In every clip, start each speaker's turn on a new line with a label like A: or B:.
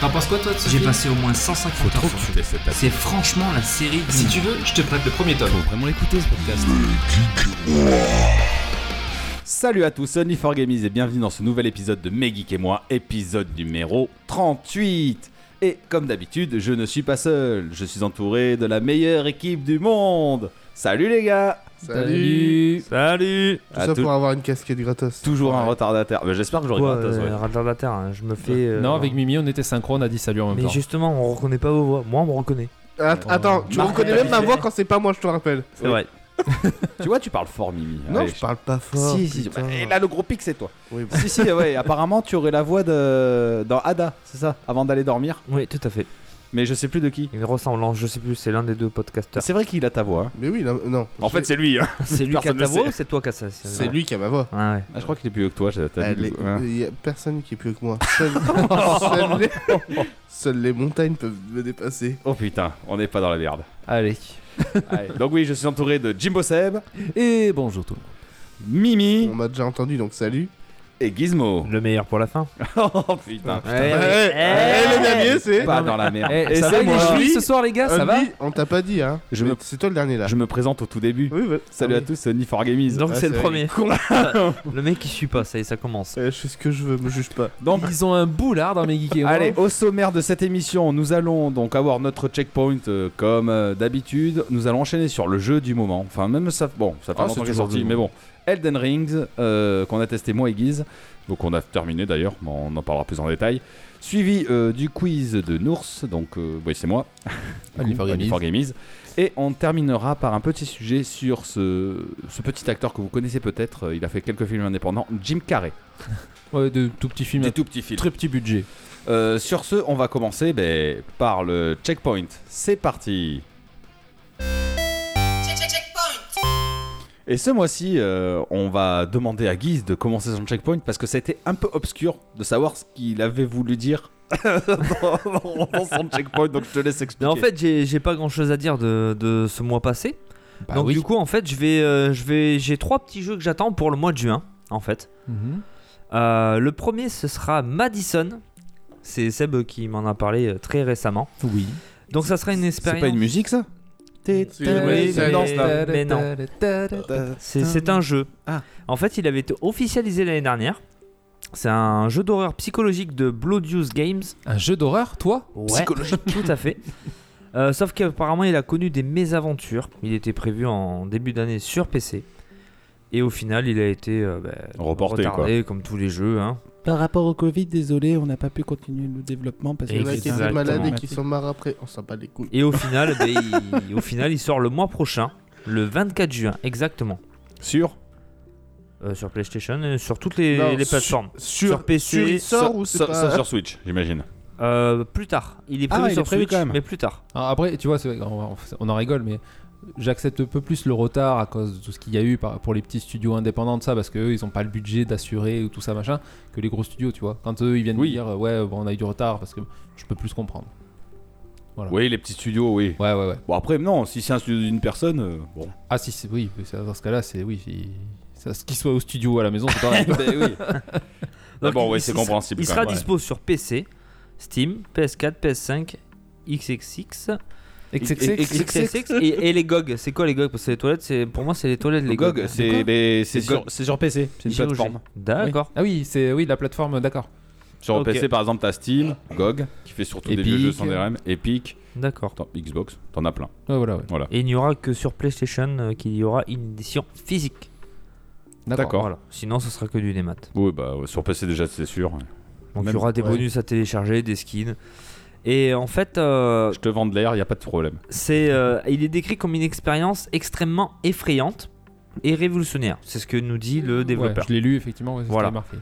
A: T'en penses quoi toi de ce
B: J'ai
A: film
B: passé au moins 150 heures sur
C: tu l'aies fait passer.
B: C'est franchement la série du
A: Si
B: moment.
A: tu veux, je te prête le premier tome.
C: Faut vraiment l'écouter ce podcast.
D: Salut à tous, only for Gamies et bienvenue dans ce nouvel épisode de Megeek et moi, épisode numéro 38. Et comme d'habitude, je ne suis pas seul, je suis entouré de la meilleure équipe du monde. Salut les gars
E: Salut
C: Salut
E: Tout
D: À
E: ça
D: tout-
E: pour avoir une casquette gratos.
D: Toujours un retardataire, Mais j'espère que j'aurai
F: Quoi,
D: pas un tas, ouais.
F: euh, Radar de la Terre, hein, je me fais. euh,
G: Non, avec Mimi, on était synchrone, on a dit salut en même
F: Mais
G: temps.
F: justement, on reconnaît pas vos voix. Moi, on me reconnaît.
E: Att- Ah, Attends, tu
F: Marc,
E: reconnais
F: euh,
E: même ma
F: tu
E: voix
F: sais.
E: quand c'est pas moi, je te rappelle.
F: C'est vrai.
D: Tu vois, tu parles fort Mimi.
E: Non,
D: Allez,
E: je parle pas fort.
D: Si, si,
E: putain.
D: bah, et là le gros pic c'est toi.
E: Oui, bon.
D: si, si, ouais, apparemment tu aurais la voix de... dans Ada, c'est ça, avant d'aller dormir,
F: Oui, tout à fait.
D: mais je sais plus de qui.
F: Une ressemblance, hein, je sais plus, c'est l'un des deux podcasteurs.
D: C'est vrai qu'il a ta voix. hein.
E: Mais oui, non. non.
D: En fait, c'est lui. hein.
F: C'est lui qui a
D: Personne
F: ta
D: ne
F: voix
D: sait.
F: ou c'est toi qui as ça
E: c'est lui qui a ma voix.
F: Ouais, ouais.
D: Ah, je crois qu'il est plus haut que toi. j'ai- t'as vu,
E: Il
D: hein.
E: y a personne qui est plus haut que moi. Seuls seuls les... seules les montagnes peuvent me dépasser.
D: Oh putain, on n'est pas dans la merde.
G: Allez.
D: Allez, donc oui, je suis entouré de Jimbo Seb,
G: Et bonjour tout le monde.
D: Mimi
E: On m'a déjà entendu, donc salut.
D: et Gizmo.
F: Le meilleur pour la fin.
D: Oh putain.
E: Eh, eh, le dernier, c'est.
D: Pas dans la merde.
G: Eh, ça
D: c'est
G: va les
D: Ah, moi.
G: chevilles ce soir les gars, ça va
E: Andy, On t'a pas dit, hein.
D: Je
E: Mais
D: me-
E: C'est toi le dernier là.
D: Je me présente au tout début.
E: Oui, bah-
D: Salut
E: ah
D: à
E: oui.
D: tous, c'est Niforgamies.
F: Donc
E: Ah,
F: c'est le
E: c'est
F: premier. le mec qui suit pas, ça y est, ça commence.
E: Euh, Je fais ce que je veux, me juge pas.
D: Donc,
G: Ils ont un boulard dans mes geeks.
D: allez, au sommaire de cette émission, nous allons donc avoir notre checkpoint euh, comme euh, d'habitude. Nous allons enchaîner sur le jeu du moment. Enfin, même ça. Bon, ça fait
G: Ah,
D: longtemps
G: c'est
D: qu'il est
G: toujours
D: sorti,
G: le
D: mais bon. Elden Rings, euh, qu'on a testé moi et Guise. Donc, on a terminé d'ailleurs, mais on en parlera plus en détail. Suivi euh, du quiz de Nours, donc euh, oui, c'est moi.
E: Only for Gamies.
D: For Gamies. Et on terminera par un petit sujet sur ce, ce petit acteur que vous connaissez peut-être. euh, Il a fait quelques films indépendants, Jim Carrey.
G: Ouais, euh, de tout petits films, à
D: tout petits films.
G: très petit budget.
D: Euh, sur ce, on va commencer ben, par le checkpoint. C'est parti. Et ce mois-ci, euh, on va demander à Guise de commencer son checkpoint parce que c'était un peu obscur de savoir ce qu'il avait voulu dire dans, dans son checkpoint. Donc je te laisse expliquer.
F: Mais en fait, j'ai- j'ai pas grand chose à dire de, de ce mois passé.
G: Bah
F: Donc du coup, en fait, je vais, euh, je vais, j'ai trois petits jeux que j'attends pour le mois de juin, en fait.
G: Mhm.
F: Euh, le premier, ce sera Madison. C'est Seb qui m'en a parlé euh, très récemment.
G: Oui.
F: Donc ça sera une expérience.
D: c'est pas une musique ça
E: Oui, ça danse, là.
F: Mais non. C'est c'est un jeu.
D: Ah.
F: En fait, il avait été officialisé l'année dernière. C'est un jeu d'horreur psychologique de Blodius Games.
G: Un jeu d'horreur, toi
F: Psychologique. Tout à fait. Euh, sauf qu'apparemment, il a connu des mésaventures. Il était prévu en début d'année sur PC. Et au final, il a été euh, bah,
D: Reporté,
F: retardé, comme tous les jeux. hein.
H: Par rapport au Covid, désolé, on n'a pas pu continuer le développement parce
F: Et
E: Il y en a qui
F: Exactement.
E: étaient malades et qui sont marres après. On s'en bat les couilles.
F: Et au final, bah, il, au final, il sort le mois prochain, le 24 juin, exactement.
D: Sûr
F: Euh, sur PlayStation, et sur toutes les,
E: Non,
F: les
E: su-
F: plateformes.
E: Sur,
F: Sur PC,
E: sur- il sort ou c'est
D: ça,
E: pas...
D: ça sur Switch, j'imagine.
F: Euh, plus tard. Il est
D: Ah,
F: prévu
D: il
F: sur
D: est prévu
F: Switch,
D: quand même. Ah
F: mais plus tard.
G: Alors après, tu vois, c'est- on, on en rigole, mais j'accepte un peu plus le retard à cause de tout ce qu'il y a eu par- pour les petits studios indépendants de ça, parce qu'eux, ils n'ont pas le budget d'assurer ou tout ça machin, que les gros studios, tu vois. Quand eux, ils viennent
D: Oui.
G: dire, euh, ouais, bon, on a eu du retard, parce que je peux plus comprendre. Voilà.
D: Oui, les petits studios, oui.
G: Ouais, ouais, ouais.
D: Bon, après, non, si c'est un studio d'une personne, euh, bon.
G: Ah si, c'est- oui, c'est- dans ce cas-là, c'est oui, c'est- ça, ce qu'il soit au studio ou à la maison, c'est pareil.
D: Ah bon,
F: il-
D: ouais,
F: il-
D: c'est
F: il sera-
D: compréhensible
F: Il
D: quand
F: sera
D: même, ouais.
F: dispo sur PC, Steam, PS4, PS5, XXX,
G: XXX.
F: XXX et, et les GOG. C'est quoi les GOG Parce que les toilettes, c'est pour moi, c'est les toilettes, les
D: Les GOG, c'est les- c'est
F: Les
D: sur,
F: GOG.
D: c'est sur PC, c'est une
F: JOG.
D: plateforme.
F: D'accord.
G: Ah oui, c'est oui la plateforme, d'accord.
D: Sur
F: Ok.
D: PC, par exemple, t'as Steam, GOG, qui fait surtout des vieux
G: Epic.
D: jeux sans DRM, Epic,
F: D'accord.
D: attends, Xbox, t'en as plein.
G: Ouais, voilà, ouais.
F: Et il n'y aura que sur PlayStation euh, qu'il y aura une édition physique.
D: D'accord.
F: Voilà. Sinon, ce sera que du démat.
D: Oui, bah, ouais, sur PC déjà, c'est sûr.
F: Donc,
D: Même-
F: il y aura des
E: ouais.
F: bonus à télécharger, des skins. Et en fait, euh,
D: Je te vends de l'air, y a pas de problème.
F: C'est, euh, il est décrit comme une expérience extrêmement effrayante et révolutionnaire. C'est ce que nous dit le développeur.
G: Ouais, je l'ai lu effectivement, ouais, c'est ce
F: Voilà.
G: qui est marqué.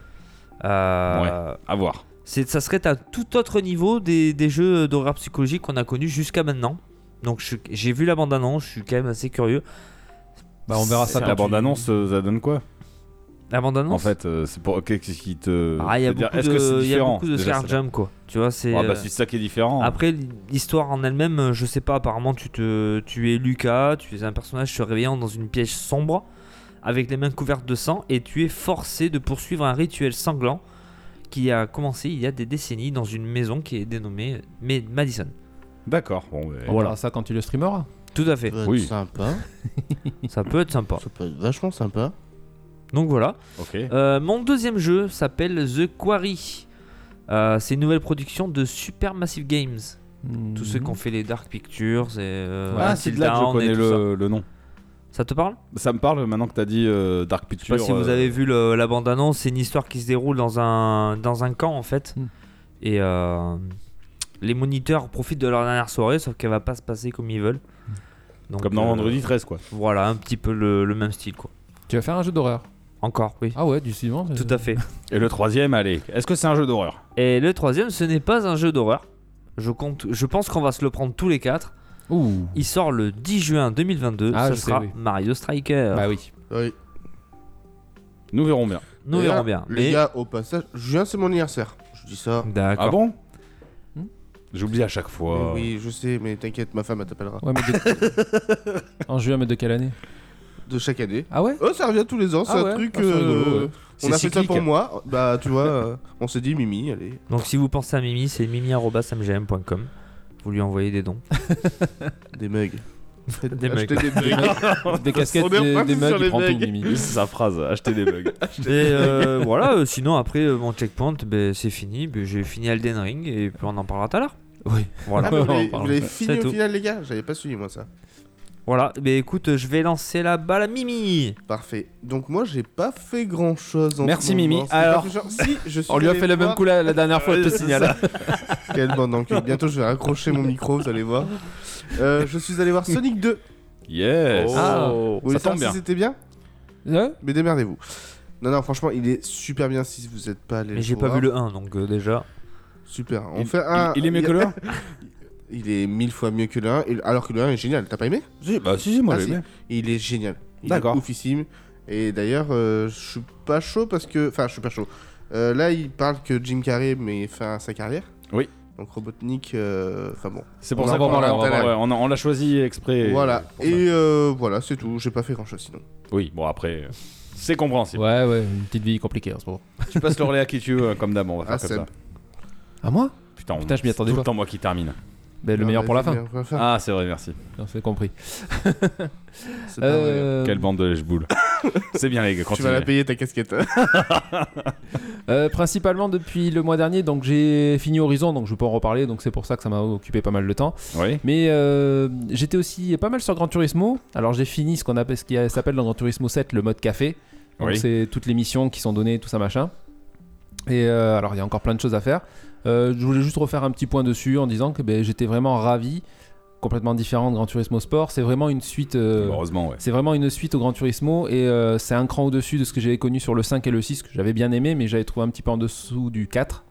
F: Euh,
D: À voir.
F: c'est, ça serait à tout autre niveau des, des jeux d'horreur psychologique qu'on a connus jusqu'à maintenant. Donc je- j'ai vu la bande annonce, je suis quand même assez curieux.
G: Bah on verra
F: C'est
G: ça
F: un
G: quand
D: La
G: tu-
D: bande-annonce, euh, ça donne quoi
F: La bande annonce.
D: En fait, euh, c'est pour. ok, Qu'est-ce qui te.
F: ah, il y a
D: c'est-à-dire,
F: beaucoup
D: Est-ce que c'est
F: de, il y a
D: différent
F: beaucoup de
D: déjà,
F: scare
D: c'est là.
F: jump quoi. Tu vois, c'est.
D: Ah,
F: euh,
D: bah, si c'est ça qui est différent.
F: Après l'histoire en elle-même, euh, je sais pas. Apparemment, tu te, tu es Lucas, tu es un personnage se réveillant dans une pièce sombre, avec les mains couvertes de sang, et tu es forcé de poursuivre un rituel sanglant qui a commencé il y a des décennies dans une maison qui est dénommée euh, mais Madison.
D: D'accord. Bon, ben,
G: On verra ça quand tu le streameras.
F: Tout à fait.
E: Ça peut être
D: Oui.
E: sympa.
F: Ça peut être sympa.
E: Ça peut être vachement sympa.
F: Donc voilà.
D: ok.
F: Euh, mon deuxième jeu s'appelle The Quarry. Euh, c'est une nouvelle production de Supermassive Games. Tous ceux qui ont fait les Dark Pictures et. euh,
D: Mhm. ah, c'est
F: Until
D: de là que je
F: Dawn et
D: connais
F: tout Ça.
D: le, le nom.
F: Ça te parle
D: Ça me parle maintenant que t'as dit euh, Dark
F: Je
D: Picture.
F: sais pas si vous
D: euh,
F: avez vu le- la bande-annonce. C'est une histoire qui se déroule dans un, dans un camp en fait.
G: Hmm.
F: Et euh, les moniteurs profitent de leur dernière soirée, sauf qu'elle va pas se passer comme ils veulent. Donc,
D: Hmm. Comme dans
F: euh,
D: Vendredi 13, quoi.
F: Voilà, un petit peu le, le même style quoi.
G: Tu vas faire un jeu d'horreur.
F: Encore, oui.
G: Ah ouais, du suivant.
F: Tout à fait.
D: Et le troisième, allez. Est-ce que c'est un jeu d'horreur
F: Et le troisième, ce n'est pas un jeu d'horreur. Je, compte, je pense qu'on va se le prendre tous les quatre.
G: Ouh.
F: Il sort le 10 juin 2022.
G: Ah,
F: ce
G: je sais,
F: sera
G: oui.
F: Mario Striker.
G: Bah oui.
E: Oui.
D: Nous verrons bien.
F: Nous
E: Et là,
F: verrons bien.
E: Les gars, au passage, juin c'est mon anniversaire. Je dis ça.
F: D'accord.
D: Ah bon
G: Hmm
D: J'oublie à chaque fois.
E: Mais Oui, je sais, mais t'inquiète, ma femme elle t'appellera.
G: Ouais, mais de- en juin, mais de quelle année
E: De chaque année.
G: Ah ouais
E: Oh, ça revient tous les ans, c'est
G: Ah
E: un
G: ouais,
E: truc. euh,
G: ah, c'est rigolo, ouais.
E: On
D: C'est
E: a fait ça
D: cyclique.
E: pour moi. Bah, tu vois, euh, on s'est dit Mimi, allez.
F: Donc si vous pensez à Mimi, c'est mimi.mgm.com. Vous lui envoyez des dons.
E: Des mugs.
F: Des mecs.
E: Achetez des mugs.
G: Des casquettes,
E: On est
G: des,
E: reparti
G: des mugs,
E: sur
G: il
E: les
G: prend tout,
E: mugs.
G: Mimi.
D: C'est sa phrase, acheter des bugs.
F: Et euh, voilà, euh, sinon après euh, mon checkpoint, ben, c'est fini. Ben, J'ai fini Elden Ring et puis on en parlera tout à l'heure.
G: Oui.
F: Voilà.
E: Ah, mais vous
G: Pardon.
E: l'avez- vous l'avez fini
F: C'est
E: au
F: tout.
E: final, les gars J'avais pas suivi, moi, ça.
F: Voilà, ben, écoute, euh, je vais lancer la balle à Mimi.
E: Parfait. Donc, moi, j'ai pas fait grand chose en
D: Merci,
E: ce moment.
D: Mimi.
E: C'est pas
D: Alors-
E: fait genre- si, je suis
G: On lui a
E: allé
G: fait le même
E: voir-
G: coup la, la dernière fois, je te signale.
E: Quelle bande d'enculés. Bientôt, je vais raccrocher mon micro, vous allez voir. Euh, je suis allé voir Sonic 2.
D: Yes
G: Ah.
E: Vous voulez
D: Ça tombe
E: savoir
D: bien.
E: si c'était bien
G: Ouais.
E: Mais démerdez-vous. Non, non, franchement, il est super bien si vous êtes pas allé
F: Mais j'ai pas vu le 1 donc euh, déjà.
E: Super. On
D: Il-
E: fait un.
D: Il, il est mieux que le un
E: Il est mille fois mieux que le 1, et- alors que le 1 est génial. T'as pas aimé
D: Si, bah si, si, moi
E: Ah,
D: j'ai
E: si.
D: bien.
E: Il est génial. Il
D: D'accord.
E: est oufissime. Et d'ailleurs, euh, je suis pas chaud parce que. Enfin, je suis pas chaud. Euh, là, il parle que Jim Carrey met fin à sa carrière.
D: Oui.
E: Donc Robotnik. euh, Enfin bon.
D: C'est pour
E: On
D: ça
E: en
D: qu'on
E: parlera
D: l'a
E: tout à l'heure.
D: ouais, on a- on l'a choisi exprès.
E: voilà.
D: pour ça.
E: Et euh, voilà, c'est tout. J'ai pas fait grand chose sinon.
D: Oui, bon après, euh, c'est compréhensible.
G: ouais, ouais, une petite vie compliquée en ce moment.
D: Tu passes le relais à qui tu veux, hein, comme d'hab, on va faire
E: Ah,
D: comme
E: Seb.
D: ça.
G: À moi
D: Putain, on-
G: Putain, je m'y attendais
D: tout
G: pas.
D: le temps moi qui termine.
G: Ben, le
E: Ah, Non,
G: meilleur
E: mais
G: pour la
E: c'est le
G: fin.
E: meilleur pour la fin.
D: Ah, c'est vrai, merci.
G: On s'est compris.
E: C'est pas vrai.
G: Euh,
D: Quelle bande de lèche-boule. c'est bien les gars,
E: Tu
D: continuez.
E: vas la payer ta casquette.
G: Euh, principalement depuis le mois dernier, donc j'ai fini Horizon, donc je peux en reparler, donc c'est pour ça que ça m'a occupé pas mal de temps.
D: Oui.
G: Mais euh, j'étais aussi pas mal sur Gran Turismo. Alors j'ai fini ce qu'on appelle ce qui s'appelle dans Gran Turismo 7 le mode café. Donc
D: Oui.
G: c'est toutes les missions qui sont données, tout ça machin. Et euh, alors il y a encore plein de choses à faire. Euh, je voulais juste refaire un petit point dessus en disant que ben, j'étais vraiment ravi, complètement différent de Gran Turismo Sport. C'est vraiment une suite. euh,
D: Heureusement, ouais.
G: c'est vraiment une suite au Gran Turismo et euh, c'est un cran au-dessus de ce que j'avais connu sur le 5 et le 6 que j'avais bien aimé mais j'avais trouvé un petit peu en dessous du 4.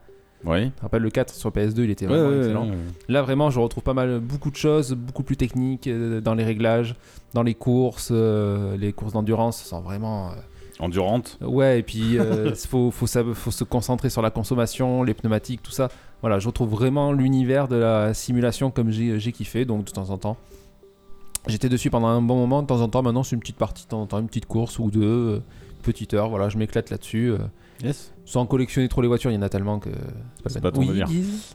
D: Oui.
G: Je rappelle le 4 sur PS2 il était vraiment excellent. Là vraiment je retrouve pas mal beaucoup de choses, beaucoup plus techniques euh, dans les réglages, dans les courses, euh, les courses d'endurance sont vraiment... euh,
D: Endurante.
G: Ouais et puis il faut, faut, sa- faut se concentrer sur la consommation, les pneumatiques, tout ça. Voilà je retrouve vraiment l'univers de la simulation comme j'ai j'ai kiffé donc de temps en temps. J'étais dessus pendant un bon moment, de temps en temps maintenant c'est une petite partie, de temps en temps une petite course ou deux, euh, une petite heure, voilà je m'éclate là-dessus. euh,
D: Yes.
G: sans collectionner trop les voitures, il y en a tellement que euh, c'est pas,
D: C'est
G: la peine.
D: pas ton délire.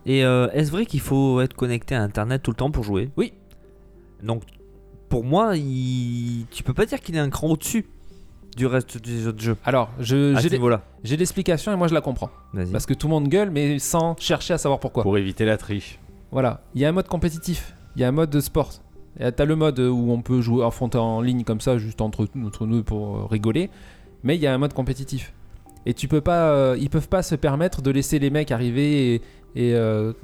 F: Et euh, est-ce vrai qu'il faut être connecté à internet tout le temps pour jouer
G: Oui.
F: Donc pour moi, il... tu peux pas dire qu'il est un cran au-dessus du reste des autres jeux.
G: Alors je-
F: à
D: Ah,
F: ce
G: j'ai des-
F: niveau-là.
G: j'ai l'explication et moi je la comprends.
F: Vas-y.
G: Mm. Parce que tout le monde gueule, mais sans chercher à savoir pourquoi.
D: Pour éviter la triche.
G: Voilà, il y a un mode compétitif, il y a un mode de sport. Et T'as le mode où on peut jouer affronter en ligne comme ça, juste entre, entre nous pour euh, rigoler, mais il y a un mode compétitif. Et tu peux pas, euh, ils peuvent pas se permettre de laisser les mecs arriver et, et, euh,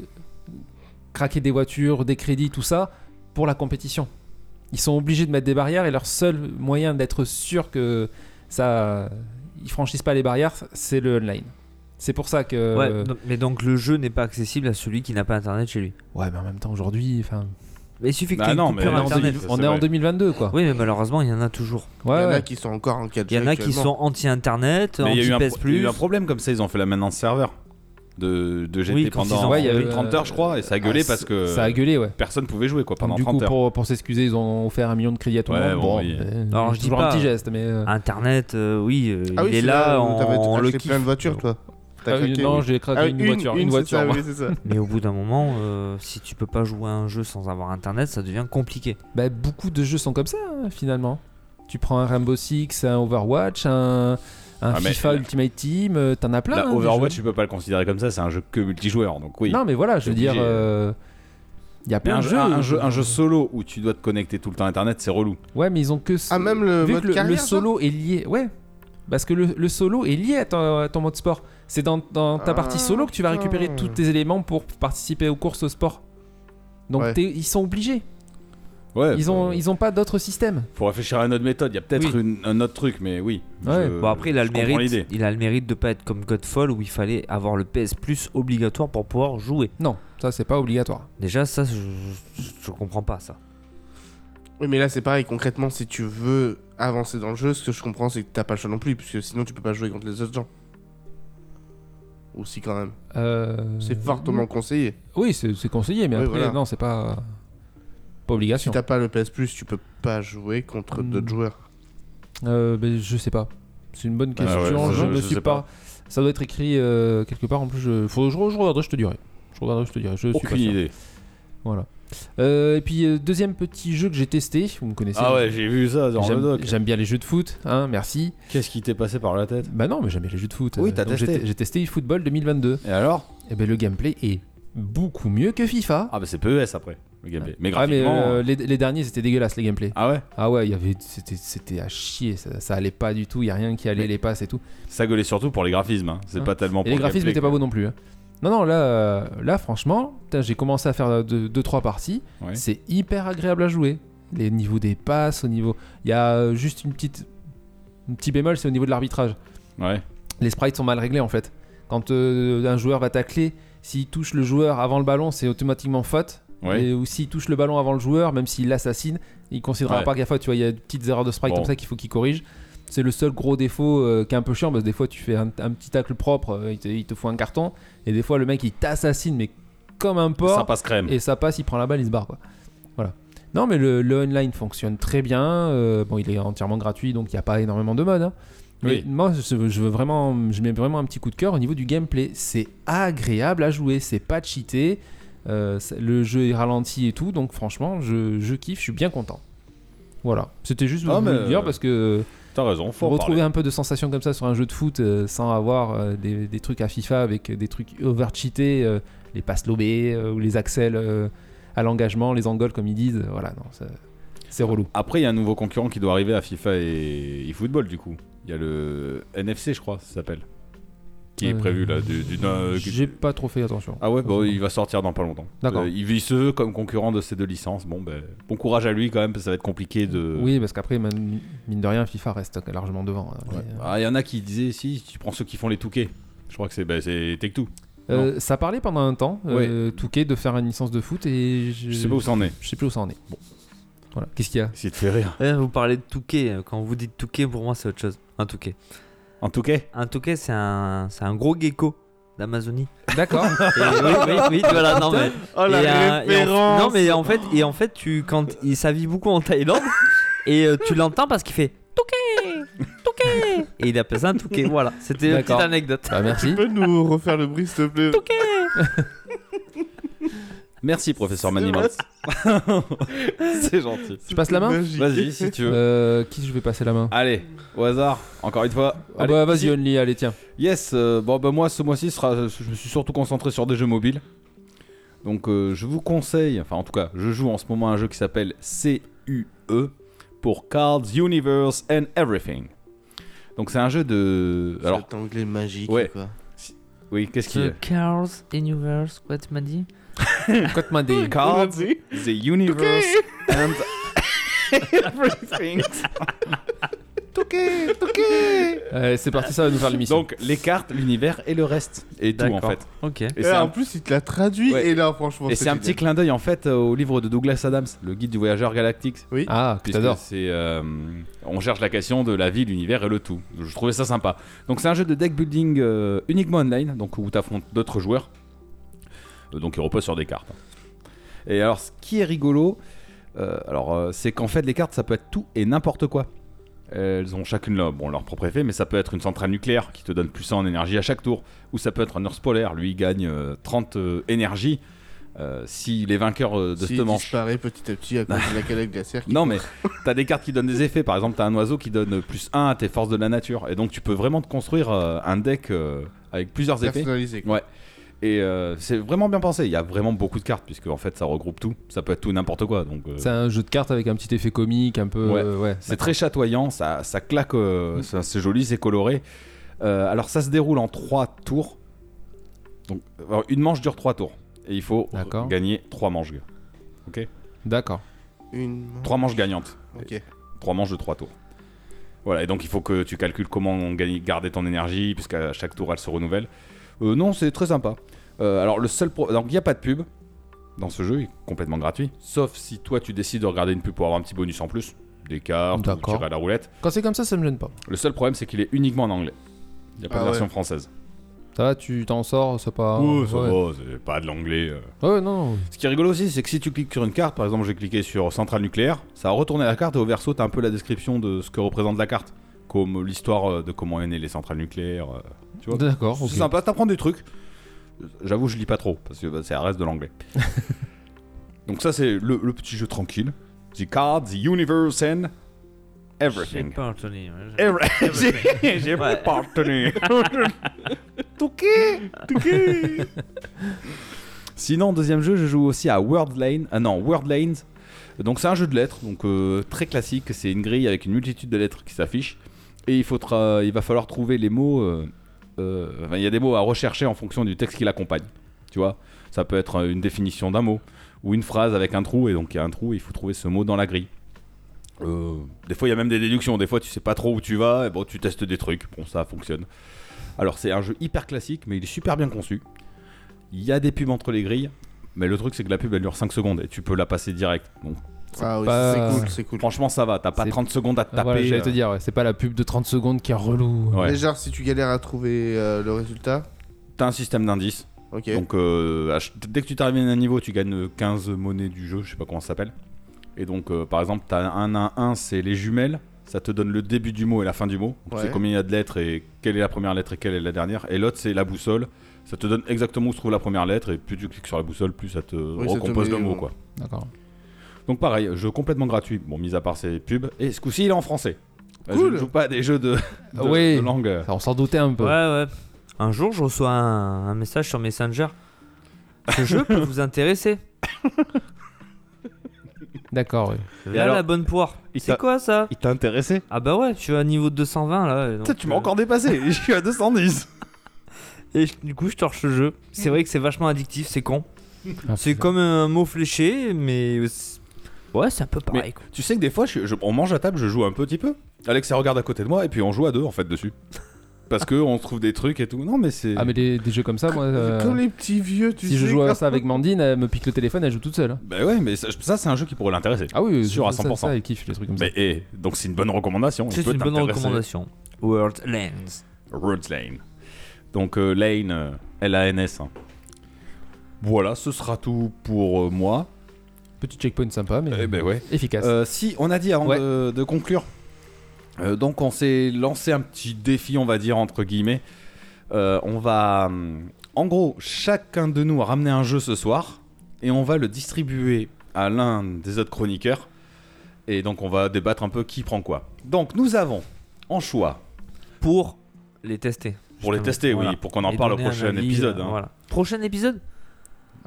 G: craquer des voitures, des crédits, tout ça pour la compétition. Ils sont obligés de mettre des barrières et leur seul moyen d'être sûr que ça, ils franchissent pas les barrières, c'est le online. C'est pour ça que
F: Ouais, non, mais donc le jeu n'est pas accessible à celui qui n'a pas internet chez lui.
G: Ouais, mais en même temps aujourd'hui, enfin,
F: Mais il suffit que
D: Bah
F: tu aies une
D: non, mais-
F: coupure
G: on est en
F: internet.
G: 2000 on est en 2022 quoi.
F: Ah Oui, mais malheureusement, il y en a toujours.
G: Ouais,
E: il y en a
G: ouais.
E: qui sont encore en 4G.
F: Il y en a qui sont anti-internet,
D: Mais il y a eu un
F: anti-PS
D: pro- il y a eu
F: Plus.
D: un problème comme ça, ils ont fait la maintenance serveur de, de GT
F: Oui, quand ils
D: pendant
F: ont-
G: Ouais, il y a eu,
D: 30
G: euh,
D: heures, je crois, et ça a gueulé
G: Ah,
D: parce que
G: ça a gueulé ouais.
D: personne pouvait jouer quoi pendant
G: Donc, du
D: 30
G: coup
D: heures.
G: pour, pour s'excuser, ils ont offert un million de crédits à tout le
D: Ouais,
G: monde.
D: bon,
G: Bon,
D: oui.
G: euh,
F: Alors, je dis
G: toujours
F: pas- Ah,
G: un petit geste mais euh,
F: Internet, euh, oui, euh,
E: Ah oui,
F: il est
E: c'est
F: là,
E: où
F: on,
E: t'avais
F: on le
E: acheté
F: kiffe.
E: plein de voitures, toi. T'as
G: Ah, une-
E: craqué,
G: non,
E: oui.
G: j'ai écrasé
E: Ah oui,
G: une, voiture, une,
E: c'est
G: voiture.
E: ça,
G: moi.
E: oui, c'est ça.
F: Mais au bout d'un moment, euh, si tu peux pas jouer à un jeu sans avoir internet, ça devient compliqué.
G: Bah, beaucoup de jeux sont comme ça hein, finalement. Tu prends un Rainbow Six, un Overwatch, un, un
D: Ah, mais-
G: FIFA Ultimate Team, euh, t'en as plein.
D: Là,
G: hein, des
D: Overwatch,
G: jeux.
D: tu peux pas le considérer comme ça, c'est un jeu que multijoueur, donc oui.
G: Non mais voilà, je veux
D: T'es
G: dire, il
D: obligé.
G: y a
D: Mais
G: plein
D: un,
G: de
D: jeu,
G: jeux.
D: un, jeu, un jeu solo où tu dois te connecter tout le temps à internet, c'est relou.
G: Ouais, mais ils ont que. ce-
E: Ah, même le
G: Vu
E: mode
G: que le,
E: carrière, ça
G: solo est lié, ouais. Parce que le, le solo est lié à ton, à ton mode sport. C'est dans, dans ta
E: Ah,
G: partie solo que tu vas
E: putain.
G: récupérer tous tes éléments pour participer aux courses au sport. Donc
E: Ouais.
G: t'es- ils sont obligés.
D: Ouais,
G: Ils ont,
D: faut-
G: ils ont pas d'autres systèmes.
D: Faut réfléchir à une autre méthode, il y a peut-être une- un autre truc, mais oui.
G: Ouais.
D: je-
F: Bon après il a
D: Euh, je
F: le
D: comprends
F: mérite,
D: l'idée.
F: il a le mérite de pas être comme Godfall où il fallait avoir le PS Plus obligatoire pour pouvoir jouer.
G: Non, ça c'est pas obligatoire.
F: Déjà ça je, je- je comprends pas ça.
E: Oui, mais là, c'est pareil. Concrètement, si tu veux avancer dans le jeu, ce que je comprends, c'est que t'as pas le choix non plus, puisque sinon, tu peux pas jouer contre les autres gens. Aussi, quand même.
G: Euh,
E: C'est fortement conseillé.
G: Oui, c'est c'est conseillé, mais
E: Oui,
G: après,
E: voilà.
G: non, c'est pas.
E: Si
G: Pas obligation.
E: t'as pas le PS Plus, tu peux pas jouer contre
G: Hmm.
E: d'autres joueurs.
G: Euh, ben, je sais pas. C'est une bonne
D: Ah ouais,
G: question.
D: ça,
G: je
D: je-
G: ne
D: je
G: suis
D: sais
G: pas. Ça doit être écrit euh, quelque part. En plus, je... Faut... je, je regarderai, je te dirai. Je regarderai, je te dirai. Je suis pas
D: Aucune
G: sûr.
D: idée.
G: Voilà. Euh, et puis, euh, deuxième petit jeu que j'ai testé, vous me connaissez.
D: Ah ouais, j'ai vu ça dans le
G: J'aime
D: doc.
G: j'aime bien les jeux de foot, hein, merci.
D: Qu'est-ce qui t'est passé par la tête
G: Bah non, mais j'aime bien les jeux de foot.
D: Oui,
G: Euh,
D: t'as
G: donc
D: testé.
G: j'ai te- J'ai testé eFootball 2022.
D: Et alors
G: Et ben le gameplay est beaucoup mieux que FIFA.
D: Ah bah c'est PES après, le gameplay. Mais
G: Ah, mais
D: graphiquement... euh,
G: euh, les, les derniers, c'était dégueulasse, les gameplays.
D: Ah ouais
G: Ah ouais, il y avait, c'était, c'était à chier, ça, ça allait pas du tout, il y a rien qui allait, les passes et tout.
D: Ça gueulait surtout pour les graphismes, hein. c'est
G: Ah.
D: pas tellement pour
G: Et les
D: le
G: graphismes
D: gameplay,
G: étaient pas beaux non plus. hein. Non, non, là, euh, là franchement, putain, j'ai commencé à faire euh, 2-3 parties,
D: Ouais.
G: c'est hyper agréable à jouer. Les niveaux des passes, au niveau. Il y a euh, juste une petite. Un petit bémol, c'est au niveau de l'arbitrage.
D: Ouais.
G: Les sprites sont mal réglés en fait. Quand euh, un joueur va tacler, s'il touche le joueur avant le ballon, c'est automatiquement faute.
D: Ouais.
G: Et, ou s'il touche le ballon avant le joueur, même s'il l'assassine, il considérera
D: Ouais.
G: pas qu'il y a faute. Tu vois, il y a des petites erreurs de sprite
D: Bon.
G: comme ça qu'il faut qu'il corrige. C'est le seul gros défaut euh, qui est un peu chiant parce que des fois tu fais un, un petit tacle propre, euh, il, te, il te faut un carton, et des fois le mec il t'assassine mais comme un porc,
D: Ça passe crème.
G: et ça passe, il prend la balle, il se barre quoi. Voilà. Non mais le, le online fonctionne très bien, euh, bon il est entièrement gratuit donc il n'y a pas énormément de modes. hein. Mais
D: Oui.
G: moi je, je veux vraiment, je mets vraiment un petit coup de cœur au niveau du gameplay. C'est agréable à jouer, c'est pas cheaté, euh, c'est- le jeu est ralenti et tout, donc franchement je, je kiffe, je suis bien content. Voilà, c'était juste pour
D: Ah,
G: vous
D: mais,
G: le dire
D: euh,
G: parce que
D: T'as raison, faut en
G: retrouver
D: parler.
G: un peu de sensation comme ça sur un jeu de foot euh, sans avoir euh, des, des trucs à FIFA avec euh, des trucs overcheatés, euh, les passes lobées euh, ou les axels euh, à l'engagement, les engoles comme ils disent, euh, voilà, non, ça- c'est relou.
D: Après, il y a un nouveau concurrent qui doit arriver à FIFA et eFootball du coup. Il y a le NFC, je crois, ça s'appelle. Qui est
G: Euh,
D: prévu là du, du- d'un-
G: J'ai pas trop fait attention.
D: Ah ouais, bon, il va sortir dans pas longtemps.
G: D'accord.
D: Euh, il, il se veut comme concurrent de ces deux licences. Bon, ben, bon courage à lui quand même, parce que ça va être compliqué de.
G: Oui, parce qu'après, même- mine de rien, FIFA reste largement devant. hein, mais,
D: Ouais. Ah, il y en a qui disaient si tu prends ceux qui font les touquets. Je crois que c'est ben, c'est Take-Two.
G: euh, ça parlait pendant un temps, euh, Touquet, de faire une licence de foot et je,
D: Je sais pas où ça en est.
G: je sais plus où ça en est. Bon. Voilà. Qu'est-ce qu'il y a
D: C'est de faire rire.
F: Eh, vous parlez de touquet, quand vous dites touquet pour moi c'est autre chose. Un touquet.
D: En touquet
F: Un touquet c'est un c'est un gros gecko d'Amazonie.
G: D'accord.
F: Et oui oui oui voilà non mais
E: Oh
F: Et, euh, et en- non mais en fait et en fait tu quand il ça vit beaucoup en Thaïlande et euh, tu l'entends parce qu'il fait touquet touquet et il appelle ça un touquet voilà c'était une petite
G: D'accord.
F: anecdote.
G: Bah, merci.
E: Tu peux nous refaire le bruit, s'il te plaît
D: Merci, professeur
E: C'est
D: Manimal. c'est gentil.
G: Je passe la main
E: Magique.
D: Vas-y, si tu veux.
G: Euh, qui je vais passer la main
D: Allez, au hasard, encore une fois.
G: Ah
D: Allez,
G: bah vas-y
D: si-
G: Only, allez tiens.
D: Yes, euh, bon bah moi ce mois-ci sera, je me suis surtout concentré sur des jeux mobiles. Donc euh, je vous conseille, enfin en tout cas, je joue en ce moment à un jeu qui s'appelle CUE pour Cards Universe and Everything. Donc c'est un jeu de alors
E: Cet anglais magique,
D: Ouais.
E: quoi.
D: oui, qu'est-ce qu'il
F: The
D: est
F: Cars Universe, quoi tu m'as dit
G: Quoi te m'a dit
D: Cards the Universe and Everything.
G: Euh, C'est parti, ça va nous faire l'émission.
D: Donc les cartes, l'univers et le reste et tout en
F: D'accord.
D: fait.
F: Ok.
D: Et
E: Et
D: c'est
E: Eh, en
D: un-
E: plus, il te l'a traduit,
D: Ouais.
E: et là, franchement,
D: et c'est un
E: génial.
D: petit clin d'œil en fait euh, au livre de Douglas Adams, le guide du voyageur galactique.
G: Ah, que
D: Puisque
G: t'adores.
D: c'est, euh, on cherche la question de la vie, l'univers et le tout. Je trouvais ça sympa. Donc c'est un jeu de deck building euh, uniquement online, donc où tu affrontes d'autres joueurs. Euh, donc il repose sur des cartes. Et alors ce qui est rigolo, euh, alors euh, c'est qu'en fait les cartes ça peut être tout et n'importe quoi. Elles ont chacune leur, bon, leur propre effet, mais ça peut être une centrale nucléaire qui te donne plus 100 en énergie à chaque tour, ou ça peut être un ours polaire, lui il gagne euh, 30 euh, énergie euh, si les vainqueurs euh, de
E: Si
D: cette
E: il
D: manche.
E: disparaît petit à petit à cause de la calotte glaciaire. qui-
D: Non mais t'as des cartes qui donnent des effets, par exemple t'as un oiseau qui donne plus 1 à tes forces de la nature, et donc tu peux vraiment te construire euh, un deck euh, avec plusieurs effets.
E: Personnalisé. quoi.
D: Et euh, c'est vraiment bien pensé. Il y a vraiment beaucoup de cartes puisque en fait ça regroupe tout. Ça peut être tout et n'importe quoi. Donc euh,
G: C'est un jeu de cartes avec un petit effet comique, un peu.
D: Ouais.
G: euh, ouais.
D: c'est très chatoyant, ça, ça claque, euh, ça- c'est joli, c'est coloré. Euh, alors ça se déroule en trois tours. Donc alors, une manche dure trois tours et il faut
G: D'accord.
D: gagner trois manches.
G: D'accord.
E: Une.
D: Trois manches gagnantes,
E: Ok.
D: trois manches de trois tours. Voilà et donc il faut que tu calcules comment gagner, garder ton énergie puisqu'à chaque tour elle se renouvelle. Euh, non, c'est très sympa. Euh, alors le seul pro- donc il n'y a pas de pub dans ce jeu, il est complètement gratuit. Sauf si toi tu décides de regarder une pub pour avoir un petit bonus en plus, des cartes, ou
G: D'accord.
D: tirer à la roulette.
G: Quand c'est comme ça, ça me gêne pas.
D: Le seul problème c'est qu'il est uniquement en anglais. Il n'y a pas
E: Ah
D: de
E: ouais.
D: version française.
G: Ça va, tu t'en sors, c'est pas.
D: Oh, ça
G: Ah, ouais.
D: va, c'est pas de l'anglais. euh.
G: Ouais, non.
D: Ce qui est rigolo aussi, c'est que si tu cliques sur une carte, par exemple j'ai cliqué sur centrale nucléaire, ça a retourné la carte et au verso t'as un peu la description de ce que représente la carte. Comme l'histoire euh, de comment est née les centrales nucléaires. euh, tu vois
G: D'accord. Ah, ok.
D: C'est sympa, t'apprends des trucs. J'avoue, je lis pas trop, parce que bah, ça reste de l'anglais. Donc ça, c'est le, le petit jeu tranquille. The card, the universe and everything.
F: pas, Anthony. ouais, je-
D: Every- J'ai j'ai pas
F: Ouais.
D: partenu. Sinon, deuxième jeu, je joue aussi à World Lane. Ah non, World Lanes. Donc c'est un jeu de lettres, donc euh, très classique. C'est une grille avec une multitude de lettres qui s'affichent. Et il, faut tra- il va falloir trouver les mots. euh, euh, enfin, il y a des mots à rechercher en fonction du texte qui l'accompagne. Tu vois Ça peut être euh, une définition d'un mot ou une phrase avec un trou. Et donc il y a un trou et il faut trouver ce mot dans la grille. Euh, des fois, il y a même des déductions. Des fois, tu sais pas trop où tu vas. Et bon, tu testes des trucs. Bon, ça fonctionne. Alors c'est un jeu hyper classique, mais il est super bien conçu. Il y a des pubs entre les grilles, mais le truc c'est que la pub elle dure 5 secondes et tu peux la passer direct. Donc
E: Ah oui,
G: pas-
E: c'est cool, c'est cool.
D: franchement ça va, t'as pas
G: C'est-
D: 30 secondes à te taper.
G: Ah, voilà, j'allais te
D: euh,
G: dire, ouais, c'est pas la pub de 30 secondes qui est relou.
D: ouais.
E: Mais genre, si tu galères à trouver euh, le résultat,
D: T'as un système d'indices,
E: ok.
D: donc euh, à ch- dès que tu t'arrives à un niveau, tu gagnes euh, 15 monnaies du jeu, je sais pas comment ça s'appelle. Et donc euh, par exemple, t'as un 1 1 c'est les jumelles, ça te donne le début du mot et la fin du mot. Donc tu sais
E: Ouais.
D: combien il y a de lettres et quelle est la première lettre et quelle est la dernière. Et l'autre c'est la boussole, ça te donne exactement où se trouve la première lettre et plus tu cliques sur la boussole, plus ça te
E: Oui, ça te
D: recompose
E: met- euh,
D: le mot quoi.
G: D'accord.
D: Donc pareil, jeu complètement gratuit, bon mis à part ces pubs, et ce coup-ci il est en français. Euh, Je
E: Cool.
D: ne joue pas à des jeux de, de,
G: Oui.
D: de langue.
G: Ça, On s'en doutait un peu.
F: Ouais, ouais. Un jour, je reçois un, un message sur Messenger. Ce jeu peut vous intéresser.
G: D'accord, oui.
D: Et
F: Là,
D: alors,
F: la bonne poire.
D: il t'a-
F: C'est quoi ça
D: Il t'a intéressé
F: Ah bah ouais, je suis à niveau 220 là. et donc,
D: Putain, tu m'as
F: euh,
D: encore dépassé, je suis à 210.
F: Et je- du coup, je torche le jeu. C'est vrai que c'est vachement addictif, c'est con.
G: Ah,
F: C'est comme un mot fléché, mais. c'est- Ouais, c'est un peu pareil. quoi.
D: Tu sais que des fois, je- je- on mange à table, je joue un petit peu. Alex, elle regarde à côté de moi, et puis on joue à deux en fait dessus. Parce que on trouve des trucs et tout. Non, mais c'est.
G: Ah, mais des, des jeux comme ça, moi. euh,
E: Comme les petits vieux, tu
G: Si je
E: sais,
G: joue à
E: quand-
G: ça avec Mandine, elle me pique le téléphone, elle joue toute seule.
D: Bah ouais, mais ça, ça, c'est un jeu qui pourrait l'intéresser.
G: Ah oui,
D: Sûr à
G: ça-
D: 100%.
G: Ça, elle kiffe les trucs comme ça.
D: mais eh, donc c'est une bonne recommandation. il
F: C'est
D: peut
F: une bonne
D: t'intéresser.
F: recommandation. World Lens.
D: Rhodes Lane. Donc euh, Lane, euh, L-A-N-S. hein. Voilà, ce sera tout pour euh, moi.
G: Petit checkpoint sympa, mais
D: Eh ben ouais.
G: efficace.
D: Euh, si, on a dit avant
G: Ouais.
D: de, de conclure. Euh, donc, on s'est lancé un petit défi, on va dire, entre guillemets. Euh, on va. hum, En gros, chacun de nous a ramené un jeu ce soir. Et on va le distribuer à l'un des autres chroniqueurs. Et donc, on va débattre un peu qui prend quoi. Donc, nous avons en choix,
F: Pour les tester.
D: pour les
F: Justement.
D: tester,
F: Voilà.
D: oui, pour qu'on en
F: Et
D: parle au
F: donner un
D: prochain
F: avis,
D: épisode.
F: euh,
D: hein.
F: voilà. Prochain épisode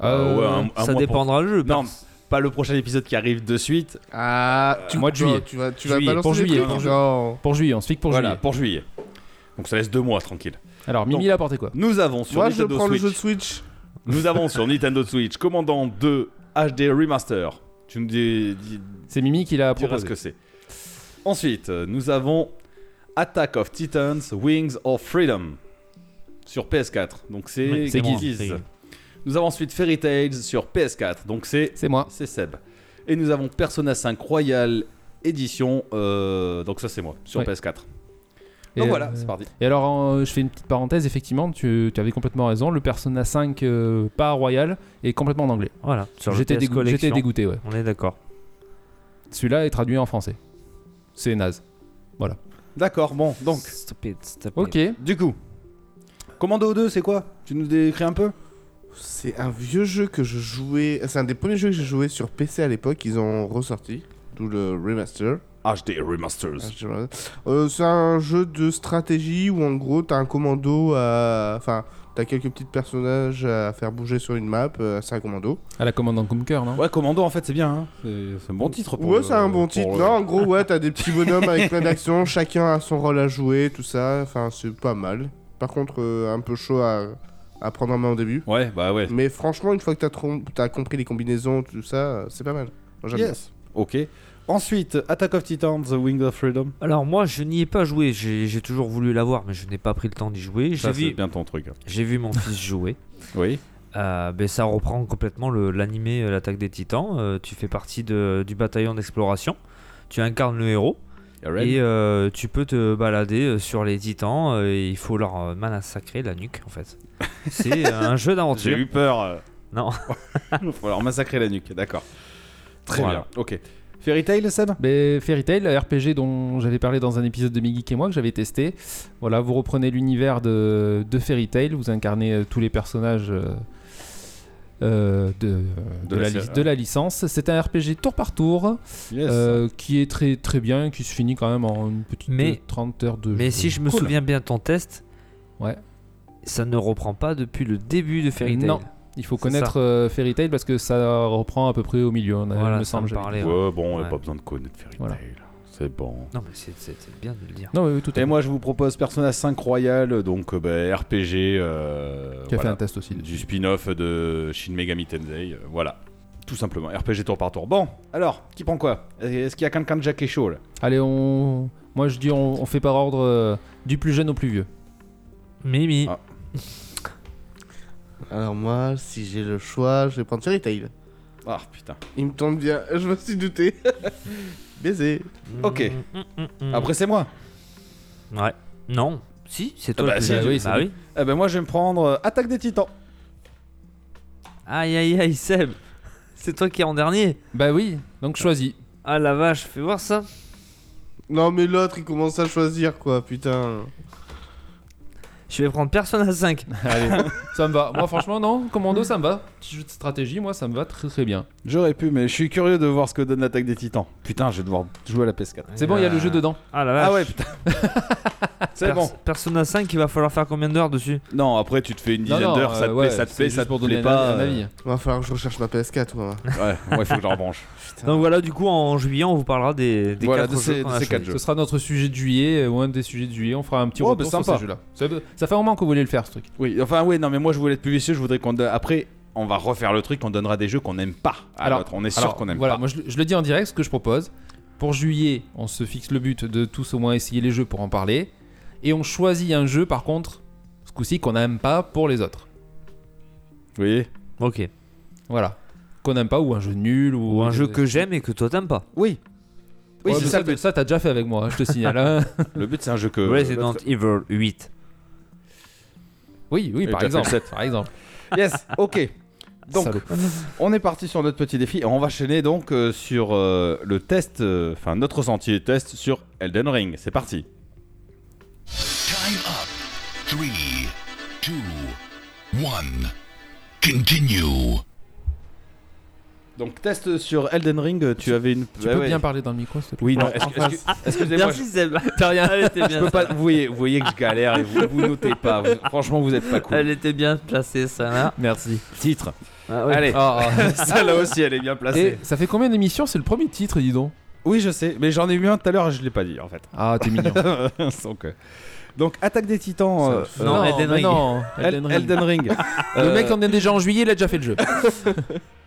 D: Euh, ouais, un- un mois
F: Ça
D: pour-
F: dépendra le jeu.
D: Non,
F: parce-
D: pas le prochain épisode qui arrive de suite.
E: Ah, tu,
G: euh, Mois de juillet.
E: Tu vas, tu vas
G: Juillet,
E: balancer
G: pour
E: des
G: juillet,
E: trucs,
G: pour juillet.
E: genre.
G: Pour juillet, on se fixe pour
D: voilà,
G: juillet.
D: pour juillet. Donc, ça laisse deux mois tranquille.
G: Alors, Mimi,
D: Donc-
G: il a porté quoi
D: Nous avons sur
E: Moi, je
D: Nintendo
E: prends le
D: Switch.
E: jeu de Switch.
D: Nous avons sur Nintendo Switch Commandant 2 HD Remaster. Tu nous dis, dis-
G: C'est Mimi qui l'a
D: diras ce
G: proposé.
D: que c'est. Ensuite, euh, nous avons Attack of Titans Wings of Freedom sur PS4. Donc c'est
G: Oui, c'est
D: Geekies.
G: Geekies.
D: Nous avons ensuite Fairy Tales sur PS4. Donc c'est
G: C'est moi.
D: c'est Seb. Et nous avons Persona 5 Royal Edition. euh, donc ça c'est moi sur
G: Ouais.
D: PS4.
G: Et,
D: Donc voilà,
G: euh,
D: c'est parti.
G: Et alors, en- je fais une petite parenthèse, effectivement, tu, tu avais complètement raison. Le Persona 5, euh, pas Royal, est complètement en anglais.
F: Voilà. Sur le
G: J'étais
F: PS
G: dégo-
F: Collection.
G: j'étais dégoûté, ouais.
F: On est d'accord.
G: Celui-là est traduit en français. C'est naze.
D: D'accord, bon, donc,
F: Stop it, stop it.
G: Ok.
D: du coup. Commando 2, c'est quoi Tu nous décris un peu
E: C'est un vieux jeu que je jouais. C'est un des premiers jeux que j'ai joué sur PC à l'époque. Ils ont ressorti, d'où le remaster.
D: HD Remasters.
E: Ah, Euh, c'est un jeu de stratégie où en gros t'as un commando à. Enfin, t'as quelques petits personnages à faire bouger sur une map. euh, c'est un commando.
G: À la commande en Conquer, non
D: Ouais, Commando, en fait, c'est bien. hein. C'est c'est un bon titre pour
E: ouais,
D: le-
E: c'est un bon
D: pour
E: titre.
D: le-
E: Non, en gros, ouais, t'as des petits bonhommes avec plein d'actions. Chacun a son rôle à jouer, tout ça. Enfin, c'est pas mal. Par contre, euh, un peu chaud à, à prendre en main au début.
D: Ouais, bah ouais.
E: Mais franchement, une fois que t'as trom- t'as compris les combinaisons, tout ça, euh, c'est pas mal. Moi, j'aime
D: Yes. Ok. Ensuite, Attack of Titan, The Wing of Freedom.
F: Alors moi, je n'y ai pas joué. J'ai j'ai toujours voulu l'avoir, mais je n'ai pas pris le temps d'y jouer. J'ai
D: Ça, c'est
F: vu,
D: bien ton truc.
F: j'ai vu mon fils jouer.
D: Oui.
F: Euh, ben, ça reprend complètement le- l'animé euh, L'attaque des titans. Euh, tu fais partie de- du bataillon d'exploration. Tu incarnes le héros et euh, tu peux te balader euh, sur les titans. euh, et il faut leur euh, massacrer la nuque en fait. C'est euh, un jeu
D: J'ai
F: d'aventure.
D: eu peur. euh.
F: Non.
D: Faut leur massacrer la nuque, d'accord. Très
F: Voilà.
D: bien. Ok. Fairy Tail, Seb
G: Mais Fairy Tail, la RPG dont j'avais parlé dans un épisode de Migi et moi que j'avais testé. Voilà, vous reprenez l'univers de, de Fairy Tail, vous incarnez euh, tous les personnages euh, euh, de, euh,
D: De
G: de
D: la
G: la,
D: série,
G: li- de la licence. C'est un RPG tour par tour euh, qui est très très bien, qui se finit quand même en une petite
F: Mais-
G: euh, 30 heures de
F: Mais
G: jeu.
F: si je me
G: Cool.
F: souviens bien de ton test,
G: Ouais.
F: ça ne reprend pas depuis le début de Fairy Tail.
G: Non. Il faut
F: C'est
G: connaître euh, Fairy Tail parce que ça reprend à peu près au milieu, on a-
F: Voilà,
G: il me
F: ça
G: semble.
F: me
G: j'avais
F: parlait.
G: dit.
F: Ouais,
D: bon,
F: ouais.
D: pas besoin de connaître Fairy
G: Voilà.
D: Tail. C'est bon.
F: Non, mais c'est- c'était bien de le dire.
G: Non, oui, oui, tout à
D: Et
G: fait.
D: moi, je vous propose Persona 5 Royal, donc euh, bah, RPG. euh,
G: Qui a fait
D: voilà.
G: un test aussi.
D: du spin-off de Shin Megami Tensei. euh, voilà. Tout simplement. RPG tour par tour. Bon, alors, qui prend quoi Est-ce qu'il y a quelqu'un de Jack et Shaw, là
G: Allez, on. Moi je dis, on, on fait par ordre euh, du plus jeune au plus vieux.
F: Mimi,
D: Ah.
E: bien. Alors, moi, si j'ai le choix, je vais prendre Fairy Tail.
D: Ah putain.
E: Il me tente bien, je me suis douté. Baiser.
D: Ok.
F: Mm, mm, mm, mm.
D: Après, c'est moi.
F: Ouais. Non. Si, c'est toi
D: Ah
F: le
D: bah
F: plus
D: si,
F: jeune.
G: oui, c'est
F: Bah
G: lui.
F: oui.
D: Eh ben, moi, je vais me prendre euh, Attaque des Titans.
F: Aïe aïe aïe Seb, c'est toi qui es en dernier.
G: Bah oui, donc choisis.
F: Ah la vache, fais voir ça.
E: Non, mais l'autre, il commence à choisir, quoi, putain.
F: Je vais prendre Persona 5.
G: Allez, ça me va. Moi, franchement, non. Commando, ça me va. Petit jeu de stratégie, moi, ça me va très très bien.
D: J'aurais pu, mais je suis curieux de voir ce que donne l'attaque des titans. Putain, je vais devoir jouer à la PS4.
G: C'est bon, il y a le jeu dedans.
F: Ah la vache.
D: Ah ouais, putain. c'est
F: Pers-
D: bon.
F: Persona 5, il va falloir faire combien d'heures dessus
D: Non, après, tu te fais une
G: Non,
D: dizaine
G: non,
D: d'heures, ça
G: euh,
D: te
G: ouais,
D: plaît, ça te
G: c'est
D: plaît,
G: juste
D: ça te
G: pour
D: plaît
G: donner
D: pas.
G: un- un
D: euh,
G: avis.
E: Va falloir que je recherche ma PS4, moi.
D: Ouais, ouais, faut que je rebranche.
F: Donc voilà, du coup, en juillet, on vous parlera des, des
D: Voilà,
F: quatre
D: de ces-
F: jeux qu'on
D: de
F: a
D: ces quatre
F: choisis.
D: jeux.
G: Ce sera notre sujet de juillet euh, ou un des sujets de juillet. On fera un petit
D: Oh,
G: retour
D: bah,
G: sur
D: sympa.
G: ces jeux-là. Ça, ça fait un moment qu'on voulait le faire, ce truc.
D: Oui, enfin, oui, non, mais moi, je voulais être plus vicieux, je voudrais qu'on. donne- Après, on va refaire le truc, on donnera des jeux qu'on n'aime pas à
G: Alors-
D: l'autre. On est sûr
G: Alors,
D: qu'on aime
G: voilà,
D: pas.
G: moi, je, le- je le dis en direct, ce que je propose. Pour juillet, on se fixe le but de tous au moins essayer les jeux pour en parler. Et on choisit un jeu, par contre, ce coup-ci, qu'on n'aime pas pour les autres.
D: Oui.
F: Ok.
G: Voilà. Qu'on n'aime pas, ou un jeu nul, ou,
F: Ou un jeu que j'aime et que toi t'aimes pas.
D: Oui. Oui,
G: Ouais,
D: c'est
G: mais
D: ça
G: ça,
D: le but.
G: ça, t'as déjà fait avec moi, je te signale. hein.
D: Le but, c'est un jeu que.
F: Resident Evil 8.
G: Oui, oui,
D: Et t'as
G: par
D: fait
G: exemple,
D: le sept.
G: par exemple.
D: Yes, ok. Donc, bah
G: Salaud.
D: on est parti sur notre petit défi et on va chaîner donc euh, sur euh, le test, euh, enfin notre sentier test sur Elden Ring. C'est parti.
A: Time up. Three, two, one. Continue.
D: Donc, test sur Elden Ring, euh, tu avais une.
G: Tu
D: Ah
G: peux
D: ouais.
G: bien parler dans le micro, s'il te plaît.
D: Oui, non, excuse- excuse- excusez-moi.
F: Merci Seb.
G: T'as rien.
F: Elle était
D: Je
F: bien,
D: peux pas, vous, voyez, vous voyez que je galère et vous, vous notez pas. Vous- franchement, vous êtes pas cool.
F: elle était bien placée, ça là.
G: Merci.
D: Titre.
F: Ah, ouais.
D: Allez,
G: Ah, ah.
D: ça là aussi, elle est bien placée.
G: Et ça fait combien d'émissions C'est le premier titre, dis donc.
D: Oui, je sais, mais j'en ai eu un tout à l'heure et je l'ai pas dit en fait.
G: Ah, t'es mignon.
D: donc, euh, donc, attaque des titans. euh,
F: Non,
D: euh,
F: Elden
G: mais
F: Ring.
G: non,
D: El-
G: Elden Ring.
D: Elden Ring.
G: Le
D: Euh,
G: mec en est déjà en juillet, il a déjà fait le jeu.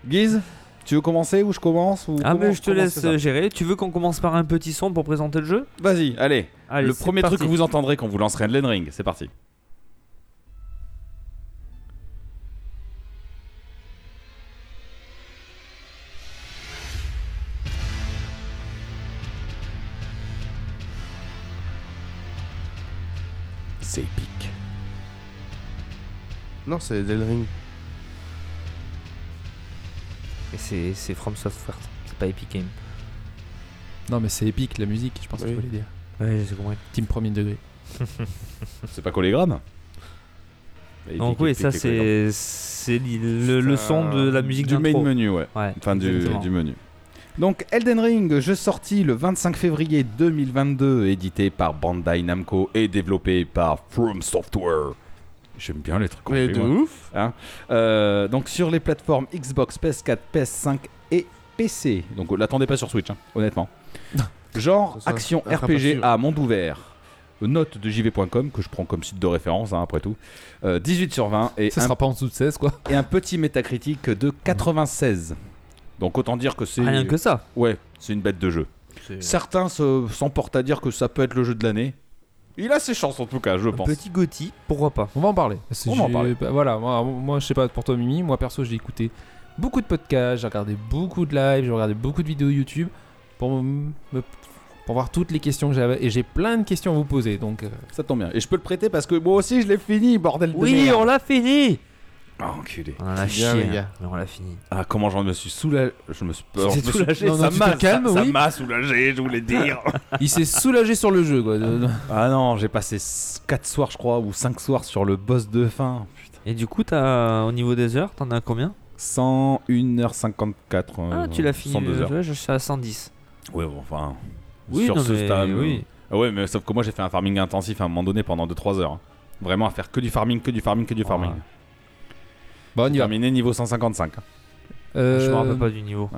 D: Guise, tu veux commencer ou je commence ou
F: Ah,
D: comment-
F: mais je te
D: comment
F: laisse
D: c'est ça
F: euh, gérer. Tu veux qu'on commence par un petit son pour présenter le jeu
D: Vas-y, allez.
F: Allez,
D: le
F: c'est
D: premier truc
F: parti.
D: que vous entendrez quand vous lancerez Elden Ring, c'est parti. C'est épique.
E: Non, c'est Del Ring.
F: Et c'est c'est From Software. C'est pas Epic Games.
G: Non, mais c'est épique la musique, je pense
E: Oui.
G: qu'il faut le dire.
F: Ouais, j'ai compris.
G: Team premier degré.
D: C'est pas collégramme Bah, il
F: Donc
D: clique,
F: oui,
D: il
F: ça
D: clique, collégramme.
F: c'est c'est le, le
E: Ça-
F: son de la musique
D: Du main
F: d'intro.
D: menu, ouais.
F: Ouais.
D: Enfin, du,
G: Exactement.
D: du menu. Donc, Elden Ring, jeu sorti le 25 février 2022, édité par Bandai Namco et développé par From Software. J'aime bien les trucs
E: Mais
D: compliqués,
E: de
D: moi.
E: ouf.
D: Euh, donc, sur les plateformes Xbox, PS4, PS5 et PC. Donc, l'attendez pas sur Switch, hein, honnêtement. Genre
E: Ça sera-
D: action
E: ça sera pas
D: RPG
E: sûr.
D: à monde ouvert. Note de jv.com que je prends comme site de référence hein, après tout. Euh, 18 sur 20 et
G: Ça
D: un
G: sera pas en dessous de 16 quoi.
D: et un petit métacritique de 96. Donc autant dire que c'est
F: Rien que ça.
D: ouais, c'est une bête de jeu. Certains se- s'emportent à dire que ça peut être le jeu de l'année. Il a ses chances en tout cas, je
F: Un
D: pense.
F: petit Gotti, pourquoi pas
G: On va en parler. Parce que
D: On va en
G: j'ai-
D: parler.
G: bah, voilà, moi, moi, je sais pas pour toi Mimi, moi perso j'ai écouté beaucoup de podcasts, j'ai regardé beaucoup de lives, j'ai regardé beaucoup de vidéos YouTube pour me- me- pour voir toutes les questions que j'avais et j'ai plein de questions à vous poser donc euh,
D: Ça tombe bien. Et je peux le prêter parce que moi aussi je l'ai fini, bordel de
F: Oui,
D: merde.
F: on l'a fini
D: Ah, enculé.
F: On en a
E: bien,
F: chié,
E: les
F: hein,
E: gars.
F: mais on l'a fini.
D: Ah comment j'en me suis soulagé. Je me suis. alors, je me suis-
F: soulagé,
D: Non, non,
G: ça
D: tu te
G: m'a-
D: calmes,
G: ça
D: oui. m'a soulagé, je voulais dire.
G: il s'est soulagé sur le jeu quoi. Euh, de- de-
D: ah non, j'ai passé 4 soirs, je crois, ou 5 soirs sur le boss de fin.
F: Et du coup, t'as au niveau des heures, t'en as combien
D: 101h54.
F: Ah, tu l'as fini.
D: 102 euh, heures.
F: ouais, je suis à 110.
D: Ouais, bon, enfin.
F: Oui,
D: sur
F: non,
D: ce
F: mais
D: stade,
F: oui.
D: euh, Ouais, mais sauf que moi j'ai fait un farming intensif à un moment donné pendant 2-3 heures. hein. Vraiment à faire que du farming, que du farming, que du farming.
F: Ouais.
G: Bah on
D: J'ai
G: y va.
D: Terminé niveau 155. hein.
G: Euh,
F: Je me rappelle pas du niveau.
G: Euh,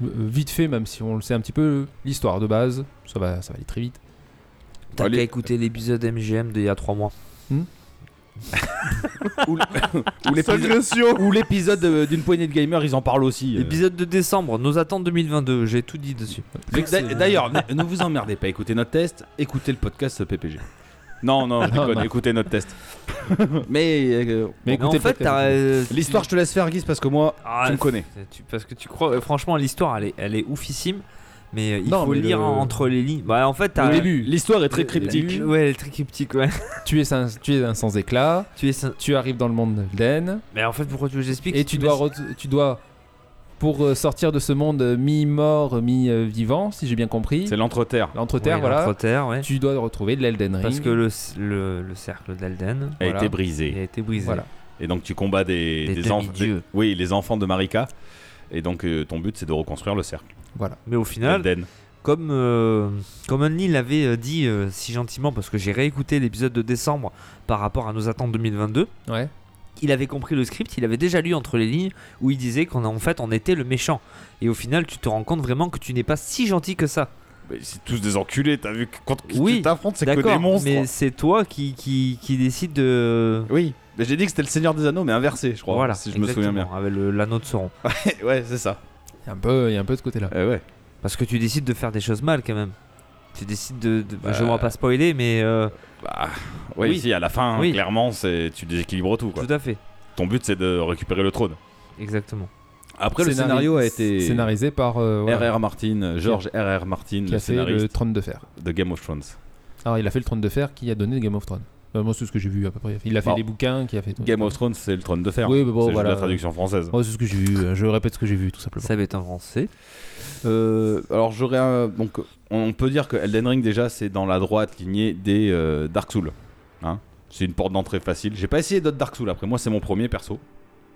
G: Vite fait, même si on le sait un petit peu, l'histoire de base, ça va, ça va aller très vite.
F: T'as
D: Allez.
F: qu'à écouter l'épisode MGM d'il y a 3 mois.
D: ou l- ou l'épisode- ou l'épisode euh, d'une poignée de gamers, ils en parlent aussi. euh.
F: L'épisode de décembre, nos attentes 2022, j'ai tout dit dessus.
D: Mais d'a- D'ailleurs, ne, ne vous emmerdez pas, écoutez notre test, écoutez le podcast euh, PPG. Non, non, je déconne, écoutez notre test. mais euh,
G: Mais
F: Mais en
G: écoutez le
F: fait,
G: podcast,
F: t'as, euh,
D: l'histoire, je te laisse faire, Guise, parce que moi,
F: Ah,
D: tu me connais.
F: c'est- tu- parce que tu crois, euh, franchement, l'histoire elle est, elle est oufissime, mais euh, il
G: Non,
F: faut
G: mais
F: lire
G: le-
F: en- entre les lignes. Bah, en fait,
G: Ah
F: t'as.
D: L'histoire est très cryptique.
F: Ouais, elle est très cryptique, ouais.
G: Tu es, sans, tu es un sans éclat,
F: tu es sin-
G: tu arrives dans le monde d'Elden,
F: Mais en fait, pourquoi tu veux que j'explique
G: et tu dois, re- tu dois, pour euh, sortir de ce monde euh, mi-mort, mi-vivant, si j'ai bien compris,
D: C'est l'entreterre.
G: l'entre-terre, voilà,
F: terre, ouais.
G: tu dois retrouver de l'Elden Ring.
F: Parce que le, le, le cercle d'Alden
D: A
G: Voilà.
D: été brisé.
F: il a été brisé.
G: Voilà.
D: Et donc tu combats des,
F: Des
D: enf-
F: demi-dieux.
D: des- oui, les enfants de Marika. Et donc euh, ton but c'est de reconstruire le cercle.
F: Mais au final,
D: Elden.
F: comme, euh, comme Annie l'avait euh, dit euh, si gentiment, parce que j'ai réécouté l'épisode de décembre par rapport à nos attentes 2022,
G: Ouais.
F: il avait compris le script, il avait déjà lu entre les lignes où il disait qu'en en fait on était le méchant. Et au final, tu te rends compte vraiment que tu n'es pas si gentil que ça.
D: Mais c'est tous des enculés, t'as vu que contre qui
F: Oui,
D: tu t'affrontes, c'est que des
F: D'accord,
D: monstres.
F: mais c'est toi qui, qui, qui décide de.
D: Oui, mais j'ai dit que c'était le Seigneur des Anneaux, mais inversé, je crois.
F: voilà,
D: si je me souviens bien.
F: exactement, Avec le- l'anneau de Sauron.
D: ouais, c'est ça.
G: Il y a un peu, il y a un peu de ce côté-là.
D: Eh ouais.
F: Parce que tu décides de faire des choses mal quand même. Tu décides de. de-
D: Bah,
F: Je ne vais pas spoiler, mais. euh,
D: Bah, ouais,
F: Oui.
D: si à la fin,
F: Oui.
D: clairement, c'est tu déséquilibres tout. Quoi.
F: Tout à fait,
D: Ton but c'est de récupérer le trône.
F: exactement.
D: Après, le
G: Scénari-
D: scénario a été
G: scénarisé par euh, voilà,
D: R.R. Martin, George R.R. Martin,
G: qui a
D: le
G: fait le
D: scénariste
G: Trône de Fer.
D: de Game of Thrones.
G: Alors il a fait le Trône de Fer, qui a donné Game of Thrones. Bah, moi c'est ce que j'ai vu à peu près. Il a fait
D: Bon.
G: les bouquins, qui a fait tout.
D: Game of Thrones, c'est le trône de fer.
G: Oui, mais bon,
D: c'est juste
G: voilà.
D: la traduction française.
G: Oh, c'est ce que j'ai vu, euh, je répète ce que j'ai vu tout simplement.
F: Ça va être en français.
D: Euh, alors j'aurais un- donc on peut dire que Elden Ring déjà c'est dans la droite lignée des euh, Dark Souls. Hein c'est une porte d'entrée facile. J'ai pas essayé d'autres Dark Souls après moi c'est mon premier perso.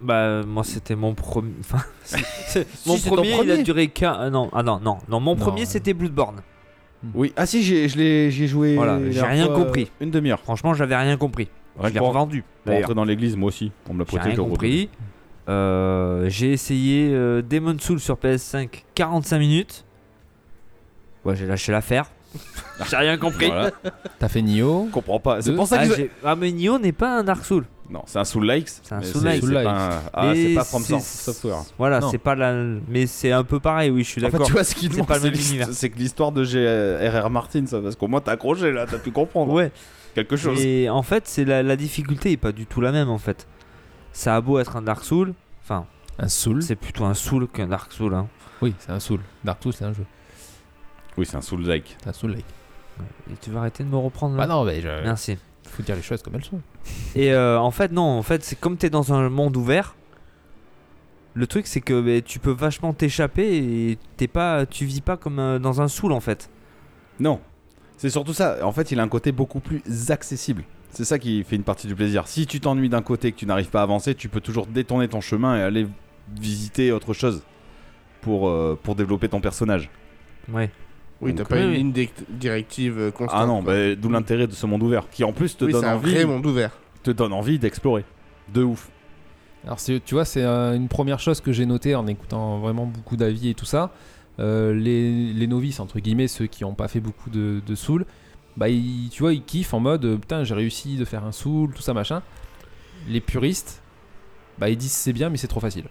F: Bah, moi c'était mon premier. Enfin, c'est- c'est-
D: Mon
F: si, c'est ton
D: premier,
F: il a duré qu'un. ah, non, ah non, non, non, mon
G: Non,
F: premier
G: euh.
F: c'était Bloodborne.
D: Oui ah si j'ai je l'ai- j'y ai joué.
F: Voilà,
D: la
F: j'ai
D: dernière
F: rien
D: fois,
F: compris.
D: euh, Une demi-heure.
F: Franchement, j'avais rien compris.
D: Rien
F: je l'ai
D: que pour-
F: revendu.
D: Pour
F: D'ailleurs,
D: entrer dans l'église moi aussi on me l'a
F: j'ai
D: prêté.
F: rien
D: je l'ai redonné.
F: compris. Euh, j'ai essayé euh, Demon Soul sur PS5 45 minutes. Ouais, j'ai lâché l'affaire. j'ai rien compris.
D: Voilà.
G: T'as fait Nio,
D: Je comprends pas. C'est
G: Deux.
D: pour ça
F: Ah,
D: que
F: j'ai- ah, mais Nioh n'est pas un Dark Soul.
D: non c'est un Soul Likes.
F: C'est un
D: mais
F: Soul-like.
D: C'est pas
G: Soul-like.
D: un- ah c'est
F: Mais
D: pas From
F: c'est-
D: Software.
F: Voilà,
G: Non.
F: c'est pas la. Mais c'est un peu pareil, oui, je suis
D: En fait,
F: d'accord.
D: tu vois ce qui
F: C'est
D: manque,
F: pas le
D: c'est
F: même
D: l'hist-
F: univers.
D: c'est que l'histoire de G.R.R. Martin, ça, parce qu'au moins t'as accroché là, t'as pu comprendre
F: ouais,
D: quelque chose.
F: Et en fait, c'est la, la difficulté est pas du tout la même en fait. Ça a beau être un Dark Soul, enfin,
G: un Soul.
F: c'est plutôt un Soul qu'un Dark Soul. hein.
G: Oui, c'est un Soul. Dark Souls, c'est un jeu.
D: Oui, c'est un Soul Like.
G: C'est un Soul like.
F: Et tu vas arrêter de me reprendre là
G: Bah non, mais je...
F: Merci.
G: faut dire les choses comme elles sont.
F: Et euh, en fait, non, en fait, c'est comme t'es dans un monde ouvert. Le truc, c'est que bah, tu peux vachement t'échapper et t'es pas, tu vis pas comme euh, dans un Soul en fait.
D: Non. C'est surtout ça. En fait, il a un côté beaucoup plus accessible. C'est ça qui fait une partie du plaisir. Si tu t'ennuies d'un côté et que tu n'arrives pas à avancer, tu peux toujours détourner ton chemin et aller visiter autre chose pour, euh, pour développer ton personnage.
F: Ouais.
E: Oui, t'as
D: Donc,
E: pas
F: oui,
E: une
F: oui.
E: ligne dict- directive euh, constante.
D: ah non,
E: quoi.
D: bah, d'où l'intérêt de ce monde ouvert qui en plus te,
E: oui,
D: donne,
E: c'est un
D: envie,
E: vrai monde ouvert.
D: te donne envie d'explorer. De ouf.
G: Alors c'est- tu vois, c'est euh, une première chose que j'ai notée en écoutant vraiment beaucoup d'avis et tout ça. Euh, les, les novices, entre guillemets, ceux qui n'ont pas fait beaucoup de, de soul, bah, ils- tu vois, ils kiffent en mode euh, putain, j'ai réussi de faire un soul, tout ça machin. Les puristes, bah, ils disent c'est bien, mais c'est trop facile.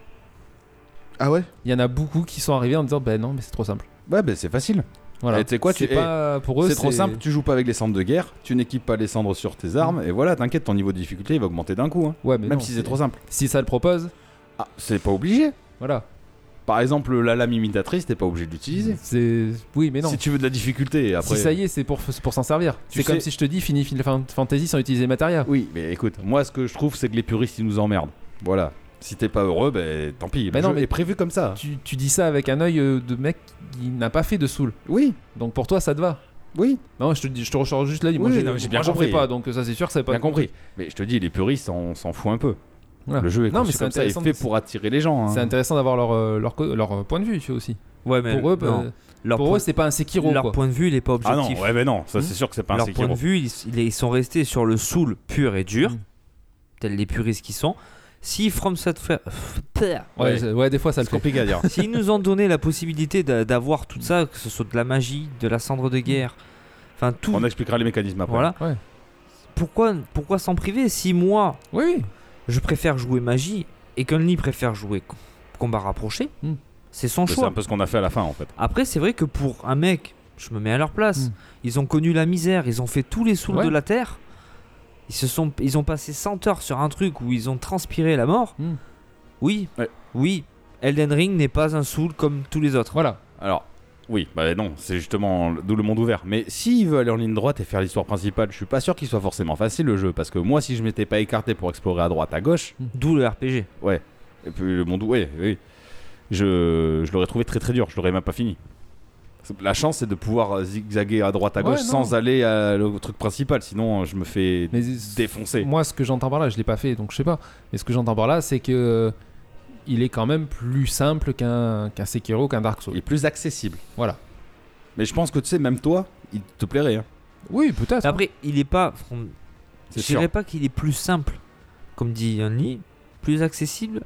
E: Ah ouais
G: Il y en a beaucoup qui sont arrivés en disant bah non, mais c'est trop simple.
D: Ouais, bah, c'est facile.
G: Voilà.
D: Et tu sais quoi,
G: C'est
D: tu-
G: pas pour eux.
D: c'est trop simple, tu joues pas avec les cendres de guerre, tu n'équipes pas les cendres sur tes armes, et voilà, t'inquiète, ton niveau de difficulté il va augmenter d'un coup. hein.
G: Ouais, mais
D: Même
G: non,
D: si Mm. c'est trop simple.
G: Si ça le propose,
D: Ah, c'est pas obligé.
G: voilà.
D: Par exemple, la lame imitatrice, t'es pas obligé de l'utiliser.
G: C'est oui, mais non.
D: Si tu veux de la difficulté, et après.
G: Si ça y est, c'est pour, pour s'en servir.
D: Tu
G: C'est comme
D: sais-
G: si je te dis fini Final Fan- Fantasy sans utiliser Materia.
D: Oui, mais écoute, moi ce que je trouve, c'est que les puristes ils nous emmerdent. Voilà. Si t'es pas heureux, ben tant pis.
G: Mais
D: le
G: non,
D: jeu
G: mais-
D: est prévu comme ça.
G: Tu, tu dis ça avec un œil euh, de mec qui n'a pas fait de soul.
D: Oui,
G: Donc pour toi, ça te va.
D: oui,
G: Non, je te, dis, je te recharge juste l'œil. Moi,
D: Oui,
G: j'ai
D: non, mais j'ai
G: moi,
D: bien
G: j'en fais
D: compris.
G: pas, donc euh, ça, c'est sûr que ça va pas.
D: bien compris. Mais je te dis, les puristes, on s'en fout un peu.
G: Voilà.
D: Le jeu est
G: Ah. Non, mais
D: conçu
G: c'est
D: comme ça, il est
G: intéressant
D: fait
G: de-
D: pour attirer les gens. hein.
G: C'est intéressant d'avoir leur, euh, leur, co- leur, euh, point de vue tu vois, aussi.
F: Ouais, mais
G: pour eux,
F: non.
G: bah,
F: leur,
G: pour
F: point,
G: eux, c'est pas un Sekiro.
F: leur
G: quoi.
F: point de vue, il est pas
D: Ah
F: objectif.
D: non, ouais, mais non,
G: Hmm.
D: ça c'est sûr que c'est pas un
F: leur point
D: Sekiro.
F: de vue, ils, ils- ils sont restés sur le soul pur et dur,
G: Mm.
F: tels les puristes qui sont. Si From Software,
G: Ouais,
D: Ouais.
G: c'est- ouais, des fois, ça le
D: C'est
G: fait.
D: compliqué à dire.
F: s'ils nous ont donné la possibilité d'a- d'avoir tout ça, que ce soit de la magie, de la cendre de guerre, enfin tout,
D: On expliquera les mécanismes après.
F: voilà.
G: Ouais.
F: Pourquoi, pourquoi s'en priver si moi
G: Oui, oui.
F: je préfère jouer magie et qu'Unly préfère jouer co- combat rapproché
G: Mm.
F: C'est son
D: C'est un
F: choix.
D: peu ce qu'on a fait à la fin en fait.
F: Après, c'est vrai que pour un mec, je me mets à leur place.
G: Mm.
F: Ils ont connu la misère, ils ont fait tous les souls
G: Ouais.
F: de la terre. Ils se sont, ils ont passé 100 heures sur un truc où ils ont transpiré la mort.
G: Mm.
F: Oui,
D: Ouais.
F: oui. Elden Ring n'est pas un soul comme tous les autres.
G: Voilà.
D: Alors, oui, bah non, c'est justement d'où le monde ouvert. Mais s'il veut aller en ligne droite et faire l'histoire principale, je suis pas sûr qu'il soit forcément facile le jeu, parce que moi, si je m'étais pas écarté pour explorer à droite, à gauche,
F: D'où le RPG.
D: et puis le monde, oui, oui, je, je l'aurais trouvé très très dur, je l'aurais même pas fini. La chance, c'est de pouvoir zigzaguer à droite, à
G: Ouais,
D: gauche,
G: non.
D: sans aller à le truc principal, sinon je me fais
G: Mais
D: défoncer.
G: Moi, ce que j'entends par là, je l'ai pas fait, donc je sais pas. Mais ce que j'entends par là, c'est que euh, il est quand même plus simple qu'un qu'un Sekiro, qu'un Dark
D: Il
G: Souls.
D: est plus accessible.
G: Voilà.
D: Mais je pense que tu sais, même toi, il te plairait. hein.
G: Oui, peut-être.
F: Après, il est pas.
D: C'est
F: Je
D: sûr.
F: dirais pas qu'il est plus simple, comme dit Unli, plus accessible,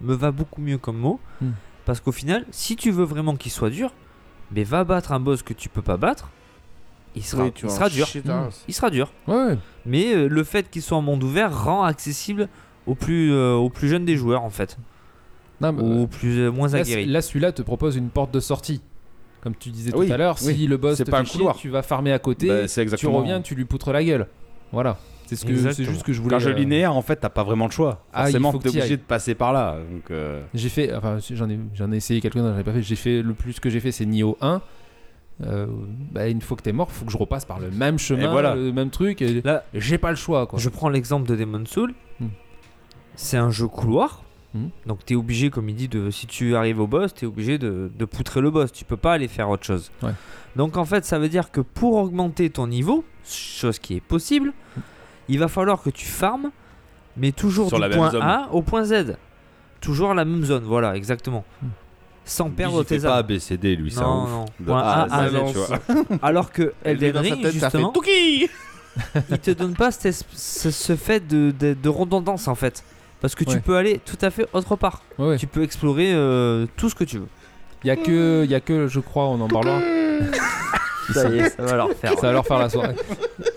F: me va beaucoup mieux comme mot.
G: Hmm.
F: Parce qu'au final, si tu veux vraiment qu'il soit dur, mais va battre un boss que tu peux pas battre, il sera,
E: Oui, tu
F: il
E: vas
F: sera
E: en
F: dur.
E: chier ta
G: Mm.
E: race.
F: Il sera dur.
G: Ouais, ouais.
F: Mais euh, le fait qu'il soit en monde ouvert rend accessible aux plus, euh, aux plus jeunes des joueurs, en fait.
G: Non, mais-
F: Ou aux plus, euh, moins
G: Là,
F: aguerris.
G: là, celui-là te propose une porte de sortie. Comme tu disais
D: Oui,
G: tout à l'heure,
D: oui.
G: si le boss
D: C'est
G: te
D: pas
G: fait
D: un
G: chier,
D: couloir.
G: tu vas farmer à côté,
D: Bah, c'est
G: tu
D: exactement.
G: reviens, tu lui poutres la gueule. Voilà. C'est ce que c'est
F: Exactement.
G: juste que je voulais.
D: Quand je
G: euh,
D: linéaire, en fait, t'as pas vraiment le choix.
G: Ah, il
D: Forcément,
G: faut que
D: t'es
G: t'y
D: obligé
G: ailles.
D: de passer par là. Donc, euh,
G: J'ai fait, enfin, j'en ai, j'en ai essayé quelques-uns, j'en ai pas fait. J'ai fait le plus que j'ai fait, c'est Nioh 1. Euh, bah, une fois que t'es mort, faut que je repasse par le même chemin,
D: voilà.
G: le même truc. et-
F: Là,
G: et j'ai pas le choix, quoi.
F: Je prends l'exemple de Demon Soul.
G: Hmm.
F: C'est un jeu couloir.
G: Hmm.
F: Donc t'es obligé, comme il dit, de, si tu arrives au boss, t'es obligé de, de poutrer le boss. Tu peux pas aller faire autre chose.
G: Ouais.
F: Donc en fait, ça veut dire que pour augmenter ton niveau, chose qui est possible, il va falloir que tu farmes, mais toujours
D: Sur
F: du
D: la même
F: point
D: zone.
F: A au point Z. Toujours la même zone, voilà, exactement.
G: Hmm.
F: Sans
D: lui,
F: perdre
D: il fait
F: tes
D: pas
F: armes.
D: ABCD, lui, c'est un
F: Non,
D: ouf.
F: non.
D: De
F: Point
D: A
F: A
D: à
F: à
D: Z,
F: Z.
D: tu vois.
F: Alors que
E: Elle met
F: Elden
E: dans sa
F: Ring,
E: tête, ça fait
F: justement, il te donne pas cette es- ce, ce fait de, de, de redondance en fait. Parce que
G: Ouais.
F: tu peux aller tout à fait autre part.
G: Ouais, ouais.
F: Tu peux explorer euh, tout ce que tu veux.
G: Il y a que, il y a que, je crois, on en parlera.
F: Ça y est, ça va leur faire. euh,
G: Ça va leur faire la soirée.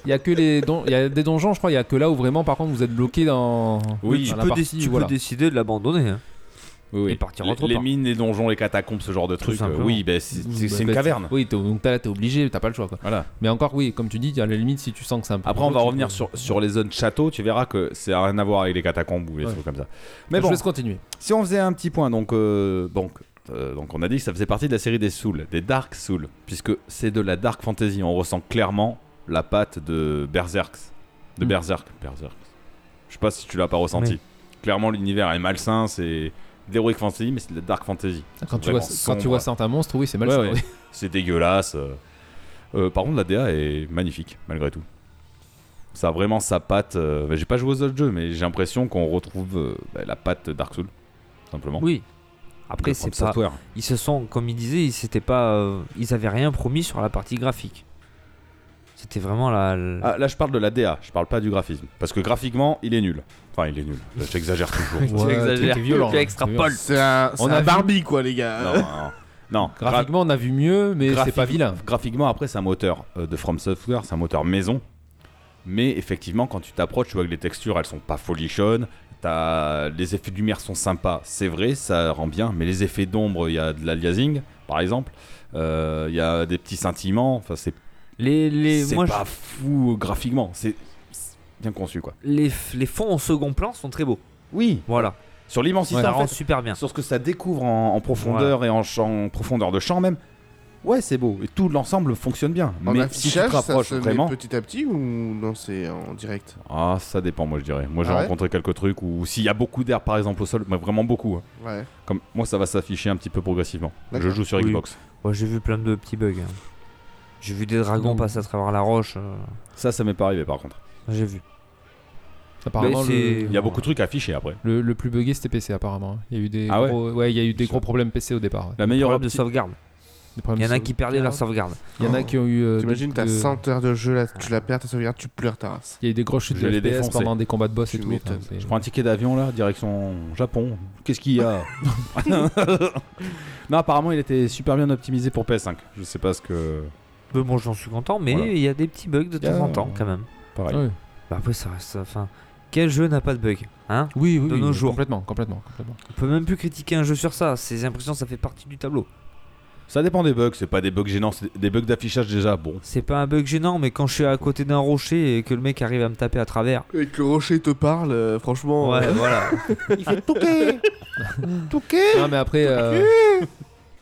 G: Il y a que les, don- il y a des donjons, je crois. Il y a que là où vraiment, par contre, vous êtes bloqué dans.
D: Oui,
F: Tu,
G: dans la
F: peux,
G: partie,
F: dé- tu peux
G: voilà.
F: décider de l'abandonner. hein.
D: Oui, oui.
F: Et partir
D: Les-
F: autre
D: Les
F: part.
D: mines, les donjons, les catacombes, ce genre de trucs. euh,
F: hein. simplement.
D: oui, ben, c'est c'est- c'est
G: Bah,
D: une
G: bah,
D: caverne.
G: Oui, t'es- donc t'as- là, t'es obligé, t'as pas le choix. Quoi.
D: Voilà.
G: Mais encore, oui, comme tu dis, à la limite, si tu sens que c'est un peu.
D: Après, on va
G: tu-
D: revenir sur, sur les zones châteaux. Tu verras que c'est rien à voir avec les catacombes ou les
G: Ouais.
D: trucs comme ça. Mais
G: Je
D: bon,
G: laisse continuer.
D: si on faisait un petit point, donc, euh, donc, euh, donc on a dit que ça faisait partie de la série des Souls, des Dark Souls, puisque c'est de la Dark Fantasy. On ressent clairement la patte de Berserk. De
G: Mm.
D: Berserk. Berserk. Je sais pas si tu l'as pas ressenti. Clairement, l'univers est malsain, c'est d'Heroic Fantasy, mais c'est de la Dark Fantasy.
G: Quand tu,
D: Vraiment
G: vois, quand
D: sombre.
G: tu vois certains monstres, oui, c'est mal.
D: Ouais,
G: ça,
D: ouais.
G: oui.
D: C'est dégueulasse. euh. Euh, par contre, la DA est magnifique, malgré tout. Ça a vraiment sa patte. euh, bah, j'ai pas joué aux autres jeux, mais j'ai l'impression qu'on retrouve euh, bah, la patte Dark Souls, simplement.
F: Oui.
D: De
F: Après,
D: From
F: c'est pas.
D: Software.
F: Ils se sont, comme ils disaient, ils s'étaient pas, euh, ils avaient rien promis sur la partie graphique. C'était vraiment la. la-
D: Ah, là, je parle de la DA, je parle pas du graphisme. Parce que graphiquement, il est nul. Enfin, il est nul. Là, J'exagère toujours.
G: Ouais, t'es- t'es
F: exagères,
G: violent,
F: tu
G: hein,
F: extrapoles.
G: t'es violent.
E: C'est un, c'est
G: On a
E: un
G: vu-
E: Barbie, quoi, les
D: non,
E: gars.
D: non, non. Non, gra-
G: Graphiquement, on a vu mieux, mais c'est
D: graphique-
G: pas vilain.
D: Graphiquement, après, c'est un moteur euh, de From Software, c'est un moteur maison. Mais effectivement, quand tu t'approches, tu vois que les textures, elles sont pas folichonnes. T'as... Les effets de lumière sont sympas, c'est vrai, ça rend bien. Mais les effets d'ombre, il y a de l'aliasing, par exemple. Euh, Il y a des petits scintillements. Enfin, c'est,
F: Les, les,
D: c'est
F: moi, je-
D: pas fou euh, graphiquement. C'est... c'est bien conçu, quoi.
F: les, f- les fonds en second plan sont très beaux.
D: Oui,
F: Voilà,
D: sur l'immensité,
F: ça
D: en
F: rend
D: fait.
F: super bien.
D: sur ce que ça découvre en, en profondeur et en, champ- en profondeur de champ même. Ouais, c'est beau et tout l'ensemble fonctionne bien.
E: En
D: mais si tu te
E: affichage, ça
D: rapproches
E: se met
D: vraiment,
E: petit à petit ou non, c'est en direct
D: ah ça dépend moi je dirais. Moi j'ai
E: Ah ouais
D: rencontré quelques trucs où s'il y a beaucoup d'air par exemple au sol, mais vraiment beaucoup. hein.
E: Ouais.
D: Comme moi ça va s'afficher un petit peu progressivement. Je
E: D'accord.
D: joue sur
F: Oui.
D: Xbox.
F: Ouais, j'ai vu plein de petits bugs. hein. J'ai vu des dragons
G: Non.
F: passer à travers la roche. euh,
D: Ça ça m'est pas arrivé par contre.
F: j'ai vu.
G: Apparemment,
F: Mais c'est-
G: le,
D: Il y a beaucoup de trucs affichés après.
G: le, le plus buggé, c'était PC, apparemment. hein. Il y a eu des,
D: Ah ouais
G: gros, il y a eu des gros problèmes PC au départ. ouais.
D: La meilleure
F: Problème de
D: opti-
F: sauvegarde.
G: Des
F: Il
G: problèmes
F: y en a
G: sur-
F: qui perdaient leur sauvegarde.
G: Il y en a qui ont eu. euh,
E: T'imagines,
G: de-
E: t'as
G: de-
E: 100 heures de jeu, là, tu la perds, ta sauvegarde, tu pleures ta race.
G: Il y a eu des grosses chutes
D: Je
G: de
D: l'ai
G: FPS
D: défoncé.
G: pendant des combats de boss et
E: Tu
G: tout.
E: m'étonnes.
G: enfin, c'est-
D: Je prends un ticket d'avion là, direction Japon. Qu'est-ce qu'il y a Non, apparemment il était super bien optimisé pour PS5. Je sais pas ce que.
F: Mais bon, j'en suis content, mais il
D: Voilà.
F: y a des petits bugs de
D: y a-
F: temps en temps quand même.
D: Pareil.
G: Ouais.
F: Bah après, ça reste. Enfin, quel jeu n'a pas de bug hein
G: Oui, oui,
F: De
G: oui,
F: nos
G: oui,
F: jours.
G: Complètement, complètement, complètement.
F: On peut même plus critiquer un jeu sur ça. Ces impressions, ça fait partie du tableau.
D: Ça dépend des bugs. C'est pas des bugs gênants, c'est des bugs d'affichage déjà. Bon.
F: C'est pas un bug gênant, mais quand je suis à côté d'un rocher et que le mec arrive à me taper à travers.
E: Et que le rocher te parle, euh, franchement.
F: Ouais,
E: euh,
F: voilà.
G: Non, mais après. euh,
F: Vous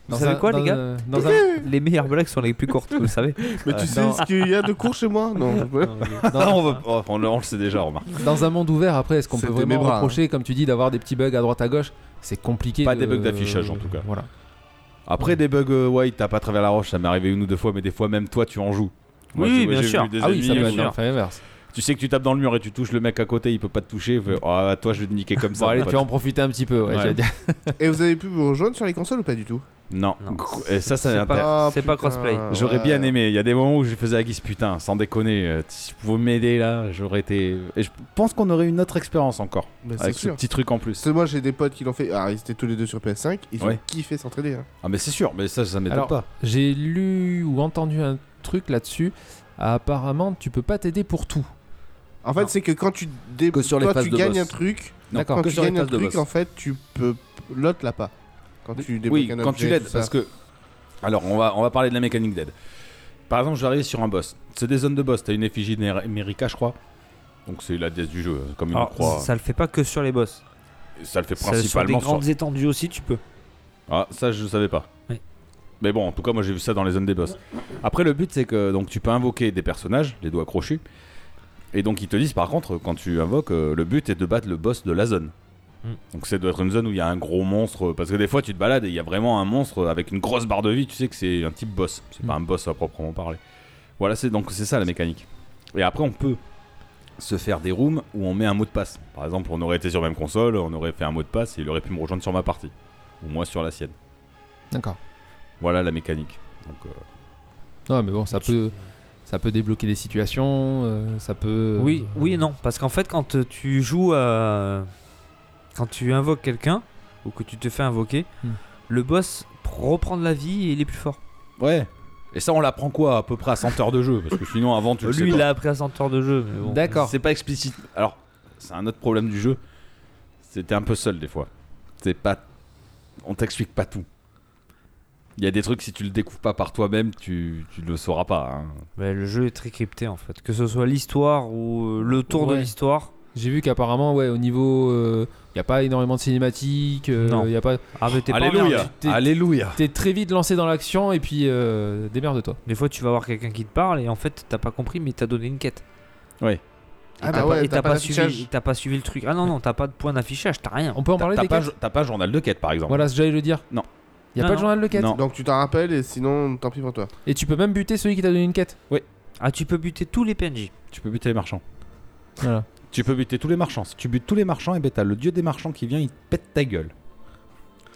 G: dans
F: savez
G: un-
F: quoi,
G: dans
F: les gars
G: un- dans un-
F: Les meilleures blagues sont les plus courtes, vous le savez.
E: Mais tu sais
G: non.
E: ce qu'il y a de court chez moi Non.
F: Non, mais-
G: dans-
D: on, va- oh, on le- on le sait déjà, remarque.
G: Dans un monde ouvert, après, est-ce qu'on peut
E: C'était mes
G: vraiment
E: bras,
G: reprocher, comme tu dis, d'avoir des petits bugs à droite à gauche C'est compliqué.
D: hein. Pas
G: de-
D: des bugs d'affichage, en tout cas.
G: Voilà.
D: Après, des bugs, euh, ouais, ils tapent à travers la roche, ça m'est arrivé une ou deux fois, mais des fois, même toi, tu en joues. Moi,
F: Oui,
D: j'ai-
F: bien
D: j'ai
F: sûr.
D: vu des
G: Ah oui,
D: amis,
G: ça peut
D: euh,
G: être l'effet inverse.
D: Tu sais que tu tapes dans le mur et tu touches le mec à côté, il peut pas te toucher. il fait, Ah, toi, je vais te niquer comme ça.
G: Bon, allez,
D: mon
G: tu vas en
D: pote.
G: profiter un petit peu. ouais,
D: Ouais.
G: j'allais dire.
E: Et vous avez pu vous rejoindre sur les consoles ou pas du tout
D: Non.
F: Non.
D: Gr- Et ça, ça
F: C'est
D: m'intéresse.
F: pas-
E: Ah,
F: c'est pas
E: putain,
F: crossplay.
D: J'aurais
E: ouais.
D: bien aimé. Il y a des moments où je faisais à guise, putain, sans déconner, euh, si vous pouvez m'aider là, j'aurais été. Et je pense qu'on aurait eu une autre expérience encore.
E: Mais c'est
D: Avec ce
E: sûr.
D: petit truc en plus.
E: Parce que moi j'ai des potes qui l'ont fait. Ah, ils étaient tous les deux sur PS5, ils
D: Ouais.
E: ont kiffé s'entraider. hein.
D: Ah, mais c'est sûr, mais ça, ça m'étonne
G: Alors-
D: pas.
G: J'ai lu ou entendu un truc là-dessus. Apparemment, tu peux pas t'aider pour tout.
E: En fait,
G: Non.
E: c'est que quand tu dé-
D: Que sur les
E: toi,
D: phases
E: tu
D: de
E: gagnes
D: boss.
E: un truc,
D: Non,
G: D'accord.
E: quand
D: que
E: tu
D: sur les
E: gagnes un
D: phases de
E: truc,
D: boss.
E: en fait, tu peux. L'autre l'a pas. Quand tu débloques
D: oui,
E: un
D: quand
E: objet,
D: tu l'aides,
E: tout ça.
D: parce que. Alors, on va, on va parler de la mécanique d'aide. Par exemple, j'arrive sur un boss. C'est des zones de boss. T'as une effigie d'América, je crois. Donc, c'est la déesse du jeu, hein, comme une
F: Alors,
D: croix. Ça,
F: ça le fait pas que sur les boss.
D: le fait
F: Ça, sur des
D: principalement sur.
F: grandes étendues aussi, tu peux.
D: Ah, ça, je savais pas.
F: Oui.
D: Mais bon, en tout cas, moi, j'ai vu ça dans les zones des boss. Après, le but, c'est que donc tu peux invoquer des personnages, les doigts crochus. Et donc, ils te disent, par contre, quand tu invoques, euh, le but est de battre le boss de la zone.
F: Mm.
D: Donc, c'est doit être une zone où il y a un gros monstre. Parce que des fois, tu te balades et il y a vraiment un monstre avec une grosse barre de vie. Tu sais que c'est un type boss. C'est pas un boss à proprement parler. Voilà, c'est donc c'est ça la mécanique. Et après, on peut se faire des rooms où on met un mot de passe. Par exemple, on aurait été sur la même console, on aurait fait un mot de passe et il aurait pu me rejoindre sur ma partie. Ou moi sur la sienne.
G: D'accord.
D: Voilà la mécanique. Donc, euh,
G: Non, mais bon, ça peut, ça peut débloquer des situations. euh, ça peut.
F: Oui, oui et non. Parce qu'en fait, quand euh, tu joues à. Quand tu invoques quelqu'un, ou que tu te fais invoquer,
G: Hmm.
F: le boss reprend de la vie et il est plus fort.
D: ouais. euh, Et ça, on l'apprend quoi À peu près à 100 heures de jeu Parce que sinon, avant, tu le sais
F: Oh, Lui,
D: pas.
F: il a appris à 100 heures de jeu. mais bon.
G: D'accord.
D: C'est pas explicite. Alors, c'est un autre problème du jeu. C'était un peu seul des fois. C'est pas. On t'explique pas tout. Il y a des trucs, si tu le découvres pas par toi-même, tu, tu le sauras pas. hein.
F: Mais le jeu est très crypté en fait. Que ce soit l'histoire ou euh, le tour de
G: Ouais.
F: l'histoire.
G: J'ai vu qu'apparemment, ouais, au niveau, il a pas énormément de cinématiques. euh,
F: Non.
G: y a pas.
F: Ah, mais t'es pas emmerdé.
D: Alléluia
G: t'es-
D: Alléluia
G: T'es très vite lancé dans l'action et puis euh, démerde-toi.
F: Des fois, tu vas voir quelqu'un qui te parle et en fait, t'as pas compris, mais t'as donné une quête.
E: Ah,
F: T'as
E: bah
F: pas-
E: ouais,
F: et
E: t'as pas
F: suivi,
E: d'affichage.
F: t'as pas suivi le truc. Ah non, non, t'as pas de point d'affichage, t'as rien.
G: On peut en
D: T'as
G: parler
D: t'as
G: des
D: pas,
G: quêtes
D: jo- t'as pas journal de quête par exemple.
G: Voilà, j'allais le dire. Il n'y
F: Non,
G: a pas
F: non.
G: de journal de quête.
D: Non.
E: Donc tu t'en rappelles et sinon tant pis pour toi.
G: Et tu peux même buter celui qui t'a donné une quête.
F: Ah, tu peux buter tous les PNJ.
D: Tu peux buter les marchands.
G: Voilà.
D: Tu peux buter tous les marchands. Si tu butes tous les marchands, et ben t'as le dieu des marchands qui vient, il te pète ta gueule.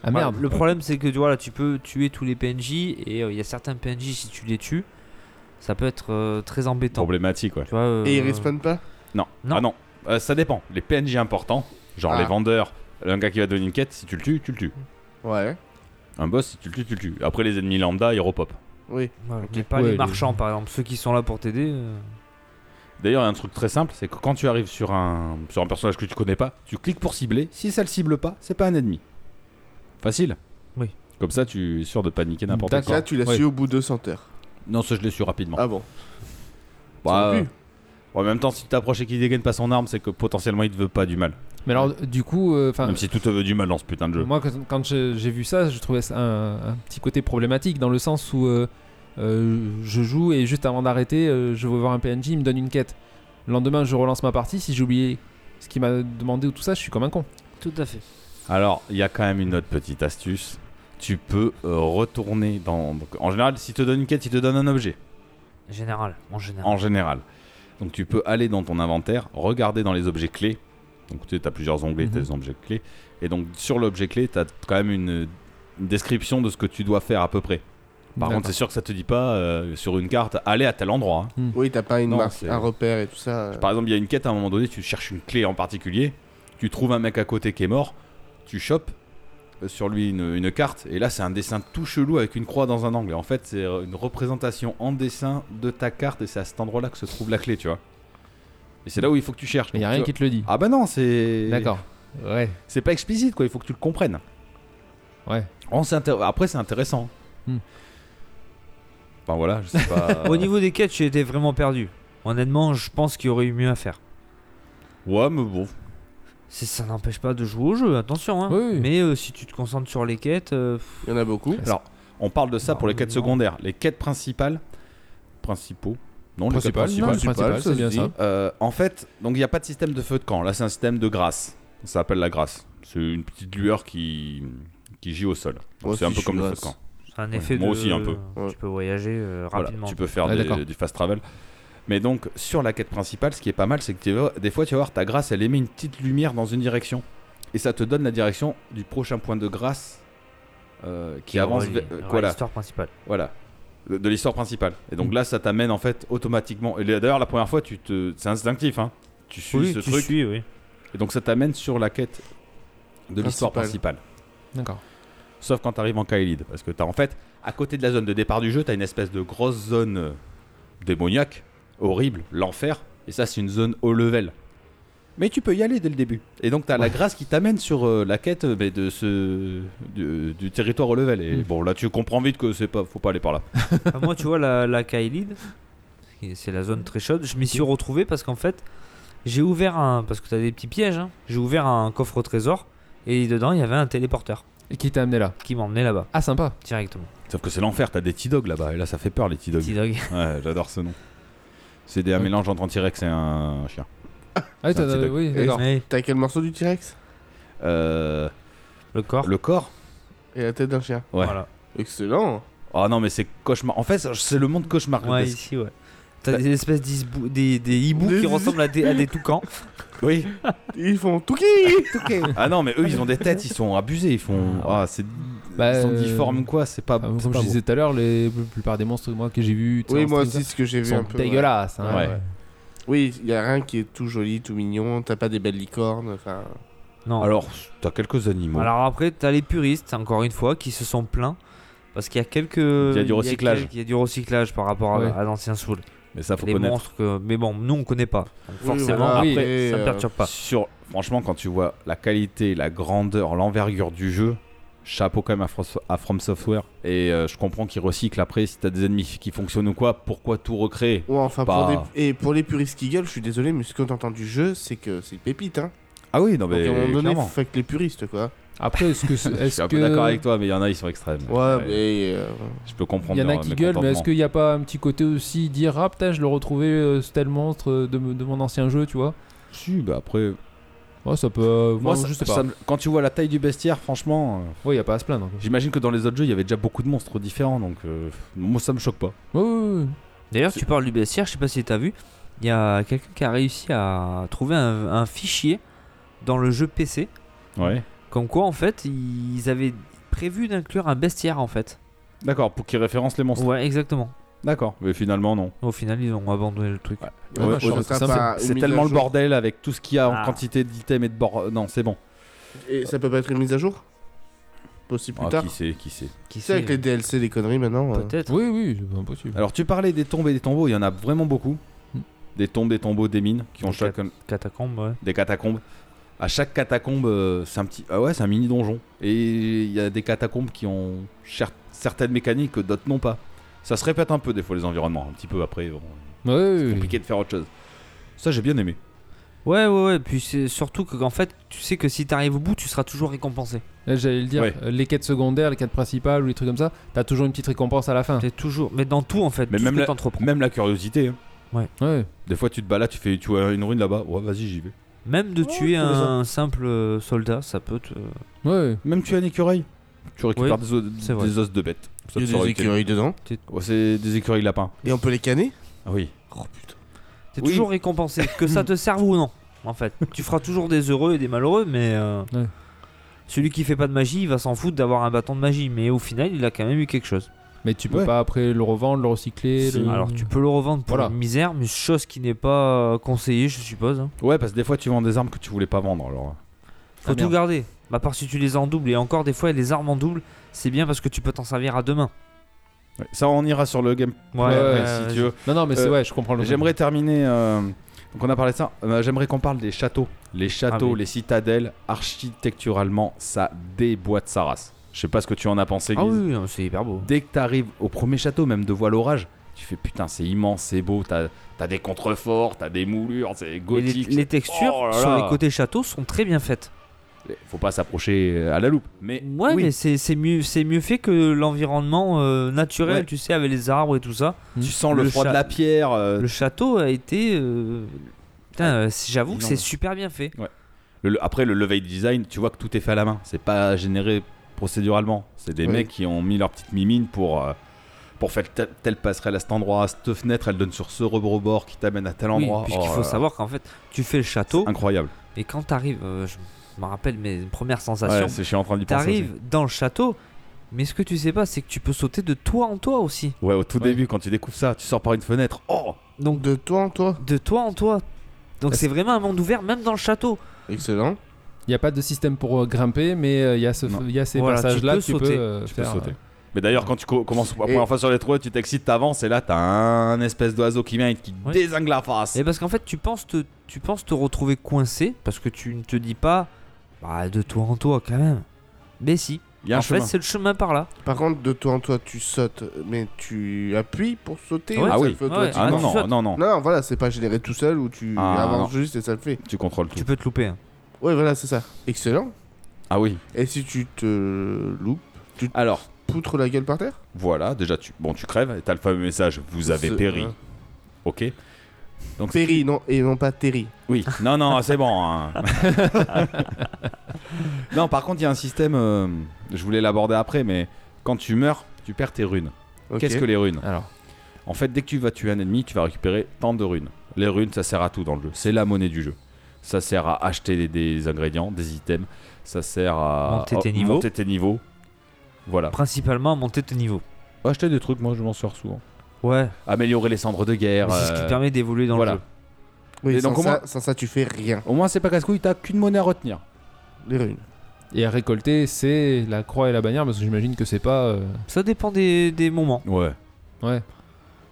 G: Ah
F: Ouais,
G: merde.
F: le problème, c'est que tu vois, là, tu peux tuer tous les PNJ et euh, il y a certains PNJ, si tu les tues, ça peut être euh, très embêtant.
D: Problématique, ouais.
F: Tu vois, euh,
E: Et ils respawnent pas
D: Non.
F: Non.
D: Ah non. Euh, ça dépend. Les PNJ importants, genre
E: Ah.
D: les vendeurs, un gars qui va te donner une quête, si tu le tues, tu le tues.
E: Ouais.
D: Un boss, si tu le tues, tu le tues. Après les ennemis lambda, ils repop.
E: Oui.
F: voilà, mais pas
G: Ouais,
F: les
G: les-
F: marchands, par exemple, ceux qui sont là pour t'aider. euh,
D: D'ailleurs, il y a un truc très simple, c'est que quand tu arrives sur un, sur un personnage que tu connais pas, tu cliques pour cibler. Si ça le cible pas, c'est pas un ennemi. Facile.
F: Oui.
D: Comme ça, tu es sûr de paniquer n'importe
G: D'accord.
D: quoi.
E: Là tu l'as
G: Ouais.
E: su au bout de 200 heures.
D: Non, ça je l'ai su rapidement.
E: Ah bon.
D: Bah,
E: ça
D: euh,
E: pue.
D: ouais, en même temps, si tu t'approches et qu'il dégaine pas son arme, c'est que potentiellement il te veut pas du mal.
G: Mais alors, du coup, euh,
E: Ah.
G: 'fin,
D: Même si tout te veut du mal dans ce putain de jeu.
G: Moi, quand, quand je- j'ai vu ça, je trouvais ça un, un petit côté problématique dans le sens où euh, euh, je joue et juste avant d'arrêter, euh, je vais voir un PNJ, il me donne une quête. Le lendemain, je relance ma partie. Si j'ai oublié ce qu'il m'a demandé ou tout ça, je suis comme un con.
F: Tout à fait.
D: Alors, il y a quand même une autre petite astuce. Tu peux euh, retourner dans. donc, en général, s'il te donne une quête, il te donne un objet.
F: Général, en général.
D: En général. Donc, tu peux aller dans ton inventaire, regarder dans les objets clés. Donc, tu as plusieurs onglets, tu as
G: Mhm.
D: des objets clés. Et donc, sur l'objet clé, tu as quand même une, une description de ce que tu dois faire à peu près. Par contre, c'est sûr que ça te dit pas euh, sur une carte, aller à tel endroit. hein.
E: Oui, t'as pas une
D: Non,
E: marque,
D: c'est-
E: un repère et tout ça. euh.
D: Par exemple, il y a une quête à un moment donné, tu cherches une clé en particulier, tu trouves un mec à côté qui est mort, tu chopes euh, sur lui une, une carte, et là c'est un dessin tout chelou avec une croix dans un angle. Et en fait, c'est euh, une représentation en dessin de ta carte, et c'est à cet endroit-là que se trouve la clé, tu vois. Et c'est là où il faut que tu cherches.
G: Mais il n'y a
D: Donc,
G: rien
D: tu
G: qui te le dit.
D: vois- Ah bah non, c'est.
G: D'accord. Ouais.
D: C'est pas explicite, quoi, il faut que tu le comprennes.
G: Ouais.
D: On s'inter- Après, c'est intéressant.
G: Hmm.
D: Enfin voilà, je sais pas.
F: Au niveau des quêtes, j'ai été vraiment perdu. Honnêtement, je pense qu'il y aurait eu mieux à faire.
D: Ouais, mais bon.
F: C'est- Ça n'empêche pas de jouer au jeu, attention. Hein.
G: Oui, oui.
F: Mais euh, si tu te concentres sur les quêtes, euh, pff,
E: Il y en a beaucoup.
D: Alors, on parle de ça pour les quêtes
F: Non.
D: secondaires. Les quêtes principales. Principaux. Non, les quêtes
G: Principal, non,
D: principales.
G: le principal,
E: principal,
G: c'est bien
E: ça se
G: ça.
E: dit.
D: Euh, en fait, donc il n'y a pas de système de feu de camp. Là, c'est un système de grâce. Ça s'appelle la grâce. C'est une petite lueur qui, qui gît au sol. Donc,
E: Moi
D: c'est un
E: aussi,
D: peu
E: je
D: comme
E: suis
D: le feu de
E: grâce.
D: camp.
F: c'est un
D: Ouais,
F: effet
D: moi
F: de.
D: aussi, un peu.
E: Ouais.
F: Tu peux voyager euh,
D: Voilà,
F: rapidement.
D: tu peux faire
G: Ah,
D: des-
G: d'accord.
D: du fast travel. Mais donc, sur la quête principale, ce qui est pas mal, c'est que tu vas- des fois, tu vas voir, ta grâce, elle émet une petite lumière dans une direction. Et ça te donne la direction du prochain point de grâce euh, qui avance.
F: Relie-
D: vers- euh,
F: relie
D: voilà.
F: L'histoire principale.
D: Voilà. De, de l'histoire principale. Et donc là, ça t'amène en fait automatiquement. Et d'ailleurs, la première fois, tu te, c'est instinctif, hein. Tu suis
F: Oui,
D: ce
F: tu
D: truc.
F: suis, oui.
D: Et donc ça t'amène sur la quête de l'histoire
E: Principale.
D: principale.
G: D'accord.
D: Sauf quand t'arrives en Kaelid, parce que t'as en fait, à côté de la zone de départ du jeu, t'as une espèce de grosse zone euh, démoniaque, horrible, l'enfer. Et ça, c'est une zone haut level. Mais tu peux y aller dès le début. Et donc t'as la grâce qui t'amène sur euh, la quête euh, mais de ce du, du territoire haut level. Et
G: Mm.
D: bon, là, tu comprends vite que c'est pas, faut pas aller par là.
F: Ah, moi, tu vois, la, la Kaelid, qui- c'est la zone très chaude. Je m'y suis retrouvé parce qu'en fait, j'ai ouvert un. Parce que t'as des petits pièges, hein. J'ai ouvert un coffre au trésor et dedans, il y avait un téléporteur
G: Et qui t'a amené là
F: qui m'emmenait là-bas,
G: Ah, sympa.
F: directement.
D: Sauf que c'est l'enfer, t'as des T-Dogs là-bas, et là ça fait peur les T-Dogs.
F: Petit dog.
D: Ouais, j'adore ce nom. C'est des- un
G: Ouais.
D: mélange entre un T-Rex et un chien.
G: Ah,
D: C'est un
G: t'as-
D: petit doc.
G: oui, d'accord.
F: Ouais,
E: T'as quel morceau du T-Rex
D: Euh,
F: le corps.
D: le corps
E: Et la tête d'un chien.
D: ouais.
F: Voilà.
E: Excellent.
D: Oh non, mais c'est cauchemar. En fait, c'est le monde cauchemar.
F: Ouais, ici, ouais. T'as
D: Bah-
F: des espèces d'hisbou- des, des hiboux
E: Des-
F: qui ressemblent à des, à des toucans.
D: Oui.
E: Ils font tout
D: ah non, mais eux, ils ont des têtes, ils sont abusés, ils font. Ah, c'est.
G: Bah,
D: ils sont
G: euh,
D: difformes ou quoi, c'est pas.
G: Ah,
D: c'est
G: Comme
D: pas
G: je
D: beau.
G: disais tout à l'heure, les la plupart des monstres moi, que j'ai vus tu sais,
E: Oui,
G: en
E: moi
G: stream,
E: aussi, c'est ce que j'ai vu
G: sont
E: un peu. ouais.
G: dégueulasses. hein.
D: Ouais.
E: Oui, il y a rien qui est tout joli, tout mignon. T'as pas des belles licornes. Enfin,
F: Non.
D: Alors, t'as quelques animaux.
F: Alors après, t'as les puristes, encore une fois, qui se sont plaints. Parce qu'il y a quelques. Il
D: y a du recyclage.
F: quelques- Il y, a du recyclage par rapport à,
G: Ouais.
F: à l'ancien Soul.
D: mais ça, faut
F: Les
D: connaître.
F: monstres que. Mais bon, nous on connaît pas. Donc
E: Oui,
F: forcément,
E: voilà,
F: après,
E: après,
F: ça me
E: euh,
F: perturbe pas.
D: Sur, franchement, quand tu vois la qualité, la grandeur, l'envergure du jeu, chapeau quand même à, Fro- à From Software. Et euh, je comprends qu'ils recyclent après. Si t'as des ennemis qui fonctionnent ou quoi, pourquoi tout recréer
E: ouais, enfin pour
D: Bah.
E: des- et pour les puristes qui gueulent, je suis désolé, mais ce qu'on entend du jeu, c'est que c'est une pépite. Hein.
D: Ah oui, non
E: Donc
D: mais
E: à un moment donné,
D: clairement.
E: fuck les puristes, quoi.
G: Après, est-ce que. c'est-
D: Je suis
G: Est-ce
D: un
G: que...
D: peu d'accord avec toi, mais il y en a, ils sont extrêmes.
E: Ouais, mais euh,
D: Je peux comprendre.
G: Il y en a
D: leur
G: qui gueulent, mais est-ce
D: hein, mécontentement.
G: qu'il n'y a pas un petit côté aussi dire Ah putain, je le retrouvais, euh, ce tel monstre euh, de, de mon ancien jeu, tu vois
D: Si, bah après.
G: Ouais, ça peut. euh,
D: Moi,
G: enfin,
D: ça-
G: je sais
D: ça
G: pas.
D: me- quand tu vois la taille du bestiaire, franchement, euh,
G: Ouais, y a pas à se plaindre.
D: j'imagine que dans les autres jeux, il y avait déjà beaucoup de monstres différents, donc euh, moi, ça me choque pas.
G: Ouais, ouais, ouais, ouais.
F: D'ailleurs, tu parles du bestiaire, je sais pas si t'as vu, il y a quelqu'un qui a réussi à trouver un, un fichier dans le jeu PC,
D: Ouais.
F: comme quoi en fait ils avaient prévu d'inclure un bestiaire en fait.
D: D'accord, pour qu'ils référencent les monstres.
F: Ouais, exactement.
D: D'accord. Mais finalement, non.
F: Au final, ils ont abandonné le truc.
E: Ouais,
D: Ouais,
E: Ah, je
D: ouais,
E: pense que
D: c'est-
E: ça sera
D: c'est
E: une mise à
D: tellement le
E: jour.
D: bordel avec tout ce qu'il y a en
F: Ah.
D: quantité d'items et de bord. Non, c'est bon.
E: Et ça peut pas être une mise à jour Possible plus
D: Ah,
E: tard.
D: qui sait, qui sait.
F: Qui
E: Tu sais, avec les DLC, les conneries maintenant. euh,
F: Peut-être.
G: Oui, oui, c'est pas impossible.
D: Alors, tu parlais des tombes et des tombeaux, il y en a vraiment beaucoup.
G: Mm.
D: Des tombes, des tombeaux, des mines, qui ont
F: Des cat-
D: chacun
F: Catacombe, ouais.
D: des catacombes. À chaque catacombe, euh, c'est un petit. Ah ouais, c'est un mini donjon. Et il y a des catacombes qui ont cher- certaines mécaniques que d'autres n'ont pas. Ça se répète un peu des fois les environnements, un petit peu après. bon,
G: Ouais, ouais,
D: c'est
G: ouais.
D: compliqué de faire autre chose. Ça, j'ai bien aimé.
F: Ouais, ouais, ouais. Puis c'est surtout que, en fait, tu sais que si t'arrives au bout, tu seras toujours récompensé.
G: Là, j'allais le dire,
D: Ouais.
G: euh, les quêtes secondaires, les quêtes principales ou les trucs comme ça, t'as toujours une petite récompense à la fin.
F: T'es toujours. Mais dans tout, en fait.
D: Ah. Mais
F: tout
D: même
F: ce que
D: la-
F: t'entreprends.
D: Même la curiosité. hein.
G: Ouais.
D: Des fois, tu te balades, tu fais, tu vois une ruine là-bas. Ouais, vas-y, j'y vais.
F: Même de tuer un simple euh, soldat, ça peut te.
G: Ouais.
D: Même tu as un écureuil. Tu récupères
F: Oui,
D: des, os,
F: c'est vrai.
D: des os de bête. Ça
E: Il
D: te
E: y a
D: sera
E: des
D: utile.
E: écureuils dedans.
D: Ouais, c'est des écureuils lapins.
E: Et on peut les canner
D: Ah oui.
F: T'es
D: Oui.
F: toujours récompensé. que ça te serve ou non, en fait. tu feras toujours des heureux et des malheureux, mais. euh,
G: Ouais.
F: Celui qui fait pas de magie, il va s'en foutre d'avoir un bâton de magie, mais au final, il a quand même eu quelque chose.
G: Mais tu peux
D: Ouais.
G: pas après le revendre, le recycler.
D: Si.
G: le-
F: Alors tu peux le revendre pour
G: Voilà.
F: une misère, mais chose qui n'est pas euh, conseillée, je suppose. hein.
D: Ouais, parce que des fois, tu vends des armes que tu voulais pas vendre. Alors, Ah,
F: Faut tout garder. À part si tu les as en double, et encore des fois, les armes en double, c'est bien parce que tu peux t'en servir à demain.
D: Ouais, ça, on ira sur le game. après,
F: ouais,
D: si tu
F: ouais.
D: veux.
G: Non, non, mais c'est
D: Euh,
G: ouais, je comprends le.
D: J'aimerais terminer. euh, donc on a parlé de ça. euh, J'aimerais qu'on parle des châteaux. Les châteaux,
F: Ah oui.
D: les citadelles, architecturalement, ça déboîte sa race. Je sais pas ce que tu en as pensé,
F: Ah
D: Guise.
F: oui, oui, non, c'est hyper beau.
D: Dès que t'arrives au premier château, même de voile l'orage, tu fais putain, c'est immense, c'est beau, t'as as des contreforts, t'as des moulures, c'est
F: Et les,
D: gothique.
F: les textures
D: Oh là
F: sur
D: là.
F: les côtés châteaux sont très bien faites.
D: Faut pas s'approcher euh, à la loupe. Mais
F: Ouais,
D: oui,
F: mais c'est c'est mieux, c'est mieux fait que l'environnement euh, naturel,
D: Ouais.
F: tu sais, avec les arbres et tout ça.
D: tu sens le,
F: le
D: froid
F: chat-
D: de la pierre. euh,
F: Le château a été. euh, Putain, euh, c'est- j'avoue que
D: énorme.
F: c'est super bien fait.
D: le- le- après, le level design, tu vois que tout est fait à la main. C'est pas généré procéduralement. C'est des
E: Oui.
D: mecs qui ont mis leur petite mimine pour, euh, pour faire te- telle passerelle à cet endroit, cette fenêtre, elle donne sur ce rebord qui t'amène à tel
F: Oui,
D: endroit.
F: puisqu'il
D: Oh
F: faut
D: là là.
F: savoir qu'en fait, tu fais le château,
D: Incroyable.
F: et quand t'arrives, euh, je me rappelle mes premières
D: Ouais,
F: sensations,
D: c'est- je suis en train d'y penser. aussi.
F: T'arrives dans le château, mais ce que tu sais pas, c'est que tu peux sauter de toit en toit aussi.
D: Ouais, au tout début, quand tu découvres ça, tu sors par une fenêtre. Oh
F: Donc
E: De toi en toi.
F: de toit en toit. Donc c'est vraiment un monde ouvert, même dans le château.
E: Excellent.
G: Il n'y a pas de système pour euh, grimper, mais euh, il y, a ce-
D: Non.
G: il y a ces
F: Voilà, tu
G: passages-là
F: peux
G: que tu peux,
F: sauter.
G: euh,
D: Tu peux
G: faire,
D: sauter.
G: euh,
D: Mais d'ailleurs, quand tu co- commences pour la
E: Et-
D: première fois sur les trous, tu t'excites, t'avances, et là, t'as un espèce d'oiseau qui vient et qui te
F: Oui.
D: dézingue la face.
F: Et parce qu'en fait, tu penses te, tu penses te retrouver coincé parce que tu ne te dis pas, bah de toit en toit quand même. Mais si.
D: Il y a un
F: en
D: chemin.
F: fait, c'est le chemin par là.
E: Par contre, de toi en toi, tu sautes, mais tu appuies pour sauter.
F: Ouais.
E: ou
D: Ah
E: ça
D: oui.
E: le fait
F: Ouais.
E: automatiquement
D: ah non,
F: tu
D: non,
F: sautes.
D: non, non,
E: Non, non, voilà, c'est pas généré tout seul où tu
D: Ah,
E: avances juste et ça le fait.
D: tu contrôles tout.
F: Tu peux te louper. hein.
E: Ouais, voilà, c'est ça. Excellent.
D: Ah oui.
E: Et si tu te loupes,
D: Alors,
E: poutre la gueule par terre
D: voilà, déjà, tu, bon, tu crèves, et t'as le fameux message, vous avez
E: C'est-
D: péri.
E: ouais.
D: Ok Donc,
E: euh, Péri, non, et non pas terri.
D: Oui, non, non, c'est bon. hein. non, par contre, il y a un système, euh, je voulais l'aborder après, mais quand tu meurs, tu perds tes runes.
E: Ok.
D: Qu'est-ce que les runes
G: Alors.
D: En fait, dès que tu vas tuer un ennemi, tu vas récupérer tant de runes. Les runes, ça sert à tout dans le jeu. C'est la monnaie du jeu. Ça sert à acheter des, des ingrédients, des items. Ça sert à
F: Monter
D: à
F: tes niveaux.
D: monter tes niveaux. Voilà.
F: Principalement à monter ton niveau.
D: Acheter des trucs, moi, je m'en sors souvent.
F: Ouais.
D: Améliorer les cendres de guerre.
F: mais C'est ce qui
D: euh,
F: te permet d'évoluer dans
D: voilà.
F: le jeu.
E: Oui,
D: Et
E: sans,
D: donc, comment-
E: ça, sans ça, tu fais rien.
D: Au moins, c'est pas casse-couille, t'as qu'une monnaie à retenir.
E: Les runes.
G: Et à récolter, c'est la croix et la bannière, parce que j'imagine que c'est pas. euh,
F: Ça dépend des, des moments.
D: Ouais.
G: Ouais.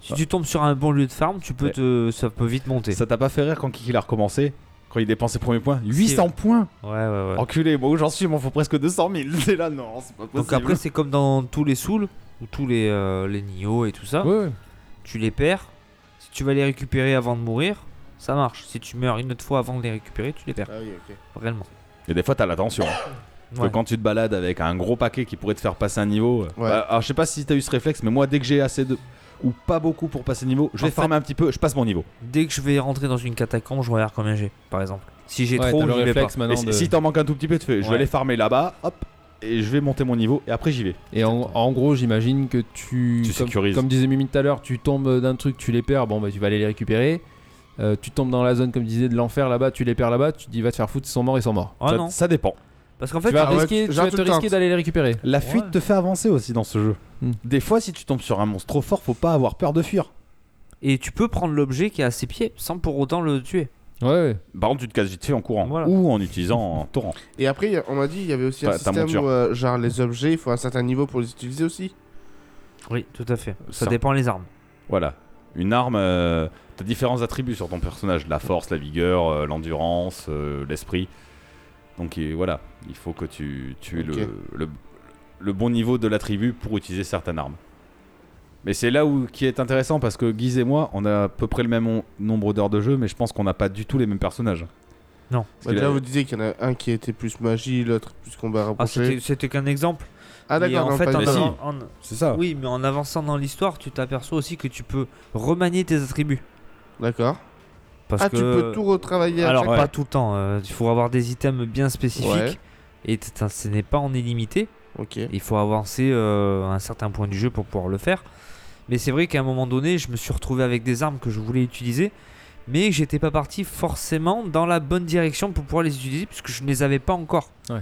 F: Si tu tombes sur un bon lieu de farm, tu peux
D: Ouais.
F: te, ça peut vite monter.
D: Ça t'a pas fait rire quand Kiki l'a recommencé Quand il dépense ses premiers points 800 points
F: Ouais, ouais, ouais.
D: Enculé, moi où j'en suis, il m'en faut presque 200 000. C'est là, non, c'est pas possible.
F: Donc après, c'est comme dans tous les souls ou tous les, euh, les Nioh et tout ça.
G: Ouais, ouais.
F: Tu les perds. Si tu vas les récupérer avant de mourir, ça marche. Si tu meurs une autre fois avant de les récupérer, tu les perds.
E: Ah oui, ok.
F: Réellement.
D: Et des fois, t'as l'attention. Parce
F: Ouais.
D: que quand tu te balades avec un gros paquet qui pourrait te faire passer un niveau. euh,
E: Ouais.
D: bah, alors, je sais pas si t'as eu ce réflexe, mais moi, dès que j'ai assez de. ou pas beaucoup pour passer le niveau, je vais
F: En fait-
D: farmer un petit peu, je passe mon niveau.
F: Dès que je vais rentrer dans une catacombe, je regarde combien j'ai, par exemple. Si j'ai
G: Ouais,
F: trop,
G: t'as le
F: je vais pas.
G: réflexe
D: Et
G: maintenant.
D: si-
G: de-
D: si t'en manques un tout petit peu, tu fais, je vais
G: Ouais.
D: aller farmer là-bas, hop, et je vais monter mon niveau, et après j'y vais.
G: Et en, en gros, j'imagine que tu.
D: Tu
G: comme,
D: sécurises.
G: comme disait Mimi tout à l'heure, tu tombes d'un truc, tu les perds, bon bah tu vas aller les récupérer. Euh, tu tombes dans la zone, comme disait, de l'enfer là-bas, tu les perds là-bas, tu te dis va te faire foutre, ils sont morts, ils sont morts.
F: Ah
D: ça,
F: non,
D: ça dépend.
F: parce qu'en fait,
G: tu vas,
E: ah ouais,
G: risquer,
E: tu-
G: tu
E: genre,
G: vas
E: tu
G: te
E: le
G: risquer
E: tentes.
G: d'aller les récupérer.
D: La
F: Ouais.
D: fuite te fait avancer aussi dans ce jeu.
G: Hmm.
D: Des fois, si tu tombes sur un monstre trop fort, faut pas avoir peur de fuir.
F: et tu peux prendre l'objet qui est à ses pieds sans pour autant le tuer.
G: Ouais, ouais.
D: Par contre, tu te casses vite fait en courant
F: Voilà.
D: ou en utilisant un torrent.
E: Et après, il y a- on m'a dit, il y avait aussi
D: Ta-
E: un
D: ta
E: système
D: monture.
E: où, euh, genre, les objets, il faut un certain niveau pour les utiliser aussi.
F: Oui, tout à fait.
D: Ça.
F: Ça dépend les armes.
D: Voilà. Une arme, euh, t'as différents attributs sur ton personnage la force, la vigueur, euh, l'endurance, euh, l'esprit. Donc et voilà, il faut que tu, tu aies
E: Ok.
D: le, le, le bon niveau de l'attribut pour utiliser certaines armes. Mais c'est là où qui est intéressant parce que Guise et moi, on a à peu près le même on- nombre d'heures de jeu, mais je pense qu'on n'a pas du tout les mêmes personnages.
F: Non.
D: Parce
E: Bah,
D: que
E: déjà,
D: là-
E: vous disiez qu'il y en a un qui était plus magie, l'autre plus combat
F: Ah, c'était
E: rapproché.
F: c'était qu'un exemple.
E: Ah,
F: Mais
E: d'accord,
F: en
E: non,
F: fait,
E: pas
F: en
E: du tout.
F: avan- en-
D: c'est ça.
F: oui, mais en avançant dans l'histoire, tu t'aperçois aussi que tu peux remanier tes attributs.
E: D'accord.
F: Parce
E: Ah,
F: que...
E: tu peux tout retravailler à
F: Alors,
E: chaque-
F: pas tout le temps. euh, Il faut avoir des items bien spécifiques.
E: Ouais.
F: Et t- t- ce n'est pas en illimité.
E: Ok.
F: Il faut avancer euh, à un certain point du jeu pour pouvoir le faire. Mais c'est vrai qu'à un moment donné, je me suis retrouvé avec des armes que je voulais utiliser. Mais j'étais pas parti forcément dans la bonne direction pour pouvoir les utiliser. Puisque je ne les avais pas encore.
G: Ouais.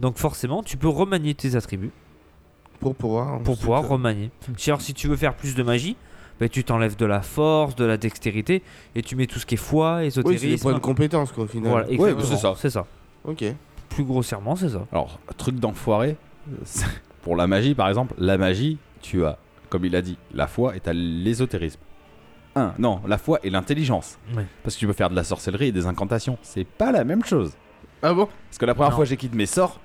F: Donc forcément, tu peux remanier tes attributs.
E: Pour pouvoir.
F: pour
E: ensuite,
F: pouvoir
E: euh,
F: remanier.
D: Hmm.
F: Si alors si tu veux faire plus de magie, bah, tu t'enlèves de la force, de la dextérité et tu mets tout ce qui est foi,
E: Oui, c'est des
F: ésotérisme.
E: points de compétence, quoi, au final.
F: voilà, exactement.
D: mais c'est ça.
F: C'est ça.
E: Ok.
F: Plus grossièrement, c'est ça.
D: Alors, truc d'enfoiré, c'est- pour la magie par exemple, la magie, tu as, comme il a dit, la foi et t'as l'ésotérisme. Un, non, la foi et l'intelligence.
F: Ouais.
D: Parce que tu peux faire de la sorcellerie et des incantations. C'est pas la même chose.
E: Ah bon
D: Parce que la première
F: Non.
D: fois j'ai quitté mes sorts,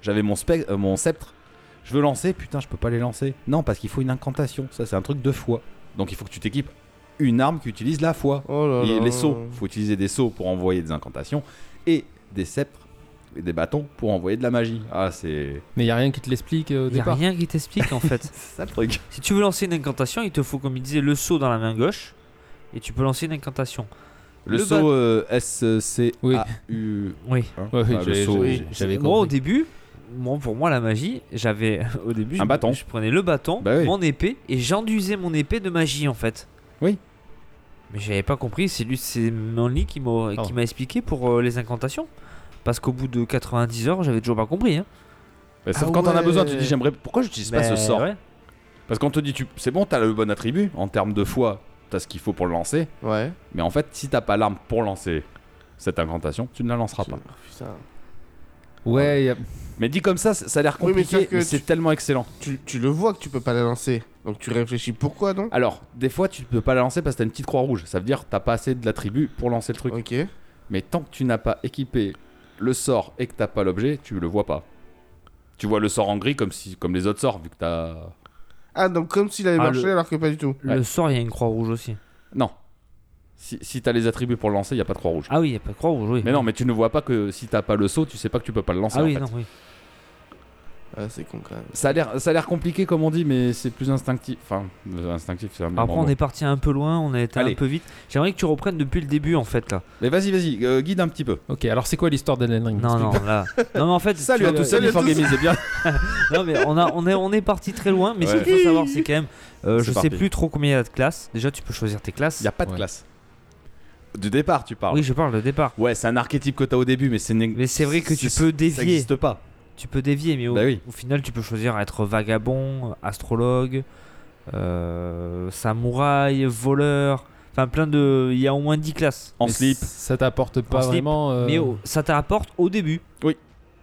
D: j'avais mon, spec- euh, mon sceptre. Je veux lancer, putain, je peux pas les lancer. Non, parce qu'il faut une incantation. Ça, c'est un truc de foi. Donc il faut que tu t'équipes une arme qui utilise la foi.
E: Oh là
D: Et
E: là.
D: les sauts, faut utiliser des sauts pour envoyer des incantations et des sceptres et des bâtons pour envoyer de la magie. Ah, c'est
G: Mais y a rien qui te l'explique euh, au
F: Il y a
G: départ.
F: rien qui t'explique en fait.
D: c'est ça le truc.
F: Si tu veux lancer une incantation, il te faut comme il disait le saut dans la main gauche et tu peux lancer une incantation.
D: Le,
F: Le
D: saut euh, SC
G: Oui.
D: U.
F: Oui.
G: Ouais, oui,
D: Ah, le
G: j'avais-
D: saut.
G: j'avais- j'avais
F: Moi au
G: compris.
F: début, moi, pour moi la magie, j'avais au début
D: Un
F: je-
D: bâton.
F: Je prenais le bâton,
D: Bah oui.
F: mon épée et j'enduisais mon épée de magie en fait.
D: Oui.
F: Mais j'avais pas compris, c'est lui c'est mon lit qui m'a qui
G: Oh.
F: m'a expliqué pour euh, les incantations parce qu'au bout de 90 heures, j'avais toujours pas compris hein.
D: Bah, sauf
E: Ah
D: quand t'en as
E: ouais. Ben,
D: besoin, tu dis j'aimerais. Pourquoi j'utilise pas ce
F: Bah,
D: sort
F: ouais.
D: Parce qu'on te dit tu... c'est bon, t'as le bon attribut en termes de foi, t'as ce qu'il faut pour le lancer.
E: Ouais.
D: Mais en fait, si t'as pas l'arme pour lancer cette incantation, tu ne la lanceras pas.
E: Putain.
G: Ouais, y a-
D: Mais dit comme ça, c- ça a l'air
E: Oui, mais
D: compliqué,
E: sauf que
D: mais c'est
E: tu-
D: tellement excellent.
E: Tu, tu le vois que tu peux pas la lancer. Donc tu réfléchis pourquoi donc
D: Alors, des fois, tu peux pas la lancer parce que t'as une petite croix rouge. Ça veut dire que t'as pas assez de l'attribut pour lancer le truc.
E: Ok.
D: Mais tant que tu n'as pas équipé le sort et que t'as pas l'objet, tu le vois pas. Tu vois le sort en gris comme si, comme les autres sorts, vu que t'as.
E: Ah, donc comme s'il avait
F: Ah,
E: marché
F: le-
E: alors que pas du tout.
D: Ouais.
F: Le sort, il y a une croix rouge aussi.
D: Non. Si, si t'as les attributs pour le lancer, y a pas de croix rouge.
F: Ah oui, il y a pas de croix rouge, oui.
D: Mais non, mais tu ne vois pas que si t'as pas le saut, tu sais pas que tu peux pas le lancer.
F: Ah
D: en
F: oui,
D: fait.
F: non, oui.
E: Ah, c'est con quand même.
D: Ça a l'air, ça a l'air compliqué comme on dit, mais c'est plus instinctif. Enfin, euh, instinctif, c'est un bien
F: Après,
D: grand
F: on
D: mot.
F: est parti un peu loin, on a été
D: Allez.
F: un peu vite. J'aimerais que tu reprennes depuis le début en fait là.
D: Mais vas-y, vas-y, euh, guide un petit peu.
G: ok, alors c'est quoi l'histoire d'Elden
D: Mmh.
G: Ring
F: Non, non, là. Non, mais en fait,
D: Salut
F: tu-
D: à tous, salut
E: salut à tous.
D: organisé bien.
F: Non, mais on, a, on, est, on est parti très loin, mais ce
D: Ouais.
F: qu'il faut savoir, c'est quand même. euh,
D: C'est
F: je
D: parti.
F: sais plus trop combien il y a de classes. Déjà, tu peux choisir tes classes.
D: Y a pas de
G: Ouais.
D: classe. Du départ, tu parles.
F: Oui, je parle de départ.
D: Ouais, c'est un archétype que t'as au début, mais c'est. né-
F: Mais c'est vrai que tu
D: c'est-
F: peux
D: Ça
F: dévier.
D: existe pas.
F: Tu peux dévier, mais au,
D: Bah oui.
F: au final, tu peux choisir être vagabond, astrologue, euh, samouraï, voleur. Enfin, plein de. Il y a au moins 10 classes.
D: En
G: Mais
D: slip.
G: Ça t'apporte pas
F: slip.
G: vraiment. euh,
F: Mais au- ça t'apporte au début.
D: Oui.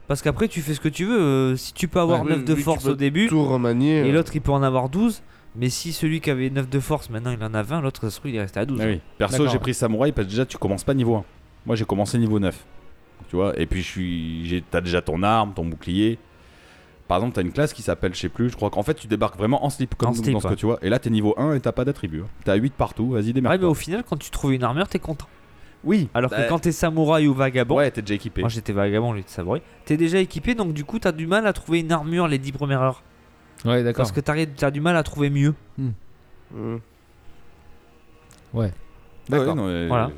F: Parce qu'après, tu fais ce que tu veux. Euh, Si tu peux avoir
E: Ouais,
F: 9
E: oui,
F: de
E: oui, tu
F: force
E: peux
F: au début,
E: Tout remanié.
F: et
E: euh,
F: l'autre, il peut en avoir 12. Mais si celui qui avait 9 de force, maintenant il en a 20, l'autre, ça se trouve, il est resté à 12.
D: Ah oui. Perso,
G: D'accord.
D: j'ai pris samouraï parce que déjà tu commences pas niveau 1. Moi, j'ai commencé niveau 9. Tu vois, et puis je suis j'ai t'as déjà ton arme, ton bouclier. Par exemple, t'as une classe qui s'appelle, je sais plus, je crois qu'en fait tu débarques vraiment en slip comme
F: En slip,
D: dans ce que
F: ouais.
D: tu vois. Et là, t'es niveau 1 et t'as pas d'attribut. hein. T'as 8 partout, vas-y,
F: Ouais, mais
D: démerde.
F: au final, quand tu trouves une armure, t'es content.
D: oui,
F: Alors que
D: Bah,
F: quand t'es samouraï ou vagabond,
D: ouais, t'es déjà équipé.
F: moi j'étais vagabond, lui de samouraï, t'es déjà équipé donc du coup t'as du mal à trouver une armure les 10 premières heures.
G: Ouais, d'accord.
F: Parce que t'arrives- t'as du mal à trouver mieux.
G: Hmm.
E: Hmm.
G: Ouais.
D: D'accord.
G: D'accord.
F: Voilà.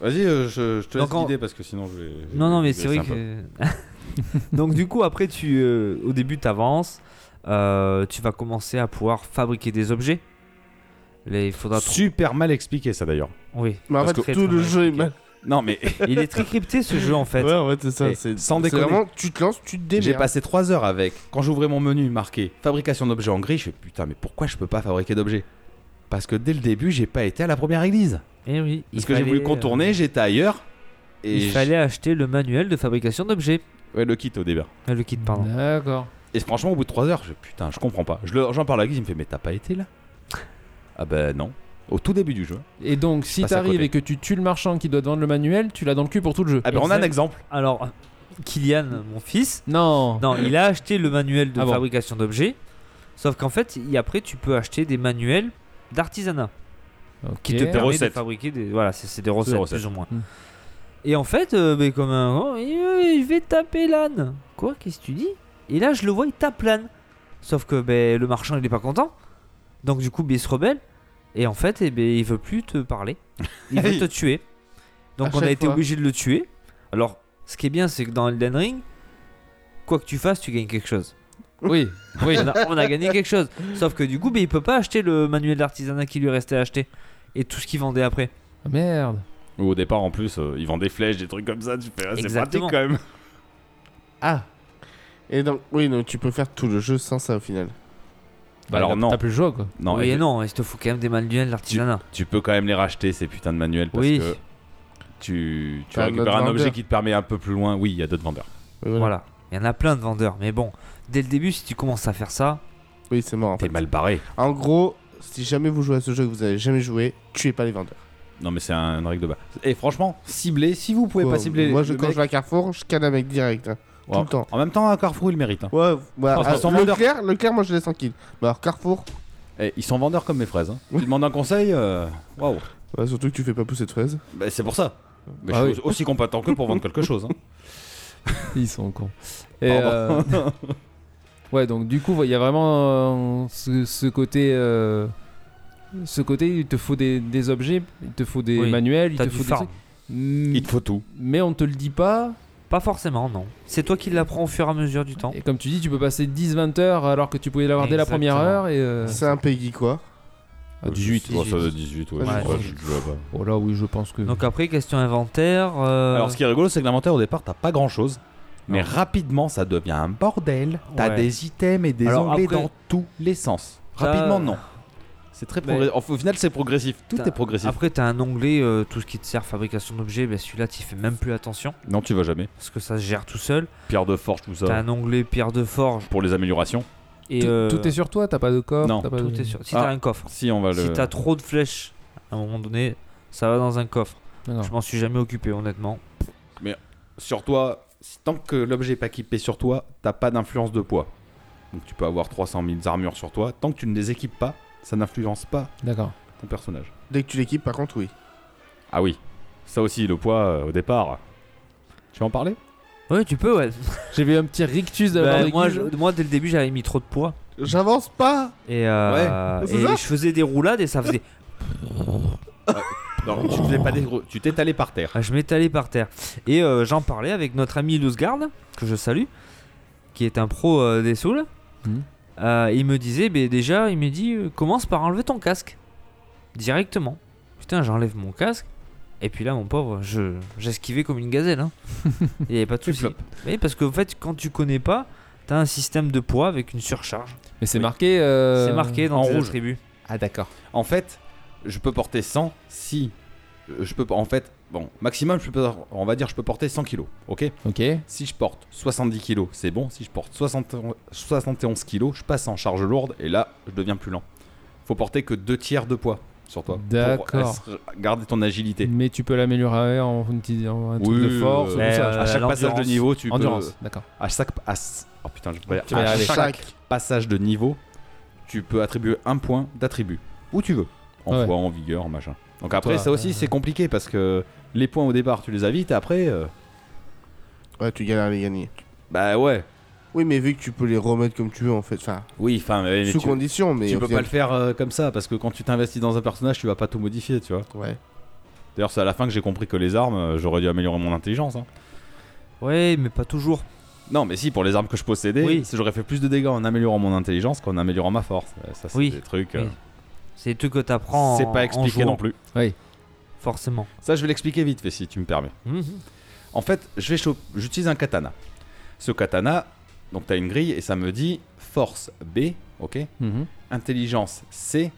D: Vas-y, euh, je, je te laisse
F: Donc, en-
D: l'idée parce que sinon je vais.
F: Non, non, mais
D: je
F: c'est
D: vais
F: vrai
D: laisser un peu.
F: que. Donc, du coup, après, tu, euh, au début, tu avances. tu vas commencer à pouvoir fabriquer des objets. Là, il faudra. trou-
D: Super mal expliqué ça d'ailleurs.
F: Oui.
E: Mais en
F: Parce
E: fait,
F: que-
E: tout le jeu est mal.
D: Non, mais
F: Il est très crypté ce jeu en fait.
E: Ouais, en fait, c'est ça.
F: Et
E: c'est-
D: sans
E: c'est
D: déconner.
E: vraiment, tu te lances, tu te démerdes.
D: J'ai passé 3 heures avec. Quand j'ouvrais mon menu marqué fabrication d'objets en gris, je fais putain, mais pourquoi je peux pas fabriquer d'objets Parce que dès le début, j'ai pas été à la première église.
F: Eh oui. il
D: Parce que j'ai voulu
F: fallait, euh,
D: contourner, j'étais ailleurs. Et
F: il
D: j-
F: fallait acheter le manuel de fabrication d'objets.
D: Ouais, le kit au début.
F: Euh, Le kit, pardon.
G: D'accord.
D: Et franchement, au bout de 3 heures, je putain, je comprends pas. Je le- J'en parle à Guy, il me fait, mais t'as pas été là Ah bah non. Au tout début du jeu.
G: Et donc, si
D: Passe à
G: t'arrives
D: côté.
G: et que tu tues le marchand qui doit te vendre le manuel, tu l'as dans le cul pour tout le jeu.
D: Ah bah on a un
F: Exact.
D: exemple.
F: Alors, Kylian, mon fils,
G: Non.
F: non, il a acheté le manuel de
G: Ah bon.
F: fabrication d'objets. Sauf qu'en fait, il- après, tu peux acheter des manuels d'artisanat.
G: Ok.
F: qui te permet de
D: recettes.
F: fabriquer des voilà c'est c'est des recettes,
D: recettes.
F: plus ou moins
G: Hmm.
F: et en fait euh, ben, comme un grand, il- euh, je vais taper l'âne quoi qu'est-ce que tu dis et là je le vois il tape l'âne sauf que ben le marchand il est pas content donc du coup ben, il se rebelle et en fait eh ben il veut plus te parler il veut te tuer donc
E: À
F: on a
E: chaque
F: été
E: fois.
F: obligé de le tuer alors ce qui est bien c'est que dans Elden Ring quoi que tu fasses tu gagnes quelque chose
G: Oui. Oui.
F: on, a, on a gagné quelque chose. Sauf que du coup, ben, il peut pas acheter le manuel d'artisanat qui lui restait à acheter et tout ce qu'il vendait après.
G: Ah, merde.
D: Ou au départ, en plus, euh, ils vendent des flèches, des trucs comme ça. Tu fais, ah, c'est pratique
F: Exactement.
D: quand même.
E: Ah Et donc, oui, donc tu peux faire tout le jeu sans ça au final.
D: Bah, alors
G: là,
D: non.
G: T'as plus le jeu quoi.
D: Non,
F: oui
D: et
F: et non, il te faut quand même des manuels d'artisanat.
D: tu peux quand même les racheter ces putains de manuels parce
F: Oui.
D: que tu, tu
E: T'as
D: récupères
E: d'autres
D: un objet
E: vendeurs.
D: qui te permet un peu plus loin. Oui, il y a d'autres vendeurs.
E: Oui, voilà.
F: Voilà. Il y en a plein de vendeurs. Mais bon, dès le début, si tu commences à faire ça,
E: Oui, c'est mort en
D: T'es
E: fait.
D: mal barré.
E: En gros, si jamais vous jouez à ce jeu et que vous avez jamais joué, tuez pas les vendeurs.
D: Non, mais c'est un, une règle de base. Et franchement, cibler, si vous pouvez
E: Quoi,
D: pas cibler.
E: Moi, je,
D: le
E: quand
D: mec-
E: je vais à Carrefour, je canne un mec direct. hein.
D: Ouais.
E: Tout le temps.
D: En même temps, à Carrefour, il mérite. hein.
E: Ouais, voilà.
D: Parce que sans vendeur-
E: Leclerc, Leclerc, moi je laisse tranquille. Bah, alors Carrefour,
D: Eh, ils sont vendeurs comme mes fraises. Hein. Tu demandes un conseil, euh, waouh.
E: ouais, surtout que tu fais pas pousser de fraises.
D: Bah, c'est pour ça. Mais
G: Ah
D: je suis aussi compétent que pour vendre quelque chose. hein.
G: Ils sont cons. Et,
D: Pardon.
G: euh, ouais, donc du coup, il y a vraiment euh, ce, ce côté. euh, Ce côté, il te faut des, des objets, il te faut des
F: Oui.
G: manuels, il
F: t'as
G: te
F: du
G: faut des.
F: farm.
G: Mm,
D: Il te faut tout.
G: Mais on te le dit pas.
F: Pas forcément, non. C'est toi qui l'apprends au fur et à mesure du temps.
G: Et comme tu dis, tu peux passer 10-20 heures alors que tu pouvais l'avoir dès la première
F: Exactement.
G: heure. Et, euh,
E: C'est un Peggy quoi.
G: ah, 18.
D: Ouais, ça doit être 18, ouais.
E: Ouais,
D: Ouais,
F: ouais.
D: je- je vois pas.
G: Oh là, oui, je pense que.
F: Donc après, question inventaire. euh,
D: Alors, ce qui est rigolo, c'est que l'inventaire au départ, t'as pas grand chose. Mais rapidement, ça devient un bordel. T'as
F: Ouais.
D: des items et des
F: Alors,
D: onglets
F: après-
D: dans tous les sens.
F: T'as-
D: Rapidement, non. C'est très
F: Mais-
D: progressif. Au final, c'est progressif. Tout
F: T'as-
D: est progressif.
F: Après, t'as un onglet, euh, tout ce qui te sert fabrication d'objets, ben celui-là, t'y fais même plus attention
D: Non, tu vas jamais.
F: parce que ça se gère tout seul.
D: Pierre de forge, tout
F: T'as
D: ça.
F: un onglet pierre de forge
D: Pour les améliorations.
F: et
G: Tout,
F: euh,
G: tout est sur toi, t'as pas de corps.
D: non,
G: t'as pas de-
F: tout est sur. Si
D: Ah.
F: t'as un coffre.
D: Si on va le.
F: Si t'as trop de flèches, à un moment donné, ça va dans un coffre.
G: D'accord.
F: Je m'en suis jamais occupé, honnêtement.
D: Sur toi, si- tant que l'objet est pas équipé sur toi, t'as pas d'influence de poids. Donc tu peux avoir 300 000 armures sur toi. Tant que tu ne les équipes pas, ça n'influence pas
G: D'accord.
D: ton personnage.
E: Dès que tu l'équipes, par contre, oui.
D: Ah oui. Ça aussi, le poids euh, au départ. Tu veux en parler
F: Ouais, tu peux, ouais.
G: J'ai vu un petit rictus de la part de
F: Bah, moi,
G: Guy.
F: je- moi, dès le début, j'avais mis trop de poids.
E: J'avance pas
F: Et, euh,
E: Ouais, c'est
F: et
E: ça
F: je faisais des roulades et ça faisait.
D: Non, tu faisais pas des gros- tu t'étalais par terre.
F: Ah, Je m'étalais par terre. Et euh, j'en parlais avec notre ami Luzgard, que je salue, qui est un pro euh, des souls.
G: Mhm.
F: Euh, il me disait, ben déjà, il me dit, euh, commence par enlever ton casque. Directement. Putain, j'enlève mon casque. Et puis là, mon pauvre, je j'esquivais comme une gazelle. hein. il n'y avait pas de souci.
D: flop.
F: Oui, parce qu'en fait, quand tu connais pas, t'as un système de poids avec une surcharge.
G: Mais c'est marqué. euh,
F: C'est marqué dans
D: en
F: tes
D: rouge.
F: attributs.
G: Ah, d'accord.
D: En fait, je peux porter 100 si euh, je peux en fait bon maximum je peux on va dire je peux porter 100 kilos ok
G: Ok.
D: si je porte 70 kilos c'est bon si je porte 71 71 kilos je passe en charge lourde et là je deviens plus lent faut porter que deux tiers de poids sur toi pour
G: D'accord.
D: être- garder ton agilité
G: Mais tu peux l'améliorer en, une petite- en un truc
D: Oui,
G: de
D: euh,
G: force. ou tout
F: mais,
G: ça.
F: euh,
D: à chaque passage de
F: l'endurance.
D: niveau tu
G: Endurance,
D: peux
G: d'accord.
D: à chaque à s- oh putain je peux
G: vas y
E: Ah,
D: à
G: arriver.
D: chaque passage de niveau tu peux attribuer un point d'attribut où tu veux en
G: Ouais.
D: poids en vigueur en machin donc après
G: Toi,
D: ça aussi
G: euh,
D: c'est compliqué parce que les points au départ tu les as vite après euh,
E: Ouais, tu galères à les gagner.
D: Bah ouais.
E: Oui, mais vu que tu peux les remettre comme tu veux en fait, enfin,
D: Oui, enfin, mais
E: sous
D: tu,
E: condition, mais.
D: tu
E: au
D: peux pas
E: final-
D: le faire euh, comme ça parce que quand tu t'investis dans un personnage, tu vas pas tout modifier, tu vois.
E: Ouais.
D: D'ailleurs, c'est à la fin que j'ai compris que les armes, euh, j'aurais dû améliorer mon intelligence. hein.
F: Ouais, mais pas toujours.
D: Non, mais si, pour les armes que je possédais,
F: Oui.
D: j'aurais fait plus de dégâts en améliorant mon intelligence qu'en améliorant ma force. Euh, Ça, c'est
F: Oui.
D: des trucs. euh,
F: Oui. C'est des trucs que t'apprends.
D: c'est
F: en-
D: pas
F: en
D: expliqué
F: jouant,
D: non plus.
F: Forcément.
D: Ça, je vais l'expliquer vite fait si tu me permets.
G: Mhm.
D: En fait, je vais chop- j'utilise un katana. Ce katana, donc t'as une grille et ça me dit force B, ok
G: Mhm.
D: Intelligence C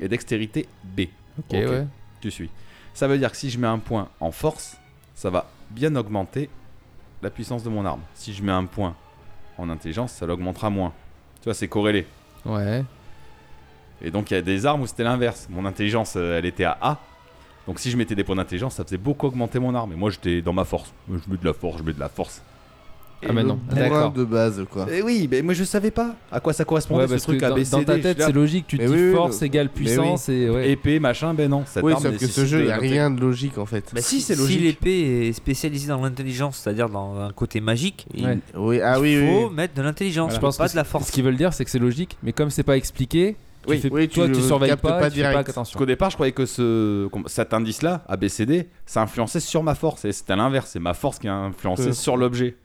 D: et dextérité B.
G: Ok, ouais.
D: Tu suis. Ça veut dire que si je mets un point en force, ça va bien augmenter la puissance de mon arme. Si je mets un point en intelligence, ça l'augmentera moins. Tu vois, c'est corrélé.
G: Ouais.
D: Et donc il y a des armes où c'était l'inverse. Mon intelligence, euh, elle était à A. Donc si je mettais des points d'intelligence, ça faisait beaucoup augmenter mon arme. Et moi j'étais dans ma force. Je mets de la force, je mets de la force.
G: Ah, mais non.
E: Le point
G: D'accord.
E: de base, quoi.
D: Eh oui, mais moi je savais pas à quoi ça correspondait
G: Ouais,
D: ce
G: parce que
D: truc
G: dans,
D: ABCD.
G: dans
D: je
G: ta
D: suis
G: tête,
D: là,
G: c'est logique. Tu te dis
E: Mais oui,
G: force
E: le-
G: égale
E: mais oui.
G: puissance et ouais.
D: épée, machin, ben non, cette
E: Oui,
D: arme
E: sauf que ce
D: nécessite
E: jeu, il
D: de-
E: n'y a rien de logique en fait.
D: Bah si, c'est
F: Si
D: logique.
F: l'épée est spécialisée dans l'intelligence, c'est-à-dire dans un côté magique, il
G: Ouais.
E: Oui, ah oui, oui,
F: faut
E: oui.
F: mettre de l'intelligence,
G: Je pense
F: pas
G: que
F: de la
G: Ce
F: force.
G: qu'ils veulent dire, c'est que c'est logique, mais comme c'est pas expliqué, tu
D: Oui.
G: fais-
E: Oui, tu
G: toi, tu
E: le
G: surveilles
E: captes
G: pas,
E: pas
G: et tu fais pas
E: direct.
D: Parce qu'au
G: attention.
D: départ, je croyais que ce, com- cet indice-là, ABCD, ça influençait sur ma force. Et c'était à l'inverse, c'est ma force qui a influencé
E: Euh.
D: sur l'objet.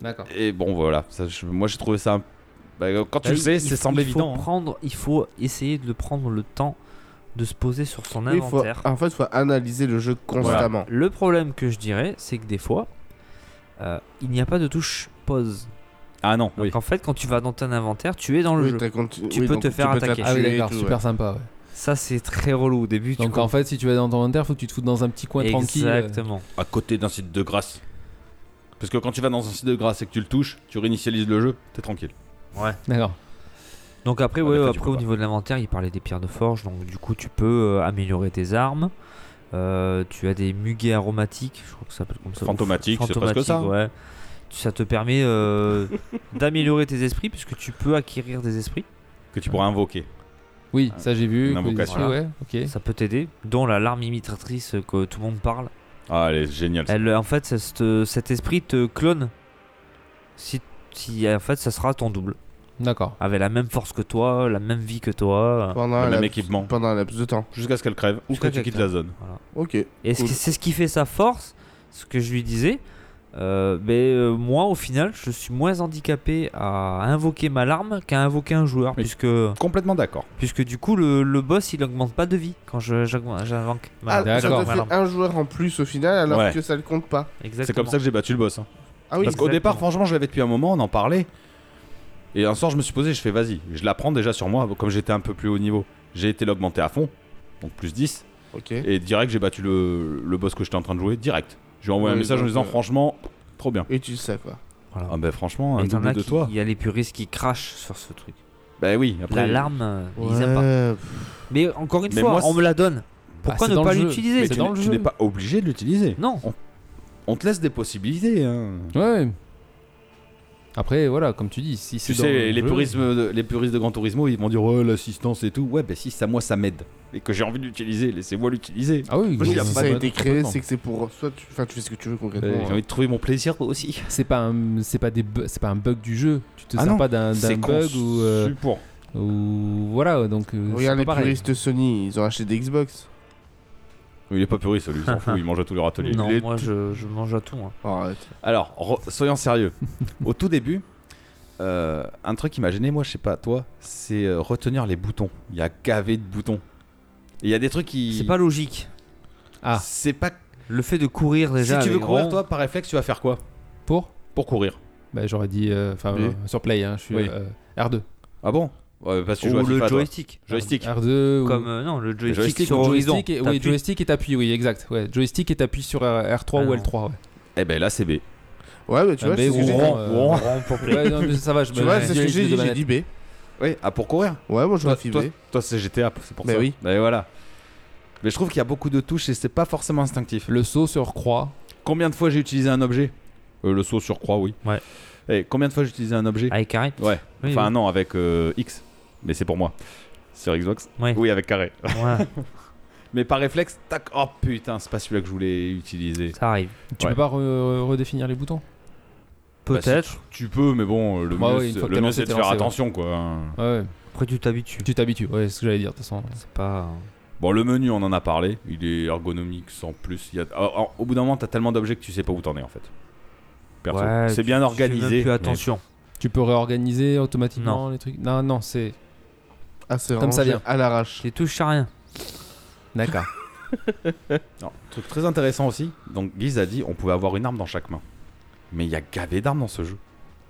G: D'accord.
D: Et bon, voilà, ça, je- moi j'ai trouvé ça. un- bah, euh, quand tu
F: Bah,
D: le
F: il-
D: sais,
F: il
D: c'est
F: faut-
D: semble
F: il faut
D: évident. hein.
F: prendre, il faut essayer de prendre le temps de se poser sur son
E: Oui, faut-
F: inventaire.
E: En fait, il faut analyser le jeu constamment.
F: Le problème que je dirais, c'est que des fois, euh, il n'y a pas de touche pause.
D: Ah non,
F: Donc
D: oui.
F: en fait, quand tu vas dans ton inventaire, tu es dans le
E: Oui,
F: jeu.
E: t'as conti-
F: Tu
E: oui,
F: peux
E: donc
F: te faire
E: peux
F: attaquer.
G: Ah oui,
E: t'appuyer et
G: d'accord,
E: tout,
G: super
E: ouais.
G: sympa. ouais.
F: Ça, c'est très relou au début. tu
G: Donc
F: comprends-
G: en fait, si tu vas dans ton inventaire, faut que tu te foutes dans un petit coin tranquille. euh,
F: Exactement.
D: À côté d'un site de grâce. Parce que quand tu vas dans un site de grâce et que tu le touches, tu réinitialises le jeu, t'es tranquille.
G: D'accord.
F: Donc après,
D: Ah, des
F: ouais,
D: fois, tu
F: après
D: peux
F: au
D: pas.
F: niveau de l'inventaire, il parlait des pierres de forge. Donc du coup, tu peux euh, améliorer tes armes. Euh, tu as des muguets aromatiques, je crois que ça s'appelle comme ça.
D: Fantomatique,
F: Ou
D: c'est presque
F: fantomatique,
D: ça, hein.
F: Ouais. Ça te permet euh, d'améliorer tes esprits, puisque tu peux acquérir des esprits.
D: Que tu pourras invoquer.
G: Oui, ça j'ai vu.
D: Une invocation.
G: que- Ouais, ok.
F: Ça peut t'aider, dont la larme imitatrice que tout le monde parle.
D: Ah, elle est géniale. ça.
F: Elle, en fait, ça se- cet esprit te clone. Si, si, en fait, ça sera ton double.
G: D'accord.
F: Avec la même force que toi, la même vie que toi.
E: Pendant
D: Le
E: un
D: même
E: laps-
D: équipement.
E: Pendant un laps de temps.
D: Jusqu'à ce qu'elle crève, ou que
F: Jusqu'à
D: tu
F: qu'elle
D: quittes
F: crève.
D: la zone.
E: Ok.
F: Et ce
E: cool.
F: qui- c'est ce qui fait sa force, ce que je lui disais. Euh, mais euh, moi, au final, je suis moins handicapé à invoquer ma larme qu'à invoquer un joueur.
D: Oui.
F: Puisque,
D: Complètement d'accord.
F: puisque du coup, le, le boss, il augmente pas de vie quand je- j'augmente- j'invoque ma
E: Ah,
F: larme.
E: ça
G: D'accord.
E: te fait un joueur en plus au final alors
D: Ouais.
E: que ça le compte pas.
D: C'est comme ça que j'ai battu le boss. hein.
E: Ah oui,
D: Parce qu'au
F: Exactement.
D: départ, franchement, je l'avais depuis un moment, on en parlait. Et un soir, je me suis posé, je fais vas-y, je la prends déjà sur moi, comme j'étais un peu plus haut niveau. J'ai été l'augmenter à fond, donc plus 10.
E: ok.
D: Et direct, j'ai battu le, le boss que j'étais en train de jouer, direct. J'ai envoyé un
E: Oui,
D: message en
E: donc,
D: disant,
E: euh,
D: franchement, trop bien.
E: Et tu sais quoi.
F: Voilà.
D: Ah ben franchement, un
F: Et t'en as
D: double de
F: qui-
D: toi.
F: Il y a les puristes qui crachent sur ce truc.
D: Bah oui, après.
F: La larme, euh, ils aiment pas.
E: Ouais,
F: Mais encore une
D: Mais
F: fois,
D: moi,
F: on
D: c'est-
F: me la donne.
G: Ah,
F: Pourquoi
G: c'est
F: ne
G: dans
F: pas
G: le jeu.
F: l'utiliser
G: Mais
D: Mais
G: c'est
D: tu
G: dans
D: n'es-
G: le
D: tu
G: jeu.
D: n'es pas obligé de l'utiliser.
F: Non.
D: On te laisse des possibilités. hein.
G: Ouais. Après, voilà, comme tu dis, si
D: Tu
G: c'est dans
D: sais,
G: le
D: les,
G: jeu-
D: puristes de, les puristes de Gran Turismo, ils vont dire ouais, l'assistance et tout. Ouais, bah si, ça, moi, ça m'aide. Et que j'ai envie d'utiliser, laissez-moi l'utiliser.
G: Ah oui,
D: Moi,
E: oui,
D: il y a
E: si
D: pas
E: ça a
D: de-
E: été créé,
G: complètement.
E: c'est que c'est pour. Soit tu... Enfin, tu fais ce que tu veux
D: Euh,
F: hein.
E: concrètement. hein.
D: j'ai envie de trouver mon plaisir aussi.
G: c'est pas un, c'est pas des, bu- c'est pas un bug du jeu. Tu te
D: Ah
G: sers
D: non,
G: pas d'un, d'un bug
D: conçu
G: ou, euh,
D: pour.
G: ou voilà, donc. euh, c'est
E: Regarde
G: pas
E: les
G: pareil.
E: puristes Sony, ils ont acheté des Xbox.
D: Il est pas puriste, lui, il s'en fout, il mange à tous les râteliers.
F: Non,
D: Il est-
F: moi je, je mange à tout. hein.
E: Oh, arrête.
D: Alors, re- soyons sérieux. Au tout début, euh, un truc qui m'a gêné, moi, je sais pas, toi, c'est euh, retenir les boutons. Il y a gavé de boutons. Et Il y a des trucs qui.
F: C'est pas logique.
G: Ah.
D: C'est pas.
F: Le fait de courir déjà.
D: si tu veux
F: avec
D: courir,
F: rond,
D: toi, par réflexe, tu vas faire quoi
G: Pour
D: Pour courir.
G: Bah j'aurais dit, euh, enfin
E: Oui.
G: euh, sur play, hein, je suis
D: Oui.
G: euh, R2,
D: Ah bon Ouais, Parce que tu joues à
F: ou le
D: FIFA, toi.
F: joystick.
D: Joystick.
G: R2 ou-
F: Comme euh, non, le joystick,
D: joystick
F: sur
D: ou
F: Horizon.
G: joystick et, oui,
F: T'appuies.
G: joystick et t'appuies, oui, exact. Ouais, joystick et t'appuies sur euh, R3
F: Ah
G: ou
F: non.
G: L3. Ouais.
D: Eh ben là, c'est B.
E: Ouais,
F: Ah,
E: bah tu
G: Un
E: vois,
G: B
E: c'est ce
G: ou
E: que j'ai
G: rond,
E: dit.
G: euh,
D: Rond.
F: Rond pour play.
G: Ouais, non, mais ça va, je
E: Tu
G: me
E: vois, c'est ce que
G: visualise
E: j'ai
G: de
E: dit, j'ai
G: manette.
E: dit B.
D: Oui, ah, pour courir
E: Ouais, moi je
D: Toi,
E: suis B.
D: toi- toi, c'est GTA, c'est pour
F: Ben
E: Bah
D: ça.
E: oui.
D: Bah voilà. Mais je trouve qu'il y a beaucoup de touches et c'est pas forcément instinctif.
G: Le saut sur croix.
D: Combien de fois j'ai utilisé un objet Euh, Le saut sur croix, oui.
F: Ouais.
D: Et combien de fois j'ai utilisé un objet
F: Avec Ah, carré.
D: Ouais.
F: Oui,
D: Enfin,
F: oui.
D: non, avec euh, X. Mais c'est pour moi. Sur Xbox
F: Ouais.
D: Oui, avec carré.
F: Voilà,
D: Mais par réflexe, tac. Oh putain, c'est pas celui-là que je voulais utiliser.
F: ça arrive.
G: Tu
D: Ouais.
G: peux pas re- redéfinir les boutons
D: Bah, si
F: Peut-être.
D: tu, tu peux, mais bon, le
G: Bah
D: mieux,
G: oui, une
D: c'est-
G: fois que
D: le
G: t'es
D: mieux,
G: lancé,
D: c'est de
G: t'es
D: faire
G: lancé, ouais.
D: attention, quoi. hein.
G: Ouais,
F: Après, tu t'habitues.
G: tu t'habitues, ouais, c'est ce que j'allais dire de toute façon.
F: C'est pas. hein.
D: Bon, le menu, on en a parlé. Il est ergonomique sans plus. Il y a- Ah, ah, Au bout d'un moment, t'as tellement d'objets que tu sais pas où t'en es en fait. Perso.
F: Ouais,
D: c'est
F: tu-
D: bien
F: tu fais
D: organisé.
F: même plus
D: mais-
F: attention.
G: Tu peux réorganiser automatiquement les trucs. Non, non, c'est.
E: Ah, c'est
G: Comme ça
E: rangé
G: vient.
E: à l'arrache.
F: Tu les touches à rien.
G: D'accord.
D: Non, truc très intéressant aussi. Donc, Guise a dit on pouvait avoir une arme dans chaque main. Mais il y a gavé d'armes dans ce jeu.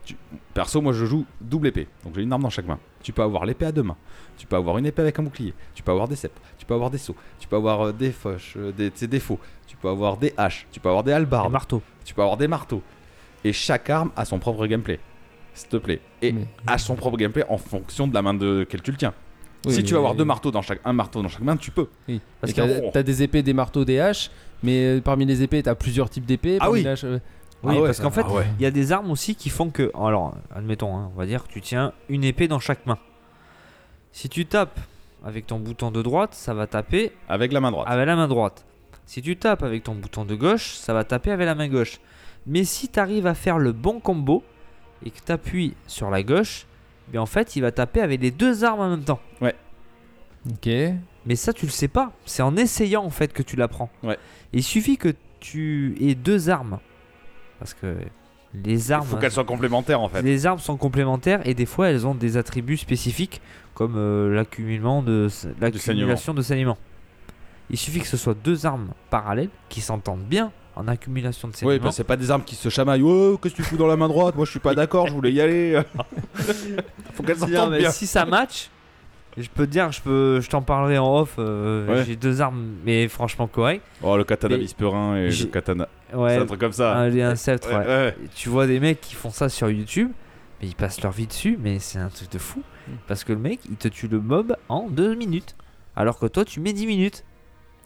D: Tu- Perso, moi je joue double épée. Donc j'ai une arme dans chaque main. Tu peux avoir l'épée à deux mains. Tu peux avoir une épée avec un bouclier. Tu peux avoir des ceps. Tu peux avoir des sauts. Tu peux avoir euh, des foches, euh, des, tu sais, des faux. Tu peux avoir des haches. Tu peux avoir des
F: Un
D: halbardes.
F: marteau.
D: Tu peux avoir des marteaux. Et chaque arme a son propre gameplay. S'il te plaît. Et
G: Mais-
D: a son propre gameplay en fonction de la main de laquelle tu le tiens.
G: Oui,
D: si tu
G: mais-
D: vas avoir deux marteaux dans chaque, un marteau dans chaque main, tu peux.
G: Oui.
D: Parce
G: Parce
D: qu'un
G: que
D: rond.
G: t'as des épées, des marteaux, des haches, mais euh, parmi les épées, t'as plusieurs types d'épées.
D: Ah
G: parmi
D: oui.
G: les haches, euh,
F: Oui,
D: Ah ouais,
F: parce qu'en fait,
D: ah ouais.
F: il y a des armes aussi qui font que. Alors, admettons, hein, on va dire que tu tiens une épée dans chaque main. Si tu tapes avec ton bouton de droite, ça va taper
D: Avec la main droite.
F: avec la main droite. Si tu tapes avec ton bouton de gauche, ça va taper avec la main gauche. Mais si tu arrives à faire le bon combo et que tu appuies sur la gauche, eh bien en fait, il va taper avec les deux armes en même temps.
G: Ok.
F: Mais ça, tu le sais pas. C'est en essayant en fait que tu l'apprends.
D: Ouais.
F: Il suffit que tu aies deux armes. Parce que les
D: Il
F: armes.
D: faut
G: hein.
D: qu'elles soient complémentaires en fait.
F: Les armes sont complémentaires et des fois elles ont des attributs spécifiques comme euh, l'accumulement de l'accumulation de saignements. Il suffit que ce soit deux armes parallèles qui s'entendent bien en accumulation de
D: Oui,
F: saignements.
D: bah, c'est pas des armes qui se chamaillent. Oh, qu'est-ce que tu fous dans la main droite Moi, je suis pas d'accord, je voulais y aller. Faut qu'elles
F: Non,
D: s'entendent
F: mais
D: bien.
F: si ça match, je peux te dire, je peux, je t'en parlerai en off. euh,
D: Ouais.
F: J'ai deux armes, mais franchement correct.
D: Oh, le katana
F: Mais-
D: bispeurin et le
F: J'ai-
D: katana.
F: Ouais,
D: C'est un truc comme ça.
F: un, un sceptre.
D: Ouais,
F: ouais.
D: ouais.
F: Tu vois des mecs qui font ça sur YouTube, mais ils passent leur vie dessus, mais c'est un truc de fou.
D: Mm.
F: Parce que le mec, il te tue le mob en 2 minutes. Alors que toi, tu mets 10 minutes.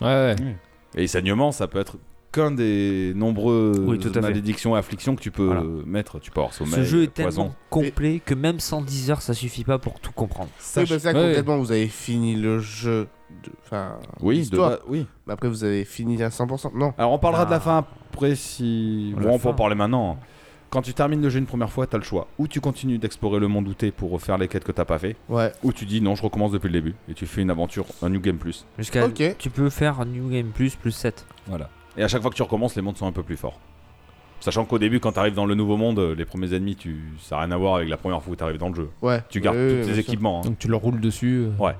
G: Ouais, ouais.
D: Et les saignements, ça peut être qu'un des nombreux
F: Oui, tout à fait.
D: malédictions et afflictions que tu peux
F: Voilà.
D: euh, mettre. Tu peux avoir sommeil,
F: Ce jeu
D: euh,
F: est tellement
D: poison.
F: complet que même 110 heures, ça suffit pas pour tout comprendre.
E: Oui, bah, ça,
G: Ouais.
E: complètement, vous avez fini le jeu. de- Enfin,
D: Oui, de
E: l'histoire.
D: base, oui.
F: Bah,
E: Mais après, vous avez fini à 100%. Non.
D: Alors on parlera de la
F: Ah.
D: fin après si.
F: La
D: Bon, on peut en
F: fin.
D: parler maintenant. Quand tu termines le jeu une première fois, t'as le choix. Ou tu continues d'explorer le monde où t'es pour refaire les quêtes que t'as pas fait,
E: Ouais.
D: ou tu dis non, je recommence depuis le début et tu fais une aventure, un new game plus.
F: Jusqu'à
E: Ok.
F: tu peux faire un New Game Plus plus 7.
D: Voilà. Et à chaque fois que tu recommences, les mondes sont un peu plus forts. Sachant qu'au début, quand t'arrives dans le nouveau monde, les premiers ennemis, tu... ça n'a rien à voir avec la première fois où t'arrives dans le jeu.
E: Ouais.
D: Tu gardes
E: Ouais, ouais,
D: tous
E: bien
D: tes
E: sûr.
D: équipements. hein.
G: Donc tu leur roules dessus. euh.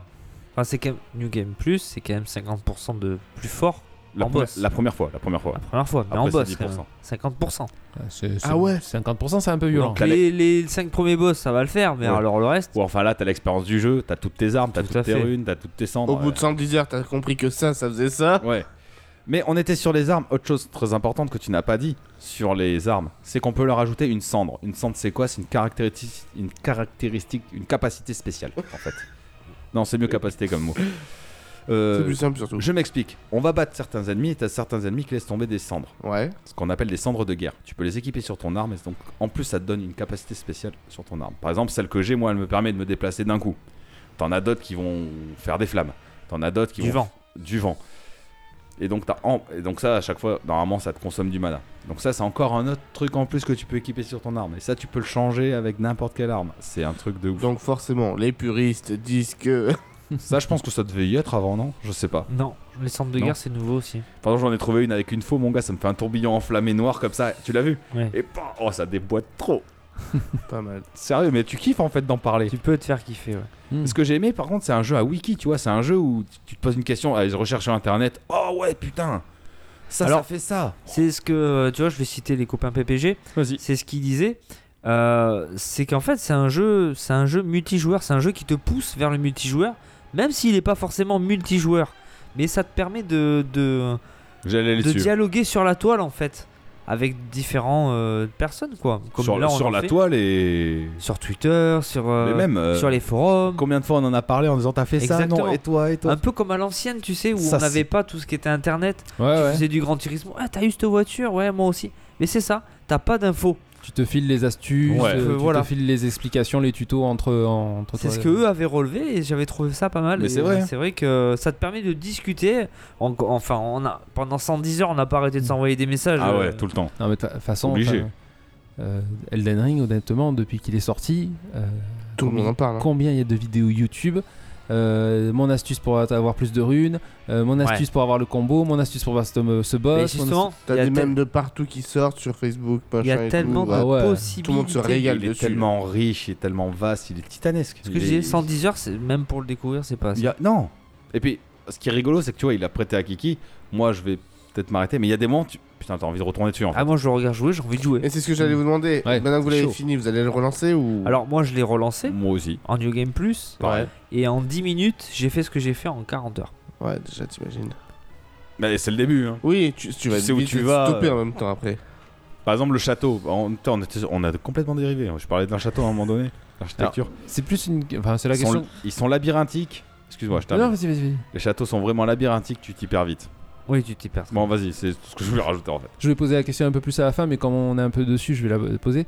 F: Enfin, c'est quand même New Game Plus, c'est quand même 50% de plus fort
D: La,
F: En
D: pre-
F: boss.
D: la première fois, la première fois.
F: la première fois. Mais
D: Après,
F: en
D: c'est
F: boss, quand
D: 10%.
F: même. 50%.
G: Ah, c'est- c'est-
E: Ah ouais.
G: 50%, c'est un peu violent.
F: Donc
D: T'as
F: les, les 5 premiers boss, ça va le faire, mais
D: Ouais.
F: alors le reste.
D: Ou enfin là, t'as l'expérience du jeu, t'as toutes tes armes, t'as
F: Tout
D: toutes
F: à
D: tes
F: fait.
D: runes, t'as toutes tes cendres. euh,
E: Au bout de 110 heures, t'as compris que ça, ça faisait ça.
D: Ouais. Mais on était sur les armes. Autre chose très importante que tu n'as pas dit sur les armes, c'est qu'on peut leur ajouter une cendre. Une cendre, c'est quoi C'est une caractéristique, une caractéristique, une capacité spéciale, en fait. Non, c'est mieux capacité comme mot. Euh,
E: C'est plus simple surtout.
D: je m'explique. On va battre certains ennemis et t'as certains ennemis qui laissent tomber des cendres,
E: Ouais.
D: ce qu'on appelle des cendres de guerre. Tu peux les équiper sur ton arme et donc en plus ça te donne une capacité spéciale sur ton arme. Par exemple, celle que j'ai, moi, elle me permet de me déplacer d'un coup. T'en as d'autres qui vont faire des flammes. T'en as d'autres qui
F: Du
D: vont
F: vent.
D: du vent. Et donc, t'as en- et donc ça, à chaque fois, normalement, ça te consomme du mana. Donc ça, c'est encore un autre truc en plus que tu peux équiper sur ton arme. Et ça, tu peux le changer avec n'importe quelle arme. C'est un truc de ouf.
E: Donc forcément, les puristes disent que
D: ça, je pense que ça devait y être avant, non Je sais pas.
F: Non, les centres de
D: Non.
F: guerre, c'est nouveau aussi.
D: Par exemple, j'en ai trouvé une avec une faux, mon gars, ça me fait un tourbillon enflammé noir comme ça. Tu l'as vu
F: Ouais.
D: Et pam, oh, ça déboîte trop.
E: pas mal.
D: Sérieux, mais tu kiffes en fait d'en parler.
F: Tu peux te faire kiffer, ouais.
G: Mm.
D: Ce que j'ai aimé, par contre, c'est un jeu à wiki, tu vois. C'est un jeu où tu- tu te poses une question, ah, je recherche sur internet. Oh ouais, putain Ça, ça
F: Alors-
D: fait ça
F: C'est ce que, euh, tu vois, je vais citer les copains PPG,
D: Vas-y.
F: c'est ce qu'ils disaient. euh, c'est qu'en fait, c'est un jeu, c'est un jeu multijoueur, c'est un jeu qui te pousse vers le multijoueur, même s'il n'est pas forcément multijoueur. Mais ça te permet de, de,
D: J'allais aller
F: de
D: dessus.
F: dialoguer sur la toile, en fait, avec différents euh, personnes, quoi. Comme
D: sur
F: là, on
D: sur
F: en
D: la
F: fait.
D: toile et.
F: Sur Twitter, sur, euh,
D: Mais même, euh,
F: sur les forums.
D: Combien de fois on en a parlé en disant t'as fait ça
F: Exactement.
D: non et toi et toi
F: Un peu comme à l'ancienne, tu sais, où
D: Ça,
F: on n'avait pas tout ce qui était internet.
G: Ouais,
F: tu
G: ouais.
F: faisais du grand tourisme. Ah, t'as eu cette voiture Ouais, moi aussi. Mais c'est ça, t'as pas d'infos.
G: Tu te files les astuces,
D: Ouais.
G: euh,
F: Euh,
G: tu
F: voilà.
G: te files les explications, les tutos entre, en- entre
F: C'est
G: toi
F: ce
G: et-
F: que eux avaient relevé et j'avais trouvé ça pas mal.
D: Mais
F: Et,
D: c'est vrai.
F: euh, C'est vrai que ça te permet de discuter. En- enfin, on a, pendant 110 heures, on n'a pas arrêté de s'envoyer des messages.
D: Ah
F: euh,
D: ouais, tout le temps.
G: Non, mais de toute façon.
D: Obligé.
G: enfin, euh, Elden Ring, honnêtement, depuis qu'il est sorti, euh,
E: Tout le
G: combien-
E: monde en parle. hein.
G: combien il y a de vidéos YouTube euh, mon astuce pour avoir plus de runes, euh, mon astuce pour avoir le combo, mon astuce pour voir ce, ce boss.
F: Mais
G: mon astuce-
F: justement, il y
E: T'as
F: a
E: des
F: tel-
E: mèmes de partout qui sortent sur Facebook, machin
F: il y a
E: et
F: tellement
E: tout.
F: de
E: ouais.
G: Ah ouais.
F: possibilités.
E: Tout le monde se régale.
D: Il est
E: dessus.
D: tellement riche, il est tellement vaste, il est titanesque.
F: Ce que
D: Il
F: j'ai
D: est-
F: 110 heures, c'est- même pour le découvrir, c'est pas assez.
D: Il y a- Non. Et puis, ce qui est rigolo, c'est que tu vois, il a prêté à Kiki. Moi, je vais peut-être m'arrêter, mais il y a des moments, tu... putain, t'as envie de retourner dessus. En fait.
F: Ah, moi je le regarde jouer, j'ai envie de jouer.
E: Et c'est ce que j'allais vous demander.
G: Ouais,
E: Maintenant que vous
G: c'est
E: l'avez
G: chaud.
E: fini, vous allez le relancer ou
F: Alors, moi je l'ai relancé
D: Moi aussi.
F: en New Game Plus,
D: Pareil.
F: et en 10 minutes, j'ai fait ce que j'ai fait en 40 heures.
E: Ouais, déjà t'imagines.
D: Mais c'est le début. hein.
E: Oui, tu, tu vas
D: sais où
E: vite
D: tu
E: être
D: vas,
E: stoppé
D: euh.
E: en même temps après.
D: Par exemple, le château. On, putain, on, était- on a complètement dérivé. hein. Je parlais d'un château à un moment donné. L'architecture.
G: C'est plus une. Enfin, c'est la
D: Ils, sont-
G: question.
D: ils sont labyrinthiques. Excuse-moi, je
G: Non,
D: t'arrête.
G: vas-y, vas-y. vas-y.
D: Les châteaux sont vraiment labyrinthiques, tu t'y perds vite.
F: Oui, tu t'y perds.
D: Bon, vas-y, c'est tout ce que je voulais rajouter en fait.
G: Je vais poser la question un peu plus à la fin, mais comme on est un peu dessus, je vais la poser.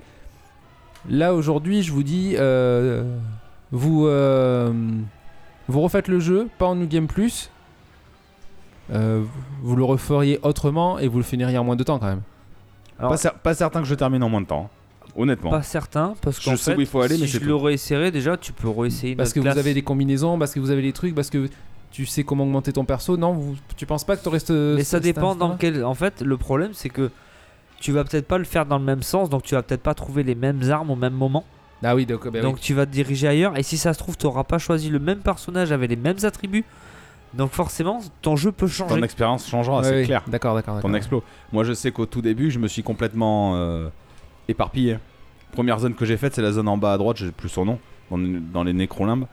G: Là aujourd'hui, je vous dis, euh, vous euh, vous refaites le jeu, pas en New Game Plus. Euh, vous le referiez autrement et vous le finiriez en moins de temps quand même.
F: Alors-
D: Pas, cer- pas certain que je termine en moins de temps. hein. Honnêtement.
F: Pas certain, parce
D: Je
F: qu'en
D: sais
F: fait,
D: où il faut aller,
F: si
D: mais c'est
F: je
D: tout.
F: l'aurais essayé déjà, tu peux réessayer une
G: Parce
F: autre
G: que
F: classe.
G: vous avez des combinaisons, parce que vous avez des trucs, parce que tu sais comment augmenter ton perso. Non, vous, tu penses pas que tu restes.
F: Mais ça dépend dans quel. En fait, le problème, c'est que tu vas peut-être pas le faire dans le même sens, donc tu vas peut-être pas trouver les mêmes armes au même moment.
G: Ah oui, donc, bah oui.
F: donc tu vas te diriger ailleurs, et si ça se trouve, tu pas choisi le même personnage avec les mêmes attributs. Donc forcément, ton jeu peut changer.
D: Ton expérience changera,
G: Ouais,
D: Ah, c'est
G: oui.
D: clair.
G: D'accord, d'accord.
D: Ton
G: d'accord.
D: explos. Moi, je sais qu'au tout début, je me suis complètement euh, éparpillé. Première zone que j'ai faite, c'est la zone en bas à droite, j'ai plus son nom, dans, dans les nécrolimbes.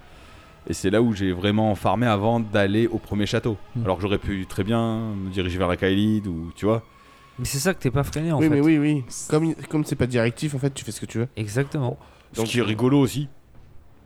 D: Et c'est là où j'ai vraiment farmé avant d'aller au premier château.
G: Hmm.
D: Alors que j'aurais pu très bien me diriger vers la Kaelid ou tu vois.
F: Mais c'est ça que t'es pas freiné en
E: oui,
F: fait.
E: mais oui, oui. Comme il- comme c'est pas directif, en fait, tu fais ce que tu veux.
F: Exactement.
D: Ce qui est rigolo aussi.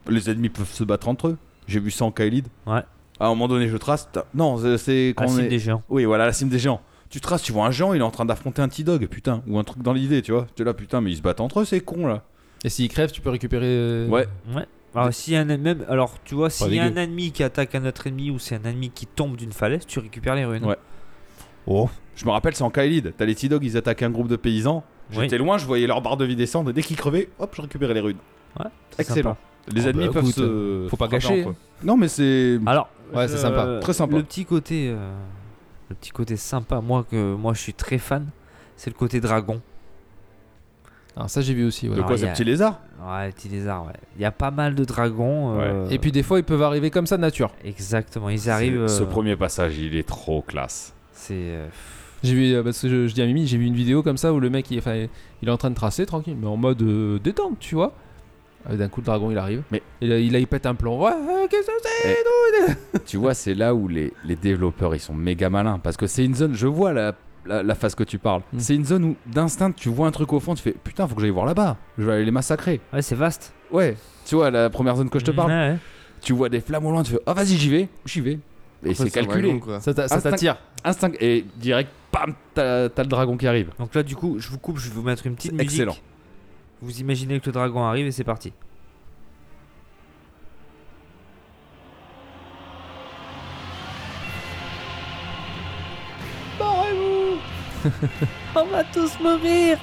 D: Les ennemis peuvent se battre entre eux. J'ai vu ça en Kaelid.
F: Ouais.
D: À un moment donné, je trace. t'as- Non, c'est- c'est quand
F: Ah,
D: on
F: c'est
D: est-
F: des géants.
D: Oui, voilà, la cime des géants. Tu traces, tu vois un géant, il est en train d'affronter un T-Dog, putain, ou un truc dans l'idée, tu vois. Tu es là, putain, mais ils se battent entre eux, c'est con là.
G: Et s'il crève, tu peux récupérer. euh,
D: Ouais.
F: Ouais. Alors, s'il y a un ennemi, même- alors tu vois, s'il y a un
G: dégueu.
F: ennemi qui attaque un autre ennemi ou c'est un ennemi qui tombe d'une falaise, tu récupères les runes.
D: Ouais. Je me rappelle, c'est en Kaelid. T'as les T-Dog, ils attaquaient un groupe de paysans.
F: Oui,
D: J'étais loin, je voyais leur barre de vie descendre, et dès qu'ils crevaient, hop, je récupérais les runes.
F: Ouais, c'est
D: Excellent.
F: sympa.
D: Les
G: Oh,
D: ennemis
G: bah,
D: peuvent
G: écoute,
D: se.
G: faut pas
D: frapper
G: gâcher.
D: entre eux. Non, mais c'est.
F: Alors,
G: Ouais, c'est sympa.
D: Très sympa.
F: Euh, Le petit côté, euh, le petit côté sympa, moi que moi je suis très fan, c'est le côté dragon.
G: Alors Ah, ça, j'ai vu aussi. ouais.
D: de
F: alors,
D: quoi,
F: il
D: ce
F: y a-
D: petit lézard
F: Ouais, le petit lézard. Ouais. Il y a pas mal de dragons. euh,
G: Et puis des fois, ils peuvent arriver comme ça de nature.
F: Exactement, ils arrivent.
D: Ce
F: euh,
D: premier passage, il est trop classe.
F: C'est. euh,
G: J'ai vu, euh, parce que je, je dis à Mimi, j'ai vu une vidéo comme ça où le mec, il, enfin, il est en train de tracer tranquille, mais en mode euh, détente, tu vois. Euh, D'un coup, le dragon, il arrive.
D: Mais-
G: Et là, il, là, il pète un plomb. Ouais, euh, qu'est-ce que c'est
D: tu vois, c'est là où les, les développeurs ils sont méga malins parce que c'est une zone. Je vois la, la, la phase que tu parles.
G: Mm.
D: C'est une zone où d'instinct tu vois un truc au fond, tu fais putain, faut que j'aille voir là-bas. Je vais aller les massacrer.
F: Ouais, c'est vaste.
D: Ouais. Tu vois la première zone que je te parle.
F: Ouais, ouais.
D: Tu vois des flammes au loin, tu fais ah vas-y j'y vais, j'y vais. Et
E: Après,
D: c'est
E: un wagon,
D: calculé.
E: quoi.
G: Ça t'a- ça
D: Instinct-
G: t'attire.
D: Instinct et direct, pam, t'as t'as le dragon qui arrive.
F: Donc là, du coup, je vous coupe, je vais vous mettre une petite
D: C'est
F: musique.
D: excellent.
F: Vous imaginez que le dragon arrive et c'est parti. On va tous mourir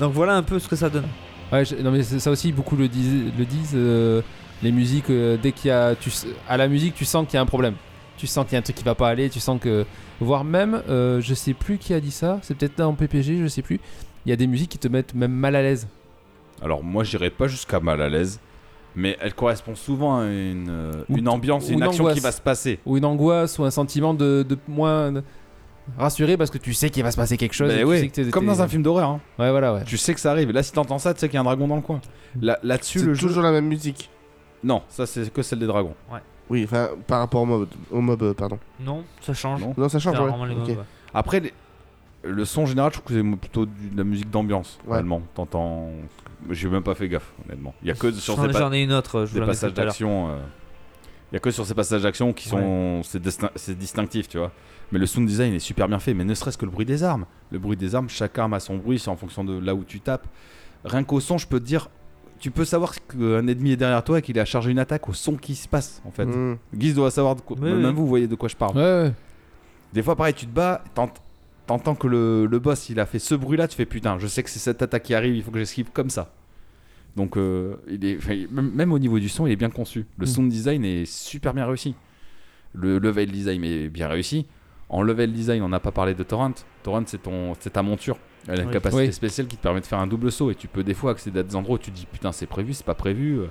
F: Donc voilà un peu ce que ça donne.
G: Ouais, je- non, mais c'est- ça aussi, beaucoup le disent. Le disent euh, les musiques, euh, dès qu'il y a. Tu, s- à la musique, tu sens qu'il y a un problème. Tu sens qu'il y a un truc qui va pas aller. Tu sens que. Voire même, euh, je sais plus qui a dit ça. C'est peut-être en PPG, je sais plus. Il y a des musiques qui te mettent même mal à l'aise.
D: Alors moi j'irai pas jusqu'à mal à l'aise, mais elle correspond souvent à une, euh,
G: Ou-
D: une ambiance,
G: ou
D: une
G: une
D: action qui
G: angoisse.
D: va se passer.
G: ou une angoisse ou un sentiment de, de moins de- rassuré parce que tu sais qu'il va se passer quelque chose. et
D: Mais
G: tu
D: Ben ouais,
G: sais que t'es-
D: comme
G: t'es-
D: dans un film d'horreur. hein.
G: Ouais, voilà, ouais.
D: Tu sais que ça arrive. Là si t'entends ça, tu sais qu'il y a un dragon dans le coin. Là- Là-dessus
E: C'est
D: le jeu.
E: toujours la même musique.
D: Non, ça c'est que celle des dragons.
E: Oui, enfin, par rapport au mob, au mob euh, pardon.
F: Non, ça change.
D: Non.
E: Non, ça
F: C'est
E: change,
F: vraiment
E: ouais.
F: les
E: Ok.
F: mêmes, ouais.
D: Après, les- le son général, je trouve que c'est plutôt du- de la musique d'ambiance.
E: Ouais.
D: Réellement, t'entends. J'ai même pas fait gaffe, honnêtement. Il y a que sur
F: J'en
D: ces, pa-
F: j'en ai une autre, je
D: ces
F: vous la mettrai
D: passages
F: tout à l'heure.
D: d'action. euh, Il y a que sur ces passages d'action qui sont. C'est distin- c'est distinctif, tu vois. Mais le sound design est super bien fait, mais ne serait-ce que le bruit des armes. Le bruit des armes, chaque arme a son bruit, c'est en fonction de là où tu tapes. Rien qu'au son, je peux te dire. Tu peux savoir qu'un ennemi est derrière toi et qu'il a chargé une attaque au son qui se passe, en fait.
E: Mm.
D: Guise doit savoir de quoi.
F: Oui,
D: même
F: oui.
D: vous, vous voyez de quoi je parle.
G: Ouais, ouais.
D: Des fois, pareil, tu te bats, t'ent- t'entends que le, le boss il a fait ce bruit là, tu fais putain, je sais que c'est cette attaque qui arrive, il faut que j'esquive comme ça. Donc, euh, il est, enfin, il- même même au niveau du son, il est bien conçu. Le
G: Mm.
D: sound design est super bien réussi. Le level design est bien réussi. En level design, on n'a pas parlé de Torrent. Torrent, c'est ton- c'est ta monture. Elle a une
F: Oui.
D: capacité
G: Oui.
D: spéciale qui te permet de faire un double saut. Et tu peux des fois accéder à des endroits où tu te dis putain, c'est prévu, c'est pas prévu. euh.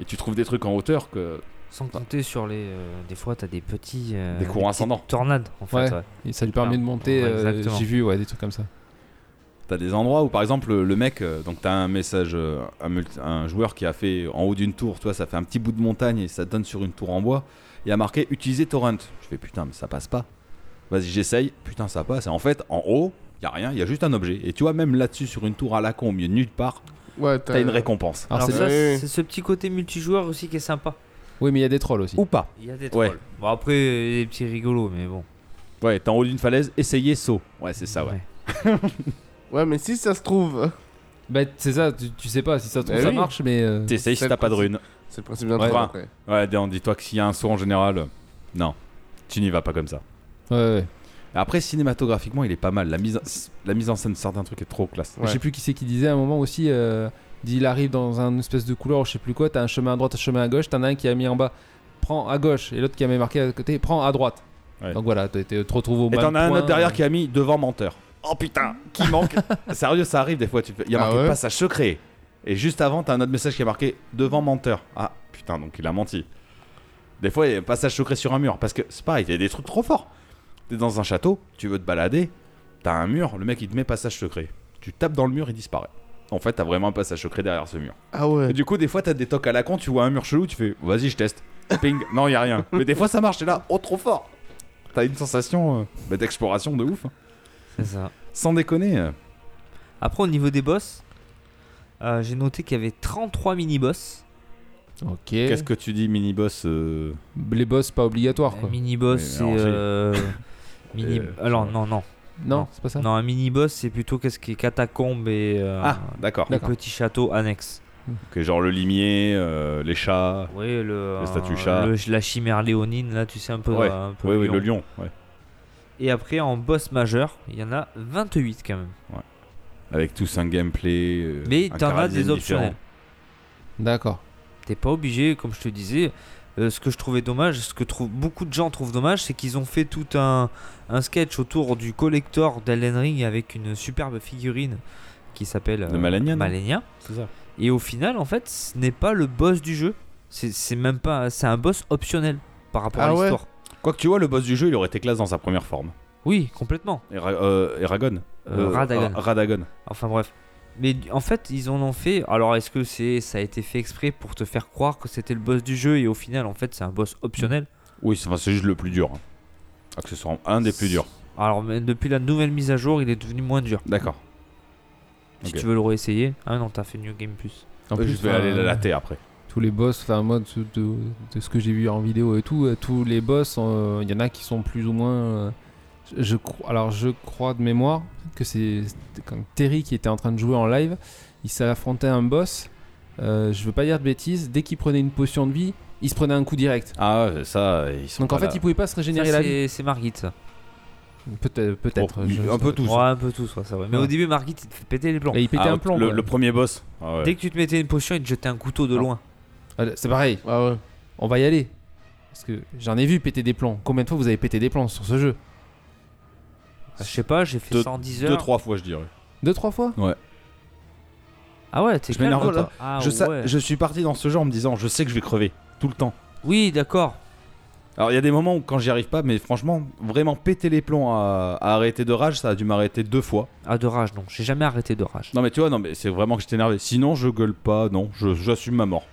D: Et tu trouves des trucs en hauteur que.
F: Sans compter sur les. euh, des fois, t'as des petits. euh,
D: Des courants
F: petites
D: ascendants.
F: Tornades, en fait.
G: Ouais.
F: ouais.
G: Et ça lui permet de monter.
F: Ouais,
G: euh,
F: exactement.
G: J'ai vu ouais, des trucs comme ça.
D: T'as des endroits où par exemple le- le mec, euh, donc t'as un message, euh, un, multi- un joueur qui a fait en haut d'une tour, toi ça fait un petit bout de montagne et ça donne sur une tour en bois, et a marqué utiliser torrent. Je fais putain mais ça passe pas. Vas-y j'essaye, putain ça passe. Et en fait en haut, y a rien, y a juste un objet. Et tu vois même là-dessus sur une tour à la con au milieu de nulle part,
E: Ouais,
D: t'as une récompense.
G: Alors,
F: Alors,
G: c'est-
F: ça,
E: Ouais.
F: c'est ce petit côté multijoueur aussi qui est sympa.
G: Oui, mais il y a des trolls aussi.
D: Ou pas.
F: Il y a des
D: Ouais.
F: trolls. Bon, après, euh, des petits rigolos, mais bon.
D: Ouais, t'es en haut d'une falaise, essayez saut. Ouais c'est ça Ah ouais.
E: Ouais, mais si ça se trouve,
G: Bah, c'est ça, tu, tu sais pas si ça se trouve,
D: Ben
E: Bah
G: ça
E: oui.
G: marche, mais. euh,
D: T'essayes si
E: C'est
D: t'as
E: le
D: pas de
E: principe.
D: rune.
E: c'est le principe d'un
G: Ouais.
E: truc
D: Enfin,
E: après.
D: Ouais, dis- dis-toi que s'il y a un saut en général, euh, non, tu n'y vas pas comme ça.
G: Ouais, ouais.
D: Après, cinématographiquement, il est pas mal. La mise, en- la mise en scène de certains trucs est trop classe.
G: Je sais plus qui c'est qui disait à un moment aussi. euh, dit, il arrive dans un espèce de couloir, ou je sais plus quoi. T'as un chemin à droite, un chemin à gauche. T'en as un qui a mis en bas, prends à gauche, et l'autre qui a mis marqué à côté, prends à droite.
D: Ouais.
G: Donc voilà, t'es- t'es- te retrouves au
D: Et
G: même
D: t'en as un
G: point,
D: autre derrière
G: euh,
D: qui a mis devant menteur. Oh putain, qui manque Sérieux, ça arrive des fois. Tu fais- Il y a
E: Ah
D: marqué
E: ouais
D: passage secret. Et juste avant, t'as un autre message qui est marqué devant menteur. Ah putain, donc il a menti. Des fois, il y a un passage secret sur un mur. Parce que c'est pareil, il y a des trucs trop forts. T'es dans un château, tu veux te balader, t'as un mur, le mec il te met passage secret. Tu tapes dans le mur, il disparaît. En fait, t'as vraiment un passage secret derrière ce mur.
E: Ah
D: Et
E: ouais.
D: du coup, des fois, t'as des tocs à la con, tu vois un mur chelou, tu fais vas-y, je teste. Ping, non, y a rien. Mais des fois, ça marche, t'es là, oh, trop fort. T'as une sensation euh, bah, d'exploration de ouf. hein.
F: C'est ça.
D: Sans déconner. euh,
F: Après, au niveau des boss, euh, j'ai noté qu'il y avait 33 mini-boss.
G: Ok.
D: Qu'est-ce que tu dis, mini-boss euh,
G: Les boss pas obligatoires
F: Un
G: quoi.
F: mini-boss,
D: Oui, mais
F: c'est.
D: alors, j'ai-
F: euh, mini...
D: Euh,
F: Alors, non, non.
G: Non, c'est pas ça.
F: Non, un mini-boss, c'est plutôt qu'est-ce qui est catacombe et. euh,
D: Ah, d'accord.
F: le petit château annexe.
D: Ok, genre le limier, euh, les chats.
F: Oui, le, euh,
D: Le statut chat.
F: le- la chimère léonine, là, tu sais, un peu.
D: Ouais.
F: un peu
D: Oui, oui,
F: lion.
D: le lion. ouais.
F: Et après, en boss majeur, il y en a 28 quand même.
D: Avec tous un gameplay. euh,
F: Mais
D: un
F: t'en as
D: chara-design
F: des optionnels.
D: différent.
G: D'accord.
F: T'es pas obligé, comme je te disais. Euh, ce que je trouvais dommage, ce que trou- beaucoup de gens trouvent dommage, c'est qu'ils ont fait tout un, un sketch autour du collector d'Elden Ring avec une superbe figurine qui s'appelle euh,
D: De Malenia, non
F: Malenia. Et au final, en fait, ce n'est pas le boss du jeu. C'est c'est même pas. C'est un boss optionnel par rapport à
E: Ah ouais
F: l'histoire.
D: Quoique tu vois, le boss du jeu, il aurait été classe dans sa première forme.
F: Oui, complètement.
D: Era- euh, Eragon.
F: Euh, Radagon.
D: Ra- Radagon.
F: Enfin bref. Mais en fait, ils en ont fait. Alors, est-ce que c'est ça a été fait exprès pour te faire croire que c'était le boss du jeu et au final, en fait, c'est un boss optionnel
D: Oui, c'est enfin, c'est juste le plus dur. hein. Accessoirement, un des plus durs.
F: Alors, mais depuis la nouvelle mise à jour, il est devenu moins dur.
D: D'accord.
F: Si
D: Ok.
F: tu veux le réessayer, ah non, t'as fait New Game Plus.
G: En
D: Je vais
G: enfin,
D: aller la latter après.
G: tous les boss, enfin moi de, de- de ce que j'ai vu en vidéo et tout, euh, tous les boss, euh, il y en a qui sont plus ou moins. euh, je, je cro- alors je crois de mémoire que c'est c'était quand Terry qui était en train de jouer en live, il s'est affronté à un boss. euh, je veux pas dire de bêtises, dès qu'il prenait une potion de vie, il se prenait un coup direct.
D: Ah, ouais, ça, ils sont.
G: Donc en
D: pas
G: fait,
D: là.
G: il pouvait pas se
F: Ça,
G: régénérer la vie.
F: C'est c'est Margit, ça.
G: Peut-être, peut-être.
D: Oh,
G: je-
D: un peu tous.
F: Ouais, un peu tous, ouais, ça va. Mais
G: Ouais.
F: au début, Margit, il te fait péter les plombs.
G: Et il pétait
D: Ah,
G: un plomb.
D: Le,
G: quoi.
D: le premier boss. Ah ouais.
F: Dès que tu te mettais une potion, il te jetait un couteau de
G: Ah.
F: loin.
G: Ah, C'est pareil.
E: Ah ouais.
G: on va y aller. Parce que j'en ai vu péter des plans. Combien de fois vous avez pété des plans sur ce jeu
F: Ah, je sais pas, j'ai fait
D: Deux-
F: 110 heures.
D: Deux, trois fois, je dirais.
G: Deux, trois fois
F: Ah ouais, t'es
D: Je m'énerve,
F: calme,
D: là.
F: toi. Ah
D: je, sa-
F: ouais.
D: je suis parti dans ce genre en me disant, je sais que je vais crever. Tout le temps.
F: Oui, d'accord.
D: Alors, il y a des moments où, quand j'y arrive pas, mais franchement, vraiment péter les plombs à, à arrêter de rage, ça a dû m'arrêter deux fois.
F: Ah, de rage, non. J'ai jamais arrêté de rage.
D: Non, mais tu vois, non, mais c'est vraiment que j'étais énervé. Sinon, je gueule pas, non, je- j'assume ma mort.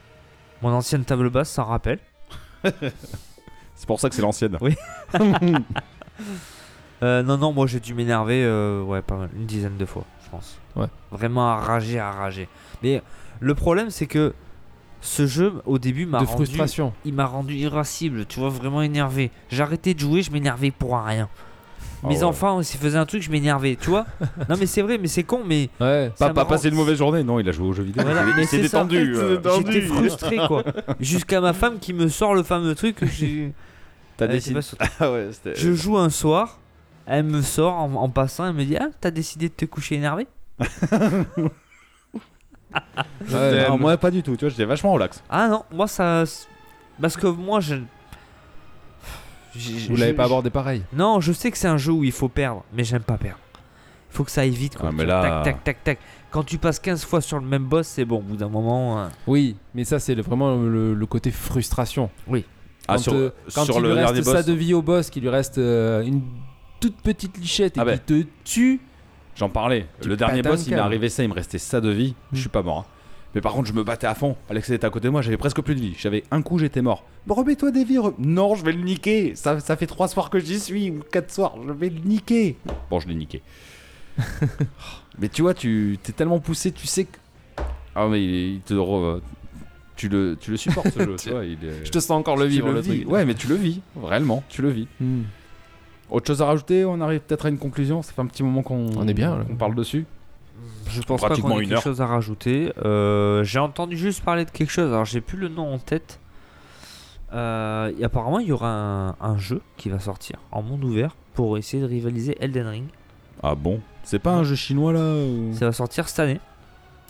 F: Mon ancienne table basse s'en rappelle.
D: C'est pour ça que c'est l'ancienne.
F: Euh, non, non, moi j'ai dû m'énerver euh, ouais, pas mal, une dizaine de fois, je pense.
G: Ouais.
F: Vraiment à rager, à rager. Mais le problème, c'est que ce jeu, au début, m'a
G: De
F: rendu,
G: frustration.
F: il m'a rendu irascible, tu vois, vraiment énervé. J'arrêtais de jouer, je m'énervais pour un rien.
D: Ah
F: Mes
D: ouais.
F: enfants, s'ils faisaient un truc, je m'énervais, tu vois. non, mais c'est vrai, mais c'est con, mais
G: Ouais.
F: ça
D: Pas,
F: me
D: pas
F: rend-
D: passer une mauvaise journée, non, il a joué aux jeux vidéo.
F: Voilà,
D: il
F: mais
D: il s'est
F: c'est ça.
D: détendu.
E: Il s'est
D: euh.
E: détendu.
F: J'étais frustré, quoi. Jusqu'à ma femme qui me sort le fameux truc. j'ai-
D: T'as
F: Elle était
D: décidé.
F: pas sur toi.
D: Ah ouais, c'était.
F: Je joue un soir, elle me sort en, en passant, elle me dit Ah, t'as décidé de te coucher énervé
G: Ouais,
D: Non,
G: non,
D: moi, pas du tout. Tu vois, j'étais vachement relax.
F: Ah non, moi ça. Parce que moi je. J'ai-
G: Vous
F: je-
G: l'avez pas
F: je-
G: abordé pareil.
F: Non, je sais que c'est un jeu où il faut perdre, mais j'aime pas perdre. Il faut que ça aille vite. Quoi.
D: Ah, mais
F: Tu-
D: là-
F: Tac, tac, tac, tac. Quand tu passes 15 fois sur le même boss, c'est bon, au bout d'un moment. euh,
G: Oui, mais ça c'est le- vraiment le, le côté frustration. Quand,
D: Ah, sur,
G: euh, quand
D: sur
G: il
D: le
G: lui
D: dernier
G: reste ça
D: boss,
G: de vie au boss, qu'il lui reste euh, une toute petite lichette et
D: Ah
G: qu'il te tue.
D: j'en parlais.
G: Tu
D: Le dernier
G: patanes
D: boss, il m'est
G: calme.
D: arrivé ça, il me restait ça de vie.
G: Mm.
D: Je suis pas mort. hein. Mais par contre, je me battais à fond. Alex était à côté de moi, j'avais presque plus de vie. J'avais un coup, j'étais mort. Bon, remets-toi des vies. re- Non, je vais le niquer. Ça, ça fait trois soirs que j'y suis, ou quatre soirs. Je vais le niquer. Bon, je l'ai niqué. mais tu vois, tu t'es tellement poussé, tu sais que. Ah, mais il, il te. re- Tu le, tu le supportes ce jeu, tu vois. Il, est-
G: Je te sens encore le
D: Tu
G: vivre
D: le
G: le
D: vis.
G: truc.
D: Ouais, mais tu le vis. Réellement, tu le vis.
G: Hmm.
D: Autre chose à rajouter On arrive peut-être à une conclusion. Ça fait un petit moment qu'on
G: On est bien, là.
D: qu'on parle dessus.
F: Je pense pas
D: Pratiquement
F: qu'on ait
D: une
F: quelque
D: heure.
F: chose à rajouter. Euh, j'ai entendu juste parler de quelque chose, alors j'ai plus le nom en tête. Euh, et apparemment, il y aura un, un jeu qui va sortir en monde ouvert pour essayer de rivaliser Elden Ring.
D: Ah bon C'est pas un jeu chinois là ou-
F: Ça va sortir cette année.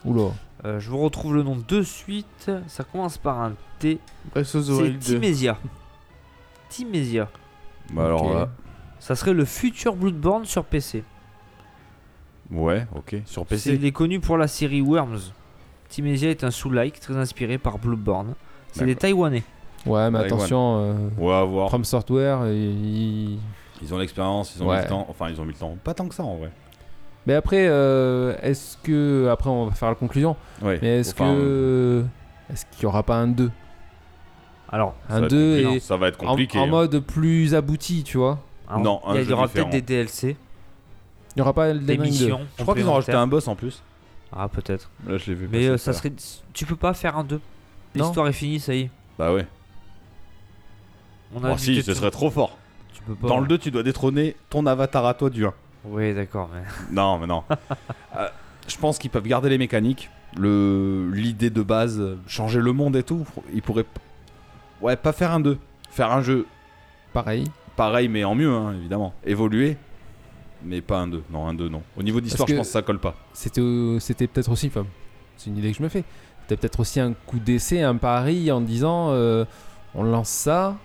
G: Oula.
F: Euh, je vous retrouve le nom de suite. Ça commence par un T.
E: Breath of the
F: C'est
E: Wild 2.
F: Timesia. Timesia.
D: Bah alors
G: Ok.
D: là,
F: Ça serait le futur Bloodborne sur PC.
D: ouais, ok. Sur
F: C'est-
D: PC.
F: Il est connu pour la série Worms. Timesia est un sous-like très inspiré par Bloodborne. C'est des
D: D'accord.
F: Taïwanais.
G: Ouais, mais
D: Taiwan.
G: attention, euh,
D: On va voir.
G: From Software, il- il-
D: Ils ont l'expérience, ils ont
G: Ouais.
D: mis le temps. Enfin, ils ont mis le temps. Pas tant que ça en vrai.
G: Mais après, euh, est-ce que. Après, on va faire la conclusion.
D: Ouais.
G: Mais est-ce
D: Enfin,
G: que. Est-ce qu'il y aura pas un 2
F: Alors,
D: ça
G: Un
D: va être
G: 2
D: compliqué.
G: et.
D: Ça va être
G: En,
D: compliqué.
G: en
D: hein.
G: mode plus abouti, tu vois.
F: alors,
D: Non, un
F: hein, il y a- il
D: jeu
F: y aura
D: différent.
F: peut-être des DLC,
G: Il n'y aura pas Elden
F: des
G: Ring 2.
F: missions.
D: Je crois qu'ils ont rajouté un boss en plus.
F: Ah, peut-être.
D: Là, je l'ai vu.
F: Mais
D: passer
F: euh,
D: tout à
F: ça
D: l'heure.
F: serait. Tu peux pas faire un 2.
G: Non.
F: L'histoire est finie, ça y est.
D: Bah ouais.
F: On
D: Oh,
F: évité
D: si, ce
F: tout.
D: serait trop fort.
F: Tu peux pas.
D: Dans le 2, tu dois détrôner ton avatar à toi du 1.
F: Oui, d'accord. Mais...
D: Non, mais non. Euh, je pense qu'ils peuvent garder les mécaniques, le l'idée de base, euh, changer le monde et tout. Ils pourraient, p- ouais, pas faire un 2, faire un jeu
G: Pareil.
D: pareil mais en mieux, hein, évidemment, évoluer, mais pas un 2. Non, un 2 non. Au niveau d'histoire,
G: Parce
D: je
G: que-
D: pense que ça colle pas.
G: C'était, au- c'était peut-être aussi. Enfin, c'est une idée que je me fais. C'était peut-être aussi un coup d'essai, un pari en disant euh, on lance ça,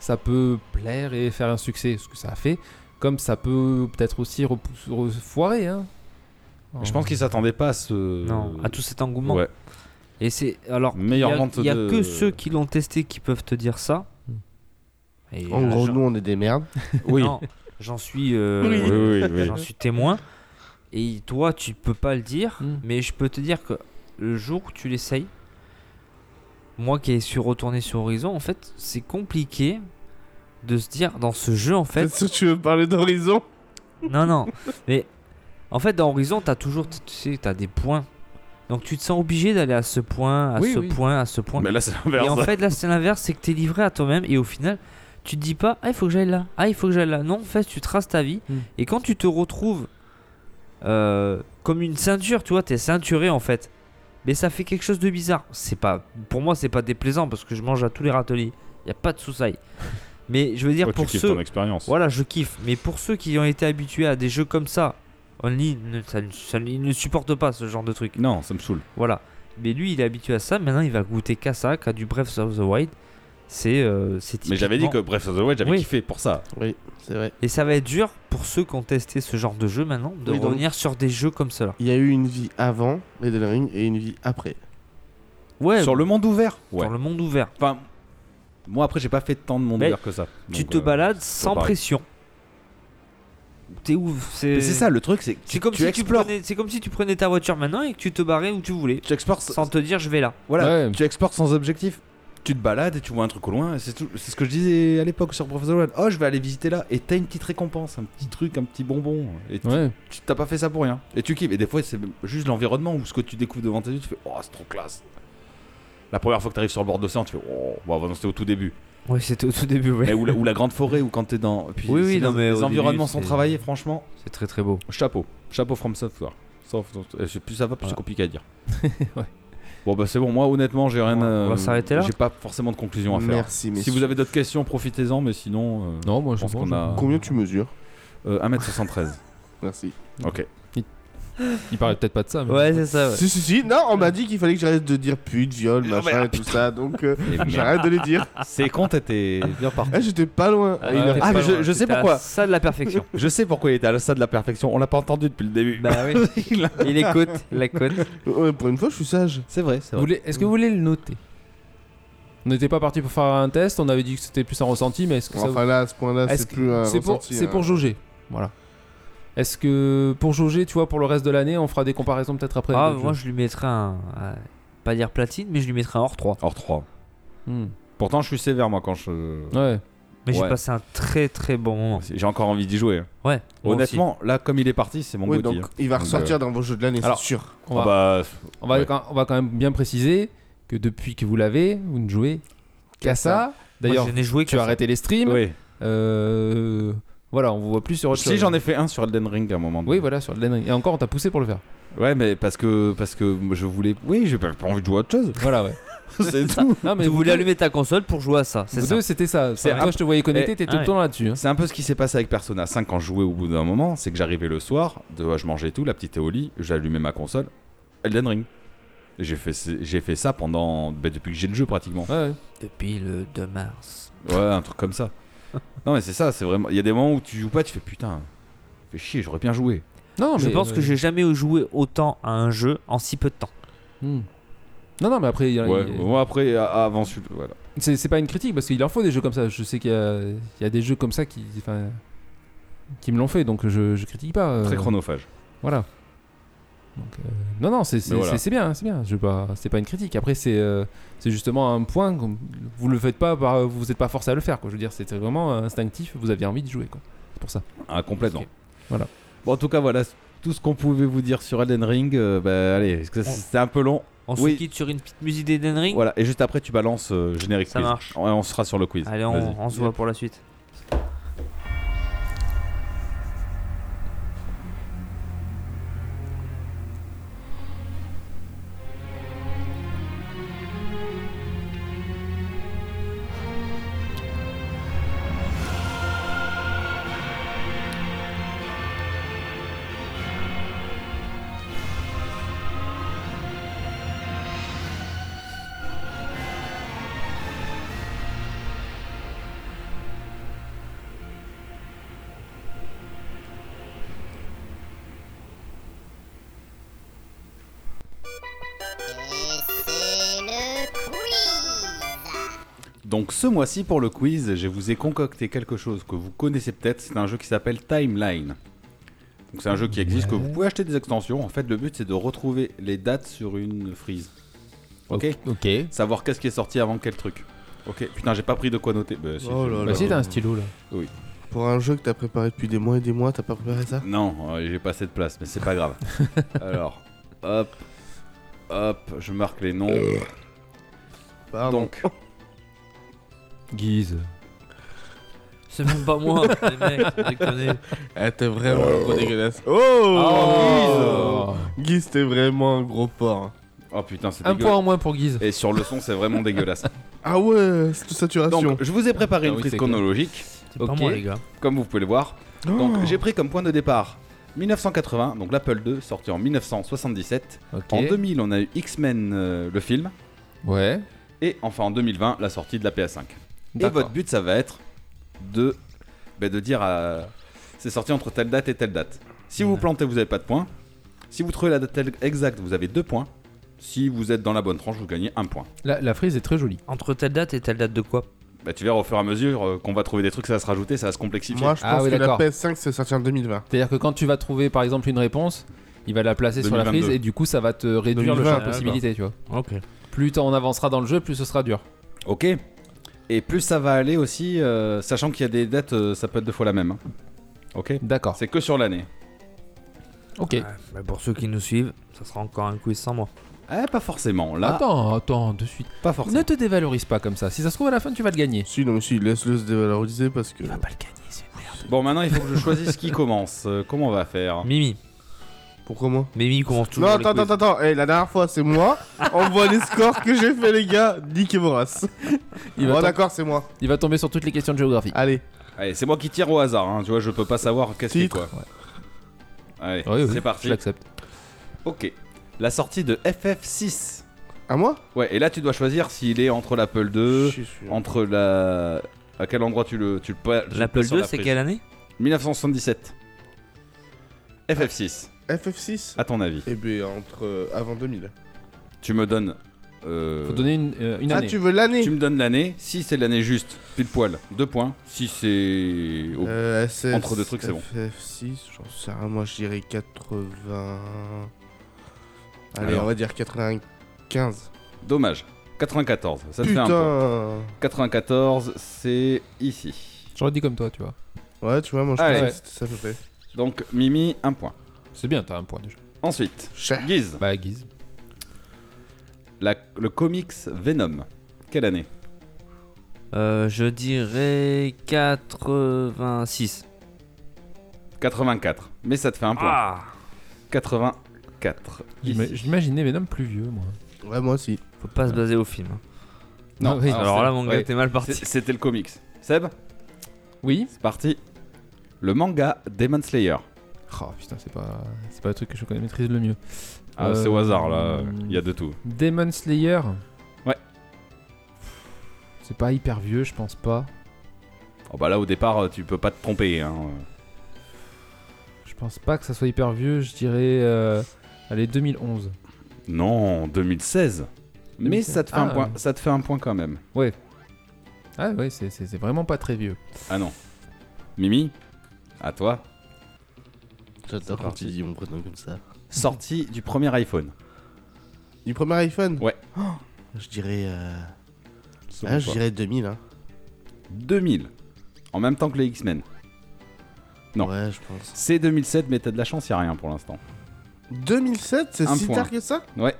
G: ça peut plaire et faire un succès, ce que ça a fait. Comme ça peut peut-être aussi repous- re- foirer. Hein.
D: Je pense qu'ils s'attendaient pas à ce.
F: Oh. Non, à tout cet engouement.
D: Euh, Ouais.
F: Et c'est. Alors, il y
D: Meilleure
F: a,
D: vente
F: il y a
D: de-
F: que ceux qui l'ont testé qui peuvent te dire ça. Et,
E: En
F: euh,
E: gros,
F: j'en-
E: nous, on est des merdes.
D: Oui.
F: Non, j'en suis. euh,
D: Oui, oui, oui.
F: J'en suis témoin. Et toi, tu peux pas le dire,
E: Hmm.
G: Mm.
F: mais je peux te dire que le jour où tu l'essayes, moi qui ai su retourner sur Horizon, en fait, c'est compliqué de se dire dans ce jeu, en fait.
E: Est-ce que tu veux parler d'Horizon
F: non, non, mais en fait, dans Horizon, t'as toujours, tu sais, t'as des points. Donc tu te sens obligé d'aller à ce point, à
G: Oui,
F: ce
G: oui.
F: point, à ce point.
D: Mais là, c'est
F: Et en
D: l'inverse.
F: fait, là, c'est l'inverse, c'est que t'es livré à toi-même et au final, tu te dis pas, ah, il faut que j'aille là, ah, il faut que j'aille là. Non, en fait, tu traces ta vie
G: Mm.
F: et quand tu te retrouves euh, comme une ceinture, tu vois, t'es ceinturé en fait. Mais ça fait quelque chose de bizarre. C'est pas, pour moi, c'est pas déplaisant parce que je mange à tous les râteliers. Y a pas de souci. Mais je veux dire
D: Ouais,
F: pour
D: tu kiffes
F: ceux,
D: ton expérience.
F: voilà, je kiffe. Mais pour ceux qui ont été habitués à des jeux comme ça, Only, ne- ça, ne- ça- ils ne supportent pas ce genre de truc.
D: Non, ça me saoule.
F: Voilà. Mais lui, il est habitué à ça. Maintenant, il va goûter qu'à ça, qu'à du Breath of the Wild. C'est euh, c'est
D: Mais j'avais dit que
F: typiquement-
D: Breath of the Wild, j'avais
F: Oui.
D: kiffé pour ça.
E: Oui, c'est vrai.
F: Et ça va être dur pour ceux qui ont testé ce genre de jeu maintenant de
E: Oui, donc-
F: revenir sur des jeux comme cela.
E: Il y a eu une vie avant Elden Ring et une vie après.
F: Ouais,
D: Sur le monde ouvert. Ouais.
F: dans le monde ouvert.
D: Enfin, moi après, j'ai pas fait tant de monde
F: Mais
D: ouvert que ça.
F: tu
D: Donc,
F: te
D: euh,
F: balades
D: c'est
F: sans
D: pareil.
F: pression. T'es ouf. C'est
D: Mais c'est ça, le truc, c'est que
F: C'est
D: tu,
F: comme,
D: tu
F: si tu
D: explores.
F: prenais- c'est comme si tu prenais ta voiture maintenant et que tu te barrais où tu voulais.
D: Tu explores,
F: Sans te dire, je vais là.
D: voilà,
G: Ouais.
D: tu explores sans objectif. Tu te balades et tu vois un truc au loin, et c'est tout. C'est ce que je disais à l'époque sur Breath of the Wild. Oh, je vais aller visiter là, et t'as une petite récompense, un petit truc, un petit bonbon. Et tu-
G: Ouais.
D: tu t'as pas fait ça pour rien. Et tu kiffes. Et des fois, c'est juste l'environnement ou ce que tu découvres devant tes yeux, tu fais Oh, c'est trop classe. La première fois que t'arrives sur le bord de l'océan, tu fais Oh, bon, avant, c'était au tout début.
F: Ouais, c'était au tout début, ouais.
D: Mais ou, la, ou la grande forêt, ou quand t'es dans. Puis,
F: Oui, oui,
D: c'est-
F: non, mais
D: les
F: au début,
D: environnements sont
F: c'est-
D: travaillés, franchement.
F: C'est très très beau.
D: Eh, Chapeau. Chapeau from software. Sauf- euh, plus ça va, plus c'est compliqué à dire. Bon, bah c'est bon, moi honnêtement, j'ai rien.
F: On va
D: euh,
F: s'arrêter là
D: J'ai pas forcément de conclusion à faire.
E: Merci,
D: Si
E: messieurs.
D: vous avez d'autres questions, profitez-en, mais sinon. euh,
G: Non, moi
D: je
G: je
D: pense
G: pense
D: qu'on a.
E: Combien tu mesures
D: Euh, 1m73.
E: Merci.
D: ok.
G: Il parlait peut-être pas de ça. Mais...
F: Ouais, c'est ça. ouais.
E: Si, si, si. Non, on m'a dit qu'il fallait que j'arrête de dire pute, viol, machin et tout ça. Donc, euh,
D: Et merde.
E: j'arrête de les dire.
D: Ces cons étaient bien partis.
E: Eh, j'étais pas loin.
F: Ah,
E: Il a-
G: t'es
D: Ah,
G: pas
D: mais je,
G: loin.
D: je sais
F: C'était à
D: pourquoi.
F: Ça de la perfection.
D: Je sais pourquoi il était à ça de la perfection. On l'a pas entendu depuis le début.
F: bah oui. Il écoute, la cote.
E: Ouais, pour une fois, je suis sage.
D: c'est vrai, c'est
G: Vous voulez- Est-ce que vous voulez le noter On n'était pas parti pour faire un test. On avait dit que c'était plus un ressenti, mais est-ce que ça vous-
E: Enfin, là, à ce point-là,
G: Est-ce
E: c'est
G: que-
E: plus un
G: c'est pour,
E: ressenti,
G: c'est
E: hein.
G: pour jauger. Voilà. Est-ce que pour jauger, tu vois, pour le reste de l'année, on fera des comparaisons peut-être après
F: Ah,
G: avec le
F: moi
G: jeu.
F: je lui mettrais un. euh, Pas dire platine, mais je lui mettrais un hors 3.
D: Hors 3.
G: Hmm.
D: Pourtant, je suis sévère, moi, quand je.
G: Ouais.
F: Mais
D: Ouais.
F: j'ai passé un très très bon moment.
D: J'ai encore envie d'y jouer.
F: Ouais. moi aussi.
D: Honnêtement, là, comme il est parti, c'est mon
E: Oui,
D: Gauthier.
E: donc, il va
D: Donc,
E: ressortir dans vos jeux de l'année, c'est
G: euh, Alors,
E: sûr.
D: Ah
G: On va,
D: bah,
G: on, va
D: ouais.
G: quand, on va quand même bien préciser que depuis que vous l'avez, vous ne jouez qu'à ça. D'ailleurs,
F: Moi, je n'ai joué
G: tu
F: que
G: as arrêté les streams.
D: oui.
G: Euh, voilà, on vous voit plus sur autre
D: Si
G: chose.
D: j'en ai fait un sur Elden Ring à un moment.
G: Oui, voilà, sur Elden Ring. Et encore, on t'a poussé pour le faire.
D: Ouais, mais parce que parce que je voulais. Oui, j'ai pas pas envie de jouer à autre chose.
G: Voilà, ouais.
D: c'est tout.
G: Non, mais
F: Tu
G: vous
F: voulais
G: deux-
F: allumer ta console pour jouer à ça, c'est
G: vous
F: ça
G: deux, c'était ça. Enfin,
D: C'est
G: toi, je te voyais connecté,
D: Eh,
G: t'étais
F: ah
G: tout
F: ouais.
G: le temps là-dessus. hein.
D: C'est un peu ce qui s'est passé avec Persona 5 quand je jouais au bout d'un moment, c'est que j'arrivais le soir, de, je mangeais tout, la petite est au lit, j'allumais ma console, Elden Ring. Et J'ai fait, ce- j'ai fait ça pendant bah, depuis que j'ai le jeu pratiquement.
G: Ouais, ouais.
F: Depuis le 2 mars.
D: Ouais, un truc comme ça. Non mais c'est ça, c'est vraiment. Il y a des moments où tu joues pas, tu fais putain, fais chier, j'aurais bien joué.
G: Non,
F: je
G: mais,
F: pense
G: euh,
F: que j'ai jamais joué autant à un jeu en si peu de temps.
G: hmm. Non, non, mais après, il y a-
D: Ouais,
G: il y a-
D: moi après a- avant celui- voilà.
G: c'est c'est pas une critique parce qu'il leur faut des jeux comme ça. Je sais qu'il y, a- il y a des jeux comme ça qui, enfin, qui me l'ont fait, donc je, je critique pas. euh,
D: Très chronophage.
G: Voilà. Donc, euh, non, non, c'est c'est-
D: Mais voilà.
G: c'est- c'est bien, hein, c'est bien. Je veux pas, c'est pas une critique. Après, c'est euh, c'est justement un point. qu'on- Vous le faites pas, par, vous êtes pas forcé à le faire. Quoi. Je veux dire, c'était vraiment instinctif. Vous aviez envie de jouer, quoi. C'est pour ça.
D: Ah, complètement.
G: Ok. Voilà.
D: Bon en tout cas voilà c'est tout ce qu'on pouvait vous dire sur Elden Ring. euh, bah allez, parce que c'était un peu long.
F: On
D: Oui.
F: se quitte sur une petite musique d'Eden Ring.
D: Voilà et juste après tu balances euh, générique.
F: Ça
D: quiz.
F: marche.
D: Ouais, on sera sur le quiz.
F: Allez,
D: Vas-y.
F: on, on se voit pour la suite.
D: Donc ce mois-ci pour le quiz, je vous ai concocté quelque chose que vous connaissez peut-être, c'est un jeu qui s'appelle Timeline. Donc c'est un jeu qui existe, que vous pouvez acheter des extensions. En fait le but c'est de retrouver les dates sur une frise. Ok
G: Ok.
D: Savoir qu'est-ce qui est sorti avant quel truc. Ok, putain j'ai pas pris de quoi noter. Bah, si,
E: Oh
D: je-
E: là
D: bah,
E: là.
G: Bah, si, t'as un stylo là.
E: Pour un jeu que t'as préparé depuis des mois et des mois, t'as pas préparé ça
D: Non, euh, j'ai pas assez de place, mais c'est pas grave. Alors, hop, hop, je marque les noms.
E: Pardon.
D: Donc,
G: Guise.
F: C'est même pas moi, les mecs, déconnez.
E: Eh, t'es vraiment un gros dégueulasse.
G: Oh,
E: Oh, Guy, c'était vraiment un gros porc.
D: oh putain c'est
G: Un point
D: dégueulasse.
G: en moins pour Guise.
D: Et sur le son c'est vraiment dégueulasse.
E: Ah ouais, c'est de saturation.
D: Donc je vous ai préparé
G: Ah
D: une
G: oui,
D: frise
G: c'est clair.
D: chronologique.
F: C'est
G: Ok.
F: pas moi, les gars.
D: comme vous pouvez le voir.
E: Oh.
D: Donc j'ai pris comme point de départ 1980, donc l'Apple II sorti en 1977.
G: Ok.
D: En 2000, on a eu X-Men euh, le film
G: Ouais.
D: et enfin en 2020 la sortie de la PS5. Et
G: D'accord.
D: votre but ça va être de ben, de dire à c'est sorti entre telle date et telle date. Si vous plantez, vous n'avez pas de points. Si vous trouvez la date exacte, vous avez deux points. Si vous êtes dans la bonne tranche, vous gagnez un point.
G: La, la frise est très jolie.
F: Entre telle date et telle date de quoi
D: Bah, tu verras au fur et à mesure euh, qu'on va trouver des trucs, ça va se rajouter, ça va se complexifier.
E: Moi, je pense
G: Ah oui,
E: que la
G: d'accord.
E: PS5, c'est sorti en 2020.
G: C'est-à-dire que quand tu vas trouver par exemple une réponse, il va la placer sur la
D: 2022.
G: frise et du coup ça va te réduire le
E: 2020,
G: champ de possibilités, tu vois.
F: Ok.
G: Plus t'en- on avancera dans le jeu, plus ce sera dur.
D: Ok. Et plus ça va aller aussi, euh, sachant qu'il y a des dates, euh, ça peut être deux fois la même. hein. Ok.
G: D'accord.
D: C'est que sur l'année.
G: Ok.
F: pour ceux qui nous suivent, ça sera encore un quiz sans moi.
D: Eh, pas forcément. Là,
G: Attends, attends, de suite.
D: pas forcément.
G: Ne te dévalorise pas comme ça. Si ça se trouve à la fin, tu vas le gagner.
E: Si, non, mais si, laisse-le se dévaloriser parce que.
G: pas le gagner, c'est merde.
D: Bon, maintenant, il faut que je choisisse qui commence. Euh, comment on va faire
F: Mimi.
E: Pourquoi moi
F: Mimi commence
E: Non,
F: toujours. les
E: attends,
F: quiz.
E: attends, attends. Eh, la dernière fois, c'est moi. On voit les scores que j'ai fait, les gars. Nick et Boras.
G: Il va
E: Bon,
G: tom-
E: d'accord, c'est moi.
G: Il va tomber sur toutes les questions de géographie.
E: Allez.
D: Allez, c'est moi qui tire au hasard, hein, tu vois, je peux pas savoir qu'est-ce qui est quoi.
E: Titre.
D: Allez,
G: Oui, oui,
D: c'est parti.
G: Je l'accepte.
D: Ok. La sortie de FF6.
E: À moi
D: Ouais, et là tu dois choisir s'il est entre l'Apple 2,
E: suis sûr.
D: entre la. À quel endroit tu le. Tu le pla- tu le
F: L'Apple
D: places sur
F: 2,
D: la
F: c'est
D: frise.
F: quelle année
D: 1977. FF6,
E: FF6
D: à ton avis.
E: Eh ben, entre. euh, avant 2000.
D: Tu me donnes. euh,
G: Faut donner une, euh, une
E: Ah,
G: année.
E: tu veux l'année
D: Tu me donnes l'année. Si c'est l'année juste, pile poil, 2 points. Si c'est. au-
E: Euh, SF,
D: Entre deux trucs, c'est bon.
E: FF6, j'en sais rien, moi je dirais 80. Allez,
D: Alors.
E: on va dire 95.
D: Dommage. 94, ça te fait un point.
E: Putain
D: 94, c'est ici.
G: J'aurais dit comme toi, tu vois.
E: Ouais, tu vois, moi je
D: Allez.
E: pense que ça peut près.
D: Donc Mimi, un point.
G: C'est bien, t'as un point déjà.
D: Ensuite,
E: Cher.
D: Guise,
G: Bah, Guise.
D: la- le comics Venom. Quelle année
F: Euh, Je dirais 86.
D: 84. Mais ça te fait un point.
F: Ah
D: 84.
G: J'ima-
D: Ici.
G: J'imaginais Venom plus vieux, moi.
E: Ouais, moi aussi.
F: Faut pas se baser au film. hein.
D: Non,
G: Ah oui.
D: alors-
G: Alors,
F: Alors
D: c'est-
F: là, mon gars,
D: ouais.
F: t'es mal
D: C'est-
F: parti.
D: C'était le comics. Seb,
G: oui.
D: c'est parti. Le manga Demon Slayer.
G: Oh putain, c'est pas, c'est pas le truc que je connais, maîtrise le mieux.
D: Ah,
G: Euh,
D: C'est au hasard là,
G: hum.
D: il y a de tout.
G: Demon Slayer.
D: Ouais.
G: C'est pas hyper vieux, je pense pas.
D: Oh bah là au départ tu peux pas te tromper. Hein.
G: Je pense pas que ça soit hyper vieux, je dirais. euh, Allez, 2011.
D: Non, 2016. Mais
G: 2016.
D: ça te fait un
G: Ah.
D: point. Ça te fait un point quand même.
G: Ah ouais, c'est, c'est- c'est vraiment pas très vieux.
D: Ah non. Mimi, à toi.
E: J'adore
D: quand tu
E: dis mon prénom comme ça.
D: Sortie du premier iPhone.
E: Du premier iPhone
D: Ouais.
E: Oh, je dirais. euh,
D: Selon
E: Ah, je
D: toi.
E: dirais 2000. Hein.
D: 2000. En même temps que les X-Men. Non.
E: Ouais, je pense.
D: C'est 2007 mais t'as de la chance, y a rien pour l'instant.
E: 2007, c'est
D: Un
E: si
D: point.
E: tard que ça
D: Ouais.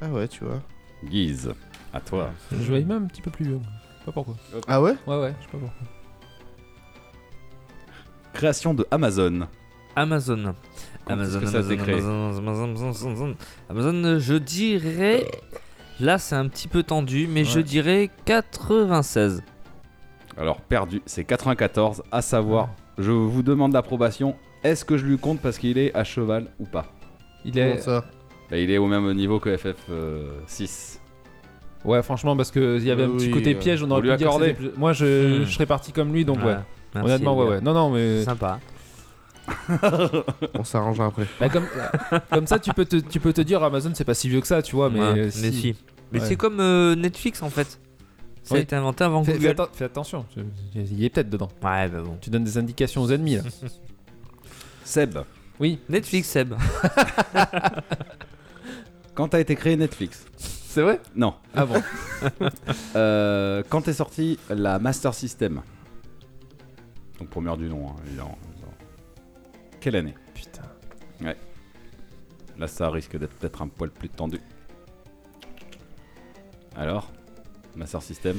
E: Ah ouais, tu vois.
D: Guise, à toi.
G: Je voyais même un petit peu plus vieux. moi. Je sais Pas pourquoi.
E: Ah ouais
G: Ouais, ouais, je sais pas pourquoi.
D: Création de Amazon.
F: Amazon.
D: Quand est-ce
F: Amazon,
D: que ça a été
F: Amazon,
D: créé
F: Amazon, Amazon, Amazon, Amazon, Amazon, euh, je dirais. Là, c'est un petit peu tendu, mais je
G: Ouais.
F: dirais 96.
D: Alors perdu, c'est 94, à savoir, je vous demande l'approbation, est-ce que je lui compte parce qu'il est à cheval ou pas
G: Il
E: Comment
G: est.
E: ça
D: Bah, Il est au même niveau que euh, FF6.
G: Ouais, franchement, parce qu'il y avait un
E: Oui,
G: petit côté
E: euh,
G: piège, on
D: vous
G: aurait
D: lui
G: pu dire. que
D: accordez.
G: c'était plus- Moi, je,
F: Hmm.
G: je serais parti comme lui, donc ouais.
F: Voilà. Merci,
G: Honnêtement,
F: les
G: ouais,
F: gars.
G: ouais. Non, non, mais.
F: Sympa.
E: On s'arrangera après.
G: Bah, comme, comme ça, tu peux, te, tu peux te dire Amazon, c'est pas si vieux que ça, tu vois, mais.
F: Ouais,
G: euh, si.
F: si. Mais
G: Ouais.
F: c'est comme euh, Netflix en fait. Ça a
G: Oui.
F: été inventé avant
G: Fais, fais
F: Google.
G: atten- fais attention, je- je- il est peut-être dedans.
F: Ouais, bah bon.
G: Tu donnes des indications aux ennemis là.
D: Seb,
G: Oui,
F: Netflix, Seb.
D: quand a été créé Netflix
G: c'est vrai
D: Non.
G: Ah bon
D: Euh, quand est sortie la Master System Donc première du nom, hein, évidemment. Quelle année
G: Putain.
D: Là ça risque d'être peut-être un poil plus tendu. Alors Master System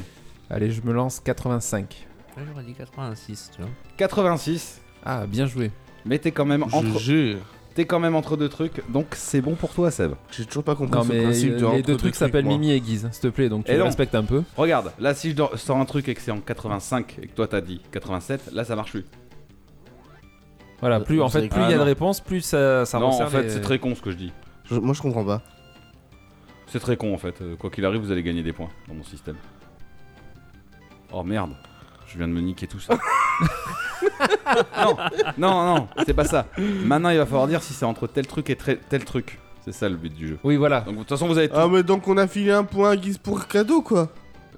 G: Allez, je me lance 85.
F: Ouais, J'aurais dit 86, tu vois.
D: 86,
G: Ah, bien joué.
D: mais t'es quand, même entre...
E: jure.
D: t'es quand même entre deux trucs, donc c'est bon pour toi Seb.
E: J'ai toujours pas compris
G: Non,
E: ce
G: mais
E: principe de
G: euh, les
E: entre
G: deux trucs s'appellent
E: moi.
G: Mimi et Guise, s'il te plaît, donc tu
D: Et
G: les
D: Eh non.
G: respectes un peu.
D: Regarde, là si je dors- sors un truc et que c'est en 85 et que toi t'as dit 87, là ça marche plus.
G: Voilà,
E: Euh,
G: plus en
E: vous
G: fait,
E: savez
G: plus
D: quoi
G: il
D: Ah,
G: y a de
D: non.
G: réponses, plus ça, ça
D: non, en
G: resserre
D: fait
G: les-
D: c'est très con ce que je dis.
E: Je- moi je comprends pas.
D: C'est très con en fait. Euh, Quoi qu'il arrive, vous allez gagner des points dans mon système. Oh merde, je viens de me niquer tout ça. non, non, non, c'est pas ça. Maintenant il va falloir dire si c'est entre tel truc et très- tel truc. C'est ça le but du jeu.
G: Oui, voilà.
D: Donc de toute façon vous avez tout.
E: Ah, mais donc on a filé un point à Guise pour cadeau quoi.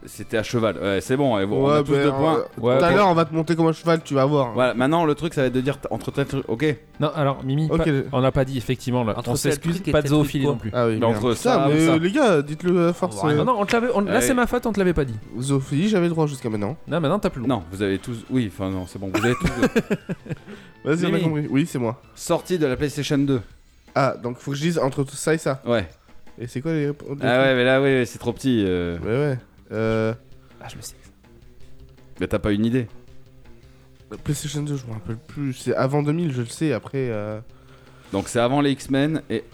D: C'était à cheval. Ouais, c'est bon, et vous- on a tous
E: ben,
D: deux points.
E: euh,
G: Ouais,
E: Tout à
G: bon.
E: l'heure on va te monter comme un cheval, tu vas voir.
D: Voilà, maintenant le truc ça va être de dire t- entre tel truc. Ok,
G: Non, alors Mimi,
E: Ok.
G: pas- on n'a pas dit effectivement là.
F: Entre
G: on
F: tel
G: s'excuse,
F: truc et
G: pas de
F: tel truc,
G: zoophilie
F: quoi.
G: non plus.
E: Ah oui,
D: Mais
E: merde.
D: Bah, entre
E: Putain,
D: ça,
E: mais
D: ça.
E: euh, les gars, dites-le à force.
G: Non,
E: euh,
G: non, on te l'avait- on- là
D: Allez.
G: c'est ma faute, on te l'avait pas dit.
E: Zoophilie, j'avais le droit jusqu'à maintenant.
G: Non, maintenant t'as plus le droit.
D: non, vous avez tous. Oui, enfin non, c'est bon, vous avez tous. deux.
E: Vas-y, on a
D: Mimi.
E: compris. Oui, c'est moi.
D: Sortie de la PlayStation 2.
E: Ah, donc faut que je dise entre tout ça et ça.
D: Ouais.
E: Et c'est quoi les réponses
D: Ah ouais, mais là, oui, c'est trop petit. euh.
E: Ouais, ouais. Euh,
G: Ah, je le sais.
D: Mais t'as pas une idée.
E: PlayStation 2, je me rappelle plus. C'est avant 2000, je le sais. Après, euh,
D: Donc c'est avant les X-Men et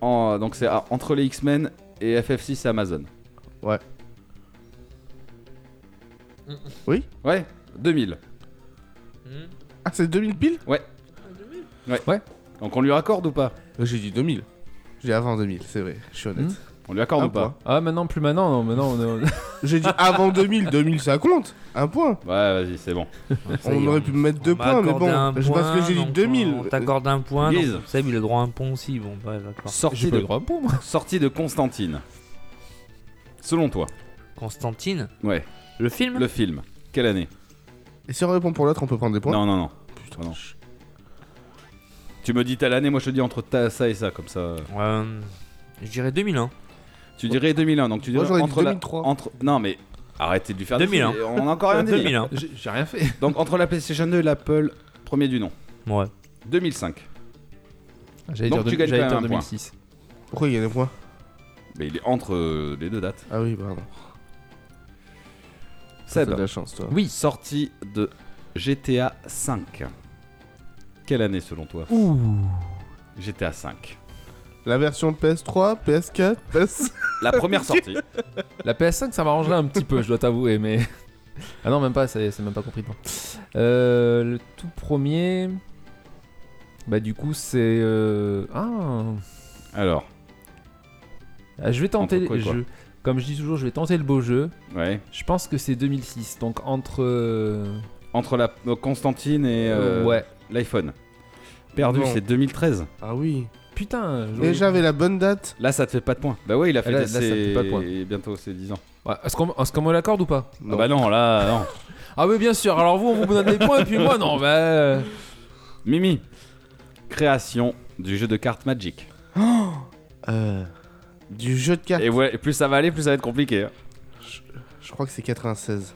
D: en- donc c'est à- entre les X-Men et FF6 Amazon.
E: Ouais. Oui
D: Ouais, 2000.
E: Ah, c'est 2000 piles
D: Donc on lui raccorde ou pas
E: Euh, J'ai dit 2000. J'ai dit avant 2000, c'est vrai, je suis honnête.
G: Hmm.
D: On lui accorde
E: Un
D: ou pas
G: Ah, maintenant, plus maintenant, non, maintenant, on est-
E: J'ai dit avant 2000, 2000 ça compte Un point
D: Ouais, vas-y, c'est bon.
E: On aurait pu me mettre deux
F: On m'a
E: points, mais
F: accordé
E: bon,
F: un
E: je pense
F: point,
E: que j'ai dit
F: donc
E: 2000.
F: On t'accorde un point.
D: Guise.
F: donc Seb, il a droit à un pont aussi. Bon, bah, bref, d'accord.
G: j'ai
D: Sortie
G: pas le
D: de,
G: droit pour moi.
D: sortie de Constantine. Selon toi,
F: Constantine,
D: ouais,
F: le film
D: le film, quelle année
E: Et si on répond pour l'autre, on peut prendre des points
D: Non, non, non. Ah non. Tu me dis telle année, moi je te dis entre ta- ça et ça, comme ça.
F: Euh, Je dirais hein. 2001.
D: Tu dirais 2001, donc tu
E: Moi,
D: dirais
E: j'aurais dit
D: entre la-
E: 2003.
D: entre... Non, mais arrêtez de lui faire des
F: 2001.
D: trucs, On a encore
E: Ah,
D: rien dit.
F: 2001.
G: J'ai j'ai rien fait.
D: Donc entre la PlayStation 2 et l'Apple, premier du nom.
F: Ouais.
D: 2005.
G: J'allais
D: Donc
G: dire, de-
D: tu gagnes
G: j'allais
D: quand
G: dire
D: même un point.
G: 2006.
E: Pourquoi il y a des points
D: Mais il est entre euh, les deux dates.
E: Ah oui, pardon. T'as
D: Seb,
E: de la chance, toi.
D: oui. sortie de GTA 5. Quelle année selon toi GTA 5.
E: La version PS3, PS4, PS...
D: La première sortie.
G: La PS5, ça m'arrangerait un petit peu, je dois t'avouer, mais. Ah non, même pas, c'est c'est même pas compris. de moi. Euh, le tout premier. Bah, du coup, c'est. euh, Ah,
D: Alors,
G: Ah, Je vais tenter.
D: Entre quoi et quoi
G: je- Comme je dis toujours, je vais tenter le beau jeu.
D: ouais.
G: Je pense que c'est 2006, donc entre. euh,
D: Entre la euh, Constantine et euh,
G: Ouais.
D: l'iPhone. Perdu,
E: Non.
D: c'est 2013.
E: Ah oui.
G: Putain, je-
E: Et j'avais la bonne date.
D: Là, ça te fait pas de points. Bah ouais, il a fait
G: Là-
D: ses-
G: là, ça te fait pas de points.
D: et bientôt c'est 10 ans.
G: Ouais, Est-ce qu'on est-ce qu'on me l'accorde ou pas
D: Ah bah non, là, non.
G: Ah, oui, bien sûr, alors vous, on vous donne des points, et puis moi, non, bah. euh,
D: Mimi, création du jeu de cartes Magic.
E: Euh, du jeu de cartes,
D: Et ouais, plus ça va aller, plus ça va être compliqué. hein.
E: je crois que c'est 96.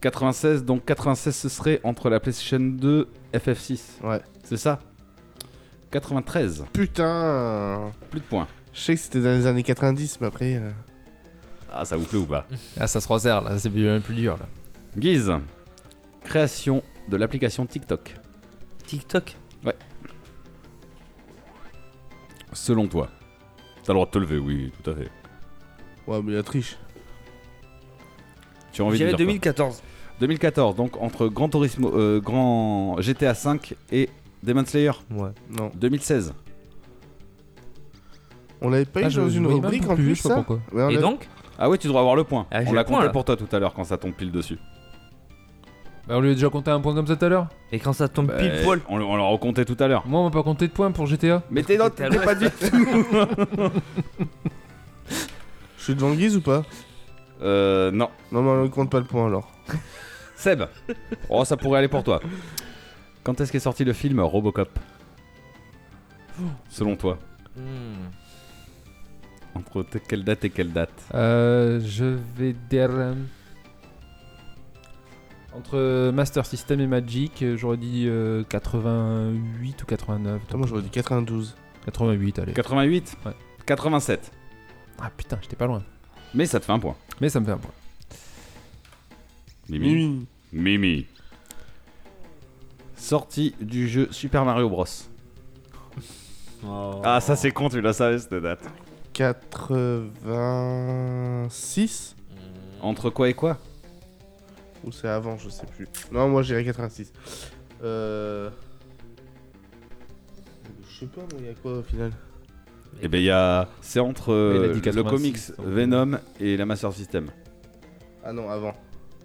D: 96, donc 96 ce serait entre la PlayStation 2 FF6.
E: Ouais.
D: C'est ça 93,
E: Putain
D: plus de points.
E: Je sais que c'était dans les années 90, mais après... euh,
D: Ah, ça vous plaît ou pas
G: Ah, ça se resserre, là, c'est bien plus dur, là.
D: Guise, création de l'application TikTok.
F: TikTok.
D: Selon toi T'as le droit de te lever, oui, tout à fait.
E: Ouais, mais la triche.
D: Tu as envie de
F: J'irais
D: dire quoi
F: 2014.
D: 2014, donc entre Grand Turismo, euh, Grand GTA 5 et Demon Slayer.
F: Ouais.
E: Non.
D: 2016.
E: On l'avait pas
G: Ah,
E: eu dans une
G: voyais même
E: rubrique
G: pas
E: en
G: plus,
E: plus,
G: je sais pas
E: ça
G: pourquoi.
E: Ouais, on
F: Et
E: l'a-
F: donc
D: Ah oui, tu devrais avoir le point.
F: Ah, j'ai
D: On l'a
F: le point,
D: compté
F: là.
D: pour toi tout à l'heure quand ça tombe pile dessus.
G: Bah, on lui a déjà compté un point comme ça tout à l'heure.
F: Et quand ça tombe
D: Bah,
F: pile poil.
D: On, le- on l'a recompté tout à l'heure.
G: Moi, on m'a pas compté de points pour GTA.
D: Mais t'es dans-
F: t'étais à
D: t'es pas du tout.
E: Je suis devant Guise ou pas
D: euh, non.
E: Non, mais on ne compte pas le point alors.
D: Seb. Oh, ça pourrait aller pour toi. Quand est-ce qu'est sorti le film Robocop Selon toi,
F: Hmm.
D: entre t- quelle date et quelle date
G: Euh, je vais dire. euh, Entre Master System et Magic, euh, j'aurais dit euh, 88 ou 89.
E: Putain, Ah, moi j'aurais dit 92.
G: 88, allez.
D: 88
G: Ouais.
D: 87.
G: Ah putain, j'étais pas loin.
D: Mais ça te fait un point.
G: Mais ça me fait un point.
D: Mimi. Mimi. Sortie du jeu Super Mario Bros. Ah, ça c'est con, tu la savais cette date.
E: 86
D: Entre quoi et quoi
E: Ou c'est avant, je sais plus. Non, moi j'irais 86. Euh... Je sais pas, moi, il y a quoi au final
D: Eh ben, il y a. C'est entre
G: Il a
D: euh, le
G: dit 86,
D: comics
G: donc, euh.
D: Venom et la Master System.
E: Ah non, avant.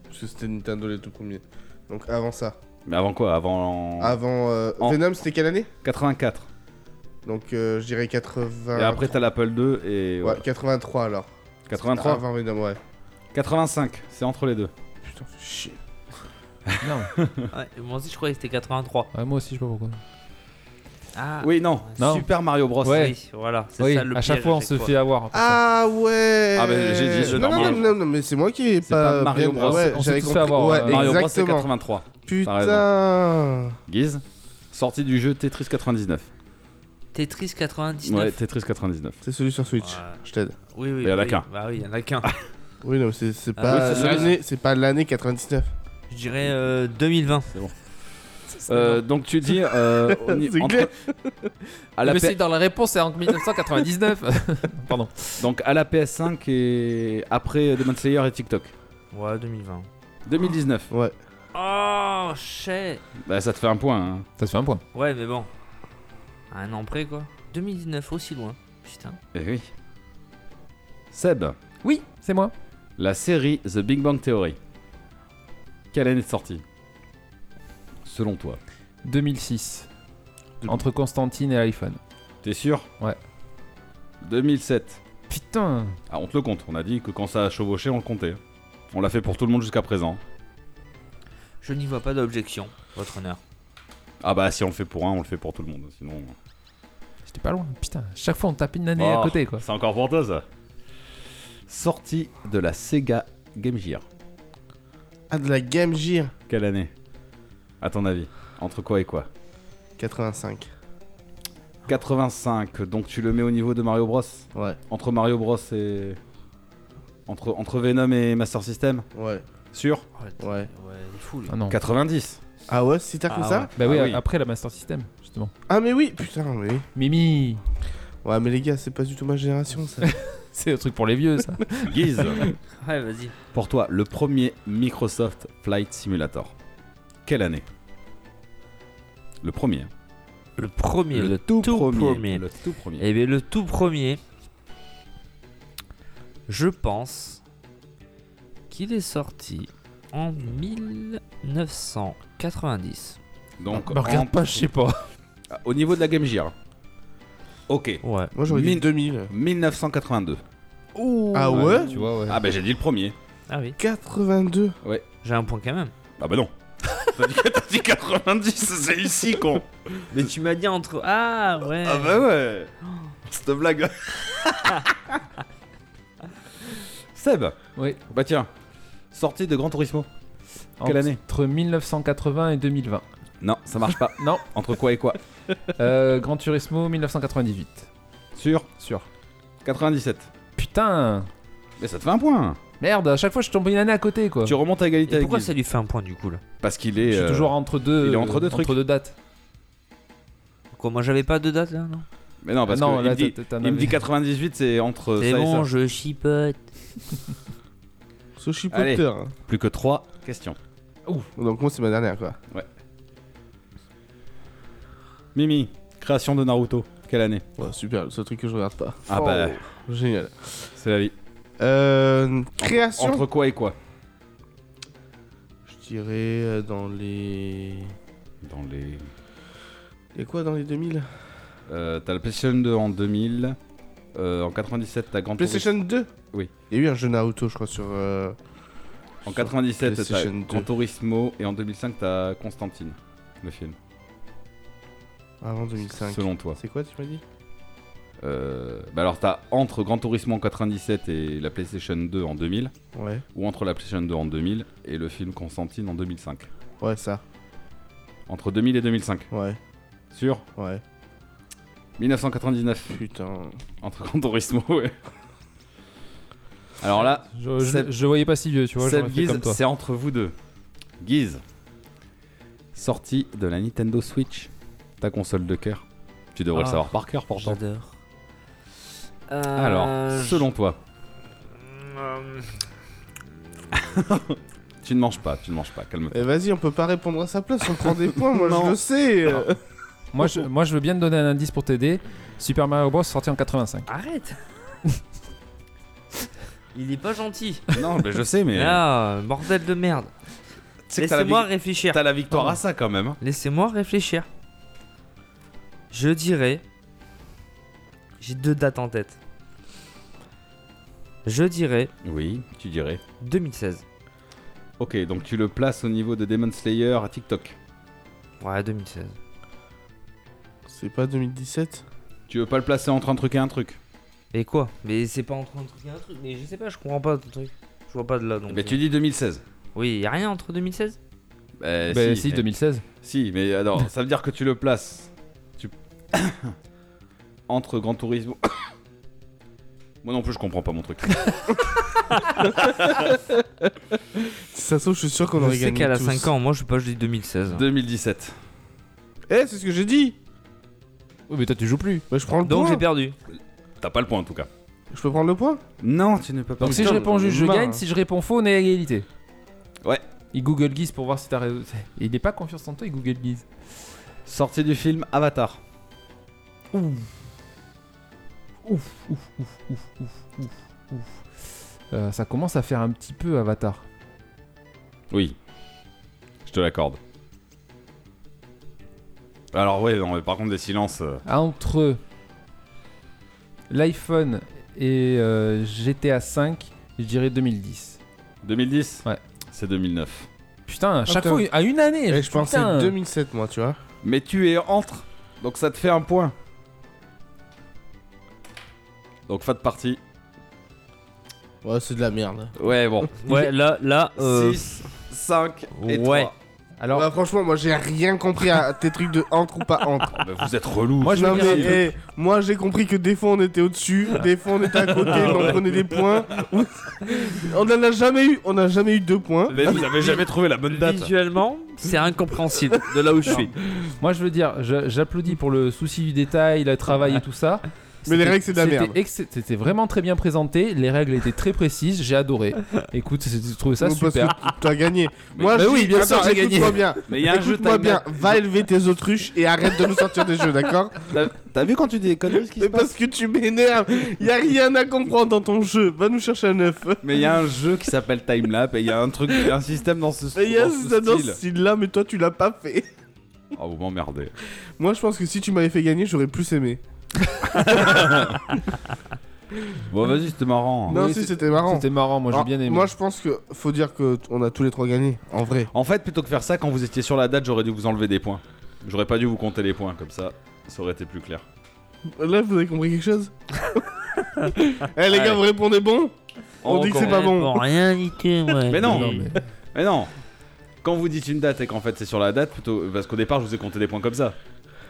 E: Parce que c'était Nintendo les tout premiers. Donc avant ça.
D: Mais avant quoi Avant.
E: Avant... euh,
D: En-
E: Venom, c'était quelle année
D: 84.
E: Donc euh, je dirais 80...
D: Et après, t'as l'Apple 2 et.
E: Ouais,
D: ouais.
E: 83 alors.
D: 83.
E: Avant Venom, ouais.
D: 85, c'est entre les deux.
E: Putain, fais chier.
G: Non.
F: Ouais, moi aussi, je croyais que c'était 83.
G: Ouais, moi aussi, je sais pas pourquoi.
F: Ah.
D: oui, non.
G: Non.
D: Super Mario Bros.
G: Ouais.
F: Oui, voilà. C'est
G: Oui,
F: ça le
G: à chaque
F: piège,
G: fois,
F: à
G: on se fait avoir.
E: Ah ouais
D: Ah, mais j'ai dit, c'est
E: non, non,
D: normal.
E: non, non, non, mais c'est moi qui ai
D: C'est pas
E: pas...
D: Mario
E: bien-
D: Bros.
E: Ouais,
G: On s'est
E: j'avais
G: tous
E: compris.
G: fait avoir,
E: ouais,
G: euh,
D: hein. Mario Bros, c'est
E: exactement.
D: 83.
E: Putain
D: Guise Sortie du jeu Tetris 99.
F: Tetris 99.
D: Ouais, Tetris 99.
E: C'est celui sur Switch.
F: Ouais.
E: Je t'aide.
F: Oui, oui.
D: Il y en a
F: oui.
D: qu'un. Ah.
F: Bah oui, il y en a qu'un.
E: Oui, non, mais c'est c'est
F: Ah,
E: pas
D: oui, c'est ça.
E: l'année- c'est pas l'année 99.
F: Je dirais euh, 2020.
D: Euh, donc tu dis euh, au ni-
E: C'est
D: entre-
E: clair.
D: à la
G: Mais
D: P-
G: c'est dans la réponse, c'est en 1999. Pardon.
D: donc à la PS5 et après Demon Slayer et TikTok.
F: Ouais, 2020.
D: 2019.
E: Ouais.
F: Oh, shit
D: Bah ça te fait un point. hein.
G: Ça se fait un point.
F: Ouais, mais bon. À un an près, quoi. 2019, aussi loin. Putain.
D: Eh oui. Seb,
G: Oui, c'est moi.
D: la série The Big Bang Theory. Quelle année de sortie Selon toi.
G: 2006.
D: Deux-
G: Entre Constantine et l'iPhone.
D: T'es sûr
G: Ouais.
D: 2007.
G: Putain.
D: Ah, on te le compte. On a dit que quand ça a chevauché, on le comptait. On l'a fait pour tout le monde jusqu'à présent.
F: Je n'y vois pas d'objection, votre honneur.
D: Ah bah si on le fait pour un, on le fait pour tout le monde. Sinon, euh.
G: J'étais pas loin. Putain, chaque fois on tape une année
D: Oh.
G: à côté quoi.
D: c'est encore pour toi ça. Sortie de la Sega Game Gear.
E: Ah, de la Game Gear
D: Quelle année À ton avis Entre quoi et quoi
E: 85.
D: 85. Donc tu le mets au niveau de Mario Bros.
E: Ouais,
D: Entre Mario Bros et entre entre Venom et Master System.
E: ouais,
D: Sûr
F: Oh, t-
E: ouais.
F: Ouais, il est fou, lui.
G: Ah non.
D: 90.
E: Ah ouais, si tard que
F: Ah
E: ça
F: ouais.
G: Bah oui,
D: Ah oui.
G: après la Master System, justement.
E: Ah mais oui, putain, mais...
G: Mimi,
E: Ouais, mais les gars, c'est pas du tout ma génération, ça.
G: c'est le truc pour les vieux ça.
D: Guise.
F: Ouais, vas-y.
D: Pour toi, le premier Microsoft Flight Simulator. Quelle année Le premier.
F: Le premier, le,
D: tout,
F: premier.
D: Le tout premier.
F: Eh bien, le tout premier, je pense qu'il est sorti en 1990.
D: Donc
G: Bah, regarde
D: en-
G: pas, je sais pas.
D: Ah, au niveau de la Game Gear. OK.
F: Ouais.
E: Moi, j'aurais dit
D: Mille-
E: 2000.
D: 1982.
E: Ah ouais
G: Tu vois, ouais.
D: Ah bah j'ai dit le premier.
F: Ah oui.
E: 82
F: J'ai un point quand même.
D: Ah bah non. T'as dit, t'as dit 90, c'est ici con.
F: Mais tu m'as dit entre. Ah ouais.
D: Ah bah ouais. Cette blague. Seb.
G: Oui.
D: Bah tiens. Sortie de Gran Turismo. Quelle année
G: Entre 1980 et 2020.
D: Non, ça marche pas.
G: Non.
D: Entre quoi et quoi
G: Euh, Gran Turismo 1998.
D: Sur
G: Sûr.
D: 97.
G: Putain
D: Mais ça te fait un point.
G: Merde, à chaque fois je tombe une année à côté quoi.
D: Tu remontes à égalité
F: Et pourquoi
D: avec
F: ça
D: Guise.
F: lui fait un point du coup là
D: Parce qu'il est.
G: Je suis
D: euh,
G: toujours entre deux,
D: il est entre deux trucs.
G: dates.
F: Quoi, moi j'avais pas de date là, non
D: Mais non, parce
G: Ah non,
D: que
G: là,
D: il, dit,
G: t'as- t'en
D: il me
G: avais.
D: dit 98, c'est entre.
F: C'est
D: ça et
F: bon,
D: ça.
F: je chipote.
E: Sushi
D: Allez.
E: Potter. hein.
D: Plus que 3 questions.
E: Donc moi, c'est ma dernière, quoi.
D: Mimi, création de Naruto. Quelle année
E: Ouais, super, le seul truc que je regarde pas.
D: Ah bah.
E: Oh. Génial.
D: C'est la vie.
E: Euh, création
D: Entre quoi et quoi
E: Je dirais euh, dans les...
D: Dans les.
E: Et quoi, dans les 2000
D: Euh, t'as la PlayStation 2 en 2000. euh, en 97, t'as Grand Turismo.
E: PlayStation 2
D: Oui.
E: Il y a eu un jeu Naruto, je crois, sur... euh,
D: En 97, t'as
E: PlayStation 2.
D: Gran Turismo. Et en 2005, t'as Constantine, le film.
E: Avant 2005.
D: Selon toi.
E: C'est quoi, tu m'as dit
D: Euh, bah alors, t'as entre Gran Turismo en 97 et la PlayStation 2 en 2000.
E: Ouais.
D: Ou entre la PlayStation 2 en 2000 et le film Constantine en 2005.
E: Ouais, ça.
D: Entre 2000 et 2005.
E: Ouais,
D: Sur
E: ouais.
D: 1999.
E: Putain.
D: Entre Gran Turismo, ouais. Alors là,
G: Je, je-
D: Seb-
G: je le voyais pas si vieux, tu vois.
D: Seb
G: j'aurais fait
D: Guise,
G: comme toi.
D: c'est entre vous deux. Guise, sortie de la Nintendo Switch, ta console de cœur. Tu devrais
F: Ah.
D: le savoir par cœur pourtant.
F: J'adore. Euh,
D: Alors, selon toi, tu ne manges pas, tu ne manges pas, calme-toi.
E: Eh, vas-y, on peut pas répondre à sa place, on prend des points, moi
D: Non.
E: je le sais.
G: Moi, je, moi, je veux bien te donner un indice pour t'aider. Super Mario Bros sorti en 85.
F: Arrête Il est pas gentil.
D: non, mais je sais, mais.
F: Ah, bordel de merde.
D: tu sais que t'as la,
F: Laissez-moi
D: vic-
F: réfléchir.
D: t'as la victoire à ça quand même. hein.
F: Laissez-moi réfléchir. Je dirais. J'ai deux dates en tête. Je dirais
D: Oui, tu dirais.
F: 2016.
D: Ok, donc tu le places au niveau de Demon Slayer à TikTok.
F: Ouais, 2016.
E: C'est pas 2017
D: Tu veux pas le placer entre un truc et un truc
F: Et quoi Mais c'est pas entre un truc et un truc. Mais je sais pas, je comprends pas ton truc. Je vois pas de là donc. euh,
D: Mais Eh ben, tu dis 2016.
F: Oui, y a rien entre 2016
D: Bah,
G: bah, si, 2016.
D: Si, mais alors, ça veut dire que tu le places tu... entre Grand Turismo Moi non plus, je comprends pas mon truc.
E: Ça se trouve, je suis sûr qu'on
F: Je
E: aurait
F: sais
E: gagné.
F: qu'elle a
E: tous.
F: 5 ans, moi je sais pas, je dis 2016.
D: 2017.
E: Eh, c'est ce que j'ai dit
G: Oui, mais toi, tu joues plus.
E: Bah, je prends le
F: Donc j'ai
E: point.
F: perdu.
D: T'as pas le point en tout cas.
E: Je peux prendre le point
D: Non, tu ne peux
G: Donc, si je
E: putain,
G: réponds juste, je
E: mince.
G: gagne. Si je réponds faux, on est à égalité.
D: Ouais.
G: Il Google Guise pour voir si t'as raison. Il n'est pas confiance en toi, il Google Guise.
D: Sorti du film Avatar.
G: Ouf, ouf, ouf, ouf, ouf, ouf, ouf. Euh, ça commence à faire un petit peu Avatar.
D: Oui. Je te l'accorde. Alors ouais, non, mais par contre des silences. euh,
G: Entre l'iPhone et euh, GTA 5, je dirais 2010.
D: 2010
G: Ouais.
D: C'est 2009.
G: Putain, à chaque
E: Attends.
G: fois, à une année.
E: Eh, Je pensais
G: putain.
E: 2007, moi, tu vois.
D: Mais tu es entre, donc ça te fait un point. Donc fin de partie.
E: Ouais, c'est de la merde.
D: Ouais bon.
F: Ouais, là, là, euh,
D: 6, 5 et
F: ouais.
D: 3.
G: Alors,
E: Bah, franchement, moi, j'ai rien compris à tes trucs de entre ou pas entre.
D: vous êtes relou.
G: moi, je
E: Non,
G: vais dire
E: mais,
G: un truc.
E: eh, moi j'ai compris que des fois on était au-dessus, des fois on était à côté, on en prenait des points. on n'en a jamais eu, on n'a jamais eu deux points.
D: Mais vous avez jamais trouvé la bonne date.
F: visuellement, c'est incompréhensible de là où je suis.
G: Moi, je veux dire, je- j'applaudis pour le souci du détail, le travail et tout ça.
E: Mais les
G: C'était-
E: règles, c'est de la
G: c'était
E: merde.
G: ex- C'était vraiment très bien présenté, les règles étaient très précises, j'ai adoré. Écoute, c'est- j'ai trouvé ça
E: Non, parce
G: super.
E: que T'as gagné.
D: Mais-
E: moi,
G: Bah
E: je
G: oui,
E: suis-
G: bien sûr,
E: Attends,
G: j'ai gagné.
E: écoute-moi bien.
D: Mais il y a un jeu
E: Écoute-moi
D: timer.
E: bien. Va élever tes autruches et arrête de nous sortir des jeux, d'accord
D: T'as- T'as vu quand tu dis des conneries ce qui se
E: Mais
D: passe
E: parce que tu m'énerves. Y a rien à comprendre dans ton jeu. Va nous chercher un neuf.
D: Mais il y a un jeu qui s'appelle Timelap et il y a un truc, il y a un système dans ce,
E: Et y a
D: dans ce
E: ça dans ce
D: style.
E: style-là, mais toi, tu l'as pas fait.
D: Oh, vous m'emmerdez.
E: Moi, je pense que si tu m'avais fait gagner, j'aurais plus aimé.
D: Bon, vas-y, c'était marrant.
E: non,
G: oui,
E: si,
G: c'est-
E: c'était marrant.
G: C'était marrant, moi j'ai
E: Alors,
G: bien aimé.
E: Ah, Moi, je pense que faut dire que t- on a tous les trois gagné, en vrai.
D: En fait, plutôt que faire ça, quand vous étiez sur la date, j'aurais dû vous enlever des points. J'aurais pas dû vous compter les points, comme ça, ça aurait été plus clair.
E: Là, vous avez compris quelque chose Eh les gars, vous répondez bon On dit que c'est pas bon.
F: rien du tout, ouais.
D: Mais non.
G: Non, mais-
D: Mais non Quand vous dites une date et qu'en fait c'est sur la date, plutôt. Parce qu'au départ, je vous ai compté des points comme ça.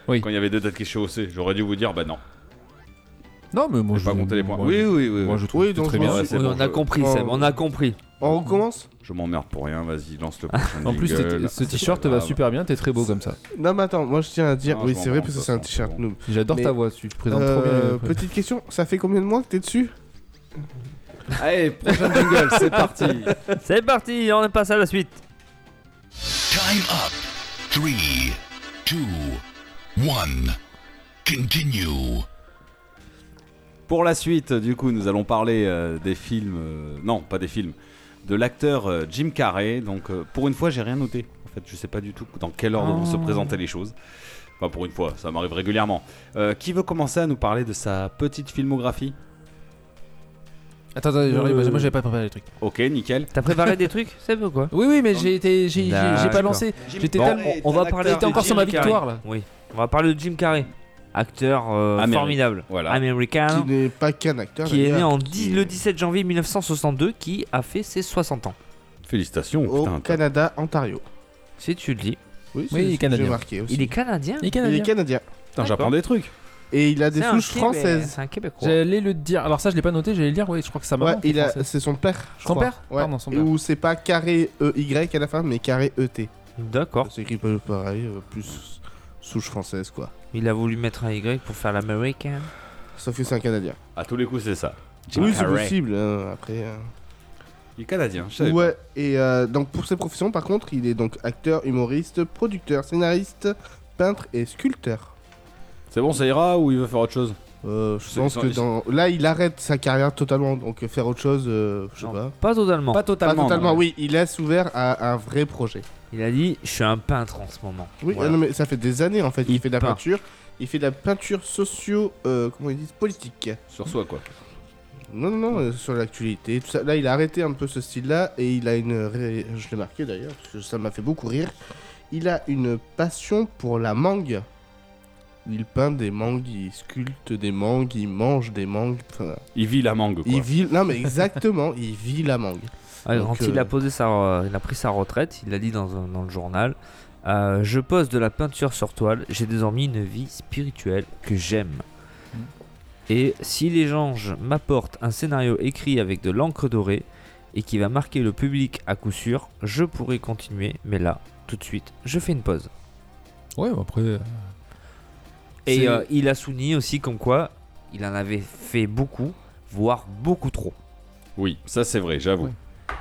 G: Oui.
D: Quand il y avait deux dates qui se chaussaient, j'aurais dû vous dire, bah non,
G: non, mais moi
D: j'ai
G: je.
D: pas compté les points.
G: moi,
D: oui,
G: je-
D: oui, oui.
G: Moi
D: oui.
G: je trouve
E: Oui,
G: que c'était
E: donc
G: très
E: je
G: bien.
E: me
D: Ouais,
E: suis-
D: c'est
F: Oui,
D: bon,
F: on a
D: je-
F: compris,
E: Oh.
F: Seb, on a compris.
E: On recommence
D: Je m'emmerde pour rien, vas-y, lance le prochain
G: Ah, En plus,
D: jingle.
G: t'es- ce t-shirt va super bien, t'es très beau comme ça.
E: Non, mais attends, moi je tiens à dire.
D: Non,
E: oui,
D: je
E: c'est vrai,
D: m'en
E: parce que
D: branle,
E: c'est un
D: je m'en
E: t-shirt
D: branle.
E: noob.
G: J'adore
E: Mais-
G: ta voix, tu te présentes
E: Euh,
G: trop bien. euh, après.
E: petite question, ça fait combien de mois que t'es dessus
D: Allez, prochain jingle, c'est parti
F: C'est parti, on passe à la suite.
A: Time up. Three, two, one. Continue.
D: Pour la suite, du coup, nous allons parler euh, des films. euh, non, pas des films. De l'acteur euh, Jim Carrey. Donc, euh, pour une fois, j'ai rien noté. En fait, je sais pas du tout dans quel ordre
E: Ah.
D: vont se présenter les choses. Enfin, pour une fois, ça m'arrive régulièrement. Euh, qui veut commencer à nous parler de sa petite filmographie
G: Attends, attends, j'arrive,
F: Euh,
G: moi j'avais pas préparé les trucs.
D: Ok, nickel.
F: T'as préparé des trucs, Seb ou quoi
G: Oui, oui, mais j'ai été, j'ai, j'ai- j'ai pas
F: D'accord.
G: lancé. J'étais
D: Bon.
G: tellement-
F: On va parler.
G: j'étais
F: de
G: encore sur ma
F: Jim Carrey.
G: victoire là.
F: Oui, on va parler de Jim Carrey, acteur euh,
D: Américain.
F: formidable,
D: Voilà.
E: Ah,
F: américain,
E: Qui n'est pas qu'un acteur.
F: qui est né
E: d'ailleurs,
F: en
E: qui
F: 10
E: est
F: le 17 janvier 1962, qui a fait ses 60 ans.
D: Félicitations.
E: Au
D: putain, t'as-
E: Canada, Ontario.
F: Si tu le dis,
E: Oui,
G: Oui, il est canadien.
E: J'ai marqué aussi.
F: il est canadien.
G: Il
E: Il
G: est
E: est
G: canadien.
E: canadien.
D: putain, j'apprends des trucs.
E: Et il a des
F: C'est un
E: souches
F: Québé-
E: françaises.
F: C'est un Québécois.
G: J'allais le dire. Alors ça, je l'ai pas noté. J'allais le dire. Oui, je crois que ça m'a.
E: Ouais, il a, c'est son père. je
G: Son
E: crois.
G: père
E: Ouais.
G: Pardon, son
E: Et
G: père.
E: Où c'est pas carré E-Y à la fin, mais carré E-T.
F: D'accord.
E: C'est écrit pas- pareil, euh, plus souche française quoi.
F: Il a voulu mettre un Y pour faire l'américain.
E: Sauf que c'est un Canadien.
D: À tous les coups, c'est ça. Jim
E: Oui, c'est
D: Carrey.
E: possible. hein, après. euh.
D: Il est canadien. je savais pas.
E: Ouais, et euh, donc pour ses professions, par contre, il est donc acteur, humoriste, producteur, scénariste, peintre et sculpteur.
D: C'est bon, ça ira ou il veut faire autre chose
E: Euh, je
D: C'est-
E: pense
D: ils sont-
E: que
D: ils
E: dans... là, il arrête sa carrière totalement, donc euh, faire autre chose, euh, je sais
F: Non.
E: pas.
F: Pas totalement.
D: Pas
E: Pas
D: totalement.
E: totalement,
D: non.
E: oui, il laisse ouvert à un vrai projet.
F: Il a dit Je suis un peintre en ce moment.
E: Oui,
F: Voilà.
E: ah non, mais ça fait des années en fait, il,
F: Il
E: fait de la
F: peint.
E: peinture, il fait de la peinture socio, euh, comment ils disent, politique.
D: Sur soi, quoi.
E: Non, non, non, euh, sur l'actualité, tout ça. Là, il a arrêté un peu ce style-là et il a une. ré- Je l'ai marqué d'ailleurs, parce que ça m'a fait beaucoup rire. Il a une passion pour la mangue. Il peint des mangues, il sculpte des mangues, il mange des mangues. enfin,
D: Il vit la mangue, quoi.
E: il vit. Non, mais exactement, il vit la mangue.
F: Ah,
E: Donc,
F: quand il
E: euh,
F: a posé sa, euh, il a pris sa retraite, il l'a dit dans, un- dans le journal. Euh, je
E: Mm.
F: pose de la peinture sur toile. J'ai désormais une vie spirituelle que j'aime. Et si les gens m'apportent un scénario écrit avec de l'encre dorée et qui va marquer le public à coup sûr, je pourrai continuer, mais là, tout de suite, je fais une pause.
G: Ouais, mais après. euh, C'est-
F: Et euh, il a souligné aussi comme quoi il en avait fait beaucoup, voire beaucoup trop.
D: Oui, ça c'est vrai, j'avoue.
G: Ouais.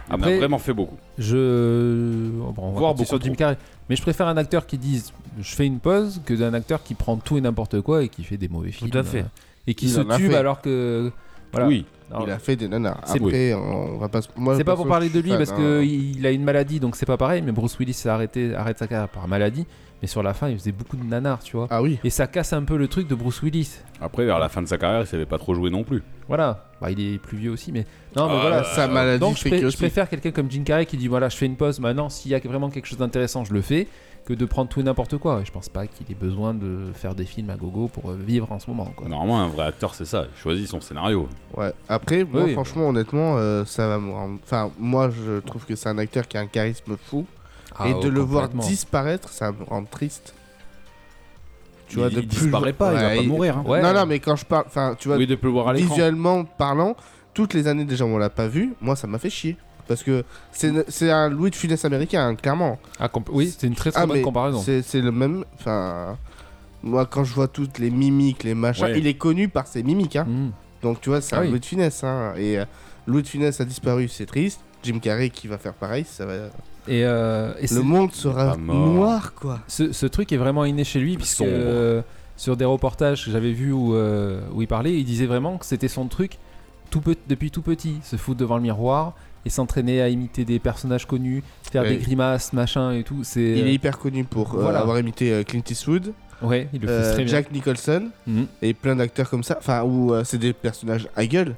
D: On a
G: Après-
D: vraiment fait beaucoup.
G: Je. euh, bon, on va
D: Voir
G: partir sur
D: beaucoup
G: Jim
D: trop.
G: Carrey. Mais je préfère un acteur qui dise je fais une pause que d'un acteur qui prend tout et n'importe quoi et qui fait des mauvais films.
F: à fait.
G: euh, et qui
E: Il
G: se
E: en a
G: tue
E: fait.
G: alors que. Voilà.
D: Oui,
G: Alors,
E: Il a fait des nanas.
G: Ah C'est-
E: Après, on va pas. se- moi,
G: C'est pas
E: perso,
G: pour parler
E: je
G: de
E: suis
G: lui
E: fan,
G: parce
E: hein.
G: que il a une maladie donc c'est pas pareil. Mais Bruce Willis s'est arrêté, arrête sa carrière par maladie. Mais sur la fin, il faisait beaucoup de nanars, tu vois.
E: Ah oui.
G: Et ça casse un peu le truc de Bruce Willis.
D: après vers la fin de sa carrière, il savait pas trop jouer non plus.
G: Voilà. Bah, il est plus vieux aussi, mais. Non, mais
D: Ah,
G: voilà.
E: sa maladie
G: Donc je,
E: fait
G: pré-
E: que
G: je préfère quelqu'un comme Jim Carrey qui dit voilà je fais une pause maintenant s'il y a vraiment quelque chose d'intéressant je le fais que de prendre tout et n'importe quoi et je pense pas qu'il ait besoin de faire des films à gogo pour euh, vivre en ce moment quoi.
D: Normalement, un vrai acteur, c'est ça. Il choisit son scénario.
E: Ouais. Après, moi,
G: Oui.
E: franchement, honnêtement, euh, ça va me rendre- Enfin, moi, je trouve que c'est un acteur qui a un charisme fou.
G: Ah,
E: et
G: oh,
E: de le voir
G: complètement.
E: disparaître, ça me rend triste. Tu
D: Il-
E: vois, de
D: il
E: plus
D: disparaît pas, il va
E: Ouais,
D: pas hein.
H: mourir.
G: Ouais.
E: hein. Non, non, mais quand je parle, enfin, tu vois,
C: Oui, de plus le voir à l'écran.
E: visuellement parlant, toutes les années déjà où on l'a pas vu, moi, ça m'a fait chier. Parce que c'est c'est un Louis de Funès américain, hein, clairement.
G: Ah, comp- oui c'est une très très
E: Ah,
G: bonne
E: mais
G: comparaison.
E: C'est c'est le même. Enfin, moi, quand je vois toutes les mimiques, les machins,
D: Ouais.
E: il est connu par ses mimiques. Hein.
G: Mm.
E: Donc, tu vois, c'est
G: Ah
E: un
G: oui.
E: Louis de Funès. Hein. Et euh, Louis de Funès a disparu, c'est triste. Jim Carrey qui va faire pareil, ça va.
G: Et, euh, et c'est-
E: Le monde
D: pas
E: sera
D: mort.
E: noir, quoi.
G: ce, ce truc est vraiment inné chez lui puisque
D: Sombre.
G: euh, sur des reportages que j'avais vu où, euh, où il parlait il disait vraiment que c'était son truc tout pe- depuis tout petit se foutre devant le miroir et s'entraîner à imiter des personnages connus faire
E: Ouais.
G: des grimaces machin et tout c'est
E: Il est hyper connu pour euh,
G: Voilà.
E: avoir imité euh, Clint Eastwood,
G: ouais il le fait
E: euh,
G: très bien.
E: Jack Ah, Nicholson
G: Mhm.
E: et plein d'acteurs comme ça, enfin où euh, c'est des personnages à gueule.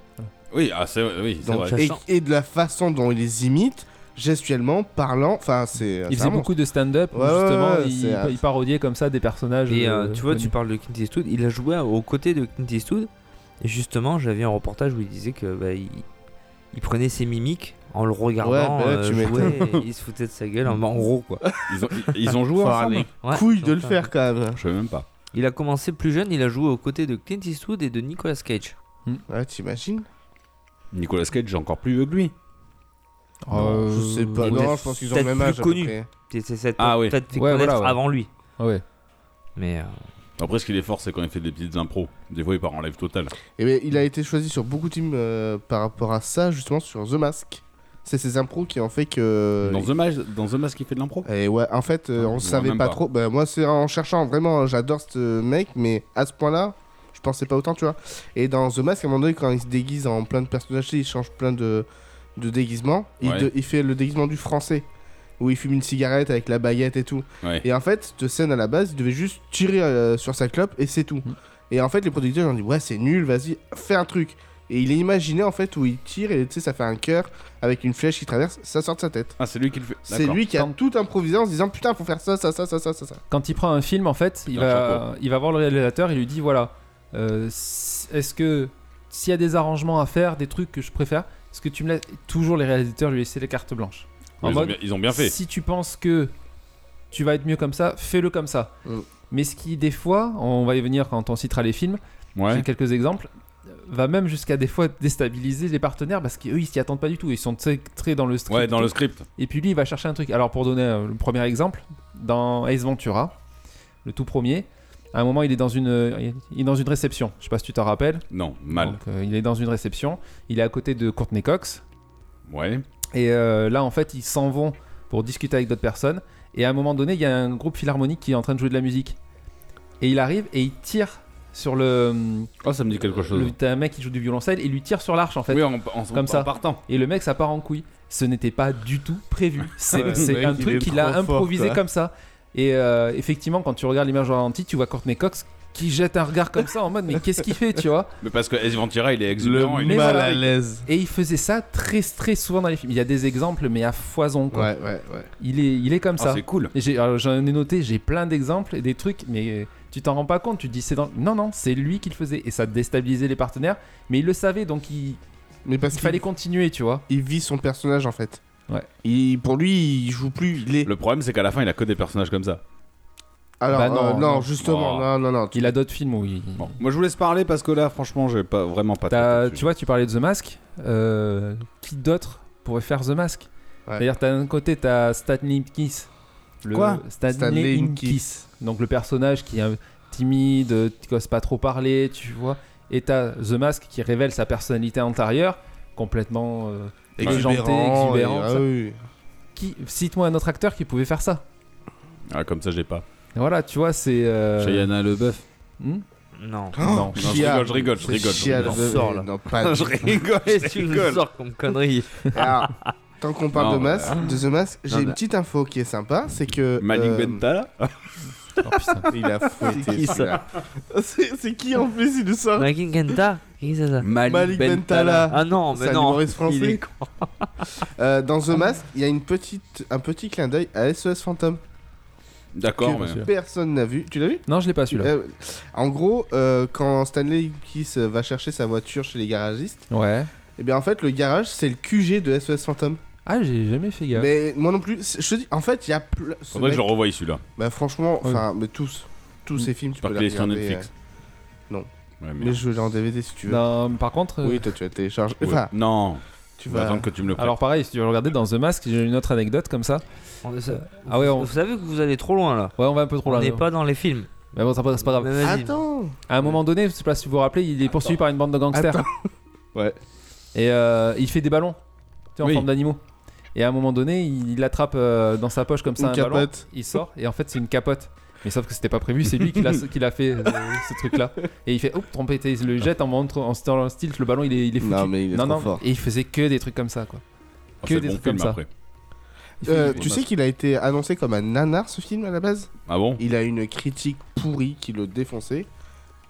D: Oui, ah, c'est oui, c'est
E: Donc,
D: vrai.
F: ça-
E: et,
F: Sachant-
E: et de la façon dont ils les imitent, gestuellement, parlant, enfin c'est. euh,
G: Il
E: c'est
G: faisait
E: un
G: beaucoup de stand-up, où
E: Ouais, ouais,
G: justement,
E: ouais,
G: il,
E: c'est un-
G: il parodiait comme ça des personnages.
F: Et euh,
G: euh,
F: tu vois, tu
G: connus.
F: parles de Clint Eastwood, il a joué aux côtés de Clint Eastwood. Et justement, j'avais un reportage où il disait que bah, il, il prenait ses mimiques en le regardant
E: Ouais, bah,
F: euh,
E: tu
F: jouer, et il se foutait de sa gueule en, en gros quoi.
D: Ils ont, ils- ils ont joué
E: Faut
D: ensemble
E: aller.
F: Ouais,
E: Couille de le
F: donc,
E: faire quand même.
D: Je sais même pas.
F: Il a commencé plus jeune, il a joué aux côtés de Clint Eastwood et de Nicolas Cage.
E: Ouais, t'imagines
D: Nicolas Cage, encore plus vieux que lui.
G: Euh,
E: Non, Je sais pas.
F: il
E: Non,
F: était
E: je pense qu'ils ont le
F: peut-être
E: même
F: plus
E: âge. à peu
F: connu.
E: près.
F: C'est- C'est cette
D: Ah oui.
F: peut-être fait
G: Ouais,
F: connaître
G: voilà, ouais.
F: avant lui.
G: Ah ouais.
F: Mais euh,
D: Après, ce qu'il est fort, c'est quand il fait des petites impros. Des fois, il part en live total.
E: Et ben, il a été choisi sur beaucoup de teams euh, par rapport à ça, justement sur The Mask. C'est ces impros qui ont fait que.
D: Dans The, Mas- dans The Mask, il fait de l'impro
E: Et ouais, en fait, euh,
D: Ah, je
E: on
D: vois
E: savait
D: même
E: pas,
D: pas.
E: trop. Bah, moi, c'est en cherchant, vraiment, j'adore ce mec, mais à ce point-là, je pensais pas autant, tu vois. Et dans The Mask, à un moment donné, quand il se déguise en plein de personnages, il change plein de, de déguisements. Il,
D: Ouais.
E: de- il fait le déguisement du français, où il fume une cigarette avec la baguette et tout.
D: Ouais.
E: Et en fait, cette scène à la base, il devait juste tirer euh, sur sa clope et c'est tout. Et en fait, les producteurs ils ont dit Ouais, c'est nul, vas-y, fais un truc. Et il est imaginé en fait où il tire et tu sais, ça fait un cœur avec une flèche qui traverse, ça sort de sa tête.
D: Ah, c'est lui qui le fait.
E: C'est
D: D'accord.
E: lui qui a tout improvisé en se disant putain faut faire ça, ça, ça, ça, ça, ça. ça.
G: Quand il prend un film, en fait, il
D: Un
G: va, il va voir le réalisateur, il lui dit voilà, euh, s- est-ce que s'il y a des arrangements à faire, des trucs que je préfère, est-ce que tu me laisses. Toujours les réalisateurs lui laissaient les cartes blanches.
D: Ils, ont bien, ils ont bien fait.
G: Si tu penses que tu vas être mieux comme ça, fais-le comme ça.
E: Mm.
G: Mais ce qui, des fois, on va y venir quand on citera les films, j'ai
D: Ouais.
G: quelques exemples, va même jusqu'à des fois déstabiliser les partenaires parce qu'eux ils s'y attendent pas du tout. Ils sont très, très dans le script.
D: Ouais, dans le script.
G: Et puis lui il va chercher un truc. Alors pour donner euh, le premier exemple, dans Ace Ventura, le tout premier, à un moment il est dans une, euh, il est dans une réception. Je sais pas si tu t'en rappelles.
D: Non, mal.
G: Donc, euh, il est dans une réception. Il est à côté de Courtney Cox.
D: Ouais.
G: Et euh, là, en fait, ils s'en vont pour discuter avec d'autres personnes. Et à un moment donné, il y a un groupe philharmonique qui est en train de jouer de la musique. Et il arrive et il tire sur le.
D: Oh, ça me dit quelque chose.
G: le- T'as un mec qui joue du violoncelle et lui tire sur l'arche en fait.
D: Oui, en, en-
G: Comme
D: en
G: ça.
D: partant.
G: Et le mec, ça part en couille. Ce n'était pas du tout prévu. C'est
E: Ouais,
G: c'est
E: le mec,
G: un
E: il
G: truc
E: est
G: qu'il a
E: trop fort,
G: improvisé
E: quoi.
G: comme ça. Et euh, effectivement, quand tu regardes l'image au ralenti, tu vois Courtney Cox qui jette un regard comme ça en mode mais qu'est-ce qu'il fait, tu vois
D: Mais parce que Ace Ventura, il est exubérant. il est-
G: mal voilà. à
E: l'aise.
G: Et il faisait ça très très souvent dans les films. Il y a des exemples, mais à foison quoi.
E: Ouais, ouais, ouais.
G: Il est il est comme
D: Ah,
G: ça.
D: c'est cool.
G: Et j'ai- alors, J'en ai, noté, j'ai plein d'exemples et des trucs, mais euh, tu t'en rends pas compte. Tu te dis c'est dans non non, c'est lui qui le faisait et ça déstabilisait les partenaires, mais il le savait donc il,
E: Mais parce
G: il
E: qu'il
G: fallait continuer, tu vois.
E: il vit son personnage en fait.
G: Ouais.
E: Il, pour lui, il joue plus, il est.
D: Le problème, c'est qu'à la fin, il a que des personnages comme ça.
E: Alors,
G: Bah non,
E: euh, non,
G: non.
E: justement,
D: Oh.
E: non, non, non. tu-
G: Il a d'autres films où il.
D: Bon, moi je vous laisse parler parce que là, franchement, j'ai pas vraiment pas. de
G: T'as-
D: tête
G: tu
D: dessus.
G: vois, tu parlais de The Mask. euh, qui d'autre pourrait faire The Mask
E: Ouais.
G: C'est-à-dire, t'as d'un côté, t'as Stanley Kiss. Le
D: Quoi
G: Stanley,
E: Stanley
G: Inkis.
E: Inkis.
G: Donc le personnage qui est un- timide, euh, qui n'ose pas trop parler, tu vois. Et t'as The Mask qui révèle sa personnalité intérieure, complètement. euh,
E: Exubérant,
G: exubérant,
E: et-
G: tout
E: ah
G: ça.
E: oui, oui.
G: Qui Cite-moi un autre acteur qui pouvait faire ça.
D: Ah, comme ça, j'ai pas.
G: Et Voilà, tu vois, c'est. euh,
D: Cheyenne Leboeuf.
G: hmm
F: Non.
E: Oh
G: non.
D: Non, je
E: Chia.
D: rigole, je rigole, je
E: Ah, C'est
D: rigole.
E: Chia,
F: rigole.
E: le-
F: On sort, là.
E: Non, pas
D: Je rigole,
F: Qu'est-ce que
D: je
F: tu nous
D: rigole.
F: sors comme connerie
E: Alors, tant qu'on parle
D: Non,
E: de, Mas- de The Mask, j'ai
F: Non,
E: une
F: mais-
E: petite info qui est sympa, c'est que...
D: Malik
E: euh,
D: Benta là
G: Oh, putain.
E: Il a fouetté
F: C'est qui, ça
E: celui-là. C'est c'est qui en plus, il nous sort
F: Ranking Kenta Qui c'est ça
E: Malik Bentala.
F: Ah non, mais
E: C'est un
F: non.
E: humoriste français.
F: Il est con.
E: Euh, dans
G: Ah.
E: The Mask, il y a une petite, un petit clin d'œil à SOS Fantôme
D: D'accord,
E: que
D: mais.
E: personne n'a vu. Tu l'as vu
G: Non, je l'ai pas Ah, celui-là.
E: Euh, En gros, euh, quand Stanley Kiss va chercher sa voiture chez les garagistes,
G: Ouais.
E: et bien en fait le garage c'est le QG de SOS Fantôme.
G: Ah, j'ai jamais fait gaffe.
E: Mais moi non plus, c'est- je te dis, en fait il y a. ple- ce
D: Faudrait que je
E: mec-
D: le revoie celui-là.
E: Bah franchement,
G: Ouais. Mm.
E: enfin, mais tous, tous ces films tu peux
D: J'espère
E: les
D: qu'il est sur
E: regarder.
D: Netflix.
E: non.
D: Ouais,
E: euh,
D: merde.
E: Mais je l'ai en DVD si tu veux.
G: Non, mais par contre. euh,
E: Oui, toi tu vas télécharger.
D: Ouais.
E: Enfin,
D: non,
E: tu
D: tu vas
E: vas.
D: attendre que tu me le prêtes.
G: Alors pareil, si tu veux regarder dans The Mask, j'ai une autre anecdote comme ça.
F: On- ça-
G: Ah ouais, on,
F: Vous savez que vous allez trop loin là.
G: ouais, on va un peu trop
F: On
G: loin.
F: n'est
G: là.
F: pas dans les films.
G: Mais bon, c'est pas, c'est pas grave.
F: Mais vas-y.
E: Attends
G: À un moment donné, je sais pas si vous vous rappelez, il est poursuivi par une bande de gangsters.
D: Ouais.
G: Et euh, il fait des ballons, tu sais, en
D: Oui.
G: forme d'animaux. Et à un moment donné, il, il attrape euh, dans sa poche comme ça
E: Une
G: un ballon.
E: capote.
G: Il sort et en fait, c'est une capote. Mais sauf que c'était pas prévu, c'est lui qui l'a qui l'a fait euh, ce truc-là. Et il fait, oh, trompé, il le jette en montrant en style, style, le ballon il est, il est foutu.
E: Non, mais il est
G: non,
E: trop
G: non.
E: fort.
G: Et il faisait que des trucs comme ça, quoi.
D: Ah,
G: que
D: c'est
G: des
D: bon
G: trucs
D: film
G: comme ça.
D: après.
G: Il fait-
E: Euh,
G: il
E: tu
G: fait-
E: sais qu'il a été annoncé comme un nanar ce film à la base
D: Ah bon
E: Il a une critique pourrie qui le défonçait.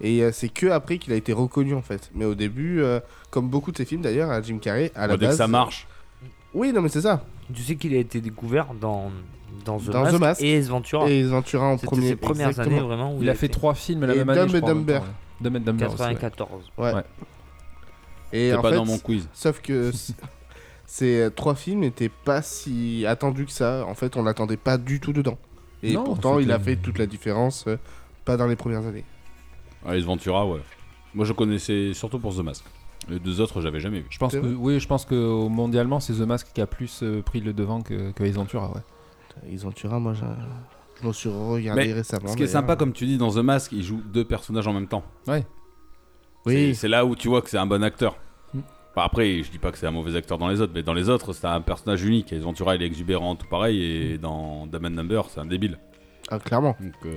E: Et euh, c'est que après qu'il a été reconnu en fait. Mais au début, euh, comme beaucoup de ses films d'ailleurs, à Jim Carrey, à la
D: Bah, Dès que
E: base.
D: ça marche.
E: Oui, non mais c'est ça.
F: Tu sais qu'il a été découvert dans, dans, The,
E: Dans
F: Mask
E: The Mask.
F: et Ace Ventura.
E: Et Ventura en
F: C'était
E: premier.
F: ses premières
E: exactement.
F: années vraiment où
G: il a fait trois films la
E: Et
G: même année.
E: Dumb
G: je
E: and
G: crois, en même
E: Dumber.
G: temps, ouais. Dumb and Dumber. aussi, ouais.
F: 94.
E: Et
D: T'es
E: en
D: pas
E: fait,
D: dans mon quiz.
E: sauf que c- ces euh, trois films n'étaient pas si attendus que ça. En fait, on l'attendait pas du tout dedans. Et
G: Non,
E: pourtant, il a
G: c'était-
E: fait toute la différence. euh, pas dans les premières années.
D: Alice Ah, Ventura, ouais. Moi je connaissais surtout pour The Mask. Les deux autres, j'avais jamais vu.
G: Je pense
E: C'est
G: que oui, je pense que au- mondialement c'est The Mask qui a plus euh, pris le devant que que Ace Ventura, ouais.
E: Ils ont tué un, moi j'ai- je m'en suis regardé
D: Mais
E: récemment. euh,
D: Ce qui est
E: d'ailleurs.
D: sympa, comme tu dis, dans The Mask, il joue deux personnages en même temps. C'est-
E: Oui,
D: C'est là où tu vois que c'est un bon acteur.
G: Mm.
D: Enfin, après, je dis pas que c'est un mauvais acteur dans les autres, mais dans les autres, c'est un personnage unique. Et Ventura, il est exubérant, tout pareil. Et dans Dumb and Number, c'est un débile.
E: ah, clairement.
D: Mm. Donc, euh,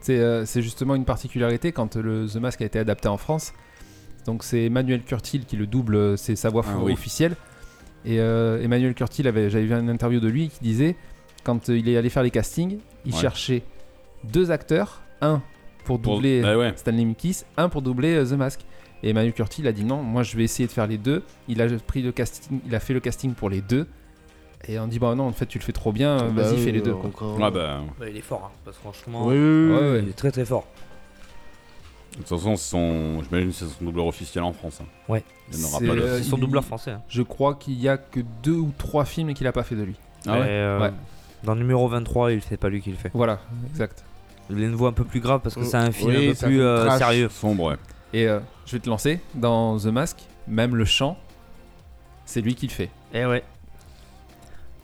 G: C'est euh, c'est justement une particularité quand le The Mask a été adapté en France. Donc c'est Emmanuel Curtil qui le double, euh, c'est sa voix
D: Ah
G: fo-
D: oui.
G: officielle. Et euh, Emmanuel Curtil avait, j'avais vu une interview de lui qui disait quand euh, il est allé faire les castings, il
D: Ouais.
G: cherchait deux acteurs, un pour
D: pour-
G: doubler
D: Bah ouais.
G: Stanley Mikis, un pour doubler euh, The Mask. Et Emmanuel Curti, il a dit non, moi je vais essayer de faire les deux. Il a pris le casting, il a fait le casting pour les deux. Et on dit bah non, en fait tu le fais trop bien, euh,
E: Bah
G: vas-y fais les deux. quoi.
D: Ouais,
E: Ah,
D: bah,
F: Bah, il est fort, hein, parce que franchement,
E: Oui, oui, oui, oui.
G: Ouais, ouais.
F: il est très très fort.
D: de toute façon, c'est son... j'imagine que c'est son doubleur officiel en France. hein.
F: Ouais.
D: Il n'y en aura
G: C'est
D: pas d'autres.
G: Euh,
F: C'est son
G: il-
F: doubleur français. hein.
G: Je crois qu'il y a que deux ou trois films qu'il a pas fait de lui.
D: Ah ouais
F: Mais, euh,
G: Ouais.
F: Dans le numéro 23, il fait pas lui qui le fait.
G: Voilà, exact.
F: Il a une voix un peu plus grave parce que
E: Oh,
F: c'est un film
E: oui,
F: un peu
E: c'est un
F: plus
E: film
F: euh,
E: trash.
F: sérieux.
D: Sombre, ouais.
G: Et euh, je vais te lancer dans The Mask, même le chant, c'est lui qui le fait.
F: Et Eh ouais.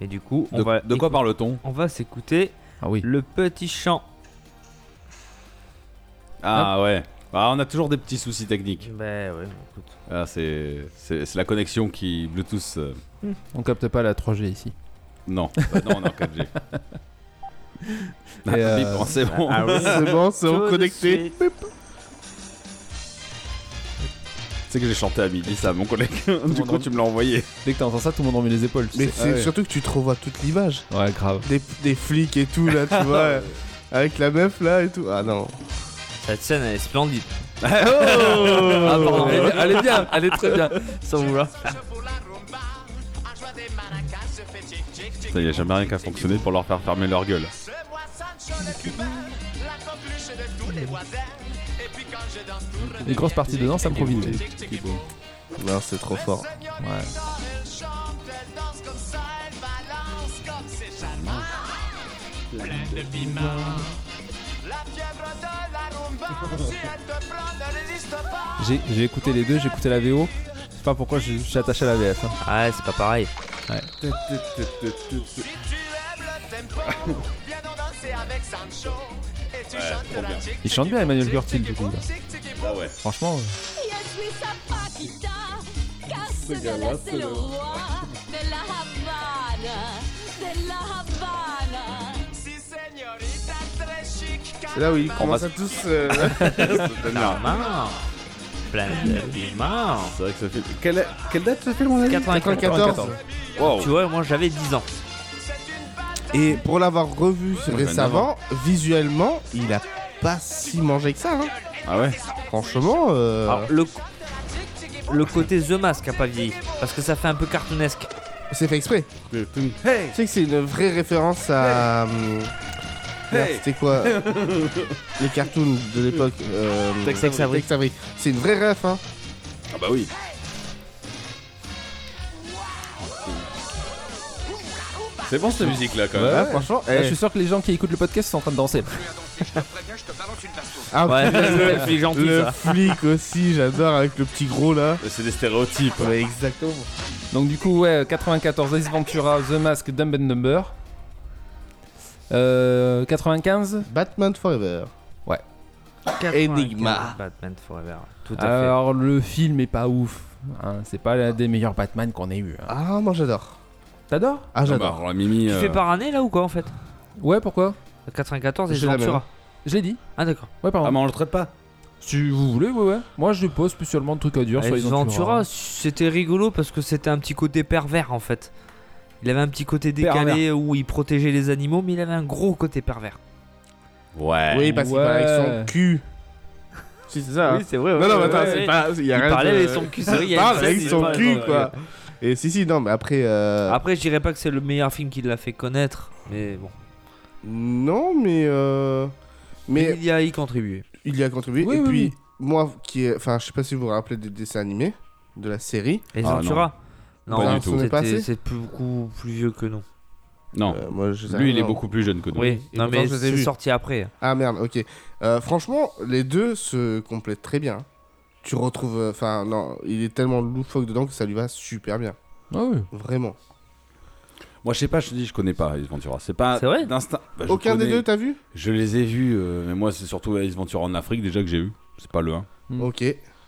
F: Et du coup, on
D: De,
F: va
D: de quoi
F: écou-
D: parle-t-on
F: On va s'écouter
G: Ah oui.
F: le petit chant.
D: Ah ouais. Ah, on a toujours des petits soucis techniques.
F: Bah ouais, bon, écoute.
D: Ah, c'est c'est- c'est la connexion qui. Bluetooth. euh,
G: On capte pas la 3G ici.
D: Non, Bah non, on est en 4G. Ah,
G: Et, euh,
D: oui, bon, c'est bon.
F: Ah
E: Ah C'est bon, c'est
F: Tout de
E: reconnecté.
F: suite.
D: Tu sais que j'ai chanté à midi, ça, mon collègue. du coup,
G: monde
D: tu me l'as envoyé.
G: Dès que t'entends ça, tout le monde remet les épaules. tu
E: Mais
G: sais.
E: c'est
G: Ah ouais.
E: surtout que tu te revois toute l'image.
G: Ouais, grave.
E: Des, des flics et tout, là, tu vois. Avec la meuf, là, et tout. Ah non.
F: Cette scène elle est splendide.
G: Ah, pardon, elle, est- elle est bien, elle est très bien.
F: Sans vouloir.
D: Ça, y a jamais rien qu'à fonctionner pour leur faire fermer leur gueule.
G: Une grosse partie dedans, ça me provide.
E: Non, c'est trop fort.
G: Ouais.
I: Plein de piment. La
G: J'ai j'ai écouté les deux, j'ai écouté la VO. Je sais pas pourquoi je je suis attaché à la VF. hein.
F: Ah ouais, c'est pas pareil.
G: Il chante bien Emmanuel Curtil du coup. là.
D: Ah ouais.
G: Franchement, euh,
I: Ce gars-là, c'est le roi de la Havane, de la Havane.
E: C'est là où ils commencent à tous. euh,
F: Maman. Plein de maman.
D: C'est vrai que ça fait.
E: Quelle, quelle date ce film on a dit
F: 94.
E: 94.
D: Wow.
F: Tu vois, moi j'avais 10 ans.
E: Et pour l'avoir revu
D: j'aime
E: récemment, visuellement, il a pas si mangé que ça. hein.
D: Ah ouais.
E: Franchement, euh,
G: Ah.
F: Alors, le, le côté The Mask a pas vieilli. Parce que ça fait un peu cartoonesque.
E: c'est fait exprès. Tu sais que c'est une vraie référence à. hum, merde, C'était quoi euh, Les cartoons de l'époque. euh,
F: Tex Avery.
E: Tex Avery. C'est une vraie ref, hein.
D: Ah bah oui. C'est bon cette musique là quand même.
E: Ah, franchement, eh.
G: là, je suis sûr que les gens qui écoutent le podcast sont en train de danser.
E: Ah,
F: Ouais,
E: putain, le-
F: c'est c'est gentil
E: le
F: ça.
E: flic aussi, j'adore avec le petit gros là.
D: Ah, C'est des stéréotypes.
E: Ouais, exactement.
G: Donc du coup, ouais, 94, Ace Ventura, The Mask, Dumb and Dumber. Euh, 95
E: Batman Forever. Enigma.
F: Batman Forever. Tout à fait.
G: Alors le film est pas ouf. hein, c'est pas l'un des meilleurs Batman qu'on ait eu. hein.
E: Ah, moi j'adore.
G: T'adores
E: Ah,
D: Ah
E: j'adore.
D: bah, alors, Mimi.
F: Tu
D: euh,
F: fais par année là ou quoi en fait
G: Ouais, pourquoi
F: 94 et
E: J'ai la même.
F: Ventura.
G: Je l'ai dit.
F: Ah d'accord.
G: Ouais, pardon.
D: Ah mais on le traite pas.
G: Si vous voulez, ouais, ouais. Moi, je pose pas spécialement de trucs à dire sur
F: Et
G: les
F: Ventura, c'était rigolo parce que c'était un petit côté pervers en fait. Il avait un petit côté décalé où il protégeait les animaux, mais il avait un gros côté pervers.
D: Ouais.
E: Oui, parce qu'il
G: Ouais.
E: parlait avec son cul. si, c'est ça. hein.
F: c'est vrai.
E: non, non, mais attends, c'est pas. Il, y a
F: Il
E: rien
F: parlait
E: de-
F: avec son cul, c'est vrai, il y
E: Il
F: a une
E: parle
F: scène,
E: avec
F: il
E: son
F: parle-
E: cul, quoi. Et si, si, non, mais après. euh,
F: Après, je dirais pas que c'est le meilleur film qui l'a fait connaître, mais bon.
E: Non, mais. euh, Mais
F: il y a y contribué.
E: il y a contribué.
G: Oui,
E: et
G: oui,
E: puis,
G: oui.
E: moi qui. est- Enfin, je sais pas si vous vous rappelez des dessins animés de la série.
F: Et
D: Ah,
F: Ventura
D: Pas du
F: non,
D: tout.
F: c'était-
E: On est passé
F: c'est plus- beaucoup plus vieux que nous.
D: Non.
E: Euh, moi, je sais
D: Lui, il est
E: pas.
D: beaucoup plus jeune que nous.
F: Oui,
E: Et
F: non,
E: pourtant,
F: mais
E: je les ai
F: c'est
E: vus.
F: sorti après.
E: Ah merde, ok. Euh, franchement, les deux se complètent très bien. Tu retrouves. euh, Enfin, non, il est tellement loufoque dedans que ça lui va super bien.
G: Ah oui.
E: Vraiment.
D: Moi, je sais pas, je te dis, je connais pas Ace Ventura. C'est pas
F: C'est vrai
D: d'instinct. Bah, je
E: Aucun des
D: connais.
E: deux, t'as vu
D: Je les ai vus, euh, mais moi, c'est surtout Ace Ventura en Afrique déjà que j'ai eu. C'est pas le 1.
G: Mm.
E: Ok,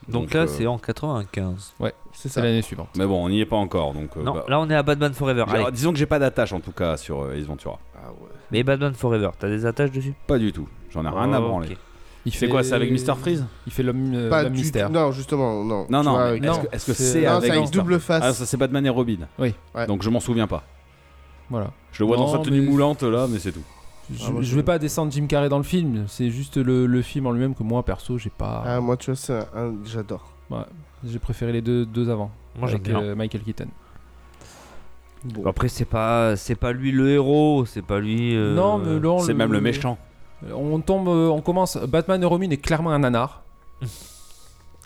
F: Donc,
D: Donc,
F: là,
D: euh,
F: c'est en 95.
E: c'est
G: C'est
E: ça.
G: l'année suivante.
D: Mais bon, on n'y est pas encore. Donc, euh,
F: non,
D: bah,
F: là, on est à Batman Forever.
D: j'ai-
F: Allez.
D: disons que j'ai pas d'attache en tout cas sur euh, Ace Ventura.
E: Ah ouais.
F: Mais Batman Forever, t'as des attaches dessus
D: Pas du tout. J'en ai rien à
F: Oh,
D: branler.
F: ok.
G: Il
D: C'est quoi, c'est avec Mr. Freeze
G: Il fait l'homme euh,
E: Pas
G: l'homme
E: du
G: mystère.
E: tout- Non, justement, non.
D: Non,
E: Tu
D: non.
E: vois,
D: mais
E: avec-
D: Est-ce que- est-ce que
G: c'est-
D: c'est
E: Non,
D: avec,
E: c'est avec
D: Mr.
G: hein.
E: double
D: Ah,
E: face.
D: ça, c'est Batman et Robin.
G: Oui.
E: Ouais.
D: Donc, je m'en souviens pas.
G: Voilà.
D: Je le vois dans
G: Non,
D: sa tenue
G: mais-
D: moulante là, mais c'est tout.
G: Je,
E: Ah, moi,
G: je
E: je-
G: vais pas descendre Jim Carrey dans le film. C'est juste le, le film en lui-même que moi, perso, j'ai pas.
E: Ah, moi, tu vois, c'est un- j'adore.
G: J'ai préféré les deux, deux avant.
F: Moi, j'aime
G: avec
F: bien.
G: euh, Michael Keaton.
F: Bon, Après, c'est pas, c'est pas lui le héros, c'est pas lui. euh,
G: Non, mais là,
D: C'est même le méchant.
G: On tombe, euh, on commence. Batman et Robin est clairement un nanar.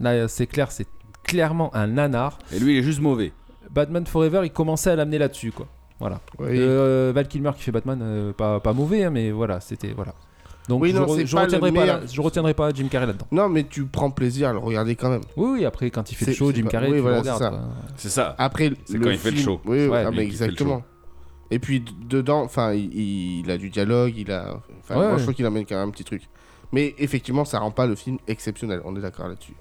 G: Là, euh, c'est clair, c'est clairement un nanar.
D: Et lui, il est juste mauvais.
G: Batman Forever, il commençait à l'amener là-dessus, quoi. Voilà.
E: Oui.
G: Euh, Val Kilmer qui fait Batman, euh, pas, pas mauvais, hein, mais voilà, c'était voilà. Donc
E: Oui,
G: je,
E: non,
G: re-
E: c'est
G: je
E: pas le
G: retiendrai pas,
E: meilleur.
G: la- je retiendrai pas Jim Carrey là-dedans.
E: Non, mais tu prends plaisir à le regarder quand même.
G: Oui, oui, après quand il fait
E: C'est-
G: le show,
E: c'est
G: Jim
E: pas-
G: Carrey,
E: oui,
G: tu
E: voilà,
G: le regardes.
E: c'est ça.
G: quoi.
D: C'est ça.
E: Après,
D: C'est quand il fait le
E: film-
D: show.
E: Oui, oui,
G: Ouais,
E: ah,
D: lui
E: mais
D: qui fait le
E: exactement. Et puis d- dedans, enfin, il, il a du dialogue, il a. Enfin,
G: Ouais,
E: moi,
G: ouais.
E: je trouve qu'il amène quand même un petit truc. Mais effectivement, ça rend pas le film exceptionnel. On est d'accord là-dessus.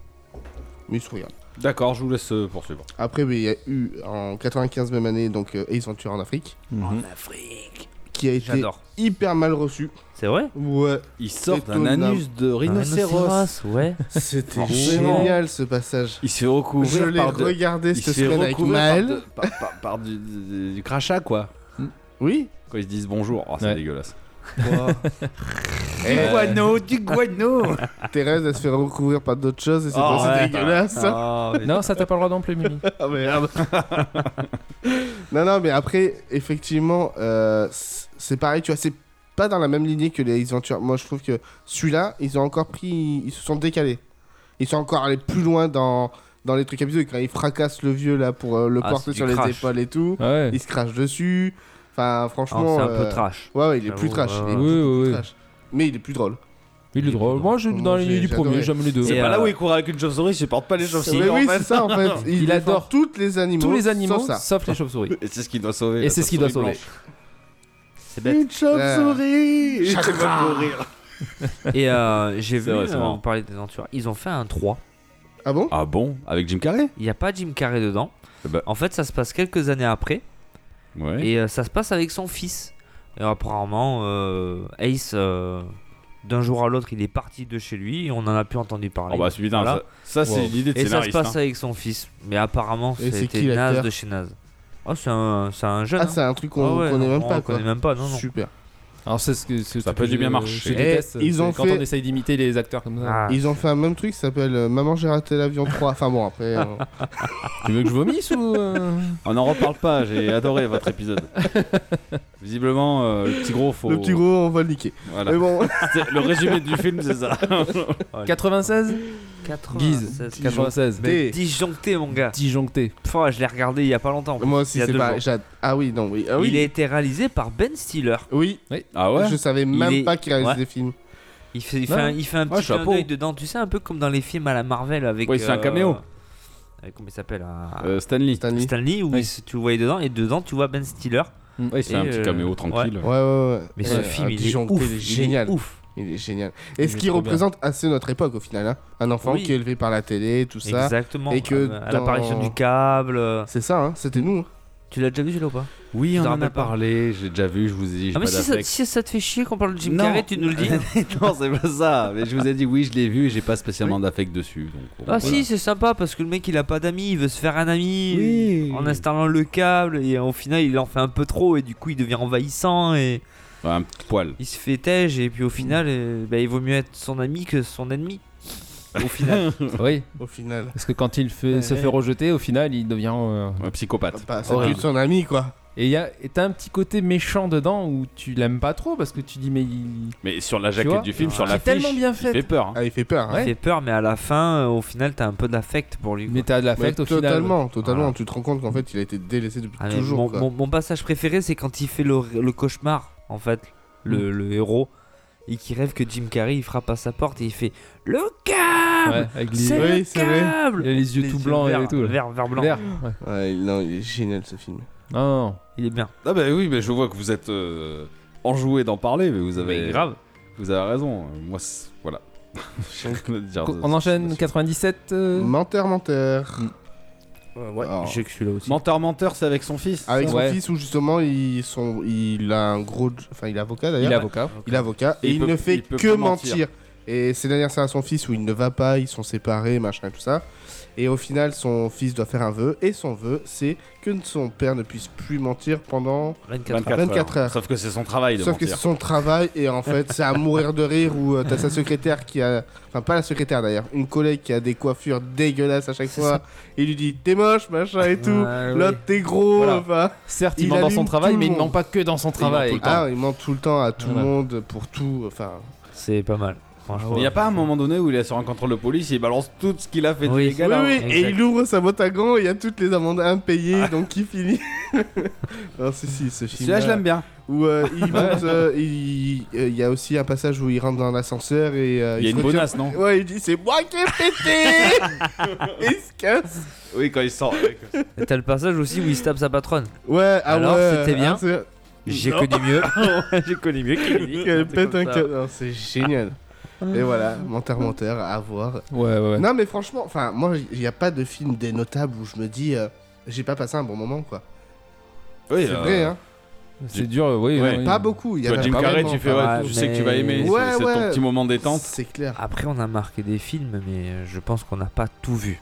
E: Mais il se regarde.
D: D'accord, je vous laisse euh, poursuivre.
E: Après, mais il y a eu en 95 même année donc euh, Ace Ventura en Afrique,
F: En Afrique.
E: qui a été
F: J'adore.
E: hyper mal reçu.
F: C'est vrai
E: Ouais.
D: Il sort d'un
E: Étonnant.
D: anus de rhinocéros.
F: Rhinocéros, ouais.
E: C'était
D: Forcément.
E: génial ce passage.
D: Il se fait
E: Je
D: recouvrir
E: l'ai
D: par de-
E: regardé
D: il
E: cette
D: se fait
E: semaine avec
D: recouvrir
E: Maël.
D: par, de- par- par- par du, du- du crachat, quoi.
E: Oui.
D: Quand ils se disent bonjour, oh, c'est
G: Ouais.
D: dégueulasse.
E: Eh,
D: guano, du guano
E: Thérèse, elle se fait recouvrir par d'autres choses et c'est
D: Oh,
E: pas
D: ouais. Ah.
E: dégueulasse.
G: Non, ça t'a pas le droit d'en Mimi.
E: Ah merde. non, non, mais après, effectivement, euh, c- c'est pareil, tu vois, c'est pas dans la même lignée que les Ace Ventura. Moi, je trouve que celui-là, ils ont encore pris. Ils se sont décalés. Ils sont encore allés plus loin dans, dans les trucs abusés. Quand ils fracassent le vieux, là, pour euh, le
F: Ah, c'est
E: porter
F: du
E: sur les
F: crash.
E: épaules et tout,
G: Ouais.
E: ils se crachent dessus. Enfin,
F: Ah,
E: franchement.
F: C'est un
E: euh,
F: peu trash.
E: Ouais, ouais, il est plus
F: J'avoue,
E: trash.
F: ouais,
E: il est
G: ouais.
E: beaucoup
G: Oui,
E: plus
G: oui, oui.
E: trash. Mais il est plus drôle.
G: Il est drôle. Moi, je, dans
E: Moi,
G: les
E: j'ai-
G: du
E: j'ai
G: premier,
E: adoré.
G: j'aime les deux.
F: C'est Et
D: Bah
F: pas
D: là
F: euh,
D: où il court avec une chauve-souris, je supporte pas les
E: Mais
D: chauves-souris.
E: oui,
D: en fait.
E: c'est ça en fait. Il,
G: Il
E: défend
G: adore.
E: toutes les animaux.
G: Tous les
E: sauf
G: animaux,
E: ça.
G: sauf les chauves-souris.
D: Et c'est ce qu'il doit sauver.
G: Et
D: la
G: c'est ce qu'il doit
D: chauve-souris
G: sauver.
F: C'est bête.
D: blanche. Une chauve-souris Et tu vas mourir.
F: Et euh, j'ai
D: C'est
F: vu,
D: vrai, c'est
F: euh,
D: marrant.
F: vous parlez des aventures, ils ont fait un 3.
E: Ah bon
D: Ah bon Avec Jim Carrey
F: Il n'y a pas Jim Carrey dedans.
D: Eh ben.
F: En fait, ça se passe quelques années après.
D: Ouais.
F: Et euh, ça se passe avec son fils. Et apparemment, euh, Ace, euh, d'un jour à l'autre, il est parti de chez lui. Et on en a plus entendu parler.
D: Oh bah c'est putain,
F: Voilà.
D: ça, ça, c'est
G: Wow.
D: l'idée de
F: et ça se
D: scénariste.
F: passe
D: hein.
F: avec son fils. Mais apparemment,
E: Et c'est
F: c'était
E: qui, l'acteur
F: naze de chez naze. Oh, c'est un, c'est un jeune.
E: Ah,
F: hein.
E: c'est un truc
F: Ah
E: qu'on
F: ouais,
E: connaît
F: non,
E: même
F: on
E: pas quoi.
F: connaît même pas, non, non.
E: Super.
G: Alors, c'est ce que. c'est ce
D: Ça
G: que
D: peut du
G: je-
D: bien marcher.
G: Je
E: Eh,
G: déteste.
E: ils
G: c'est
E: ont
G: quand
E: fait-
G: on essaye d'imiter les acteurs comme ça.
F: Ah,
E: Ils ont fait un même truc qui s'appelle euh, Maman j'ai raté l'avion 3. Enfin bon, après. euh,
G: Tu veux que je vomisse ou. euh,
D: hein. On n'en reparle pas, j'ai adoré votre épisode. Visiblement, euh, le petit gros, faut.
E: Le petit gros, on va le niquer.
D: Voilà.
E: Mais bon,
D: C'est- Le résumé du film, c'est ça.
G: 96 Guise.
F: 96.
G: 96.
F: Mais
E: T.
F: disjoncté, mon gars.
G: Disjoncté.
F: Pff, je l'ai regardé il y a pas longtemps. en plus.
E: moi
F: Il
E: aussi,
F: y a
E: c'est
F: deux
E: pas.
F: jours.
E: j'ad- Ah oui, non, oui. Ah, oui.
F: Il a été réalisé par Ben Stiller.
E: Oui,
D: Ah ouais
E: je savais même
F: est-
E: pas qu'il réalisait
F: ouais.
E: des films.
F: Il fait, il
G: Ouais.
F: fait, un, il fait un
D: Ouais,
F: petit clin
D: chapeau.
F: d'œil dedans, tu sais, un peu comme dans les films à la Marvel avec. euh,
D: Oui, c'est un caméo.
F: avec- comment il s'appelle un-
D: Euh, Stanley.
E: Stanley.
F: Stanley, où il se- tu le voyais dedans, et dedans tu vois Ben Stiller.
D: Oui, c'est
F: Et,
D: un petit
F: euh,
D: caméo tranquille.
E: Ouais, ouais, ouais.
F: Mais
E: Ouais,
F: ce film,
E: un
F: il est,
E: Dijon,
F: ouf,
E: il
F: il
E: est
F: est
E: génial.
F: ouf.
E: Il est génial. Et ce
G: est
E: qui
G: trop bien.
E: représente assez notre époque au final. hein. Un enfant
F: Oui.
E: qui est élevé par la télé, tout ça.
F: Exactement.
E: et que
F: à, à
E: dans-
F: l'apparition du câble. euh,
E: C'est ça, hein, c'était nous. hein.
F: Tu l'as déjà vu, celui-là ou pas
D: Oui,
F: Je
D: on
F: te
D: en a
F: rappelle pas.
D: parlé, j'ai déjà vu, je vous ai dit, j'ai
F: Ah, mais
D: pas
F: si ça,
D: d'affect.
F: si ça te fait chier qu'on parle de Jim
D: Non.
F: Carrey, tu nous le dis.
D: non, c'est pas ça. Mais je vous ai dit, oui, je l'ai vu et j'ai pas spécialement d'affect dessus. Donc, bon,
F: Ah
D: voilà.
F: si, c'est sympa parce que le mec il a pas d'amis, il veut se faire un ami
D: Oui.
F: en installant le câble et au final il en fait un peu trop et du coup il devient envahissant et
D: Ouais, un petit poil.
F: il se fait tège et puis au final euh, bah, il vaut mieux être son ami que son ennemi. Au final.
G: Oui.
E: Au final.
G: Parce que quand il fait, se fait rejeter, au final, il devient. euh,
D: Un psychopathe.
E: Bah, c'est
G: Horrible.
E: plus son ami, quoi.
G: Et il y a- et t'as un petit côté méchant dedans où tu l'aimes pas trop parce que tu dis mais il.
D: Mais sur la
G: vois
D: jaquette du film, sur
G: C'est
D: la
G: tellement bien
D: il fait
G: fait.
D: peur. hein.
E: Ah, il fait peur. hein.
G: Ouais.
F: Il fait peur mais à la fin euh, au final t'as un peu d'affect pour lui. quoi.
G: Mais t'as de
E: Mais
G: l'affect au final.
E: totalement, totalement.
F: Voilà.
E: Tu te rends compte qu'en fait, il a été délaissé depuis
F: Ah, mais
E: toujours.
F: mon,
E: quoi.
F: mon- mon passage préféré c'est quand il fait le, le cauchemar en fait, le, le héros. Et qui rêve que Jim Carrey il frappe à sa porte et il fait le câble,
G: Ouais, avec les,
F: c'est
E: Oui,
F: le
E: c'est vrai.
F: câble.
G: il a les yeux
F: Les
G: tout
F: yeux
G: blancs
F: verts,
G: et tout. là.
F: Vert, vert blanc.
G: Vert, ouais.
E: Ouais, il- non, il est génial ce film.
G: Non, non.
F: Il est bien.
D: Ah bah oui, mais je vois que vous êtes euh, enjoué d'en parler, mais vous avez,
F: Mais grave.
D: vous avez raison. Moi, c'est- voilà. J'ai rien à dire
G: Co-
D: de-
G: On enchaîne 97. euh,
E: Menteur, menteur.
F: ouais,
E: Alors,
F: j'ai que celui-là aussi.
D: Menteur, menteur, c'est avec son fils.
E: Avec son
G: Ouais.
E: fils, où justement, ils sont... il a un gros. Enfin, il est avocat
G: il est
E: d'ailleurs.
G: avocat.
E: Il est avocat et
D: Il
E: il,
D: peut-
E: ne fait
D: il peut
E: que
D: plus
E: mentir.
D: mentir.
E: Et c'est l'anniversaire à son fils où il ne va pas, ils sont séparés, machin, tout ça. Et au final, son fils doit faire un vœu. Et son vœu, c'est que son père ne puisse plus mentir pendant.
F: 24
D: 24,
E: 24 heures.
D: Sauf que c'est son travail de
E: Sauf que c'est
D: mentir.
E: son travail. Et en fait, c'est à mourir de rire où euh, t'as sa secrétaire qui a. Enfin, pas la secrétaire d'ailleurs, une collègue qui a des coiffures dégueulasses à chaque
F: C'est
E: fois. Il lui dit T'es moche, machin et tout.
F: Ah
E: L'autre, t'es gros.
G: Voilà.
E: Enfin.
G: Certes, il,
E: Il
G: ment dans son
E: allume tout
G: travail,
E: le
G: mais il ment
E: monde.
G: pas que dans son travail.
E: Ah, il ment tout le temps à tout
G: Voilà.
E: le monde pour tout. Enfin.
F: C'est pas mal. Franchement.
D: Il n'y a pas un moment donné où il est sur un contrôle de police et il balance tout ce qu'il a fait de
F: Oui.
D: légal.
E: Oui,
D: hein.
E: oui,
F: exact.
E: et il ouvre sa boîte à gants, il y a toutes les amendes impayées, donc il finit. non, si, si, ce film.
D: Celui-là, je l'aime bien.
E: Où euh, il monte, euh, il euh, il y a aussi un passage où il rentre dans l'ascenseur et. euh,
D: Il y a
E: se
D: une
E: retient-
D: bonasse, non
E: Ouais, il dit c'est moi qui ai pété Et Il se casse
D: Oui, quand il sort.
F: Et T'as le passage aussi où il se tape sa patronne.
E: Ouais, ah
F: Alors,
E: ouais,
F: c'était
E: ah,
F: bien
E: c'est-
F: J'ai connu mieux. Euh, J'ai connu mieux qu'il dit.
E: Qu'elle pète un
F: comme ça.
E: câble. Non, C'est génial. Et voilà, menteur, menteur, à voir.
G: Ouais, ouais, ouais.
E: Non, mais franchement, enfin, moi, il n'y a pas de film des notables où je me dis euh, j'ai pas passé un bon moment, quoi.
D: Oui, euh,
E: C'est vrai, hein.
G: C'est dur, euh, oui.
D: Ouais.
G: Euh, oui.
E: Pas beaucoup, il y
D: Toi,
E: avait
D: Jim
E: pas
D: Carrey,
E: vraiment.
D: tu fais,
F: pas
D: ouais,
F: mal,
D: tu sais que tu vas aimer.
F: mais-
D: c'est-
E: Ouais,
D: c'est
E: ouais.
D: ton petit moment détente.
E: C'est clair.
F: Après, on a marqué des films, mais euh, je pense qu'on n'a pas tout vu.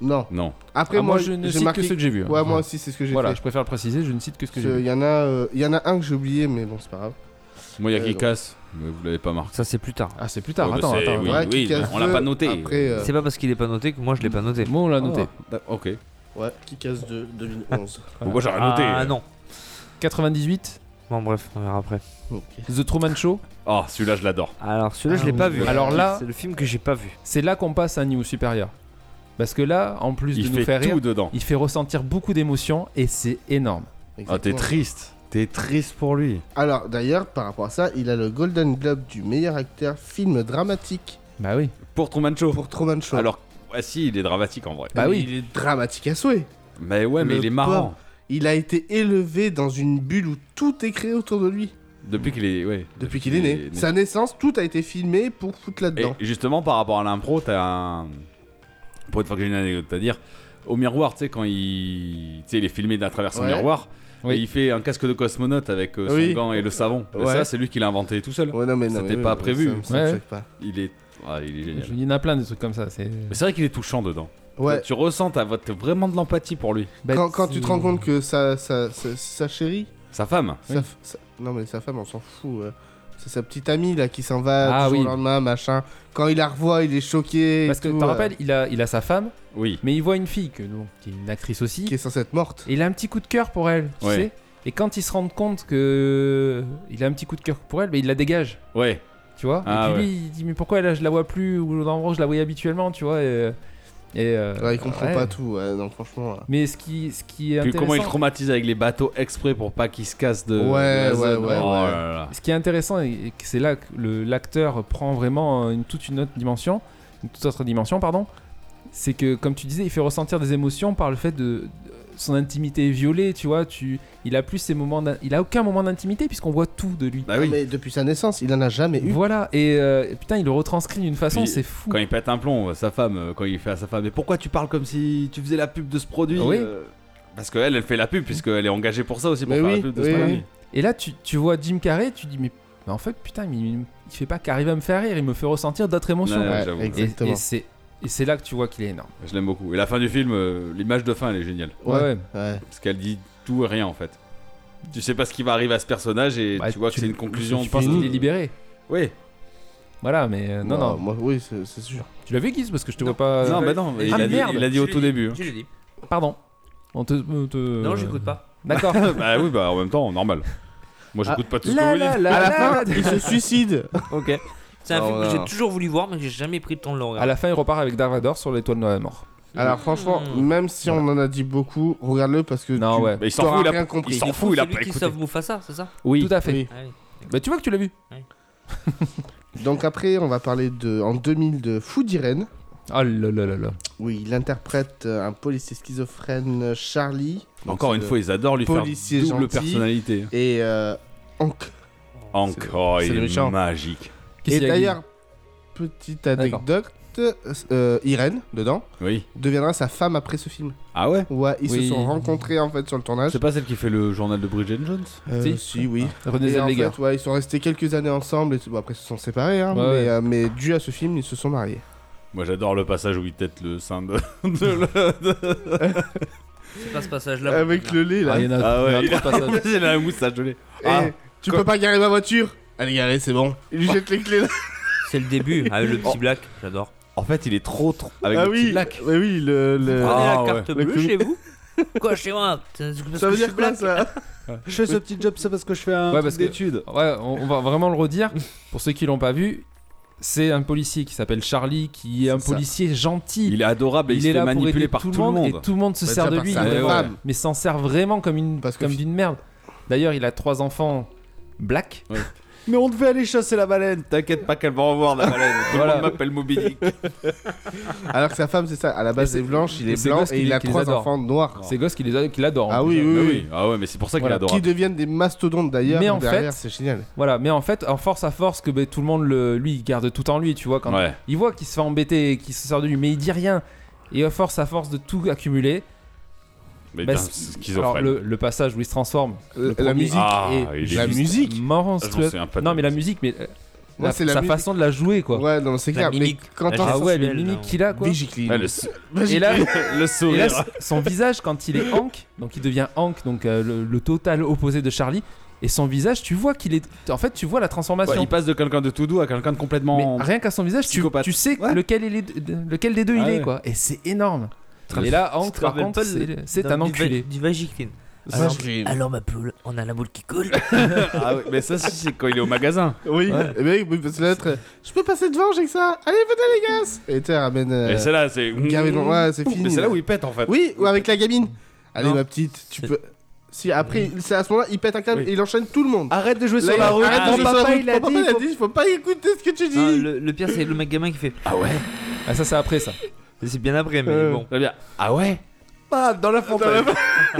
E: Non.
D: Non.
E: Après,
G: Ah,
E: moi,
G: moi, je ne
E: j'ai
G: cite
E: marqué-
G: que ceux que j'ai vus. hein.
E: Ouais, moi aussi, c'est ce que j'ai
G: Voilà, je
E: fait.
G: préfère le préciser, je ne cite que ce que
E: Il
G: j'ai vu.
E: y, en a, euh, y en a un que j'ai oublié, mais bon, c'est pas grave.
D: Moi, il y a
E: Euh,
D: qui
E: non.
D: casse. Mais vous l'avez pas marqué.
F: Ça, c'est plus tard.
G: Ah, c'est plus tard,
D: Ouais,
G: attends,
D: mais c'est-
G: attends.
D: oui,
E: Ouais,
D: oui,
E: Kick-Ass
D: on l'a
E: 2,
D: pas noté.
E: Après, euh,
F: C'est pas parce qu'il est pas noté que moi je l'ai pas noté.
G: Bon, on l'a noté.
D: D'ac- Ok.
E: ouais, qui casse 2, 2011.
D: Bon, Moi, j'aurais noté.
F: Ah non.
G: 98,
F: Bon, bref, on verra après.
G: The Truman Show.
D: Ah, celui-là, je l'adore.
F: Alors, celui-là,
E: Ah
F: je l'ai pas
E: oui.
F: vu.
G: Alors là-
F: c'est le film que j'ai pas vu.
G: C'est là qu'on passe à un niveau supérieur. Parce que là, en plus de
D: Il
G: nous faire
D: fait
G: rire,
D: tout dedans.
G: il fait ressentir beaucoup d'émotions et c'est énorme.
D: Ah, t'es
E: Exactement.
D: triste. T'es triste pour lui.
E: Alors, d'ailleurs, par rapport à ça, il a le Golden Globe du meilleur acteur film dramatique
G: Bah oui.
D: Pour Truman Show.
E: pour Truman Show.
D: Alors, ouais, si, il est dramatique en vrai.
G: Bah
E: Mais
G: oui.
E: Il est dramatique à souhait.
D: Mais ouais, mais
E: Le
D: il est marrant.
E: pauvre. Il a été élevé dans une bulle où tout est créé autour de lui.
D: Depuis qu'il est. Ouais.
E: Depuis qu'il est né. Sa naissance, tout a été filmé pour foutre
D: Et
E: là-dedans.
D: justement, par rapport à l'impro, t'as un. Pour une fois que j'ai une anecdote à dire, au miroir, tu sais, quand il. Tu sais, il est filmé à travers son
E: Ouais.
D: miroir.
G: Oui.
D: Et il fait un casque de cosmonaute avec euh, son
E: Oui.
D: gant et le savon. Et
E: Ouais.
D: ça, c'est lui qui l'a inventé tout seul.
E: Ouais, non, mais non,
D: C'était
E: mais
D: pas
E: oui,
D: prévu.
E: ça me- ça me
G: Ouais.
E: choque pas.
D: Il est. Ah, il est génial.
G: Il y en a plein de trucs comme ça. C'est.
D: Mais c'est vrai qu'il est touchant dedans.
E: Ouais.
D: Tu ressens, t'as t'as vraiment de l'empathie pour lui.
G: Bah,
E: quand, quand tu te rends
G: c'est-
E: compte que sa, sa, sa, sa chérie,
D: Sa femme.
E: sa f- sa- non mais sa femme, on s'en fout. euh, C'est sa petite amie là qui s'en va
G: Ah
E: du jour
G: oui.
E: au lendemain, machin. Quand il la revoit, il est choqué. et
G: Parce que
E: tout,
G: t'en
E: euh,
G: rappelles, il a, il a sa femme,
D: Oui.
G: mais il voit une fille que, bon, qui est une actrice aussi.
E: qui est censée être morte.
G: Et il a un petit coup de cœur pour elle, tu
D: Ouais.
G: sais. Et quand il se rend compte que il a un petit coup de cœur pour elle, mais il la dégage,
D: Ouais.
G: tu vois.
D: Ah,
G: et puis lui, il dit mais pourquoi là je la vois plus ou l'endroit où je la voyais habituellement, tu vois. Et, et, euh,
E: Ouais, Ah bah, il comprend
G: ouais.
E: pas tout. ouais, non franchement. euh.
G: Mais ce qui, ce qui est
D: Puis
G: intéressant,
D: comment il traumatise avec les bateaux exprès pour pas qu'il se casse de.
E: Ouais,
D: de la
E: ouais,
D: zone.
E: ouais,
D: Oh
E: ouais.
D: là là.
G: ce qui est intéressant et et que c'est là que le- l'acteur prend vraiment euh, une toute une autre dimension, une toute autre dimension, pardon. C'est que comme tu disais, il fait ressentir des émotions par le fait de, de- son intimité est violée, tu vois. Tu, il a plus ces moments, d'in- il a aucun moment d'intimité puisqu'on voit tout de lui.
D: Bah oui.
E: Ah, Mais depuis sa naissance, il en a jamais eu.
G: Voilà, et euh, putain, il le retranscrit d'une façon,
D: Puis,
G: c'est fou.
D: Quand il pète un plomb, sa femme, euh, quand il fait à sa femme, mais pourquoi tu parles comme si tu faisais la pub de ce produit
G: Oui.
D: euh, Parce qu'elle, elle fait la pub, puisqu'elle est engagée pour ça aussi, pour
E: Mais
D: faire
E: oui,
D: la pub de
E: oui,
D: ce produit.
E: oui.
G: Et là, tu, tu vois Jim Carrey, tu dis, mais, mais en fait, putain, mais il, il fait pas qu'arriver à me faire rire, il me fait ressentir d'autres émotions.
D: Ouais,
E: Ouais,
D: j'avoue.
G: Et-
E: exactement.
G: Et, c'est et c'est là que tu vois qu'il est énorme.
D: Je l'aime beaucoup. Et la fin du film, euh, l'image de fin, elle est géniale.
E: Ouais.
G: ouais.
E: Ouais.
D: Parce qu'elle dit tout et rien en fait. Tu sais pas ce qui va arriver à ce personnage et
G: Bah,
D: tu vois
G: tu-
D: que c'est une conclusion.
G: Je pense qu'il est libéré.
D: Oui.
G: Voilà, mais euh,
E: Bah,
G: non, non.
E: Moi, oui, c'est c'est sûr.
G: Tu l'as vu, Guise Parce que je te vois pas.
D: non, bah non, il,
G: Ah,
D: a dit,
G: merde.
D: il a dit au tout début. hein.
F: Tu l'as dit.
G: Pardon. On te. on te-
F: Non, j'écoute pas.
G: D'accord.
D: bah oui, bah en même temps, normal. Moi j'écoute pas tout ce que
G: Là,
D: vous
G: là,
D: dites.
G: là,
E: à la
G: là.
E: fin, il se suicide.
F: Ok. C'est un
E: Non,
F: film que
E: non.
F: j'ai toujours voulu voir, mais que j'ai jamais pris le temps de le
G: À
F: regarder.
G: la fin, il repart avec Darvador sur l'étoile de la mort.
E: Alors franchement,
F: Mmh.
E: même si on en a dit beaucoup, regarde-le parce que
G: Non,
E: tu
G: ouais.
D: Mais il s'en
E: t'auras
D: fout, il a-
E: rien compris.
D: il s'en fout, il a
F: Celui
D: pas
F: Oh, qui
D: écouté.
F: sauve Mufasa, c'est ça
G: Oui. Tout à fait.
E: Oui.
F: Ah oui.
G: Bah, tu vois que tu l'as vu.
E: Donc après, on va parler de en 2000 de Food Irene,
G: Oh là là là là.
E: où il interprète euh, un policier schizophrène Charlie. Donc,
D: Encore
E: c'est
D: une
E: le-
D: fois, ils adorent lui faire
E: policier
D: double
E: gentil.
D: personnalité.
E: Et euh, Hank.
D: Encore,
E: c'est le
D: il est
E: méchant.
D: magique.
G: Qu'est-ce
E: Et
G: qu'il y a,
E: d'ailleurs, petite anecdote, euh, Irene dedans
D: Oui.
E: deviendra sa femme après ce film.
D: Ah ouais
E: Ouais, ils
G: Oui.
E: se sont rencontrés en fait sur le tournage.
D: C'est pas celle qui fait le journal de Bridget Jones
E: Euh,
G: Si.
E: si, oui.
G: René
E: Et en
G: Zellweger.
E: fait, ouais, ils sont restés quelques années ensemble. Et tout. Bon, après, ils se sont séparés. hein,
G: Ouais,
E: mais,
G: ouais.
E: euh, mais dû à ce film, ils se sont mariés.
D: Moi j'adore le passage où il tête le sein de. de le- de-
F: C'est pas ce passage-là.
E: Avec le lait, là.
G: Ah, il y en a-
D: Ah
G: il y en
D: ouais,
G: a
D: il
G: trop de passages.
D: a, il a la moustache gelée.
E: Eh,
D: Ah,
E: tu
D: quoi-
E: peux pas garer ma voiture Allez, garée, c'est bon. Il lui jette les clés.
F: C'est le début, avec le petit black, j'adore.
D: En fait, il est trop trop. Avec
E: ah
D: le petit
E: oui,
D: black.
E: ouais, oui, le. le-
F: Prenez
D: Ah,
F: la carte
E: Euh, ouais.
F: bleue
E: Le-
F: chez vous Quoi, chez moi Parce que
E: Ça
F: je
E: veut
F: suis
E: dire quoi
F: black.
E: ça
D: Je fais ce petit job, c'est parce que je fais un
G: Ouais,
D: truc
G: parce que-
D: d'études.
G: Ouais, on, on va vraiment le redire. Pour ceux qui l'ont pas vu, c'est un policier qui s'appelle Charlie, qui est un
E: C'est ça.
G: policier gentil.
D: Il est adorable et il,
G: est
D: se fait
G: là pour
D: manipuler
G: aider
D: par
G: tout le monde, et tout le monde se
E: Bah,
G: sert
E: déjà
G: de
E: par
G: lui,
E: sa
D: Eh
G: mais,
E: femme.
G: mais s'en sert vraiment comme une
E: Parce que
G: comme
E: fi-
G: d'une merde. D'ailleurs, il a trois enfants black.
D: Mais on devait aller chasser la baleine. T'inquiète pas qu'elle va en voir la baleine. tout
G: Voilà.
D: le monde m'appelle Moby Dick.
E: Alors que sa femme, c'est ça. À la base,
G: Et c'est-
E: c'est blanche, il
G: et
E: est
G: c'est
E: blanc
G: gosse
E: et
G: qui
E: il
G: les-
E: a
G: qui les
E: trois
G: adore.
E: enfants noirs.
G: Ces gosses qui les a- qui l'adorent. en
E: Ah
G: plus.
E: oui,
D: Bah
E: oui,
D: oui. Ah ouais, mais c'est pour ça qu'il
G: Voilà.
D: adore.
E: Qui deviennent des mastodontes d'ailleurs.
G: Mais en
E: derrière,
G: fait-
E: c'est génial.
G: Voilà, mais en fait, en force à force que ben, tout le monde le, lui il garde tout en lui, tu vois quand
D: Ouais.
G: il voit qu'il se fait embêter, et qu'il se sort de lui, mais il dit rien. Et à force à force de tout accumuler,
D: Mais
G: ben,
D: putain, c'est schizophrène.
G: alors, le, le passage où il se transforme, le
E: la
G: premier-
E: musique.
D: Ah,
G: et
D: il est
E: la
D: juste-
E: musique.
D: Ah, je
G: monstrueux.
D: m'en souviens pas de
G: non, mais la
D: musique.
G: musique, mais euh,
E: Moi,
G: la-
E: c'est la
G: sa
E: musique.
G: façon de la jouer, quoi.
E: Ouais, non, c'est
F: La
E: clair. Mais
F: mimique.
E: quand
F: La
E: on
G: ah ouais, les
F: sensuelle,
G: mimiques
F: là,
G: qu'il a, quoi.
D: Ouais, le s-
G: Et là,
D: le
G: et là,
D: sourire.
G: s- son visage, quand il est Hank, donc il devient Hank, donc euh, le, le total opposé de Charlie, et son visage, tu vois qu'il est. En fait, tu vois la
D: Ouais,
G: transformation.
D: il passe de quelqu'un de tout doux à quelqu'un de
G: mais
D: complètement.
G: rien qu'à son visage, tu,
D: psychopathe.
G: tu sais
D: Ouais.
G: lequel, il est- de- lequel des deux
D: Ah
G: il est,
D: ouais.
G: quoi. Et c'est énorme. Et là, Hank,
F: te
G: par
F: rappelle
G: contre,
F: pas le-
G: c'est- c'est
F: Dans
G: un
F: du
G: enculé.
F: va- Du Vagiline.
E: Ça,
F: Alors,
E: j'ai-
F: alors, ma poule, on a la boule qui coule.
D: Ah ouais, mais ça, si, c'est quand il est au magasin.
E: Oui, eh ben, oui, parce que l'autre, je peux passer devant, j'ai que ça. Allez, venez les gars. Et tu ramène.
D: Et c'est là, c'est.
E: Euh, Gavin, ouais, c'est
D: Mais
E: fini.
D: c'est là
E: là.
D: où il pète en fait.
E: Oui, ou avec la gamine. Allez,
F: Non.
E: ma petite, tu
F: C'est-
E: peux. Si après, c'est à ce moment-là, il pète un câble
D: Oui.
E: et il enchaîne tout le monde.
D: Arrête de jouer
E: Là,
D: sur
E: il-
D: la route.
E: arrête de
D: mon
E: jouer sur la
D: papa,
E: route.
D: il a
E: Papa,
D: dit.
E: il a dit, faut pas écouter ce que tu dis.
F: Non, le, le pire, c'est le mec gamin qui fait.
D: Ah ouais.
G: Ah, ça, c'est après ça.
F: C'est bien après, mais
E: Euh.
F: bon.
D: Très bien. Ah ouais. Ah dans la fontaine. Ah,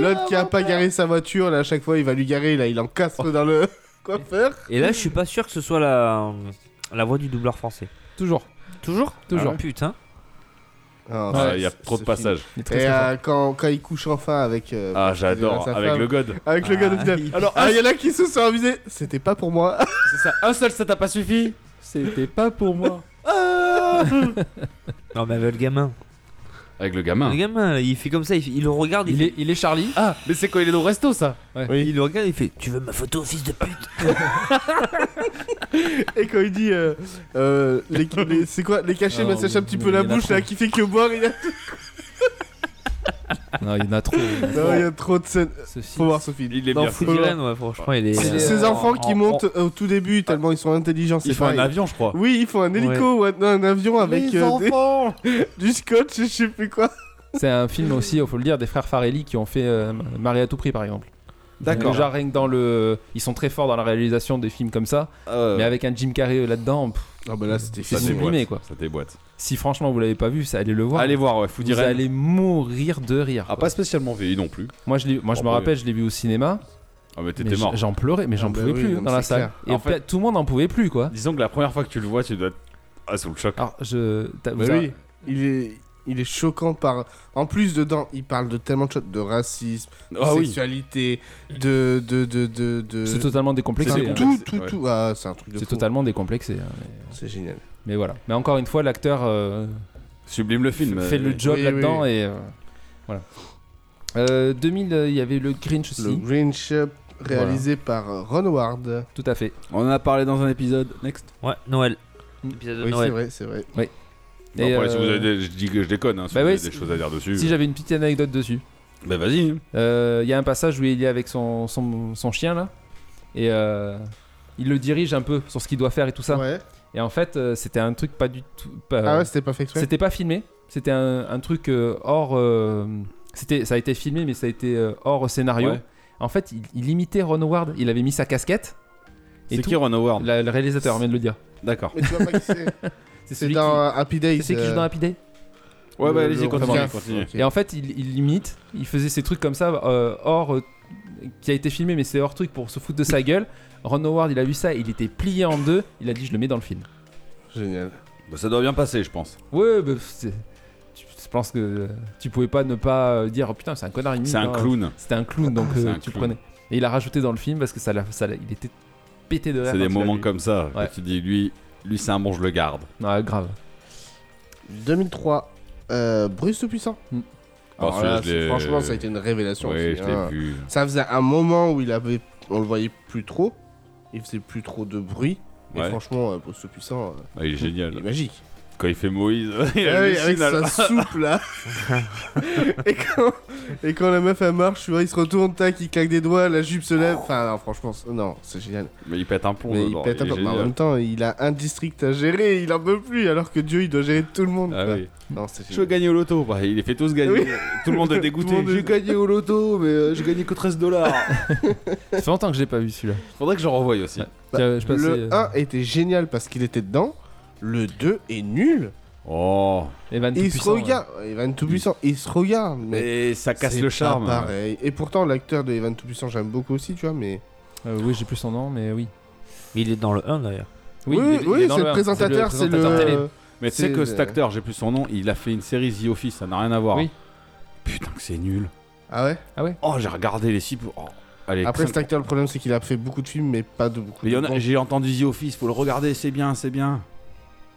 E: L'autre qui a pas garé sa voiture, là, à chaque fois, il va lui garer, là, il encastre dans le coiffeur.
F: Et là, je suis pas sûr que ce soit la, la voix du doubleur français.
G: Toujours.
F: Toujours
G: Toujours.
F: Putain.
E: Ah,
D: Ah,
E: c'est-
D: Il y a trop de
E: ce
D: passages.
G: Il
E: film. Et
G: est très, très fort.
E: euh, quand, quand il couche enfin avec. euh,
D: Ah
E: sa
D: j'adore.
E: femme-
D: Avec le god.
E: Avec le gars de final. Alors, ah, il y en a qui se sont amusés. C'était pas pour moi.
D: C'est ça. Un seul ça t'a pas suffi.
G: C'était pas pour moi.
F: Non, mais avec le gamin.
D: Avec le
F: Le
D: gamin.
F: gamin, là, il fait comme ça, il, fait- il le regarde, il,
G: Il
F: fait-
G: est, il est Charlie.
D: Ah mais c'est quand il est au resto ça.
F: il le regarde, il fait Tu veux ma photo, fils de pute
E: Et quand il dit. euh, euh, les- les- c'est quoi Les cachets
G: Ah,
E: me sèchent un petit
G: mais
E: peu la
G: il y en a
E: bouche, là,
G: trop.
E: qui fait que boire. Il y a,
G: Non, il y en a trop. il y en a
E: Non,
G: trop.
E: il y a trop de scènes.
G: Ceci.
E: Faut voir ce film.
D: Il est
E: Non,
D: bien.
E: faut
F: C'est
E: le voir.
F: Dylan, ouais, franchement, il
E: C'est
F: est.
G: C'est-
E: ces
G: euh,
E: enfants
G: en-
E: qui
G: en-
E: montent au tout début, tellement ils sont intelligents.
D: Il
E: c'est
D: fait un
E: pareil.
D: avion je crois.
E: Oui, ils font un hélico ou un, un avion avec euh, des- du scotch et je sais plus quoi.
G: C'est un film aussi, il faut le dire, des frères Farelli qui ont fait euh, Marie à tout prix par exemple.
D: D'accord.
G: Déjà rien que dans le, ils sont très forts dans la réalisation des films comme ça,
D: Euh,
G: mais avec un Jim Carrey là-dedans, pff,
E: Ah bah là, c'était
G: c'est
D: ça déboîte.
G: sublimé quoi.
D: Ça déboîte.
G: Si franchement vous l'avez pas vu, ça allez le voir.
D: Allez voir ouais. Faut
G: vous
D: dire.
G: allez mourir de rire.
D: Ah
G: quoi.
D: pas spécialement VI non plus.
G: Moi je, l'ai- moi, je
D: Oh,
G: me
D: bah,
G: rappelle, je l'ai vu au cinéma,
D: Ah mais
G: mais
D: t'étais
G: j-
D: mort.
G: j'en pleurais, mais j'en
E: Ah, bah
G: pouvais
E: oui,
G: plus
E: non,
G: dans la
E: c'est
G: salle.
D: clair.
G: Et
D: En fait- Bah
G: pe- tout le monde en pouvait plus quoi.
D: Disons que la première fois que tu le vois tu dois. être- Ah sous le choc.
G: Alors je, t'as-
E: Bah
G: vous avez-
E: oui, il est, il est choquant par. En plus, dedans, il parle de tellement de choses de racisme, de
D: Ah oui.
E: sexualité, de. de, de, de, de-
G: c'est totalement décomplexé.
E: Enfin,
D: c'est
G: hein.
E: tout,
D: complexé,
E: tout,
D: ouais.
E: tout. Ah, c'est un truc de.
G: C'est
E: fou.
G: totalement décomplexé. hein, mais...
E: C'est génial.
G: mais voilà. Mais encore une fois, l'acteur. euh,
D: Sublime le film.
G: fait le job
E: oui,
G: là-dedans
E: oui.
G: et euh, voilà. Euh, 2000, euh, il y avait le Grinch aussi.
E: Le Grinch réalisé par euh, Ron Howard.
G: Tout à fait.
D: On en a parlé dans un épisode. Next.
F: Ouais, Noël.
G: Mm.
F: Épisode de
E: Oui, c'est
F: Noël.
E: vrai, c'est vrai.
D: Non,
G: Et,
D: après, si
G: euh,
D: vous avez des- je dis que je déconne, hein, si
G: bah
D: vous
G: ouais,
D: avez des
G: si-
D: choses à dire dessus.
G: Si j'avais une petite anecdote dessus,
D: Bah vas-y.
G: Euh, il y a un passage où il est avec son, son, son chien là et euh, il le dirige un peu sur ce qu'il doit faire et tout ça.
E: Ouais.
G: Et en fait, euh, c'était un truc pas du tout.
D: Euh,
G: pas-
E: Ah ouais, c'était pas fait exprès.
G: c'était pas filmé. C'était un, un truc euh, hors. euh, c'était, ça a été filmé, mais ça a été euh, hors scénario.
D: Ouais.
G: En fait, il, il imitait Ron Howard. Il avait mis sa casquette. Et
D: C'est
G: tout.
D: qui Ron Howard
G: La- le réalisateur vient de le dire.
D: D'accord.
E: Mais tu vois pas qui c'est. c'est
G: celui
E: dans euh, Happy Days.
G: qui, c'est qui joue dans Happy Day
D: Ouais, bah allez-y,
E: le-
D: continue.
E: le-
D: continue.
E: euh, Ok.
G: Et en fait, il, il imite, il faisait ces trucs comme ça, euh, hors. euh, qui a été filmé, mais c'est hors truc pour se foutre de sa gueule. Ron Howard, il a vu ça, il était plié en deux, il a dit je le mets dans le film.
E: Génial.
D: Bah, ça doit bien passer, je pense.
G: Ouais, bah, c'est- tu- je pense que euh, tu pouvais pas ne pas euh, dire oh, putain, c'est un connard, il imite,
D: C'est un
G: hein.
D: clown.
G: C'était un clown, donc
D: C'est
G: euh,
D: un
G: tu le
D: clown.
G: prenais. Et il a rajouté dans le film parce que ça, l'a- ça l'a- il était pété de rire.
D: C'est
G: quand
D: des
G: il l'a
D: moments
G: vu.
D: comme ça. que
G: Ouais.
D: tu dis, lui, lui c'est un bon, je le garde.
G: Ah, grave.
E: 2003, euh, Bruce le Puissant.
G: Hmm.
E: Alors
D: Ah, celui-là,
E: là,
D: je
E: c'est-
D: l'ai-
E: franchement, ça a été une révélation.
D: Ouais,
E: aussi,
D: je l'ai
E: hein.
D: vu.
E: Ça faisait un moment où il avait, on le voyait plus trop. Il faisait plus trop de bruit. Et
D: Ouais.
E: franchement, euh, Bruce le Puissant, euh,
D: Ah, il est
E: il est
D: génial.
E: magique.
D: Quand il fait Moïse, il
E: Ah oui, avec
D: hallucine, alors.
E: sa soupe là. et, quand, et quand la meuf elle marche, tu vois, il se retourne, tac, il claque des doigts, la jupe se lève. Enfin, non, franchement, c'est- non, c'est génial.
D: Mais Oh il pète un plomb.
E: Mais il
D: dedans,
E: pète un
D: est
E: peu. Mais en
D: génial.
E: même temps, il a un district à gérer, il en peut plus, alors que Dieu, il doit gérer tout le monde.
D: Ah
E: quoi.
D: oui.
E: Non, c'est
D: Je veux gagner au loto. Bah, il les fait tous gagner.
E: Oui.
D: Tout le monde est
E: Tout
D: dégoûté.
E: le monde est-
D: J'ai gagné au loto, mais euh, j'ai gagné que 13 dollars.
G: Ça fait longtemps que j'ai pas vu celui-là.
D: Faudrait que j'en renvoie aussi.
G: Ouais. Tiens, je passais,
E: Bah, Le
G: euh,
E: 1 était génial parce qu'il était dedans. Le 2 est nul.
D: Oh.
G: Evan
E: Et il se
G: Tout-Puissant,
E: regarde. Evan Tout-Puissant, il se regarde. Mais
D: Mais ça casse
E: c'est
D: le
E: pas
D: charme.
E: pareil. Et pourtant, l'acteur de Evan Tout-Puissant, j'aime beaucoup aussi, tu vois. Mais
G: ouais. Euh, oui, j'ai plus son nom, mais oui.
F: Il est dans le 1 d'ailleurs.
E: oui,
G: il est-
E: oui,
G: il est dans
E: c'est le
G: un.
E: présentateur, c'est le.
G: présentateur télé.
D: Mais tu sais
E: C'est-
D: que cet acteur, j'ai plus son nom, il a fait une série The Office, ça n'a rien à voir.
G: Oui.
D: Putain que c'est nul.
E: Ah ouais.
D: Oh, j'ai regardé les six. Oh. Allez,
E: Après,
D: crème.
E: cet acteur, le problème, c'est qu'il a fait beaucoup de films, mais pas de beaucoup.
D: Mais il y en
E: de
D: a-
E: bons.
D: j'ai entendu The Office, faut le regarder, c'est bien, c'est bien.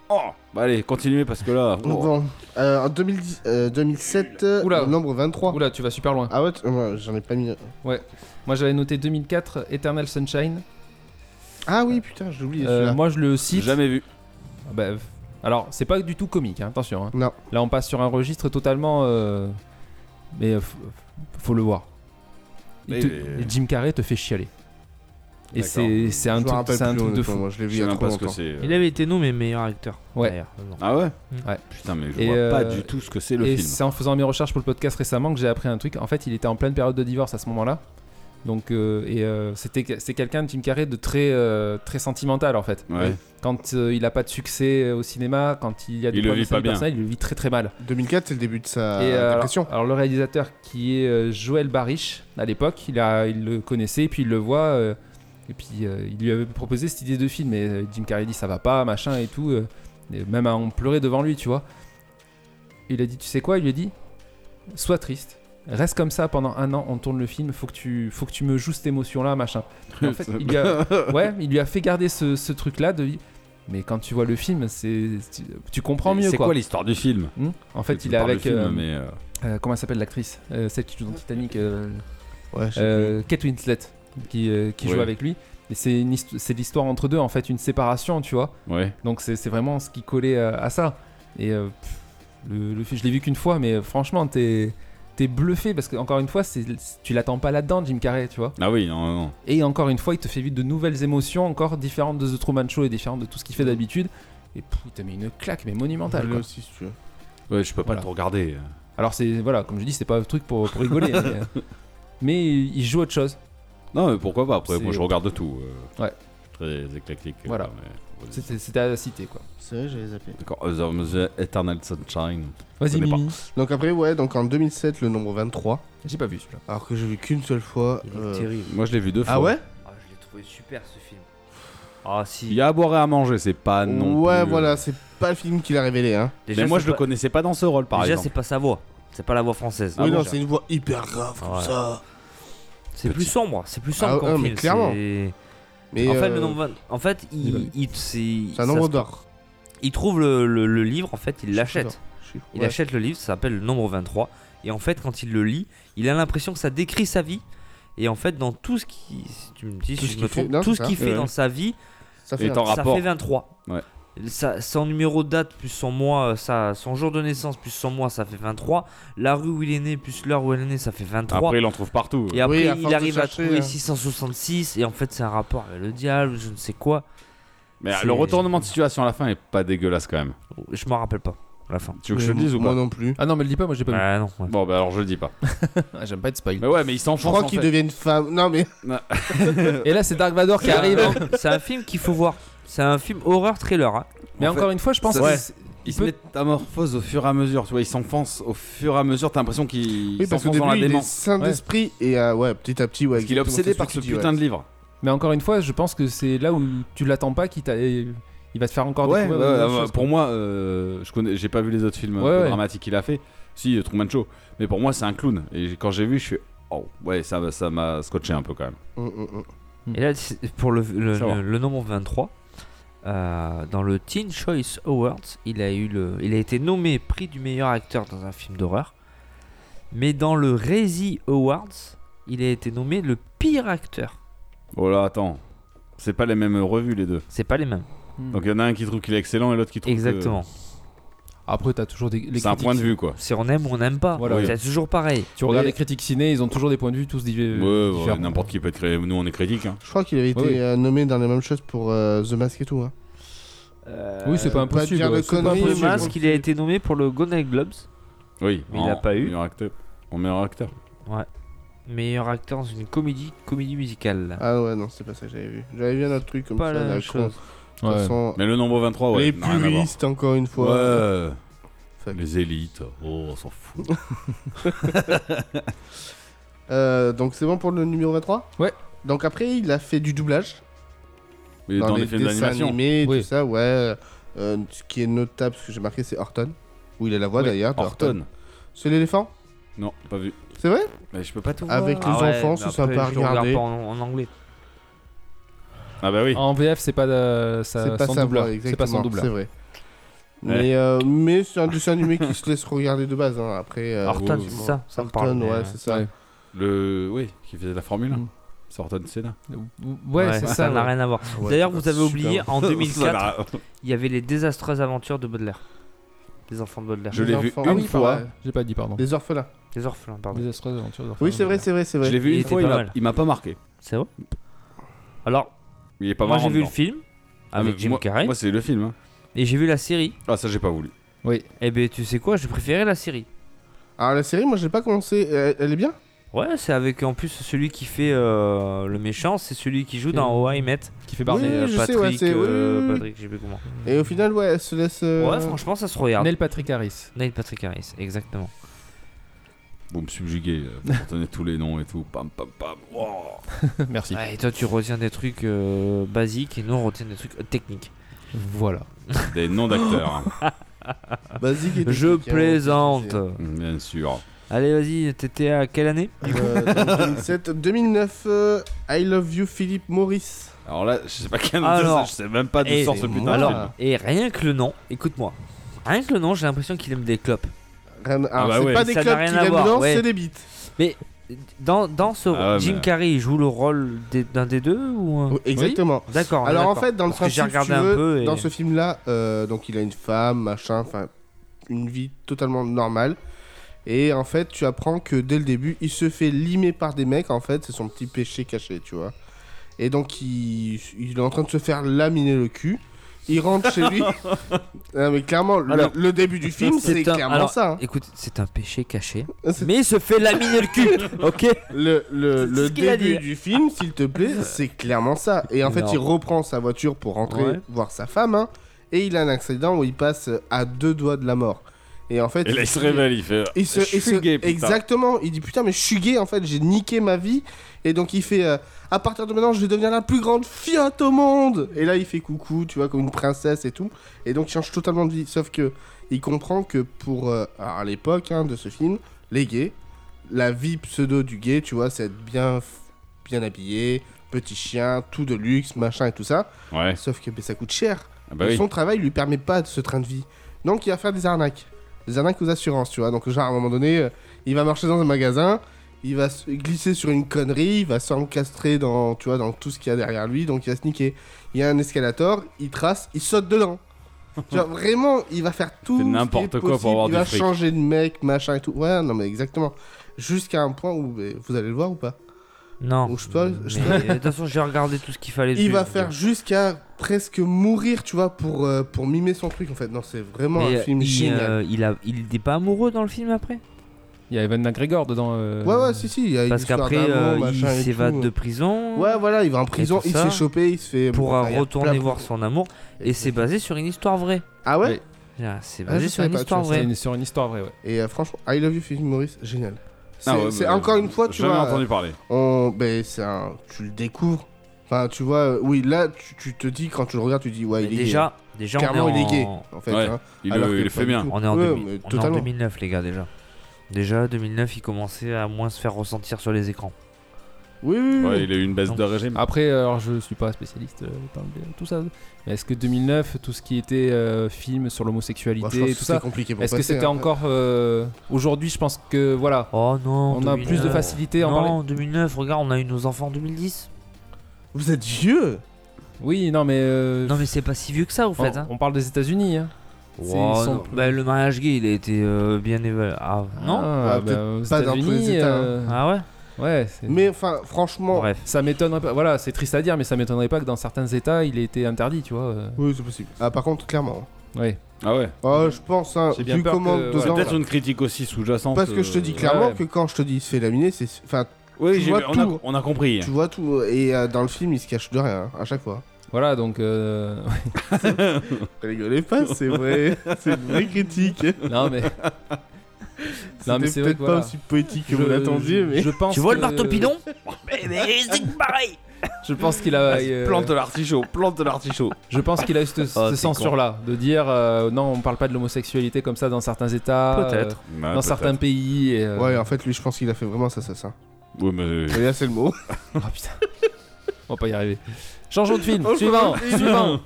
D: Oh, bah allez, continuez parce que là. oh.
E: Bon, euh, en 2010 euh, 2007, euh,
G: Oula.
E: le nombre 23.
G: Oula, tu vas super loin.
E: Ah ouais, t- euh, j'en ai pas mis.
G: Moi j'avais noté 2004 Eternal Sunshine.
E: Ah oui, putain, j'ai oublié
G: Euh,
E: celui-là.
G: moi je le cite.
D: Jamais vu.
G: Ah bah, f- alors c'est pas du tout comique, hein, attention. hein.
E: Non.
G: Là on passe sur un registre totalement. euh, Mais euh, f- f- faut le voir. Il
D: Mais
G: te-
D: il est-
G: Jim Carrey te fait chialer. Et
D: D'accord.
G: c'est c'est un
E: je me
G: truc,
E: rappelle
G: c'est un
E: plus,
G: truc de
E: honnêtement,
G: fou.
E: Moi, je l'ai
D: Je
E: vu il y
D: sais
E: a
D: même
E: trop
D: pas ce que
E: longtemps.
D: c'est. euh,
F: Il avait été nommé meilleur acteur.
G: Ouais.
F: d'ailleurs. Non.
D: Ah ouais
G: Ouais.
D: Putain, mais je
G: Et,
D: vois pas
G: euh,
D: du tout ce que c'est le
G: Et
D: film.
G: c'est en faisant mes recherches pour le podcast récemment que j'ai appris un truc. En fait, il était en pleine période de divorce à ce moment-là. Donc, euh, et euh, c'était c'est quelqu'un de Jim Carrey de très euh, très sentimental en fait.
D: Ouais.
G: Quand euh, il a pas de succès au cinéma, quand il y a des
D: Il le
G: problèmes
D: vit
G: de sa
D: pas
G: vie
D: bien.
G: personnelle, il le vit très très mal.
E: 2004, c'est le début de sa
G: Et, euh, alors,
E: dépression.
G: alors le réalisateur qui est euh, Joël Barish à l'époque, il, a- il le connaissait et puis il le voit euh, et puis euh, il lui avait proposé cette idée de film et euh, Jim Carrey dit ça va pas machin et tout, euh, et même à en pleurer devant lui tu vois. Il a dit tu sais quoi, il lui a dit sois triste, reste comme ça pendant un an, on tourne le film, faut que tu faut que tu me joues cette émotion là machin. Et en fait il lui a, ouais, il lui a fait garder ce, ce truc là de mais quand tu vois le film, c'est tu, tu comprends
D: Mais
G: mieux
D: C'est
G: quoi.
D: quoi l'histoire du film
G: Hmm en fait,
D: Tu
G: il est
D: parles
G: avec
D: du film,
G: euh,
D: mais, euh,
G: euh, comment elle s'appelle l'actrice Euh, Celle qui joue dans Titanic, euh,
E: Ouais, je sais
G: euh, Kate Winslet, qui, euh, qui joue
D: Ouais.
G: avec lui. Et c'est une histo- c'est l'histoire entre deux, en fait, une séparation, tu vois.
D: Ouais.
G: Donc c'est c'est vraiment ce qui collait euh, à ça. Et euh, pff, le, le film, je l'ai vu qu'une fois, mais euh, franchement, t'es t'es bluffé parce que encore une fois, c'est- tu l'attends pas là-dedans, Jim Carrey, tu vois.
D: Ah oui, non, non, non.
G: Et encore une fois, il te fait vivre de nouvelles émotions, encore différentes de The Truman Show et différentes de tout ce qu'il fait d'habitude. Et pff, il te met une claque, mais
E: plus.
G: monumentale.
E: Je l'ai
G: quoi.
E: aussi, si tu veux.
D: Ouais, je peux pas
G: Voilà.
D: te regarder.
G: Alors c'est voilà, comme je dis, c'est pas un truc pour, pour rigoler. mais, euh, mais il joue autre chose.
D: Non, mais pourquoi pas Après, moi,
G: C'est-
D: je regarde de tout. euh,
G: Ouais.
D: Je suis très éclectique. euh,
G: Voilà.
D: mais-
G: C'était c'était à citer quoi.
E: C'est vrai, j'avais zappé.
D: D'accord. The The Eternal Sunshine.
G: Vas-y
D: Mimi.
E: Donc après, ouais, donc en 2007, le nombre 23.
G: J'ai pas vu celui-là.
E: Alors que j'ai vu qu'une seule fois.
F: Il est
E: euh,
F: terrible.
D: Moi, je l'ai vu deux fois.
E: Ah ouais
F: Ah, je l'ai trouvé super ce film. Ah si.
D: Il y a à boire et à manger, c'est pas Ah non.
E: Ouais,
D: plus- euh.
E: voilà, c'est pas le film qu'il a révélé. Hein.
F: Déjà,
D: Mais moi,
F: c'est
D: je le
F: pas-
D: connaissais pas dans ce rôle, par
F: Déjà, c'est
D: exemple.
F: pas sa voix. C'est pas la voix française.
E: oui,
F: Ah,
E: non,
F: bon,
E: c'est une voix hyper grave comme
F: Ouais.
E: ça.
F: C'est
D: Petit.
F: plus sombre. C'est plus sombre
E: Ah,
F: qu'en
E: ouais, mais
F: film.
E: clairement.
F: c'est-
E: Mais,
F: en fait,
E: euh,
F: le nombre vingt- en fait, il, il, c'est-
E: c'est
F: ça
E: un nombre
F: se-
E: d'or.
F: il trouve le, le- le livre, en fait, il l'achète.
E: Je suis-
F: Il
E: ouais.
F: achète le livre, ça s'appelle Le Nombre 23. Et en fait, quand il le lit, il a l'impression que ça décrit sa vie. Et en fait, dans tout ce qui. si tu me dis,
E: Tout
F: si
E: ce
F: je me
E: qu'il fait-
F: trompe,
E: non,
F: tout
E: c'est
F: ce qu'il
D: ça.
F: fait
D: Ouais.
F: dans sa vie,
E: Ça fait
D: Et
E: un-
D: t'en
F: ça
D: rapport.
F: fait 23.
D: Ouais.
F: Ça- son numéro de date plus son mois, euh, ça, son jour de naissance plus son mois, ça fait 23. La rue où il est né plus l'heure où elle est née, ça fait 23.
D: Après, il en trouve partout.
F: et après,
E: Oui, à force
F: il
E: de
F: arrive
E: chercher,
F: à trouver
E: hein.
F: 666. Et en fait, c'est un rapport avec le diable, je ne sais quoi.
D: Mais
F: C'est-
D: le retournement de situation à la fin est pas dégueulasse quand même.
F: Je m'en rappelle pas, la fin.
D: Tu veux que je te le dise ou
E: Moi
D: pas
E: non plus.
G: Ah non, mais le dis pas, moi j'ai pas
F: Ah non, ouais.
D: Bon, bah alors je le dis pas.
G: vu. Ah, J'aime pas être spoil.
D: Mais ouais, mais il
E: Je
D: s'enfonce.
E: crois
D: en
E: qu'il
D: fait.
E: devient une femme. Non, mais.
G: Et là, c'est Dark Vador qui arrive. hein.
F: C'est un film qu'il faut voir. C'est un film horreur thriller. hein.
G: Mais
D: En
G: encore une fois, je pense
D: ça-
G: que
D: ouais.
G: c'est-
D: Il se
G: peut-
D: métamorphose au fur et à mesure, tu vois, il s'enfonce au fur et à mesure, t'as l'impression qu'il
E: Oui, parce qu'au
D: s'enfonce dans la
E: début, il est
D: démence.
E: saint d'esprit. Et euh, ouais, petit à petit, ouais.
D: Parce qu'il est
E: exactement,
D: obsédé
E: c'est
D: par ce
E: que tu dis,
D: putain
E: ouais.
D: de livre.
G: mais encore une fois, je pense que c'est là où tu l'attends pas, qui t'a- il va te faire encore
D: Ouais,
G: découvrir
D: ouais,
G: de nouvelles
D: ouais,
G: choses,
D: pour
G: quoi.
D: moi, euh, je connais, j'ai pas vu les autres films euh, un
G: Ouais,
D: peu
G: ouais.
D: dramatiques qu'il a fait. Si, euh, Truman Show. Mais pour moi, c'est un clown. Et j'ai- quand j'ai vu, je suis. Oh, ouais, ça m'a ça m'a scotché un peu quand même.
E: Hum, hum, hum.
F: Et là, c'est- pour le, le,
D: Ça va.
F: le- le nombre 23, euh, dans le Teen Choice Awards, il a, eu le, il a été nommé prix du meilleur acteur dans un film d'horreur. Mais dans le Razzie Awards, il a été nommé le pire acteur.
D: Oh là, attends. C'est pas les mêmes revues, les deux.
F: C'est pas les mêmes.
D: Donc il y en a un qui trouve qu'il est excellent et l'autre qui trouve. que-
F: Exactement.
G: Après, t'as toujours des les
D: C'est un
G: critiques-
D: point de vue, quoi.
F: Si on aime ou on n'aime pas,
G: Voilà.
F: c'est toujours pareil.
G: Tu regardes
E: Et-
G: les critiques ciné, ils ont toujours des points de vue tous di-
D: Ouais,
G: euh,
D: ouais,
G: différents.
D: n'importe qui peut être. cré- Nous, on est critique. Hein.
E: Je crois qu'il avait été
G: Ouais, ouais.
E: euh, nommé dans les mêmes choses pour euh, The Mask et tout. hein.
F: Euh,
G: Oui, c'est pas
E: Euh, pas
G: impossible.
E: dire de
G: c'est pas
E: conneries,
F: Pour le
E: oui,
G: impossible.
E: bon.
F: masque, il a été nommé pour le Golden Globes,
D: Oui.
F: Mais il
D: en-
F: a pas eu.
D: Meilleur acteur. En meilleur acteur.
F: meilleur acteur dans une comédie, comédie musicale.
E: Ah ouais, non, c'est pas ça que j'avais vu. J'avais vu un autre truc comme
F: Pas
E: ça.
F: la
E: d'un
F: même
E: con.
F: chose.
E: De toute
G: Ouais.
E: façon,
D: Mais le nombre 23, ouais.
E: les
D: n'a rien à voir.
E: puristes, encore une fois.
D: Ouais.
E: Fuck.
D: Les élites. Oh, on s'en fout.
E: Euh, donc c'est bon pour le numéro 23
G: Ouais.
E: Donc après, il a fait du doublage.
D: Mais dans, les films
E: dessins
D: d'animation.
E: animés,
G: Oui.
E: tout ça, ouais. Euh, ce qui est notable, ce que j'ai marqué, c'est Horton. Où il a la voix
G: Ouais,
E: d'ailleurs. de Horton.
D: Horton.
E: C'est l'éléphant
D: Non, pas vu.
E: C'est vrai
D: Mais Bah, je peux pas tout.
E: Avec
F: Ah
E: les enfants, c'est sympa à regarder.
F: pas en, en anglais.
D: Ah bah oui.
G: En VF, c'est pas, euh, sa-
E: C'est pas
G: son
E: sa
G: doubleur.
E: voix,
G: C'est pas
E: exactement.
G: son doubleur.
E: C'est vrai. Mais, euh, mais c'est un dessin animé qui se laisse regarder de base. hein. Après, euh,
F: Horton,
D: oui,
F: c'est
E: bon.
F: ça, ça me
E: Horton,
F: parle. mais,
E: ouais,
F: euh,
E: c'est ça.
G: Ouais.
D: Le. Oui, qui faisait la Formule
G: Mm.
D: 1. C'est Horton Senna.
G: Ouais,
F: ouais,
G: c'est
F: ça
G: ça.
F: n'a
G: ouais.
F: rien à voir.
E: Ouais,
F: D'ailleurs,
E: c'est
F: vous
E: pas
F: avez oublié,
E: super.
F: en 2004,
D: Ça n'a-
F: il y avait les désastreuses aventures de Baudelaire. Les enfants de Baudelaire.
D: Je l'ai vu
E: enfants.
D: une
E: Ah oui,
D: fois.
E: pardon.
G: J'ai pas dit, pardon.
E: Les orphelins.
F: Les orphelins, pardon.
G: Désastreuse aventure.
E: Oui, c'est vrai, c'est vrai, c'est
D: Je l'ai
E: vrai.
D: vu
F: Il
D: une
F: était
D: fois,
F: pas
D: il m'a-
F: mal.
D: il m'a pas marqué.
F: C'est vrai Alors,
D: Il est pas
F: moi
D: marrant.
F: j'ai vu le
D: dedans.
F: film
D: Ah,
F: avec Jim
D: moi-
F: Carrey
D: Moi, c'est le film. hein.
F: et j'ai vu la série.
D: Ah, ça, j'ai pas voulu.
F: Et ben tu sais quoi, j'ai préféré la série.
E: Alors Ah, la série, moi j'ai pas commencé. Elle, elle est bien
F: Ouais, c'est avec en plus celui qui fait euh, le méchant, c'est celui qui joue dans How I Met.
G: Qui fait Barney.
E: Oui,
F: Euh,
E: je sais,
F: Patrick,
E: ouais, c'est-
F: euh,
E: oui, oui, oui.
F: Patrick, j'ai plus comment.
E: Et au final, ouais, elle se laisse. euh,
F: Ouais, franchement, ça se regarde.
G: Neil Patrick Harris.
F: Neil Patrick Harris, exactement.
D: Vous me subjuguez. euh, Vous retenez tous les noms et tout. Pam, pam, pam. Wow.
G: Merci.
F: Ouais, et toi, tu retiens des trucs euh, basiques et nous, on retient des trucs euh, techniques.
G: Voilà.
D: Des noms d'acteurs. hein.
E: Basique et
F: Je
E: technique, hein,
F: plaisante.
D: Bien sûr.
F: Allez, vas-y, t'étais à quelle année
E: Euh, donc, 2007, 2009, euh, I Love You Philippe Maurice.
D: Alors là, je sais pas quel nom
F: Alors, eh,
D: c'est, je sais même pas d'où
F: et-
D: sort ce putain de
E: alors-
D: film.
F: Et rien que le nom, écoute-moi. Rien que le nom, j'ai l'impression qu'il aime des clopes.
E: Rien- Alors,
D: bah
E: c'est
D: ouais.
E: pas des
F: Ça n'a
E: clubs
F: rien
E: qui
F: à
E: viennent
F: voir,
E: dedans,
F: ouais.
E: c'est des beats.
F: Dans, dans ce
D: Ah ouais,
F: Jim
D: mais-
F: Carrey, il joue le rôle des- d'un des deux ou
E: Oui, exactement.
F: D'accord. on est
E: Alors en
F: d'accord.
E: fait, dans le
F: Parce que j'ai
E: principe, si tu
F: regardé un
E: veux,
F: peu et-
E: dans ce film-là, euh, donc il a une femme, machin, enfin une vie totalement normale. Et en fait, tu apprends que dès le début, il se fait limer par des mecs. En fait, c'est son petit péché caché, tu vois. Et donc, il, il est en train de se faire laminer le cul. Il rentre chez lui. Non, mais clairement, le-
F: Alors,
E: le, début du film, c'est
F: un-
E: clairement
F: alors,
E: ça. hein.
F: Écoute, c'est un péché caché.
E: Ah, C'est-
F: Mais il se fait laminer le cul, ok
E: Le, le,
F: C'est
E: le
F: ce qu'il a
E: début
F: dit. Ah.
E: du film, s'il te plaît, c'est clairement ça. Et en fait,
F: Non.
E: il reprend sa voiture pour rentrer
F: Ouais.
E: voir sa femme. hein, et il a un accident où il passe à deux doigts de la mort. Et en fait,
D: Et là, il se révèle, il fait.
E: il se,
D: je suis
E: il se-
D: gay, putain.
E: exactement. Il dit putain, mais je suis gay en fait, j'ai niqué ma vie. Et donc il fait euh, à partir de maintenant, je vais devenir la plus grande fiotte au monde. Et là, il fait coucou, tu vois, comme une princesse et tout. Et donc il change totalement de vie. Sauf que il comprend que pour euh, alors, à l'époque hein, de ce film, les gays, la vie pseudo du gay, tu vois, c'est être bien, f- bien habillé, petit chien, tout de luxe, machin et tout ça.
D: Ouais.
E: Sauf que ben, ça coûte cher.
D: Ah bah
E: Et
D: oui.
E: Son travail lui permet pas de ce train de vie. Donc il va faire des arnaques. Des arnaques aux assurances, tu vois. Donc genre à un moment donné, euh, il va marcher dans un magasin, il va se glisser sur une connerie, il va s'encastrer dans, tu vois, dans tout ce qu'il y a derrière lui, donc il va se niquer. Il y a un escalator, il trace, il saute dedans. Tu vois, vraiment, il va faire tout.
D: C'est
E: ce qui est
D: n'importe quoi pour
E: possible,
D: avoir
E: Il
D: du
E: va
D: fric.
E: changer de mec, machin et tout. Ouais, non mais exactement. Jusqu'à un point où, ben, vous allez le voir ou pas
F: Non.
E: Ou je peux- je peux-
F: Mais, de toute façon, j'ai regardé tout ce qu'il fallait.
E: Il
F: dessus,
E: va
F: donc, euh,
E: faire jusqu'à presque mourir, tu vois, pour, euh, pour mimer son truc en fait. Non, c'est vraiment
F: Mais,
E: un film
F: il,
E: génial.
F: euh, il, a, il était pas amoureux dans le film après
G: Il y a Evan McGregor dedans. euh,
E: Ouais, ouais, si, si. Il y a une
F: Parce
E: histoire
F: qu'après,
E: d'amour,
F: euh, il
E: machin et
F: s'évade
E: tout.
F: de prison
E: Ouais, voilà, il va en prison,
F: tout
E: il se
F: ça,
E: fait choper, il se fait.
F: pour
E: bon,
F: euh,
E: enfin, il y a
F: retourner
E: plein de-
F: voir son amour. Et c'est basé sur une histoire vraie.
E: Ah ouais
G: Oui.
F: Ah, C'est
E: je
F: basé sur
E: savais
F: une
E: pas, tu
F: histoire
E: vois,
G: C'est
F: vraie.
G: une- sur une histoire vraie, ouais.
E: Et euh, franchement, I Love You, Philippe Maurice, génial. C'est
D: Ah ouais,
E: c'est
D: mais-
E: encore une fois, tu
D: Jamais
E: vois.
D: entendu parler.
E: On... Ben, c'est un... Tu le découvres. Enfin, tu vois, euh, oui, là, tu, tu te dis, quand tu le regardes, tu dis, ouais,
F: Mais
E: il est gay.
F: déjà, déjà,
E: Clairement,
F: on est
E: il
F: en-
E: est gay, en fait.
D: Ouais.
E: hein.
D: Il
E: Alors
D: le
E: que
D: il le
E: pas
D: fait
E: du
D: bien.
E: tout.
F: On est en,
E: Ouais,
F: 2000
E: mais
F: on est en
E: totalement.
F: 2009, les gars, déjà. Déjà, 2009, il commençait à moins se faire ressentir sur les écrans.
E: Oui, oui, oui.
D: Ouais, il a eu une baisse de
E: Mm.
D: régime.
F: ah.
G: Après, euh, alors je suis pas spécialiste euh, dans le- tout ça, mais est-ce que 2009, tout ce qui était euh, film sur
E: Bah, je
G: l'homosexualité
E: pense
G: et
E: que
G: tout
E: c'est
G: ça,
E: compliqué pour
G: est-ce que
E: passer,
G: c'était
E: hein.
G: encore. euh, Aujourd'hui, je pense que voilà,
F: Oh non
G: on a
F: 2009.
G: plus de facilité à en parler.
F: Non, 2009, regarde, on a eu nos enfants en 2010.
E: Vous êtes vieux
G: Oui, non, mais. euh,
F: Non, mais c'est pas si vieux que ça, au
G: on,
F: fait. hein.
G: on parle des États-Unis. Hein. c'est- ils
F: Wow,
G: sont
F: non.
G: plus-
F: Bah, le mariage gay, il a été euh, bien évalué. Ah, non
G: Ah,
E: Ah,
G: bah,
E: peut-être
G: aux
E: pas dans tous les
G: États-Unis.
E: États, hein.
G: euh,
F: Ah ouais
G: Ouais, c'est-
E: Mais enfin, franchement.
F: Bref.
G: ça m'étonnerait pas. Voilà, c'est triste à dire, mais ça m'étonnerait pas que dans certains États, il ait été interdit, tu vois. euh,
E: Oui, c'est possible. Ah, par contre, clairement.
G: Ouais.
D: Ah ouais.
E: Ah, je pense, hein,
G: J'ai bien
E: vu
G: peur
E: comment
G: que-
E: dedans,
G: ouais,
D: Peut-être une critique aussi sous-jacente.
E: Parce que je te dis
D: euh,
E: clairement
G: ouais.
E: que quand je te dis il se fait laminer, c'est. Enfin,
D: Oui,
E: tu
D: j'ai-
E: vois
D: on a-
E: tout.
D: on a compris.
E: tu vois tout. Et euh, dans le film, il se cache de rien, hein, à chaque fois.
G: Voilà, donc. euh,
E: Rigolez pas, c'est vrai. c'est une vraie critique.
G: non, mais. Non, mais c'est
E: C'était
G: vrai
E: peut-être
G: que
E: pas
G: voilà.
E: aussi poétique que
G: Je-
E: vous l'attendiez,
G: je-
E: mais.
G: je pense
F: Tu vois le
G: que-
F: marteau pilon Mais- mais c'est pareil
G: Je pense qu'il a.
D: Vas-y,
G: euh,
D: Ah, Plante l'artichaut, plante l'artichaut.
G: Je pense qu'il a eu cette,
F: Ah,
G: cette
F: t'es
G: censure-là, de dire euh, non, on parle pas de l'homosexualité comme ça dans certains États, euh,
F: Peut-être.
G: dans certains pays. et, euh,
E: Ouais, hein. en fait, lui, je pense qu'il a fait vraiment ça, ça, ça.
D: Oui, mais. euh,
E: Et là, c'est le mot.
G: Oh putain, on va pas y arriver. Changeons de film,
E: Oh,
G: suivant,
E: je-
G: suivant.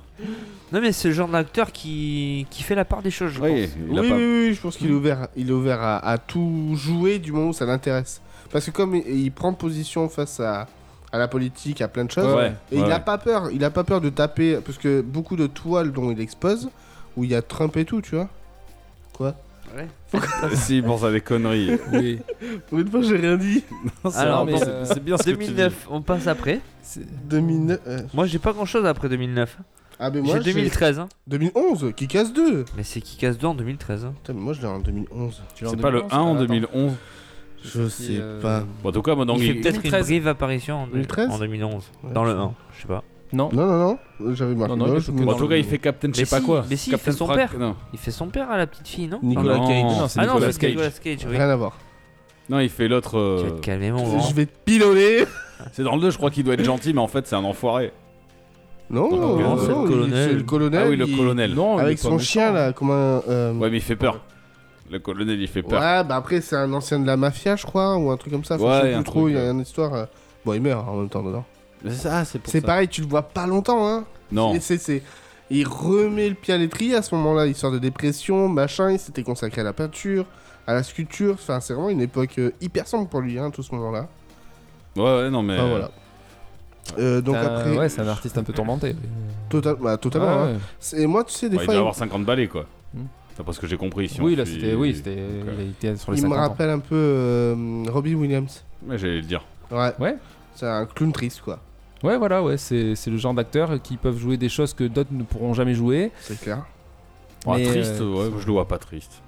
F: Non, mais c'est le genre d'acteur qui... qui fait la part des choses, je
D: Oui,
F: pense.
D: il a
E: Oui,
D: pas.
E: oui, oui, je pense qu'il est ouvert, il est ouvert à, à tout jouer du moment où ça l'intéresse. Parce que comme il, il prend position face à, à la politique, à plein de choses,
D: Ouais,
E: et
D: ouais,
E: il a
D: ouais.
E: pas peur, il a pas peur de taper, parce que beaucoup de toiles dont il expose, où il y a Trump et tout, tu vois. Quoi
D: si, bon, ça des conneries.
G: Oui. euh,
E: Pour une fois, j'ai rien dit.
D: Non, c'est
F: Alors,
D: vraiment-
F: bon,
D: c'est- c'est bien ce que tu dis.
F: 2009, on passe après.
E: 2009. euh,
F: Moi, j'ai pas grand chose après 2009.
E: Ah, mais moi,
F: J'ai
E: j'ai
F: 2013. hein.
E: 2011, qui casse 2.
F: Mais c'est qui casse 2 en 2013. hein.
E: Putain, mais moi, je l'ai en 2011.
D: C'est pas le 1 en 2011
E: Je
G: Si,
E: sais
G: euh,
E: pas.
D: Bon, En tout cas, moi, dans
F: Il fait
D: Guy-
F: peut-être une
G: 2013.
F: brève apparition en,
E: 2013.
F: en 2011.
E: Ouais,
F: dans
E: je
F: le
E: sais
F: 1, je sais pas.
G: Non.
E: Non, non, non, j'avais marqué.
G: Non, non, il
E: là,
G: a
E: je
G: fait
E: me
G: que
D: Bon, en
E: demande.
D: tout cas, il fait Captain, je sais
F: Mais
D: pas
F: si,
D: quoi.
F: mais si, il
D: Captain
F: fait son
D: Frac-
F: père.
D: Non.
F: Il fait son père à la petite fille, non
E: Nicolas
D: Non,
E: Cage.
D: non,
G: c'est
F: Ah non,
G: Nicolas
F: mais c'est Nicolas Cage, oui.
E: Rien à voir.
D: Non, il fait l'autre.
F: Tu vas
D: euh,
F: te calmer, mon grand.
E: Je vais te pilonner.
D: C'est dans le 2, je crois qu'il doit être gentil, mais en fait, c'est un enfoiré. Non,
E: Non, euh,
F: c'est le
E: non, il-
F: colonel.
E: c'est le colonel.
D: Ah oui, le
E: il-
D: colonel.
G: Non, il
E: Avec
G: est pas
E: son
G: méchant.
E: chien, là, comme un. euh,
D: Ouais, mais il fait peur. Le colonel, il fait peur.
E: Ouais, bah après, c'est un ancien de la mafia, je crois, ou un truc comme ça. Enfin,
D: Ouais,
E: je sais
D: un
E: plus
D: truc,
E: trop, il y
D: ouais.
E: a une histoire. euh, Bon, il meurt en même temps dedans.
D: Mais c'est- Ah, c'est pour
E: C'est
D: ça.
E: pareil, tu le vois pas longtemps, hein.
D: Non.
E: Et c'est- c'est- Il remet le pied à l'étrier à ce moment-là, histoire de dépression, machin. Il s'était consacré à la peinture, à la sculpture. Enfin, c'est vraiment une époque euh, hyper sombre pour lui, hein, tout ce moment-là.
D: Ouais, ouais, non, mais.
E: Enfin, voilà. Euh, donc
G: Euh,
E: après,
G: Ouais, c'est un artiste un peu tourmenté.
E: total- bah, totalement.
G: Ah,
E: hein.
G: ouais.
E: C'est- Et moi, tu sais, des
D: Ouais, Bah, il
E: fois,
D: doit
E: il-
D: avoir 50 balais, quoi.
G: Hmm.
D: D'après ce que j'ai compris. Si on
G: Oui, là,
D: suit-
G: c'était. Oui, c'était.
D: Ok.
G: Il était sur
E: euh, il,
G: les
E: me
G: 50 ans.
E: rappelle un peu euh, Robbie Williams.
D: Ouais, j'allais le dire.
E: Ouais.
G: Ouais.
E: C'est un clown triste, quoi.
G: Ouais, voilà, ouais, c'est c'est le genre d'acteurs qui peuvent jouer des choses que d'autres ne pourront jamais jouer.
E: C'est clair.
D: Ouais,
G: Mais,
D: triste,
G: euh,
D: ouais, je le vois pas triste.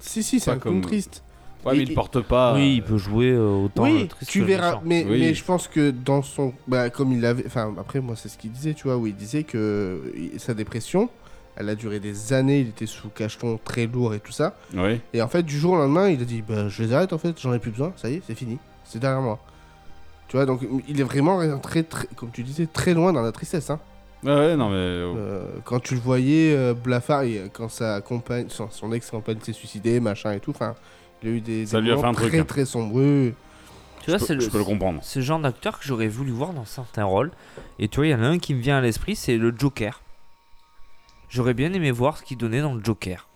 E: Si, si, c'est
D: Pas
E: un clown
D: comme-
E: triste.
D: Ouais,
E: Et-
D: mais il porte pas.
F: Oui, il peut jouer euh, autant. le
E: Oui,
F: triste
E: tu
F: que le
E: verras.
F: méchant.
E: Mais,
D: Oui.
E: mais je pense que dans son. Bah, comme il l'avait. Enfin, après, moi, c'est ce qu'il disait, tu vois, où il disait que il- sa dépression, elle a duré des années, il était sous cacheton très lourd et tout ça.
D: Ouais.
E: Et en fait, du jour au lendemain, il a dit Bah, je les arrête, en fait, j'en ai plus besoin, ça y est, c'est fini, c'est derrière moi. Tu vois, donc il est vraiment très, très, comme tu disais, très loin dans la tristesse. Hein.
D: Ouais, ouais, non, mais.
E: Euh, quand tu le voyais euh, blafard, et quand sa compagne, son, son ex-compagne s'est suicidée, machin et tout, enfin, il a eu des,
D: Ça
E: des
D: lui a
E: moments
D: fait un truc,
E: très
D: hein.
E: très sombres.
F: Tu
D: je,
F: vois, c'est
D: peux,
F: le,
D: je peux le comprendre.
F: ce genre d'acteur que j'aurais voulu voir dans certains rôles. Et tu vois, il y en a un qui me vient à l'esprit, c'est le Joker. J'aurais bien aimé voir ce qu'il donnait dans le Joker.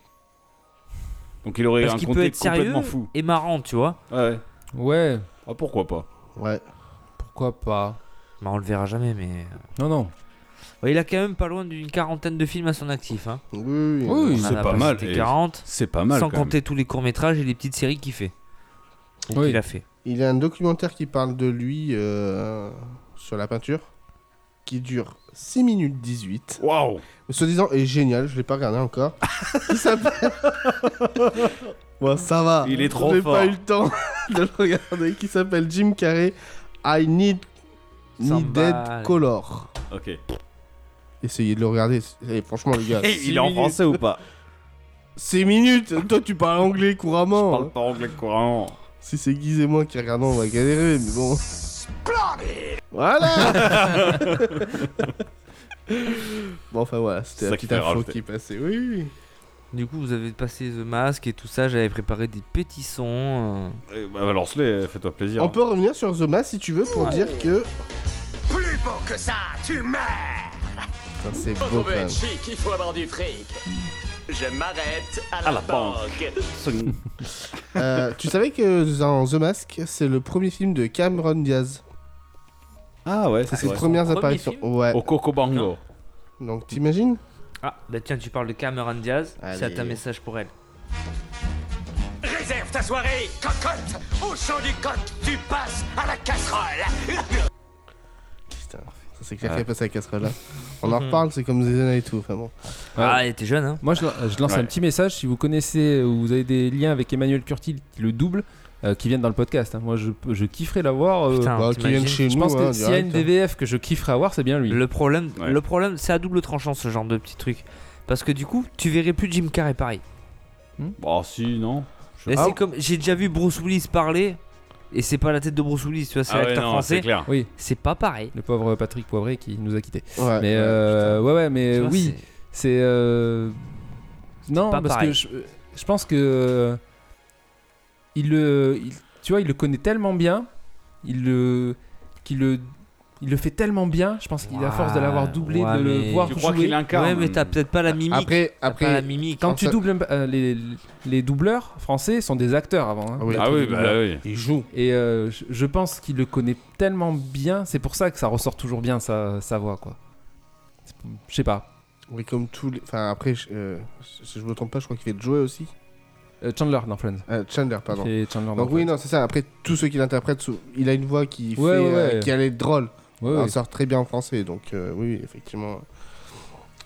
D: Donc il aurait
F: Parce
D: un
F: qu'il peut
D: côté
F: être sérieux
D: complètement fou.
F: et marrant, tu vois.
D: Ouais, ouais.
G: Ouais,
D: Ah, pourquoi pas
E: Ouais.
G: pourquoi pas.
F: Bah, on le verra jamais, mais. euh,
G: Non, non.
F: Ouais, il a quand même pas loin d'une quarantaine de films à son actif. Hein.
E: Oui, oui,
G: Oui,
F: On
G: oui,
F: en
D: c'est pas
F: a passé
D: mal,
F: des
D: et-
F: 40,
D: C'est pas mal.
F: sans
D: quand même.
F: compter tous les courts-métrages et les petites séries qu'il fait. Ou
G: Oui.
F: qu'il a fait.
E: Il y a un documentaire qui parle de lui euh, sur la peinture qui dure 6 minutes 18.
D: Waouh
E: Ce disant est génial, je l'ai pas regardé encore. Il s'appelle. bon, ça va.
D: Il est trop
E: J'ai
D: fort.
E: pas eu le temps de le regarder. Qui s'appelle Jim Carrey. I need
F: Sans
E: Needed
F: balle.
E: Color.
D: Ok. Et
E: Essayez de le regarder. Et franchement, les gars.
D: il est en français ou pas
E: 6 minutes Toi, tu parles anglais
D: Je
E: couramment. hein.
D: parle pas anglais couramment.
E: Si c'est Guise et moi qui regardons, on va galérer, mais bon. Voilà Bon, enfin voilà, c'était
D: Ça
E: la
D: qui
E: petite
D: t'a
E: info
D: rajouté.
E: qui passait. Oui, oui, oui.
F: Du coup, vous avez passé The Mask et tout ça. J'avais préparé des petits sons. euh.
D: Eh, Bah, lance-les, fais-toi plaisir.
E: On peut revenir sur The Mask si tu veux pour dire que. Putain, C'est beau quand même.
J: chic, il faut avoir du fric. Je m'arrête à la,
D: la banque.
E: Euh, tu savais que dans The Mask, c'est le premier film de Cameron Diaz.
D: Ah ouais, Oh.
E: C'est
D: c'est
E: ses
D: vrai.
E: premières
F: Premier
E: apparitions.
F: film
E: Ouais.
D: Au Coco Bango.
E: Donc t'imagines
F: Ah, bah tiens, tu parles de Cameron Diaz. C'est à
E: Allez.
F: ta message pour elle.
J: Réserve ta soirée, cocotte. Au chant du coq, tu passes à la casserole.
E: Putain, ça c'est clair qu'elle passe à la casserole là. On en reparle, c'est comme Zézana et tout. Enfin bon.
G: Ouais.
F: Ah, elle était jeune, hein.
G: Moi, je, euh, je lance
D: Ouais.
G: un petit message. Si vous connaissez ou vous avez des liens avec Emmanuel Curtil, qui le double, euh, qui viennent dans le podcast. hein. Moi, je, je kifferais l'avoir. euh,
F: Putain,
E: Bah, qui
F: t'imagines
E: viennent chez
G: je
E: nous.
G: pense
E: hein,
G: que s'il y a
E: direct,
G: une
E: hein.
G: DVF que je kifferais avoir, c'est bien lui.
F: Le problème,
D: Ouais.
F: le problème, c'est à double tranchant ce genre de petit truc. Parce que du coup, tu verrais plus Jim Carrey pareil.
D: Bah, si, non. Je-
F: Mais
D: Ah,
F: c'est comme j'ai déjà vu Bruce Willis parler et c'est pas la tête de Bruce Willis, tu vois, c'est
D: ah ouais,
F: l'acteur
D: non, c'est
F: français.
D: clair.
G: Oui,
F: C'est pas pareil.
G: le pauvre Patrick Poivré qui nous a quittés.
E: hein. Ouais,
G: mais
E: ouais,
G: euh, ouais, ouais,
F: Tu
G: mais
F: vois,
G: oui,
F: c'est-
G: c'est. euh, Non,
F: pas
G: parce
F: pareil.
G: que je, je pense que. euh, Il le. il- tu vois, il le connaît tellement bien. Il le. Qu'il le. Il le fait tellement bien, je pense qu'il a force de l'avoir doublé,
F: Ouais,
G: de
F: mais-
G: le voir
D: Tu crois
G: jouer.
D: qu'il incarne
F: Ouais, mais t'as peut-être pas la mimique.
E: Après,
F: T'as pas
E: après,
F: la mimique.
G: Quand
E: Quand
G: tu
E: ça-
G: doubles, euh, les, les doubleurs français sont des acteurs avant. hein.
E: Ah oui.
D: Ah oui, bah oui.
E: il joue.
G: Et euh, je, je pense qu'il le connaît tellement bien, c'est pour ça que ça ressort toujours bien sa, sa voix, quoi. C'est- Je sais pas.
E: Oui, comme tous les. Enfin, après, je- euh, si je me trompe pas, je crois qu'il fait Joey aussi.
G: Euh, Chandler dans Friends.
E: Euh, Chandler, pardon.
G: C'est Chandler dans
E: Donc oui,
G: Friends.
E: non, c'est ça. Après, tous ceux qui l'interprètent, sou- il a une voix qui
G: Ouais,
E: fait,
G: ouais,
E: euh,
G: ouais.
E: qui allait drôle.
G: Ouais,
E: Elle
G: ouais.
E: sort très bien en français, donc euh, oui, effectivement.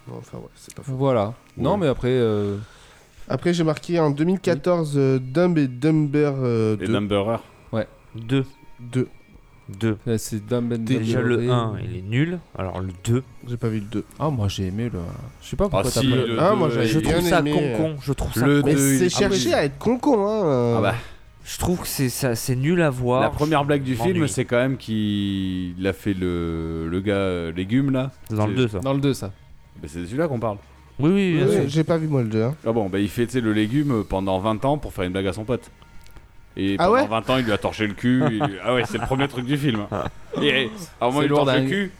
E: Bon, enfin, ouais, c'est pas faux.
G: Voilà. Non, mais après. euh,
E: Après, j'ai marqué en 2014 euh, Dumb et Dumber euh,
D: Les
E: 2.
D: Numberer.
F: 2.
E: 2.
F: 2.
G: là, c'est Ben Dumb and
F: Déjà
G: Dumber.
F: le 1, il est nul. Alors le 2.
E: J'ai pas vu le 2.
G: Ah, moi j'ai aimé le. Je sais pas pourquoi
D: Ah,
G: t'as
D: si,
G: pas.
D: le
E: Ah,
D: deux,
E: moi, j'avais-
F: Je
D: il-
E: bien
F: trouve ça
E: aimé, euh,
F: con-con. Je trouve ça
D: le
E: Mais
F: con.
D: deux, il-
E: c'est cherché à être con-con, hein. euh.
D: Ah bah,
F: Je trouve que c'est ça- c'est nul à
G: Euh,
F: voir.
D: la première blague du film,
F: M'ennuie.
D: c'est quand même qu'il a fait le, le gars euh, légume là.
F: Dans le 2, ça.
G: Dans le 2, ça.
D: Bah, c'est de celui-là qu'on parle.
F: Oui, oui,
E: Oui,
F: bien sûr.
E: oui, J'ai pas vu moi le 2. hein.
D: Ah bon, bah il fait tu sais, le légume pendant 20 ans pour faire une blague à son pote. Et
E: Ah
D: pendant
E: ouais
D: 20 ans, il lui a torché le cul. il lui- Ah ouais, c'est le premier truc du film. Et à un moment,
G: Ah. C'est
D: il torche le
G: lourdingue.
D: cul.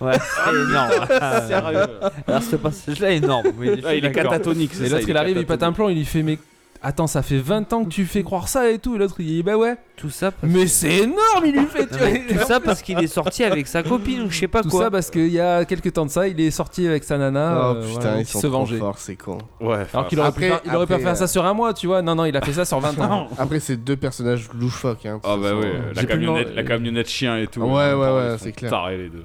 D: Ah,
F: Ouais, c'est énorme.
D: Sérieux.
F: Alors ce passage-là est énorme. Oui, je
D: Ah,
F: suis
D: il est
F: d'accord.
D: catatonique, c'est
G: Ah, Et
D: ça.
G: l'autre, il
D: est
G: arrive, il pète un
D: catatonique.
G: plomb, il lui fait Mais attends, ça fait 20 ans que tu fais croire ça et tout. Et l'autre, il dit Bah ouais.
F: Tout ça parce
G: Mais c'est énorme, il lui fait. tu
F: Non,
G: vois.
F: mais tout ça parce qu'il est sorti avec sa copine ou je sais pas
G: Tout
F: quoi.
G: ça parce qu'il y a quelques temps de ça, il est sorti avec sa nana
E: oh
G: euh,
E: putain,
G: voilà,
E: ils
G: qui
E: sont
G: se
E: trop
G: venger.
E: forts, c'est con.
D: Ouais,
G: Alors qu'il aurait, pu
E: Après-
G: faire- il aurait pu
E: après,
G: faire
E: euh,
G: ça sur un mois, tu vois. Non, non, il a fait ça sur 20 ans.
E: Après, c'est deux personnages loufoques. Hein,
D: Ah bah
E: Ce
D: oui,
E: sont-
D: la
G: J'ai plus le nom-
D: camionnette, la camionnette chien et tout.
E: Ouais,
D: En
E: ouais,
D: même temps,
E: ouais,
D: ils
E: c'est
D: sont
E: clair.
D: Tarés les deux.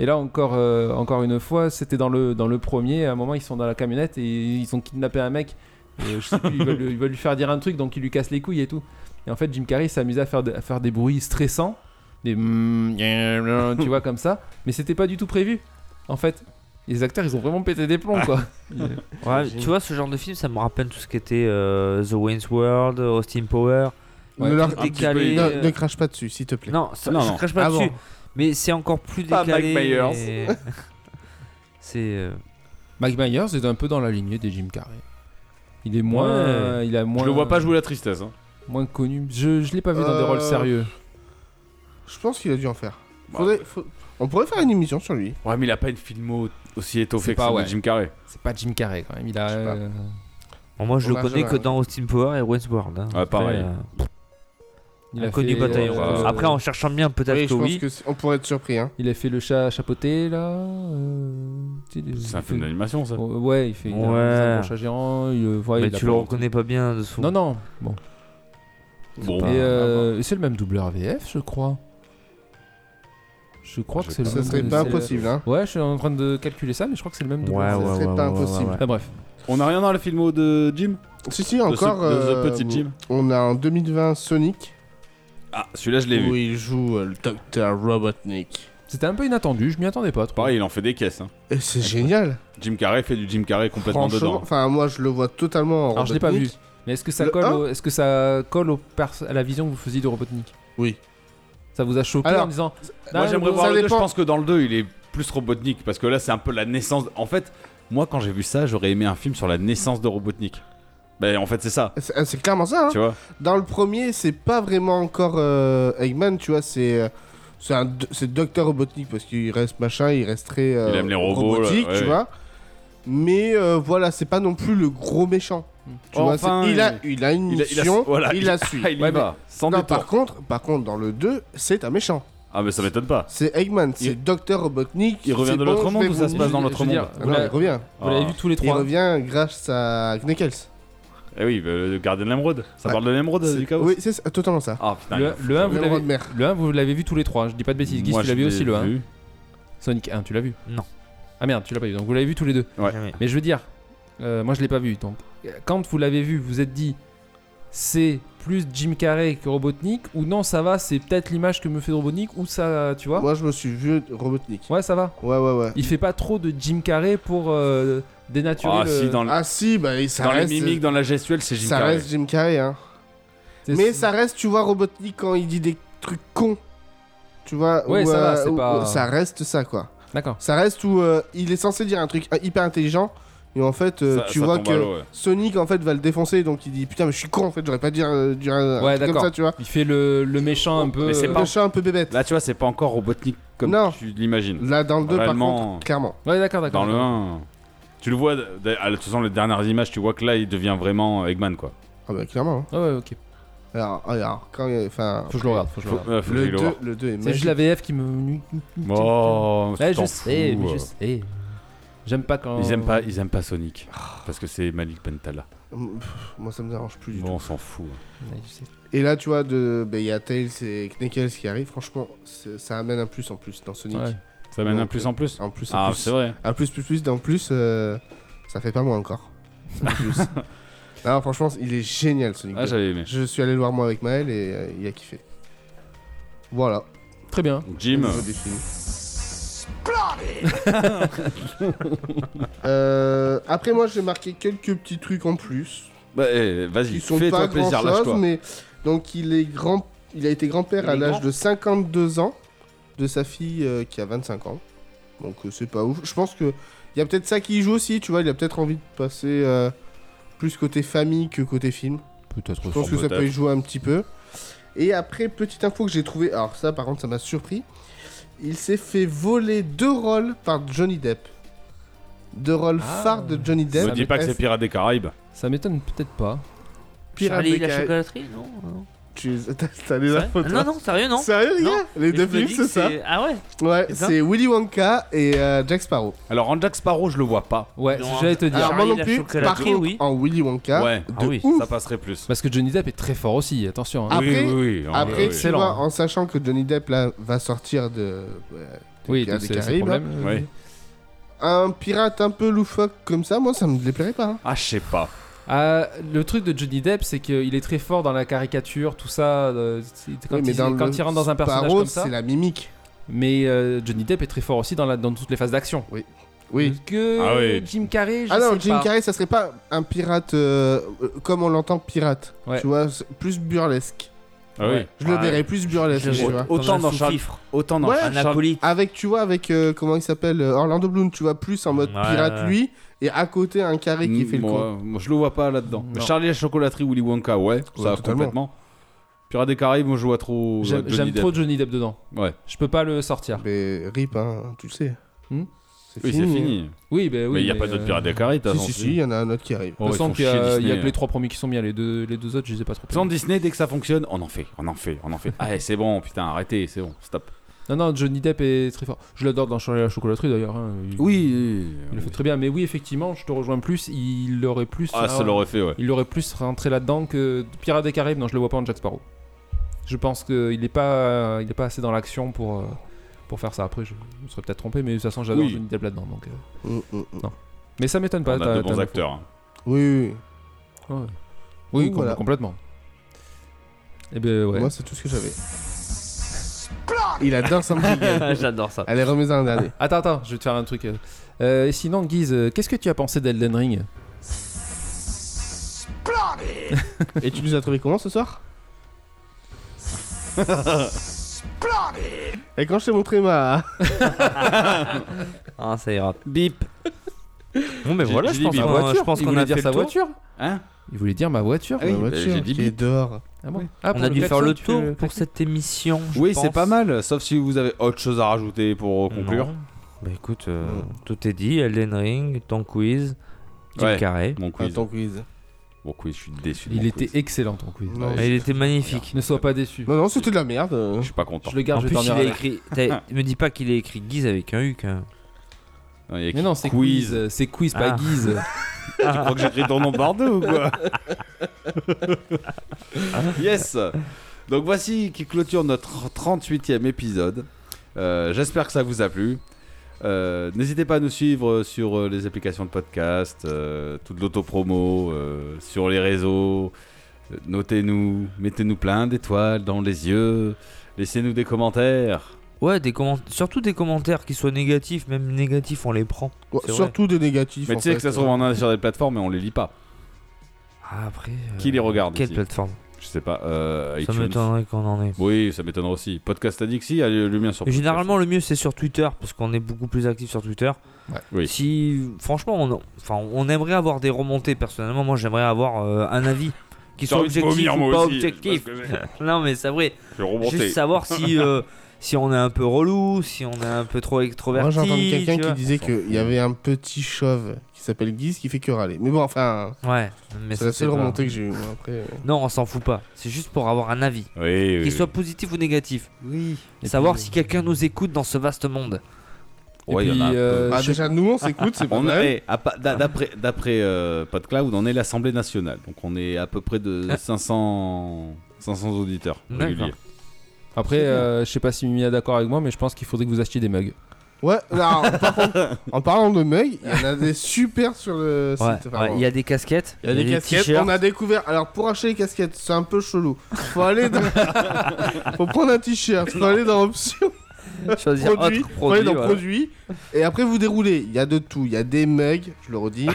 G: Et là encore, euh, encore une fois, c'était dans le, dans le premier. À un moment, ils sont dans la camionnette et ils ont kidnappé un mec. Et euh, je sais plus, ils, veulent, ils veulent lui faire dire un truc, donc ils lui cassent les couilles et tout. Et en fait, Jim Carrey s'amusait à faire, de- à faire des bruits stressants, des mm, yeah, yeah, tu vois comme ça. Mais c'était pas du tout prévu. En fait, Et les acteurs, ils ont vraiment pété des plombs quoi.
F: Ouais, tu vois, ce genre de film, ça me rappelle tout ce qu'était euh, The Wayne's World, Austin Power.
E: ne, leur-
D: petit
F: décalé.
D: peu,
E: ne- ne crache pas dessus, s'il te plaît.
F: Non, ça,
D: Non,
F: je
D: non.
F: crache pas
E: Ah
F: dessus.
E: bon.
F: Mais c'est encore plus
D: Pas
F: décalé.
D: Mike Myers.
F: et- c'est. euh,
G: Mike Myers est un peu dans la lignée des Jim Carrey. Il est moins,
F: Ouais.
G: euh, il a moins,
D: Je le vois pas jouer la tristesse. Hein.
G: moins connu. Je, je l'ai pas vu dans des
E: Euh,
G: rôles sérieux.
E: Je pense qu'il a dû en faire.
D: Bah,
E: Faudrait- faut- On pourrait faire une émission sur lui.
D: Ouais, mais il a pas une filmo aussi étoffée
G: C'est
D: que
G: pas,
D: celle de
G: ouais.
D: Jim Carrey.
G: C'est pas Jim Carrey quand même. Il a.
E: Je sais pas.
G: euh,
F: bon, moi, je le
E: Hommage
F: connais
E: à
F: que
E: la-
F: dans Austin Power et Wayne's World. hein.
D: Ouais, pareil.
F: Après, euh,
G: Il a
F: inconnu
G: fait,
F: bataillon.
D: euh,
F: Après, en cherchant bien, peut-être
E: Oui,
F: que
E: je pense
F: oui.
E: que c'est- on pourrait être surpris. Hein.
G: Il a fait le chat chapeauté là. euh, tu sais,
D: C'est un
G: il
D: film
G: fait-
D: d'animation, ça.
G: Oh, Ouais, il fait il a
F: Ouais.
G: un gros chat géant. il, euh, ouais,
F: Mais
G: il a
F: tu
G: pas-
F: le reconnais pas bien de son.
G: Non, non. Bon.
D: Bon,
G: Et
E: Ah
G: euh, c'est le même doubleur VF, je crois. Je crois
D: Je
G: que c'est le
E: Ça
G: même.
E: serait pas
G: c'est le-
E: impossible. Hein.
G: Ouais, je suis en train de calculer ça, mais je crois que c'est le même
F: Ouais,
G: doubleur.
E: ça
F: ouais,
E: serait
F: ouais,
E: pas
F: ouais, ouais,
E: impossible.
F: ouais.
G: Ah, bref.
D: on a rien dans la filmo de Jim
E: Si, si,
D: De ce-
E: encore.
D: de
E: euh,
D: The Petit Jim
E: On a en 2020 Sonic,
D: Ah, celui-là, je l'ai
E: où
D: vu.
E: il joue euh, le docteur Robotnik.
G: C'était un peu inattendu, je m'y attendais pas trop.
F: Bah,
D: Pareil, il en fait des caisses. Hein.
E: Et c'est génial.
D: Jim Carrey fait du Jim Carrey complètement
E: Franchement,
D: dedans.
E: enfin, moi, je le vois totalement en
G: Alors, je l'ai pas
E: Robotnik.
G: Mais est-ce que ça
E: Le
G: colle,
E: un
G: au- est-ce que ça colle au perso- à la vision que vous faisiez de Robotnik
E: Oui.
G: Ça vous a choqué
E: Alors,
G: en disant
D: Moi,
G: Non,
D: j'aimerais
G: non,
D: voir
E: ça
D: le 2. Je
E: dépend.
D: pense que dans le 2, il est plus Robotnik. Parce que là, c'est un peu la naissance. En fait, moi, quand j'ai vu ça, j'aurais aimé un film sur la naissance de Robotnik. Ben, en fait, c'est ça.
E: C'est euh, c'est clairement ça. hein.
D: Tu vois
E: Dans le premier, c'est pas vraiment encore euh, Eggman, tu vois, c'est. euh, C'est un do- c'est Docteur Robotnik parce qu'il reste machin, il resterait. euh,
D: Il aime les robots,
E: robotique,
D: là, ouais.
E: tu vois. Mais euh, voilà, c'est pas non plus le gros méchant. Tu vois,
D: Enfin,
E: c'est- il, a, il a une
D: il a- il a-
E: mission, il,
D: voilà, il-
E: la suit.
D: Ah, il y
G: Ouais,
D: va. Sans
E: Non,
D: détour.
E: par contre, par contre, dans le 2, c'est un méchant.
D: Ah, mais ça m'étonne pas.
E: C'est Eggman, c'est Docteur Robotnik.
D: Il revient
E: c'est
D: de l'autre
E: bon, je
D: monde
E: vais
D: ou ça
E: vous-
D: se passe dans
G: Je
D: l'autre
G: veux
D: monde
G: dire,
E: Ah
G: vous
E: non,
G: l'avez-
E: il revient.
G: Vous l'avez vu tous les
E: Il
G: trois
E: revient grâce à Knuckles.
D: Eh oui, euh, le gardien de l'émeraude. Ça
E: Ouais.
D: parle de l'émeraude
E: C'est-
D: du chaos
E: Oui, c'est ça, totalement ça.
D: Ah putain.
G: Le, le 1, vous
E: Le roi de
G: l'avez,
E: mer.
G: le un, vous l'avez vu tous les trois, je dis pas de bêtises. Guy,
D: Moi,
G: tu
D: je
G: l'as vu
D: l'ai
G: aussi hein le 1.
D: vu.
G: Sonic 1, tu l'as vu
F: Non.
G: Ah merde, tu l'as pas vu, donc vous l'avez vu tous les deux.
D: Ouais.
F: Jamais.
G: Mais je veux dire, euh, moi je l'ai pas vu, donc euh, quand vous l'avez vu, vous vous êtes dit c'est plus Jim Carrey que Robotnik, ou non ça va, c'est peut-être l'image que me fait Robotnik, ou ça, tu vois
E: Moi, je me suis vu Robotnik.
G: Ouais, ça va.
E: Ouais, ouais, ouais.
G: Il fait pas trop de Jim Carrey pour euh, dénaturer
D: Ah
G: le...
D: si, dans, le-
E: Ah si, bah ça
D: dans
E: reste.
D: les mimiques, dans la gestuelle, c'est Jim
E: ça
D: Carrey.
E: reste Jim Carrey, hein.
G: C'est-
E: Mais ça reste, tu vois, Robotnik quand il dit des trucs cons. Tu vois
G: Ouais,
E: ou,
G: ça va,
E: euh,
G: c'est
E: ou-
G: pas-
E: ou- Ça reste ça, quoi.
G: D'accord.
E: Ça reste où euh, il est censé dire un truc euh, hyper intelligent. Et en fait, euh,
D: Ça-
E: tu
D: ça
E: vois
D: tombe
E: que
D: à l'eau, ouais.
E: Sonic, en fait, va le défoncer. Donc il dit Putain, mais je suis con, en fait, j'aurais pas dû euh, dire un
G: Ouais,
E: truc comme
G: d'accord.
E: ça, tu vois.
G: Il fait le, le méchant un peu...
D: Mais c'est
G: euh,
D: pas-
E: Le chat un peu bébête.
D: Là, tu vois, c'est pas encore Robotnik comme
E: Non.
D: tu l'imagines.
E: Là, dans le 2, par
D: Vraiment.
E: contre, clairement.
G: Ouais, d'accord, d'accord.
D: Dans le 1, tu le vois, d- d- à- de toute façon, les dernières images, tu vois que là, il devient vraiment Eggman, quoi.
E: Ah bah, clairement. hein.
G: Ah ouais, ok.
E: Alors, alors, quand il y a- Enfin.
G: Faut que je le regarde, faut que je le
D: Faut-
G: regarde.
D: euh, faut que
E: Le
D: j'aille
E: 2,
D: le voir.
E: le 2 est
G: C'est
E: magique.
G: juste la VF qui me...
D: Oh,
G: Ouais,
D: t'en
G: je sais,
D: fous,
G: mais je
D: euh.
G: sais. J'aime pas quand...
D: Ils aiment pas, ils aiment pas Sonic parce que c'est Malik Bentala.
E: Pff, Moi, ça me dérange plus du
D: Bon, on s'en fout. hein.
G: Ouais, je sais.
E: tout. Et là, tu vois, de- ben, il y a Tails et Knuckles qui arrivent. Franchement, c'est- ça amène un plus en plus dans Sonic.
G: Ouais.
D: Ça mène un
E: Donc,
D: plus en plus.
E: En plus, en
D: Ah,
E: plus.
D: c'est vrai.
E: Un plus, plus, plus, d'un plus, euh, ça fait pas moins encore. Un plus. Alors, franchement, il est génial Sonic.
D: Ah,
E: 2.
D: j'avais aimé.
E: Je suis allé le voir moi avec Maël et euh, il a kiffé. Voilà.
G: Très bien.
D: Jim,
E: Au niveau des films. Euh, après, moi, j'ai marqué quelques petits trucs en plus.
D: bah, eh, vas-y,
E: Ils sont pas
D: fais-toi
E: grand
D: plaisir,
E: chose,
D: lâche-toi.
E: mais donc il est grand, il a été grand-père
F: Il
E: à
F: est
E: l'âge
F: grand.
E: de 52 ans de sa fille euh, qui a 25 ans. Donc euh, c'est pas ouf. Je pense que il y a peut-être ça qui y joue aussi, tu vois. Il a peut-être envie de passer euh, plus côté famille que côté film.
G: Peut-être
E: Je pense que ça peut y jouer un petit peu. Et après, petite info que j'ai trouvé. Alors ça, par contre, ça m'a surpris. Il s'est fait voler deux rôles par Johnny Depp. Deux rôles
G: Ah.
E: phares de Johnny
D: Ne
E: Depp.
D: me dis pas que c'est
E: Est-ce-
D: Pirates des Caraïbes.
G: Ça m'étonne peut-être pas.
E: Pirates
F: Charlie
E: des
F: et la
E: Caraïbes.
F: chocolaterie Non, non.
E: Tu- T'as t'as les
F: C'est
E: infos,
F: vrai
E: toi
F: Non, non, sérieux, non.
E: Sérieux, les
F: Non.
E: gars Les deux
F: Je me
E: films,
F: dis que
E: c'est ça
F: Ah ouais
E: Ouais,
F: c'est ça
E: c'est Willy Wonka et euh, Jack Sparrow.
D: Alors, en Jack Sparrow, je le vois pas.
G: Ouais,
F: Non,
G: j'allais
D: hein.
G: te dire.
D: Ah.
E: Alors, moi
F: Charlie,
E: non
F: la
E: plus,
F: chocolaterie,
E: par contre,
F: oui.
E: en Willy Wonka,
D: Ouais.
E: Hein de
F: Ah oui.
E: ouf.
D: Ça passerait plus.
G: Parce que Johnny Depp est très fort aussi, attention. hein.
E: Ah, Après-
D: oui, oui, oui. en
E: Après,
D: vrai, oui.
E: tu
G: Excellent.
E: vois, en sachant que Johnny Depp, là, va sortir de... euh, des
G: oui,
E: Pirates
G: donc
E: des
G: c'est c'est le
E: Caraïbes,
G: problème. euh,
D: Ouais.
E: Un pirate un peu loufoque comme ça, moi, ça me déplairait pas. hein.
D: Ah, je sais pas.
G: Ah, le truc de Johnny Depp, c'est qu'il est très fort dans la caricature, tout ça. euh, c'est- Quand,
E: Oui,
G: il, quand
E: le
G: il rentre dans un personnage
E: Sparrow,
G: comme ça.
E: c'est la mimique.
G: Mais euh, Johnny Depp est très fort aussi dans, la, dans toutes les phases d'action. Mm.
E: Oui.
G: Que
D: Ah oui.
G: Jim Carrey, je
E: Ah non,
G: sais
E: Jim
G: pas.
E: Carrey, ça serait pas un pirate euh, euh, comme on l'entend pirate.
G: Ouais.
E: Tu vois, c'est plus burlesque.
D: Ah oui.
E: Je le
F: Ah,
E: verrais plus burlesque,
F: Je-
E: tu vois.
D: Autant
F: Comme un
D: dans Charlie-
F: sous-fifre,
D: Autant dans
E: Ouais.
F: Un acolyte.
E: Avec, tu vois, avec, euh, comment il s'appelle euh, Orlando Bloom, tu vois, plus en mode
F: Ouais,
E: pirate,
F: ouais.
E: lui, et à côté, un carré qui fait le con.
D: Mm, moi, moi, je le vois pas là-dedans.
G: Non.
D: Charlie la chocolaterie, Willy Wonka, ouais, ça
E: totalement.
D: complètement. Pirates des Caraïbes, moi je vois trop.
G: J'aime
D: ouais,
G: j'aime
D: Johnny
G: trop
D: Depp.
G: euh, Johnny Depp dedans.
D: Ouais,
G: Je peux pas le sortir.
E: Mais rip, hein, tu le sais.
G: Hmm
E: c'est Ah
D: oui, c'est fini.
G: Oui, bah oui.
D: mais il n'y a pas d'autres Pirates des Caraïbes, t'as
E: euh, Si, si, si, il y en a un autre qui arrive.
G: Il
D: Oh,
G: me semble qu'il y a, il y a que
D: hein.
G: les trois premiers qui sont bien, les deux, les deux autres, je les ai pas trop.
D: Sans
G: aimés.
D: Disney, dès que ça fonctionne, on en fait, on en fait, on en fait. Allez, c'est bon, putain, arrêtez, c'est bon, stop.
G: Non, non, Johnny Depp est très fort. Je l'adore dans Charlie et la chocolaterie d'ailleurs. hein. Il-
D: Oui,
G: Il le fait très bien, mais oui, effectivement, je te rejoins plus. Il aurait plus.
D: Ah, ça l'aurait fait, ouais.
G: Il aurait plus rentré là-dedans que Pirates des Caraïbes. Non, je le vois pas en Jack Sparrow. Je pense qu'il n'est pas, il est pas assez dans l'action pour, euh, pour faire ça. Après, je me serais peut-être trompé, mais de toute façon, j'adore
D: Oui.
G: Johnny Depp là-dedans. Donc, euh.
E: Mm, mm, mm.
G: Mais ça m'étonne pas.
D: On
G: t'as-
D: a de
G: t'as
D: bons
G: l'info.
D: acteurs. hein.
E: Oui, oui,
G: Ouais. Oui,
E: Oui,
G: com-
E: voilà.
G: complètement. Et ben
E: oui.
G: ouais.
E: moi, c'est tout ce que j'avais. Il adore Sam Riegel.
F: J'adore ça.
E: Allez, remets un dernier.
G: Attends, attends, je vais te faire un truc. euh. Euh, et sinon, Guise, euh, qu'est-ce que tu as pensé d'Elden
D: Bah,
G: Ring
E: Et tu nous as trouvé comment ce soir Et quand je t'ai montré ma.
F: Ah, ça ira.
D: Bip.
F: Bon, mais
D: J'ai-
F: voilà,
D: j'ai
F: je
D: dit
F: pense
D: bip.
G: Ma
F: qu'on a- je pense
G: il
F: qu'on
G: voulait
F: a
G: dire
F: fait
G: sa
F: le tour.
G: voiture
D: Hein
G: Il voulait dire ma voiture.
D: Ah oui,
E: ma
D: bah, j'ai
E: voiture
D: dit
E: qui est
D: bip.
E: dehors.
G: Ah bon
D: Oui.
G: Ah,
F: On
G: pour
F: a dû
G: klaxon,
F: faire le
G: tu
F: tour
G: fais
F: pour cette émission. je
D: Oui, c'est
F: pense.
D: pas mal, sauf si vous avez autre chose à rajouter pour euh, conclure. Mm.
F: Non. Bah écoute, euh, tout est dit. Elden Ring, ton quiz, Jim
D: Ouais. Mm.
F: Carrey.
D: Mon quiz. Ah,
E: Attends, quiz.
D: Bon quiz, je suis déçu. de
G: Il
D: mon
G: était
D: quiz.
G: excellent ton quiz.
E: Non,
F: Ah, il était magnifique.
G: Ne sois pas déçu.
E: non, non, c'était de la merde.
D: Je suis pas content.
G: Je le garde,
F: en
G: je vais
F: plus, il
G: dormir
F: a
G: avec.
F: écrit. t'as- Me dis pas qu'il a écrit Guise avec un U. quand même.
D: Non, il y a
G: Mais
D: qui-
G: non, c'est
D: quiz.
G: quiz, euh, c'est quiz, pas
F: Ah.
G: Guise.
D: Tu crois que j'écris ton nom par deux ou quoi Yes Donc voici qui clôture notre 38e épisode. Euh, J'espère que ça vous a plu. Euh, N'hésitez pas à nous suivre sur euh, les applications de podcast, euh, toute l'autopromo, euh, sur les réseaux. Euh, Notez-nous, mettez-nous plein d'étoiles dans les yeux. Laissez-nous des commentaires.
F: Ouais, des comment- surtout des commentaires qui soient négatifs, même négatifs, on les prend.
E: Ouais,
F: C'est vrai.
E: surtout des négatifs.
D: Mais
E: en
D: tu sais que ça
E: fait.
D: se trouve on en a sur des plateformes mais on les lit pas.
F: Ah, après. euh,
D: Qui les regarde
F: Quelle
D: ici
F: plateforme
D: Je sais pas. euh,
F: Ça
D: iTunes.
F: m'étonnerait qu'on en ait.
D: Oui, ça m'étonnerait aussi. Podcast Addict, si, allez, le mien sur podcast.
F: Mais Généralement, le mieux c'est sur Twitter parce qu'on est beaucoup plus actif sur Twitter.
D: Oui.
F: Si, franchement, on, enfin, on aimerait avoir des remontées. Personnellement, moi, j'aimerais avoir euh, un avis
D: J'ai
F: qui soit
D: envie de
F: objectif
D: vomir,
F: ou
D: moi
F: pas
D: aussi,
F: objectif.
D: parce que j'ai-
F: non, mais c'est vrai.
D: Je vais remonter.
F: Juste savoir si, euh, si on est un peu relou, si on est un peu trop
E: Moi,
F: extroverti.
E: j'ai entendu
F: tu
E: quelqu'un
F: vois.
E: qui disait qu'il y avait un petit chauve qui s'appelle Guise qui fait que râler. Mais bon, enfin,
F: Ouais, mais
E: c'est
F: ça,
E: la
F: c'est
E: seule
F: pas-
E: remontée que j'ai eue. moi, Après, euh.
F: Non, on s'en fout pas. C'est juste pour avoir un avis,
D: Oui, oui.
F: qu'il soit positif ou négatif.
E: Oui.
F: savoir si quelqu'un nous écoute dans ce vaste monde.
G: Et
D: Ouais, il y en
G: puis,
D: a un peu.
G: euh,
E: Ah,
G: je-
E: déjà, nous, on s'écoute, c'est pas
D: On
E: mal.
D: est, à pa- d'a- d'après d'après euh, PodCloud, on est l'Assemblée nationale. Donc on est à peu près de 500, 500 auditeurs réguliers.
G: Après, euh, je sais pas si Mimi est d'accord avec moi, mais je pense qu'il faudrait que vous achetiez des mugs.
E: Ouais, alors, par contre, en parlant de mugs, il y en a des super sur le site.
F: Ouais,
E: enfin,
F: ouais, il y a des casquettes,
E: il y a des casquettes,
F: t-shirts.
E: on a découvert. Alors pour acheter les casquettes, c'est un peu chelou. Faut aller dans... Faut prendre un t-shirt, faut aller dans options,
F: choisir
E: produits,
F: autre
E: faut aller
F: produit.
E: dans
F: voilà.
E: produits, et après vous déroulez. Il y a de tout, il y a des mugs, je le redis,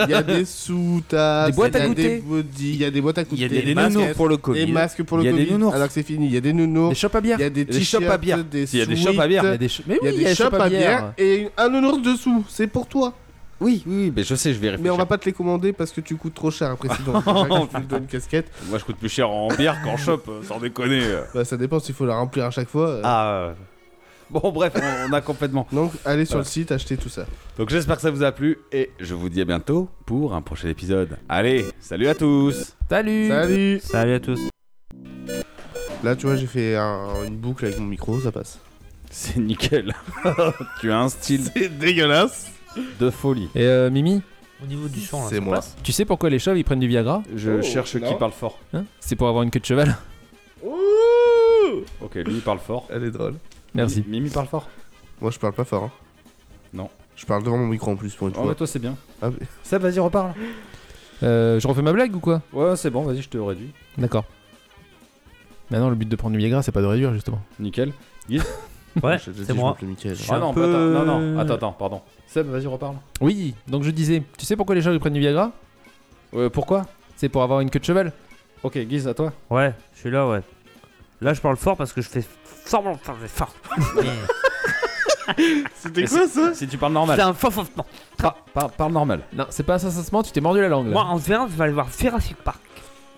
E: il y a des sous-tasses,
F: Des boîtes
E: il y
F: à
E: a
F: goûter.
E: des body, il y a des boîtes à
F: Il
E: goûter,
F: y a des,
E: masques,
F: nounours pour le Covid.
E: des masques pour le
F: Il y a des
E: Covid.
F: nounours.
E: Alors que c'est fini, il y a des nounours,
G: Des chopes à bière.
E: il y a des
D: Des shops à
E: t-shirts,
D: bière.
E: des
D: Il y a des shops à bière.
G: Il y
E: sweats,
G: a des, cho- mais oui,
E: il y a des shops à bière et un nounours dessous, c'est pour toi.
D: Oui, oui, oui, mais je sais, je vais
E: Mais
D: réfléchir.
E: on va pas te les commander parce que tu coûtes trop cher après sinon. Chacun te donne une casquette.
D: Moi, je coûte plus cher en bière qu'en shop, euh, sans déconner. euh.
E: Bah ça dépend s'il faut la remplir à chaque fois. euh.
D: Ah. euh. Bon, bref, on- on a complètement.
E: Donc allez sur le site, achetez tout ça.
D: Donc j'espère que ça vous a plu et je vous dis à bientôt pour un prochain épisode. Allez, salut à tous
G: Salut
E: Salut
F: Salut à tous.
E: Là tu vois j'ai fait un- une boucle avec mon micro, ça passe.
D: C'est nickel. tu as un style
E: C'est dégueulasse
D: de folie.
G: Et euh, Mimi,
F: Au niveau du son, là,
E: C'est
F: ça
E: moi.
F: passe
G: tu sais pourquoi les chauves ils prennent du Viagra
D: Je
E: Oh,
D: cherche qui
E: non.
D: parle fort.
G: Hein C'est pour avoir une queue de cheval.
E: Ouh
D: Ok, lui il parle fort.
E: Elle est drôle.
G: Merci.
D: Mi- Mimi parle fort.
E: Moi je parle pas fort. hein.
D: Non.
E: Je parle devant mon micro en plus pour une
D: Oh,
E: fois.
D: bah, toi c'est bien.
E: Ah, mais-
D: Ça, vas-y, reparle.
G: Euh, je refais ma blague ou quoi
D: Ouais, c'est bon, vas-y, je te réduis.
G: D'accord. Maintenant, le but de prendre du Viagra, c'est pas de réduire justement.
D: Nickel.
F: Ouais,
E: Je te dis,
F: c'est
E: je
F: moi.
E: m'appelle Mickaël.
F: Je suis
D: Ah
F: un
D: non,
F: peu-
D: bah, attends, non, non, attends, attends, pardon. Seb, vas-y, reparle.
G: Oui, donc je disais, tu sais pourquoi les chauves ils prennent du Viagra
D: Euh, pourquoi
G: C'est pour avoir une queue de cheval.
D: Ok, Guise, à toi.
F: Ouais, je suis là, ouais. Là, je parle fort parce que je fais semblant de parler fort.
E: C'était quoi ça
D: Si tu parles
F: C'est
D: normal.
F: un faux faux. Non,
D: Par- par- parle normal.
G: Non, c'est pas ça, ça se ment, tu t'es mordu la langue là.
F: moi, en verre, je vais aller voir Jurassic Park.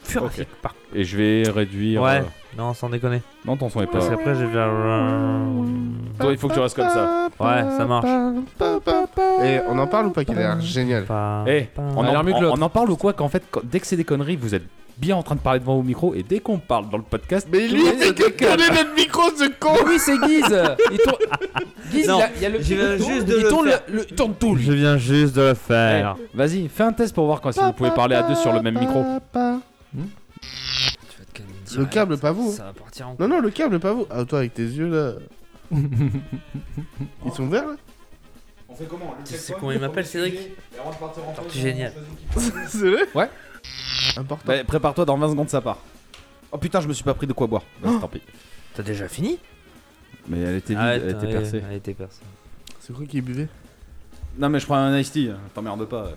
F: Jurassic Park.
D: Et je vais réduire.
F: Ouais.
D: euh,
F: Non, sans déconner.
D: Non, ton son est
F: Parce
D: pas.
F: qu'après, je vais.
D: Toi, il faut que tu restes comme ça.
F: Ouais, ça marche.
E: Et Eh, on en parle ou pas Qu'elle a l'air génial.
F: Pas-
D: Eh,
F: pas-
D: on,
G: l'air
D: en,
G: mieux que
D: on-
G: l'autre.
D: on en parle ou quoi Qu'en fait, quand- dès que c'est des conneries, vous êtes bien en train de parler devant vos micros et dès qu'on parle dans le podcast,
E: Mais lui, il fait que tourner notre micro, ce con
G: Mais oui, c'est Guise Il tourne. Guise,
F: Non,
G: il, a, il a le
F: je viens
G: il tourne-
F: juste de
G: il
F: le
G: tourne
F: faire.
G: le- il tourne tout. lui.
F: Je viens juste de le faire.
D: eh, vas-y, fais un test pour voir quand si vous pouvez parler à deux sur le même micro.
F: Tu vas te calmer
E: Le
F: direct.
E: câble, pas vous.
F: Ça va partir en.
E: Non, non, le câble, pas vous. Ah, toi, avec tes yeux, là. Ils sont verts, là
F: Tu sais comment il m'appelle, Cédric Attends, tu es génial.
E: C'est vrai
G: Ouais.
E: Important.
D: Bah, prépare-toi dans 20 secondes, ça part. Oh putain, je me suis pas pris de quoi boire.
F: Oh
D: Bah, tant pis.
F: T'as déjà fini
D: Mais elle était vide,
F: Arrête,
D: elle était
F: ouais,
D: percée.
F: Elle était percée.
E: C'est quoi qui buvait
D: Non, mais je prends un iced tea, hein, t'emmerde pas. ouais.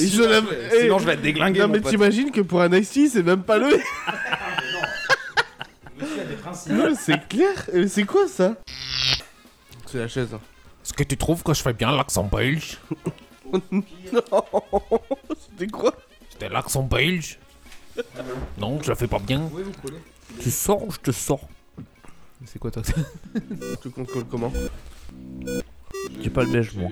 E: Et je l'avais- eh,
D: Sinon, je vais être déglingué.
E: Non,
D: mon
E: mais
D: pote.
E: t'imagines que pour un ice tea, c'est même pas le. Non, mais c'est clair. Euh, C'est quoi ça C'est la chaise.
G: Est-ce que tu trouves que je fais bien l'accent belge
E: C'était quoi
G: C'était l'accent belge Non, je le fais pas bien.
F: Tu sors ou je te sors
G: C'est quoi toi
E: Tu contrôles comment
F: J'ai pas le belge, moi.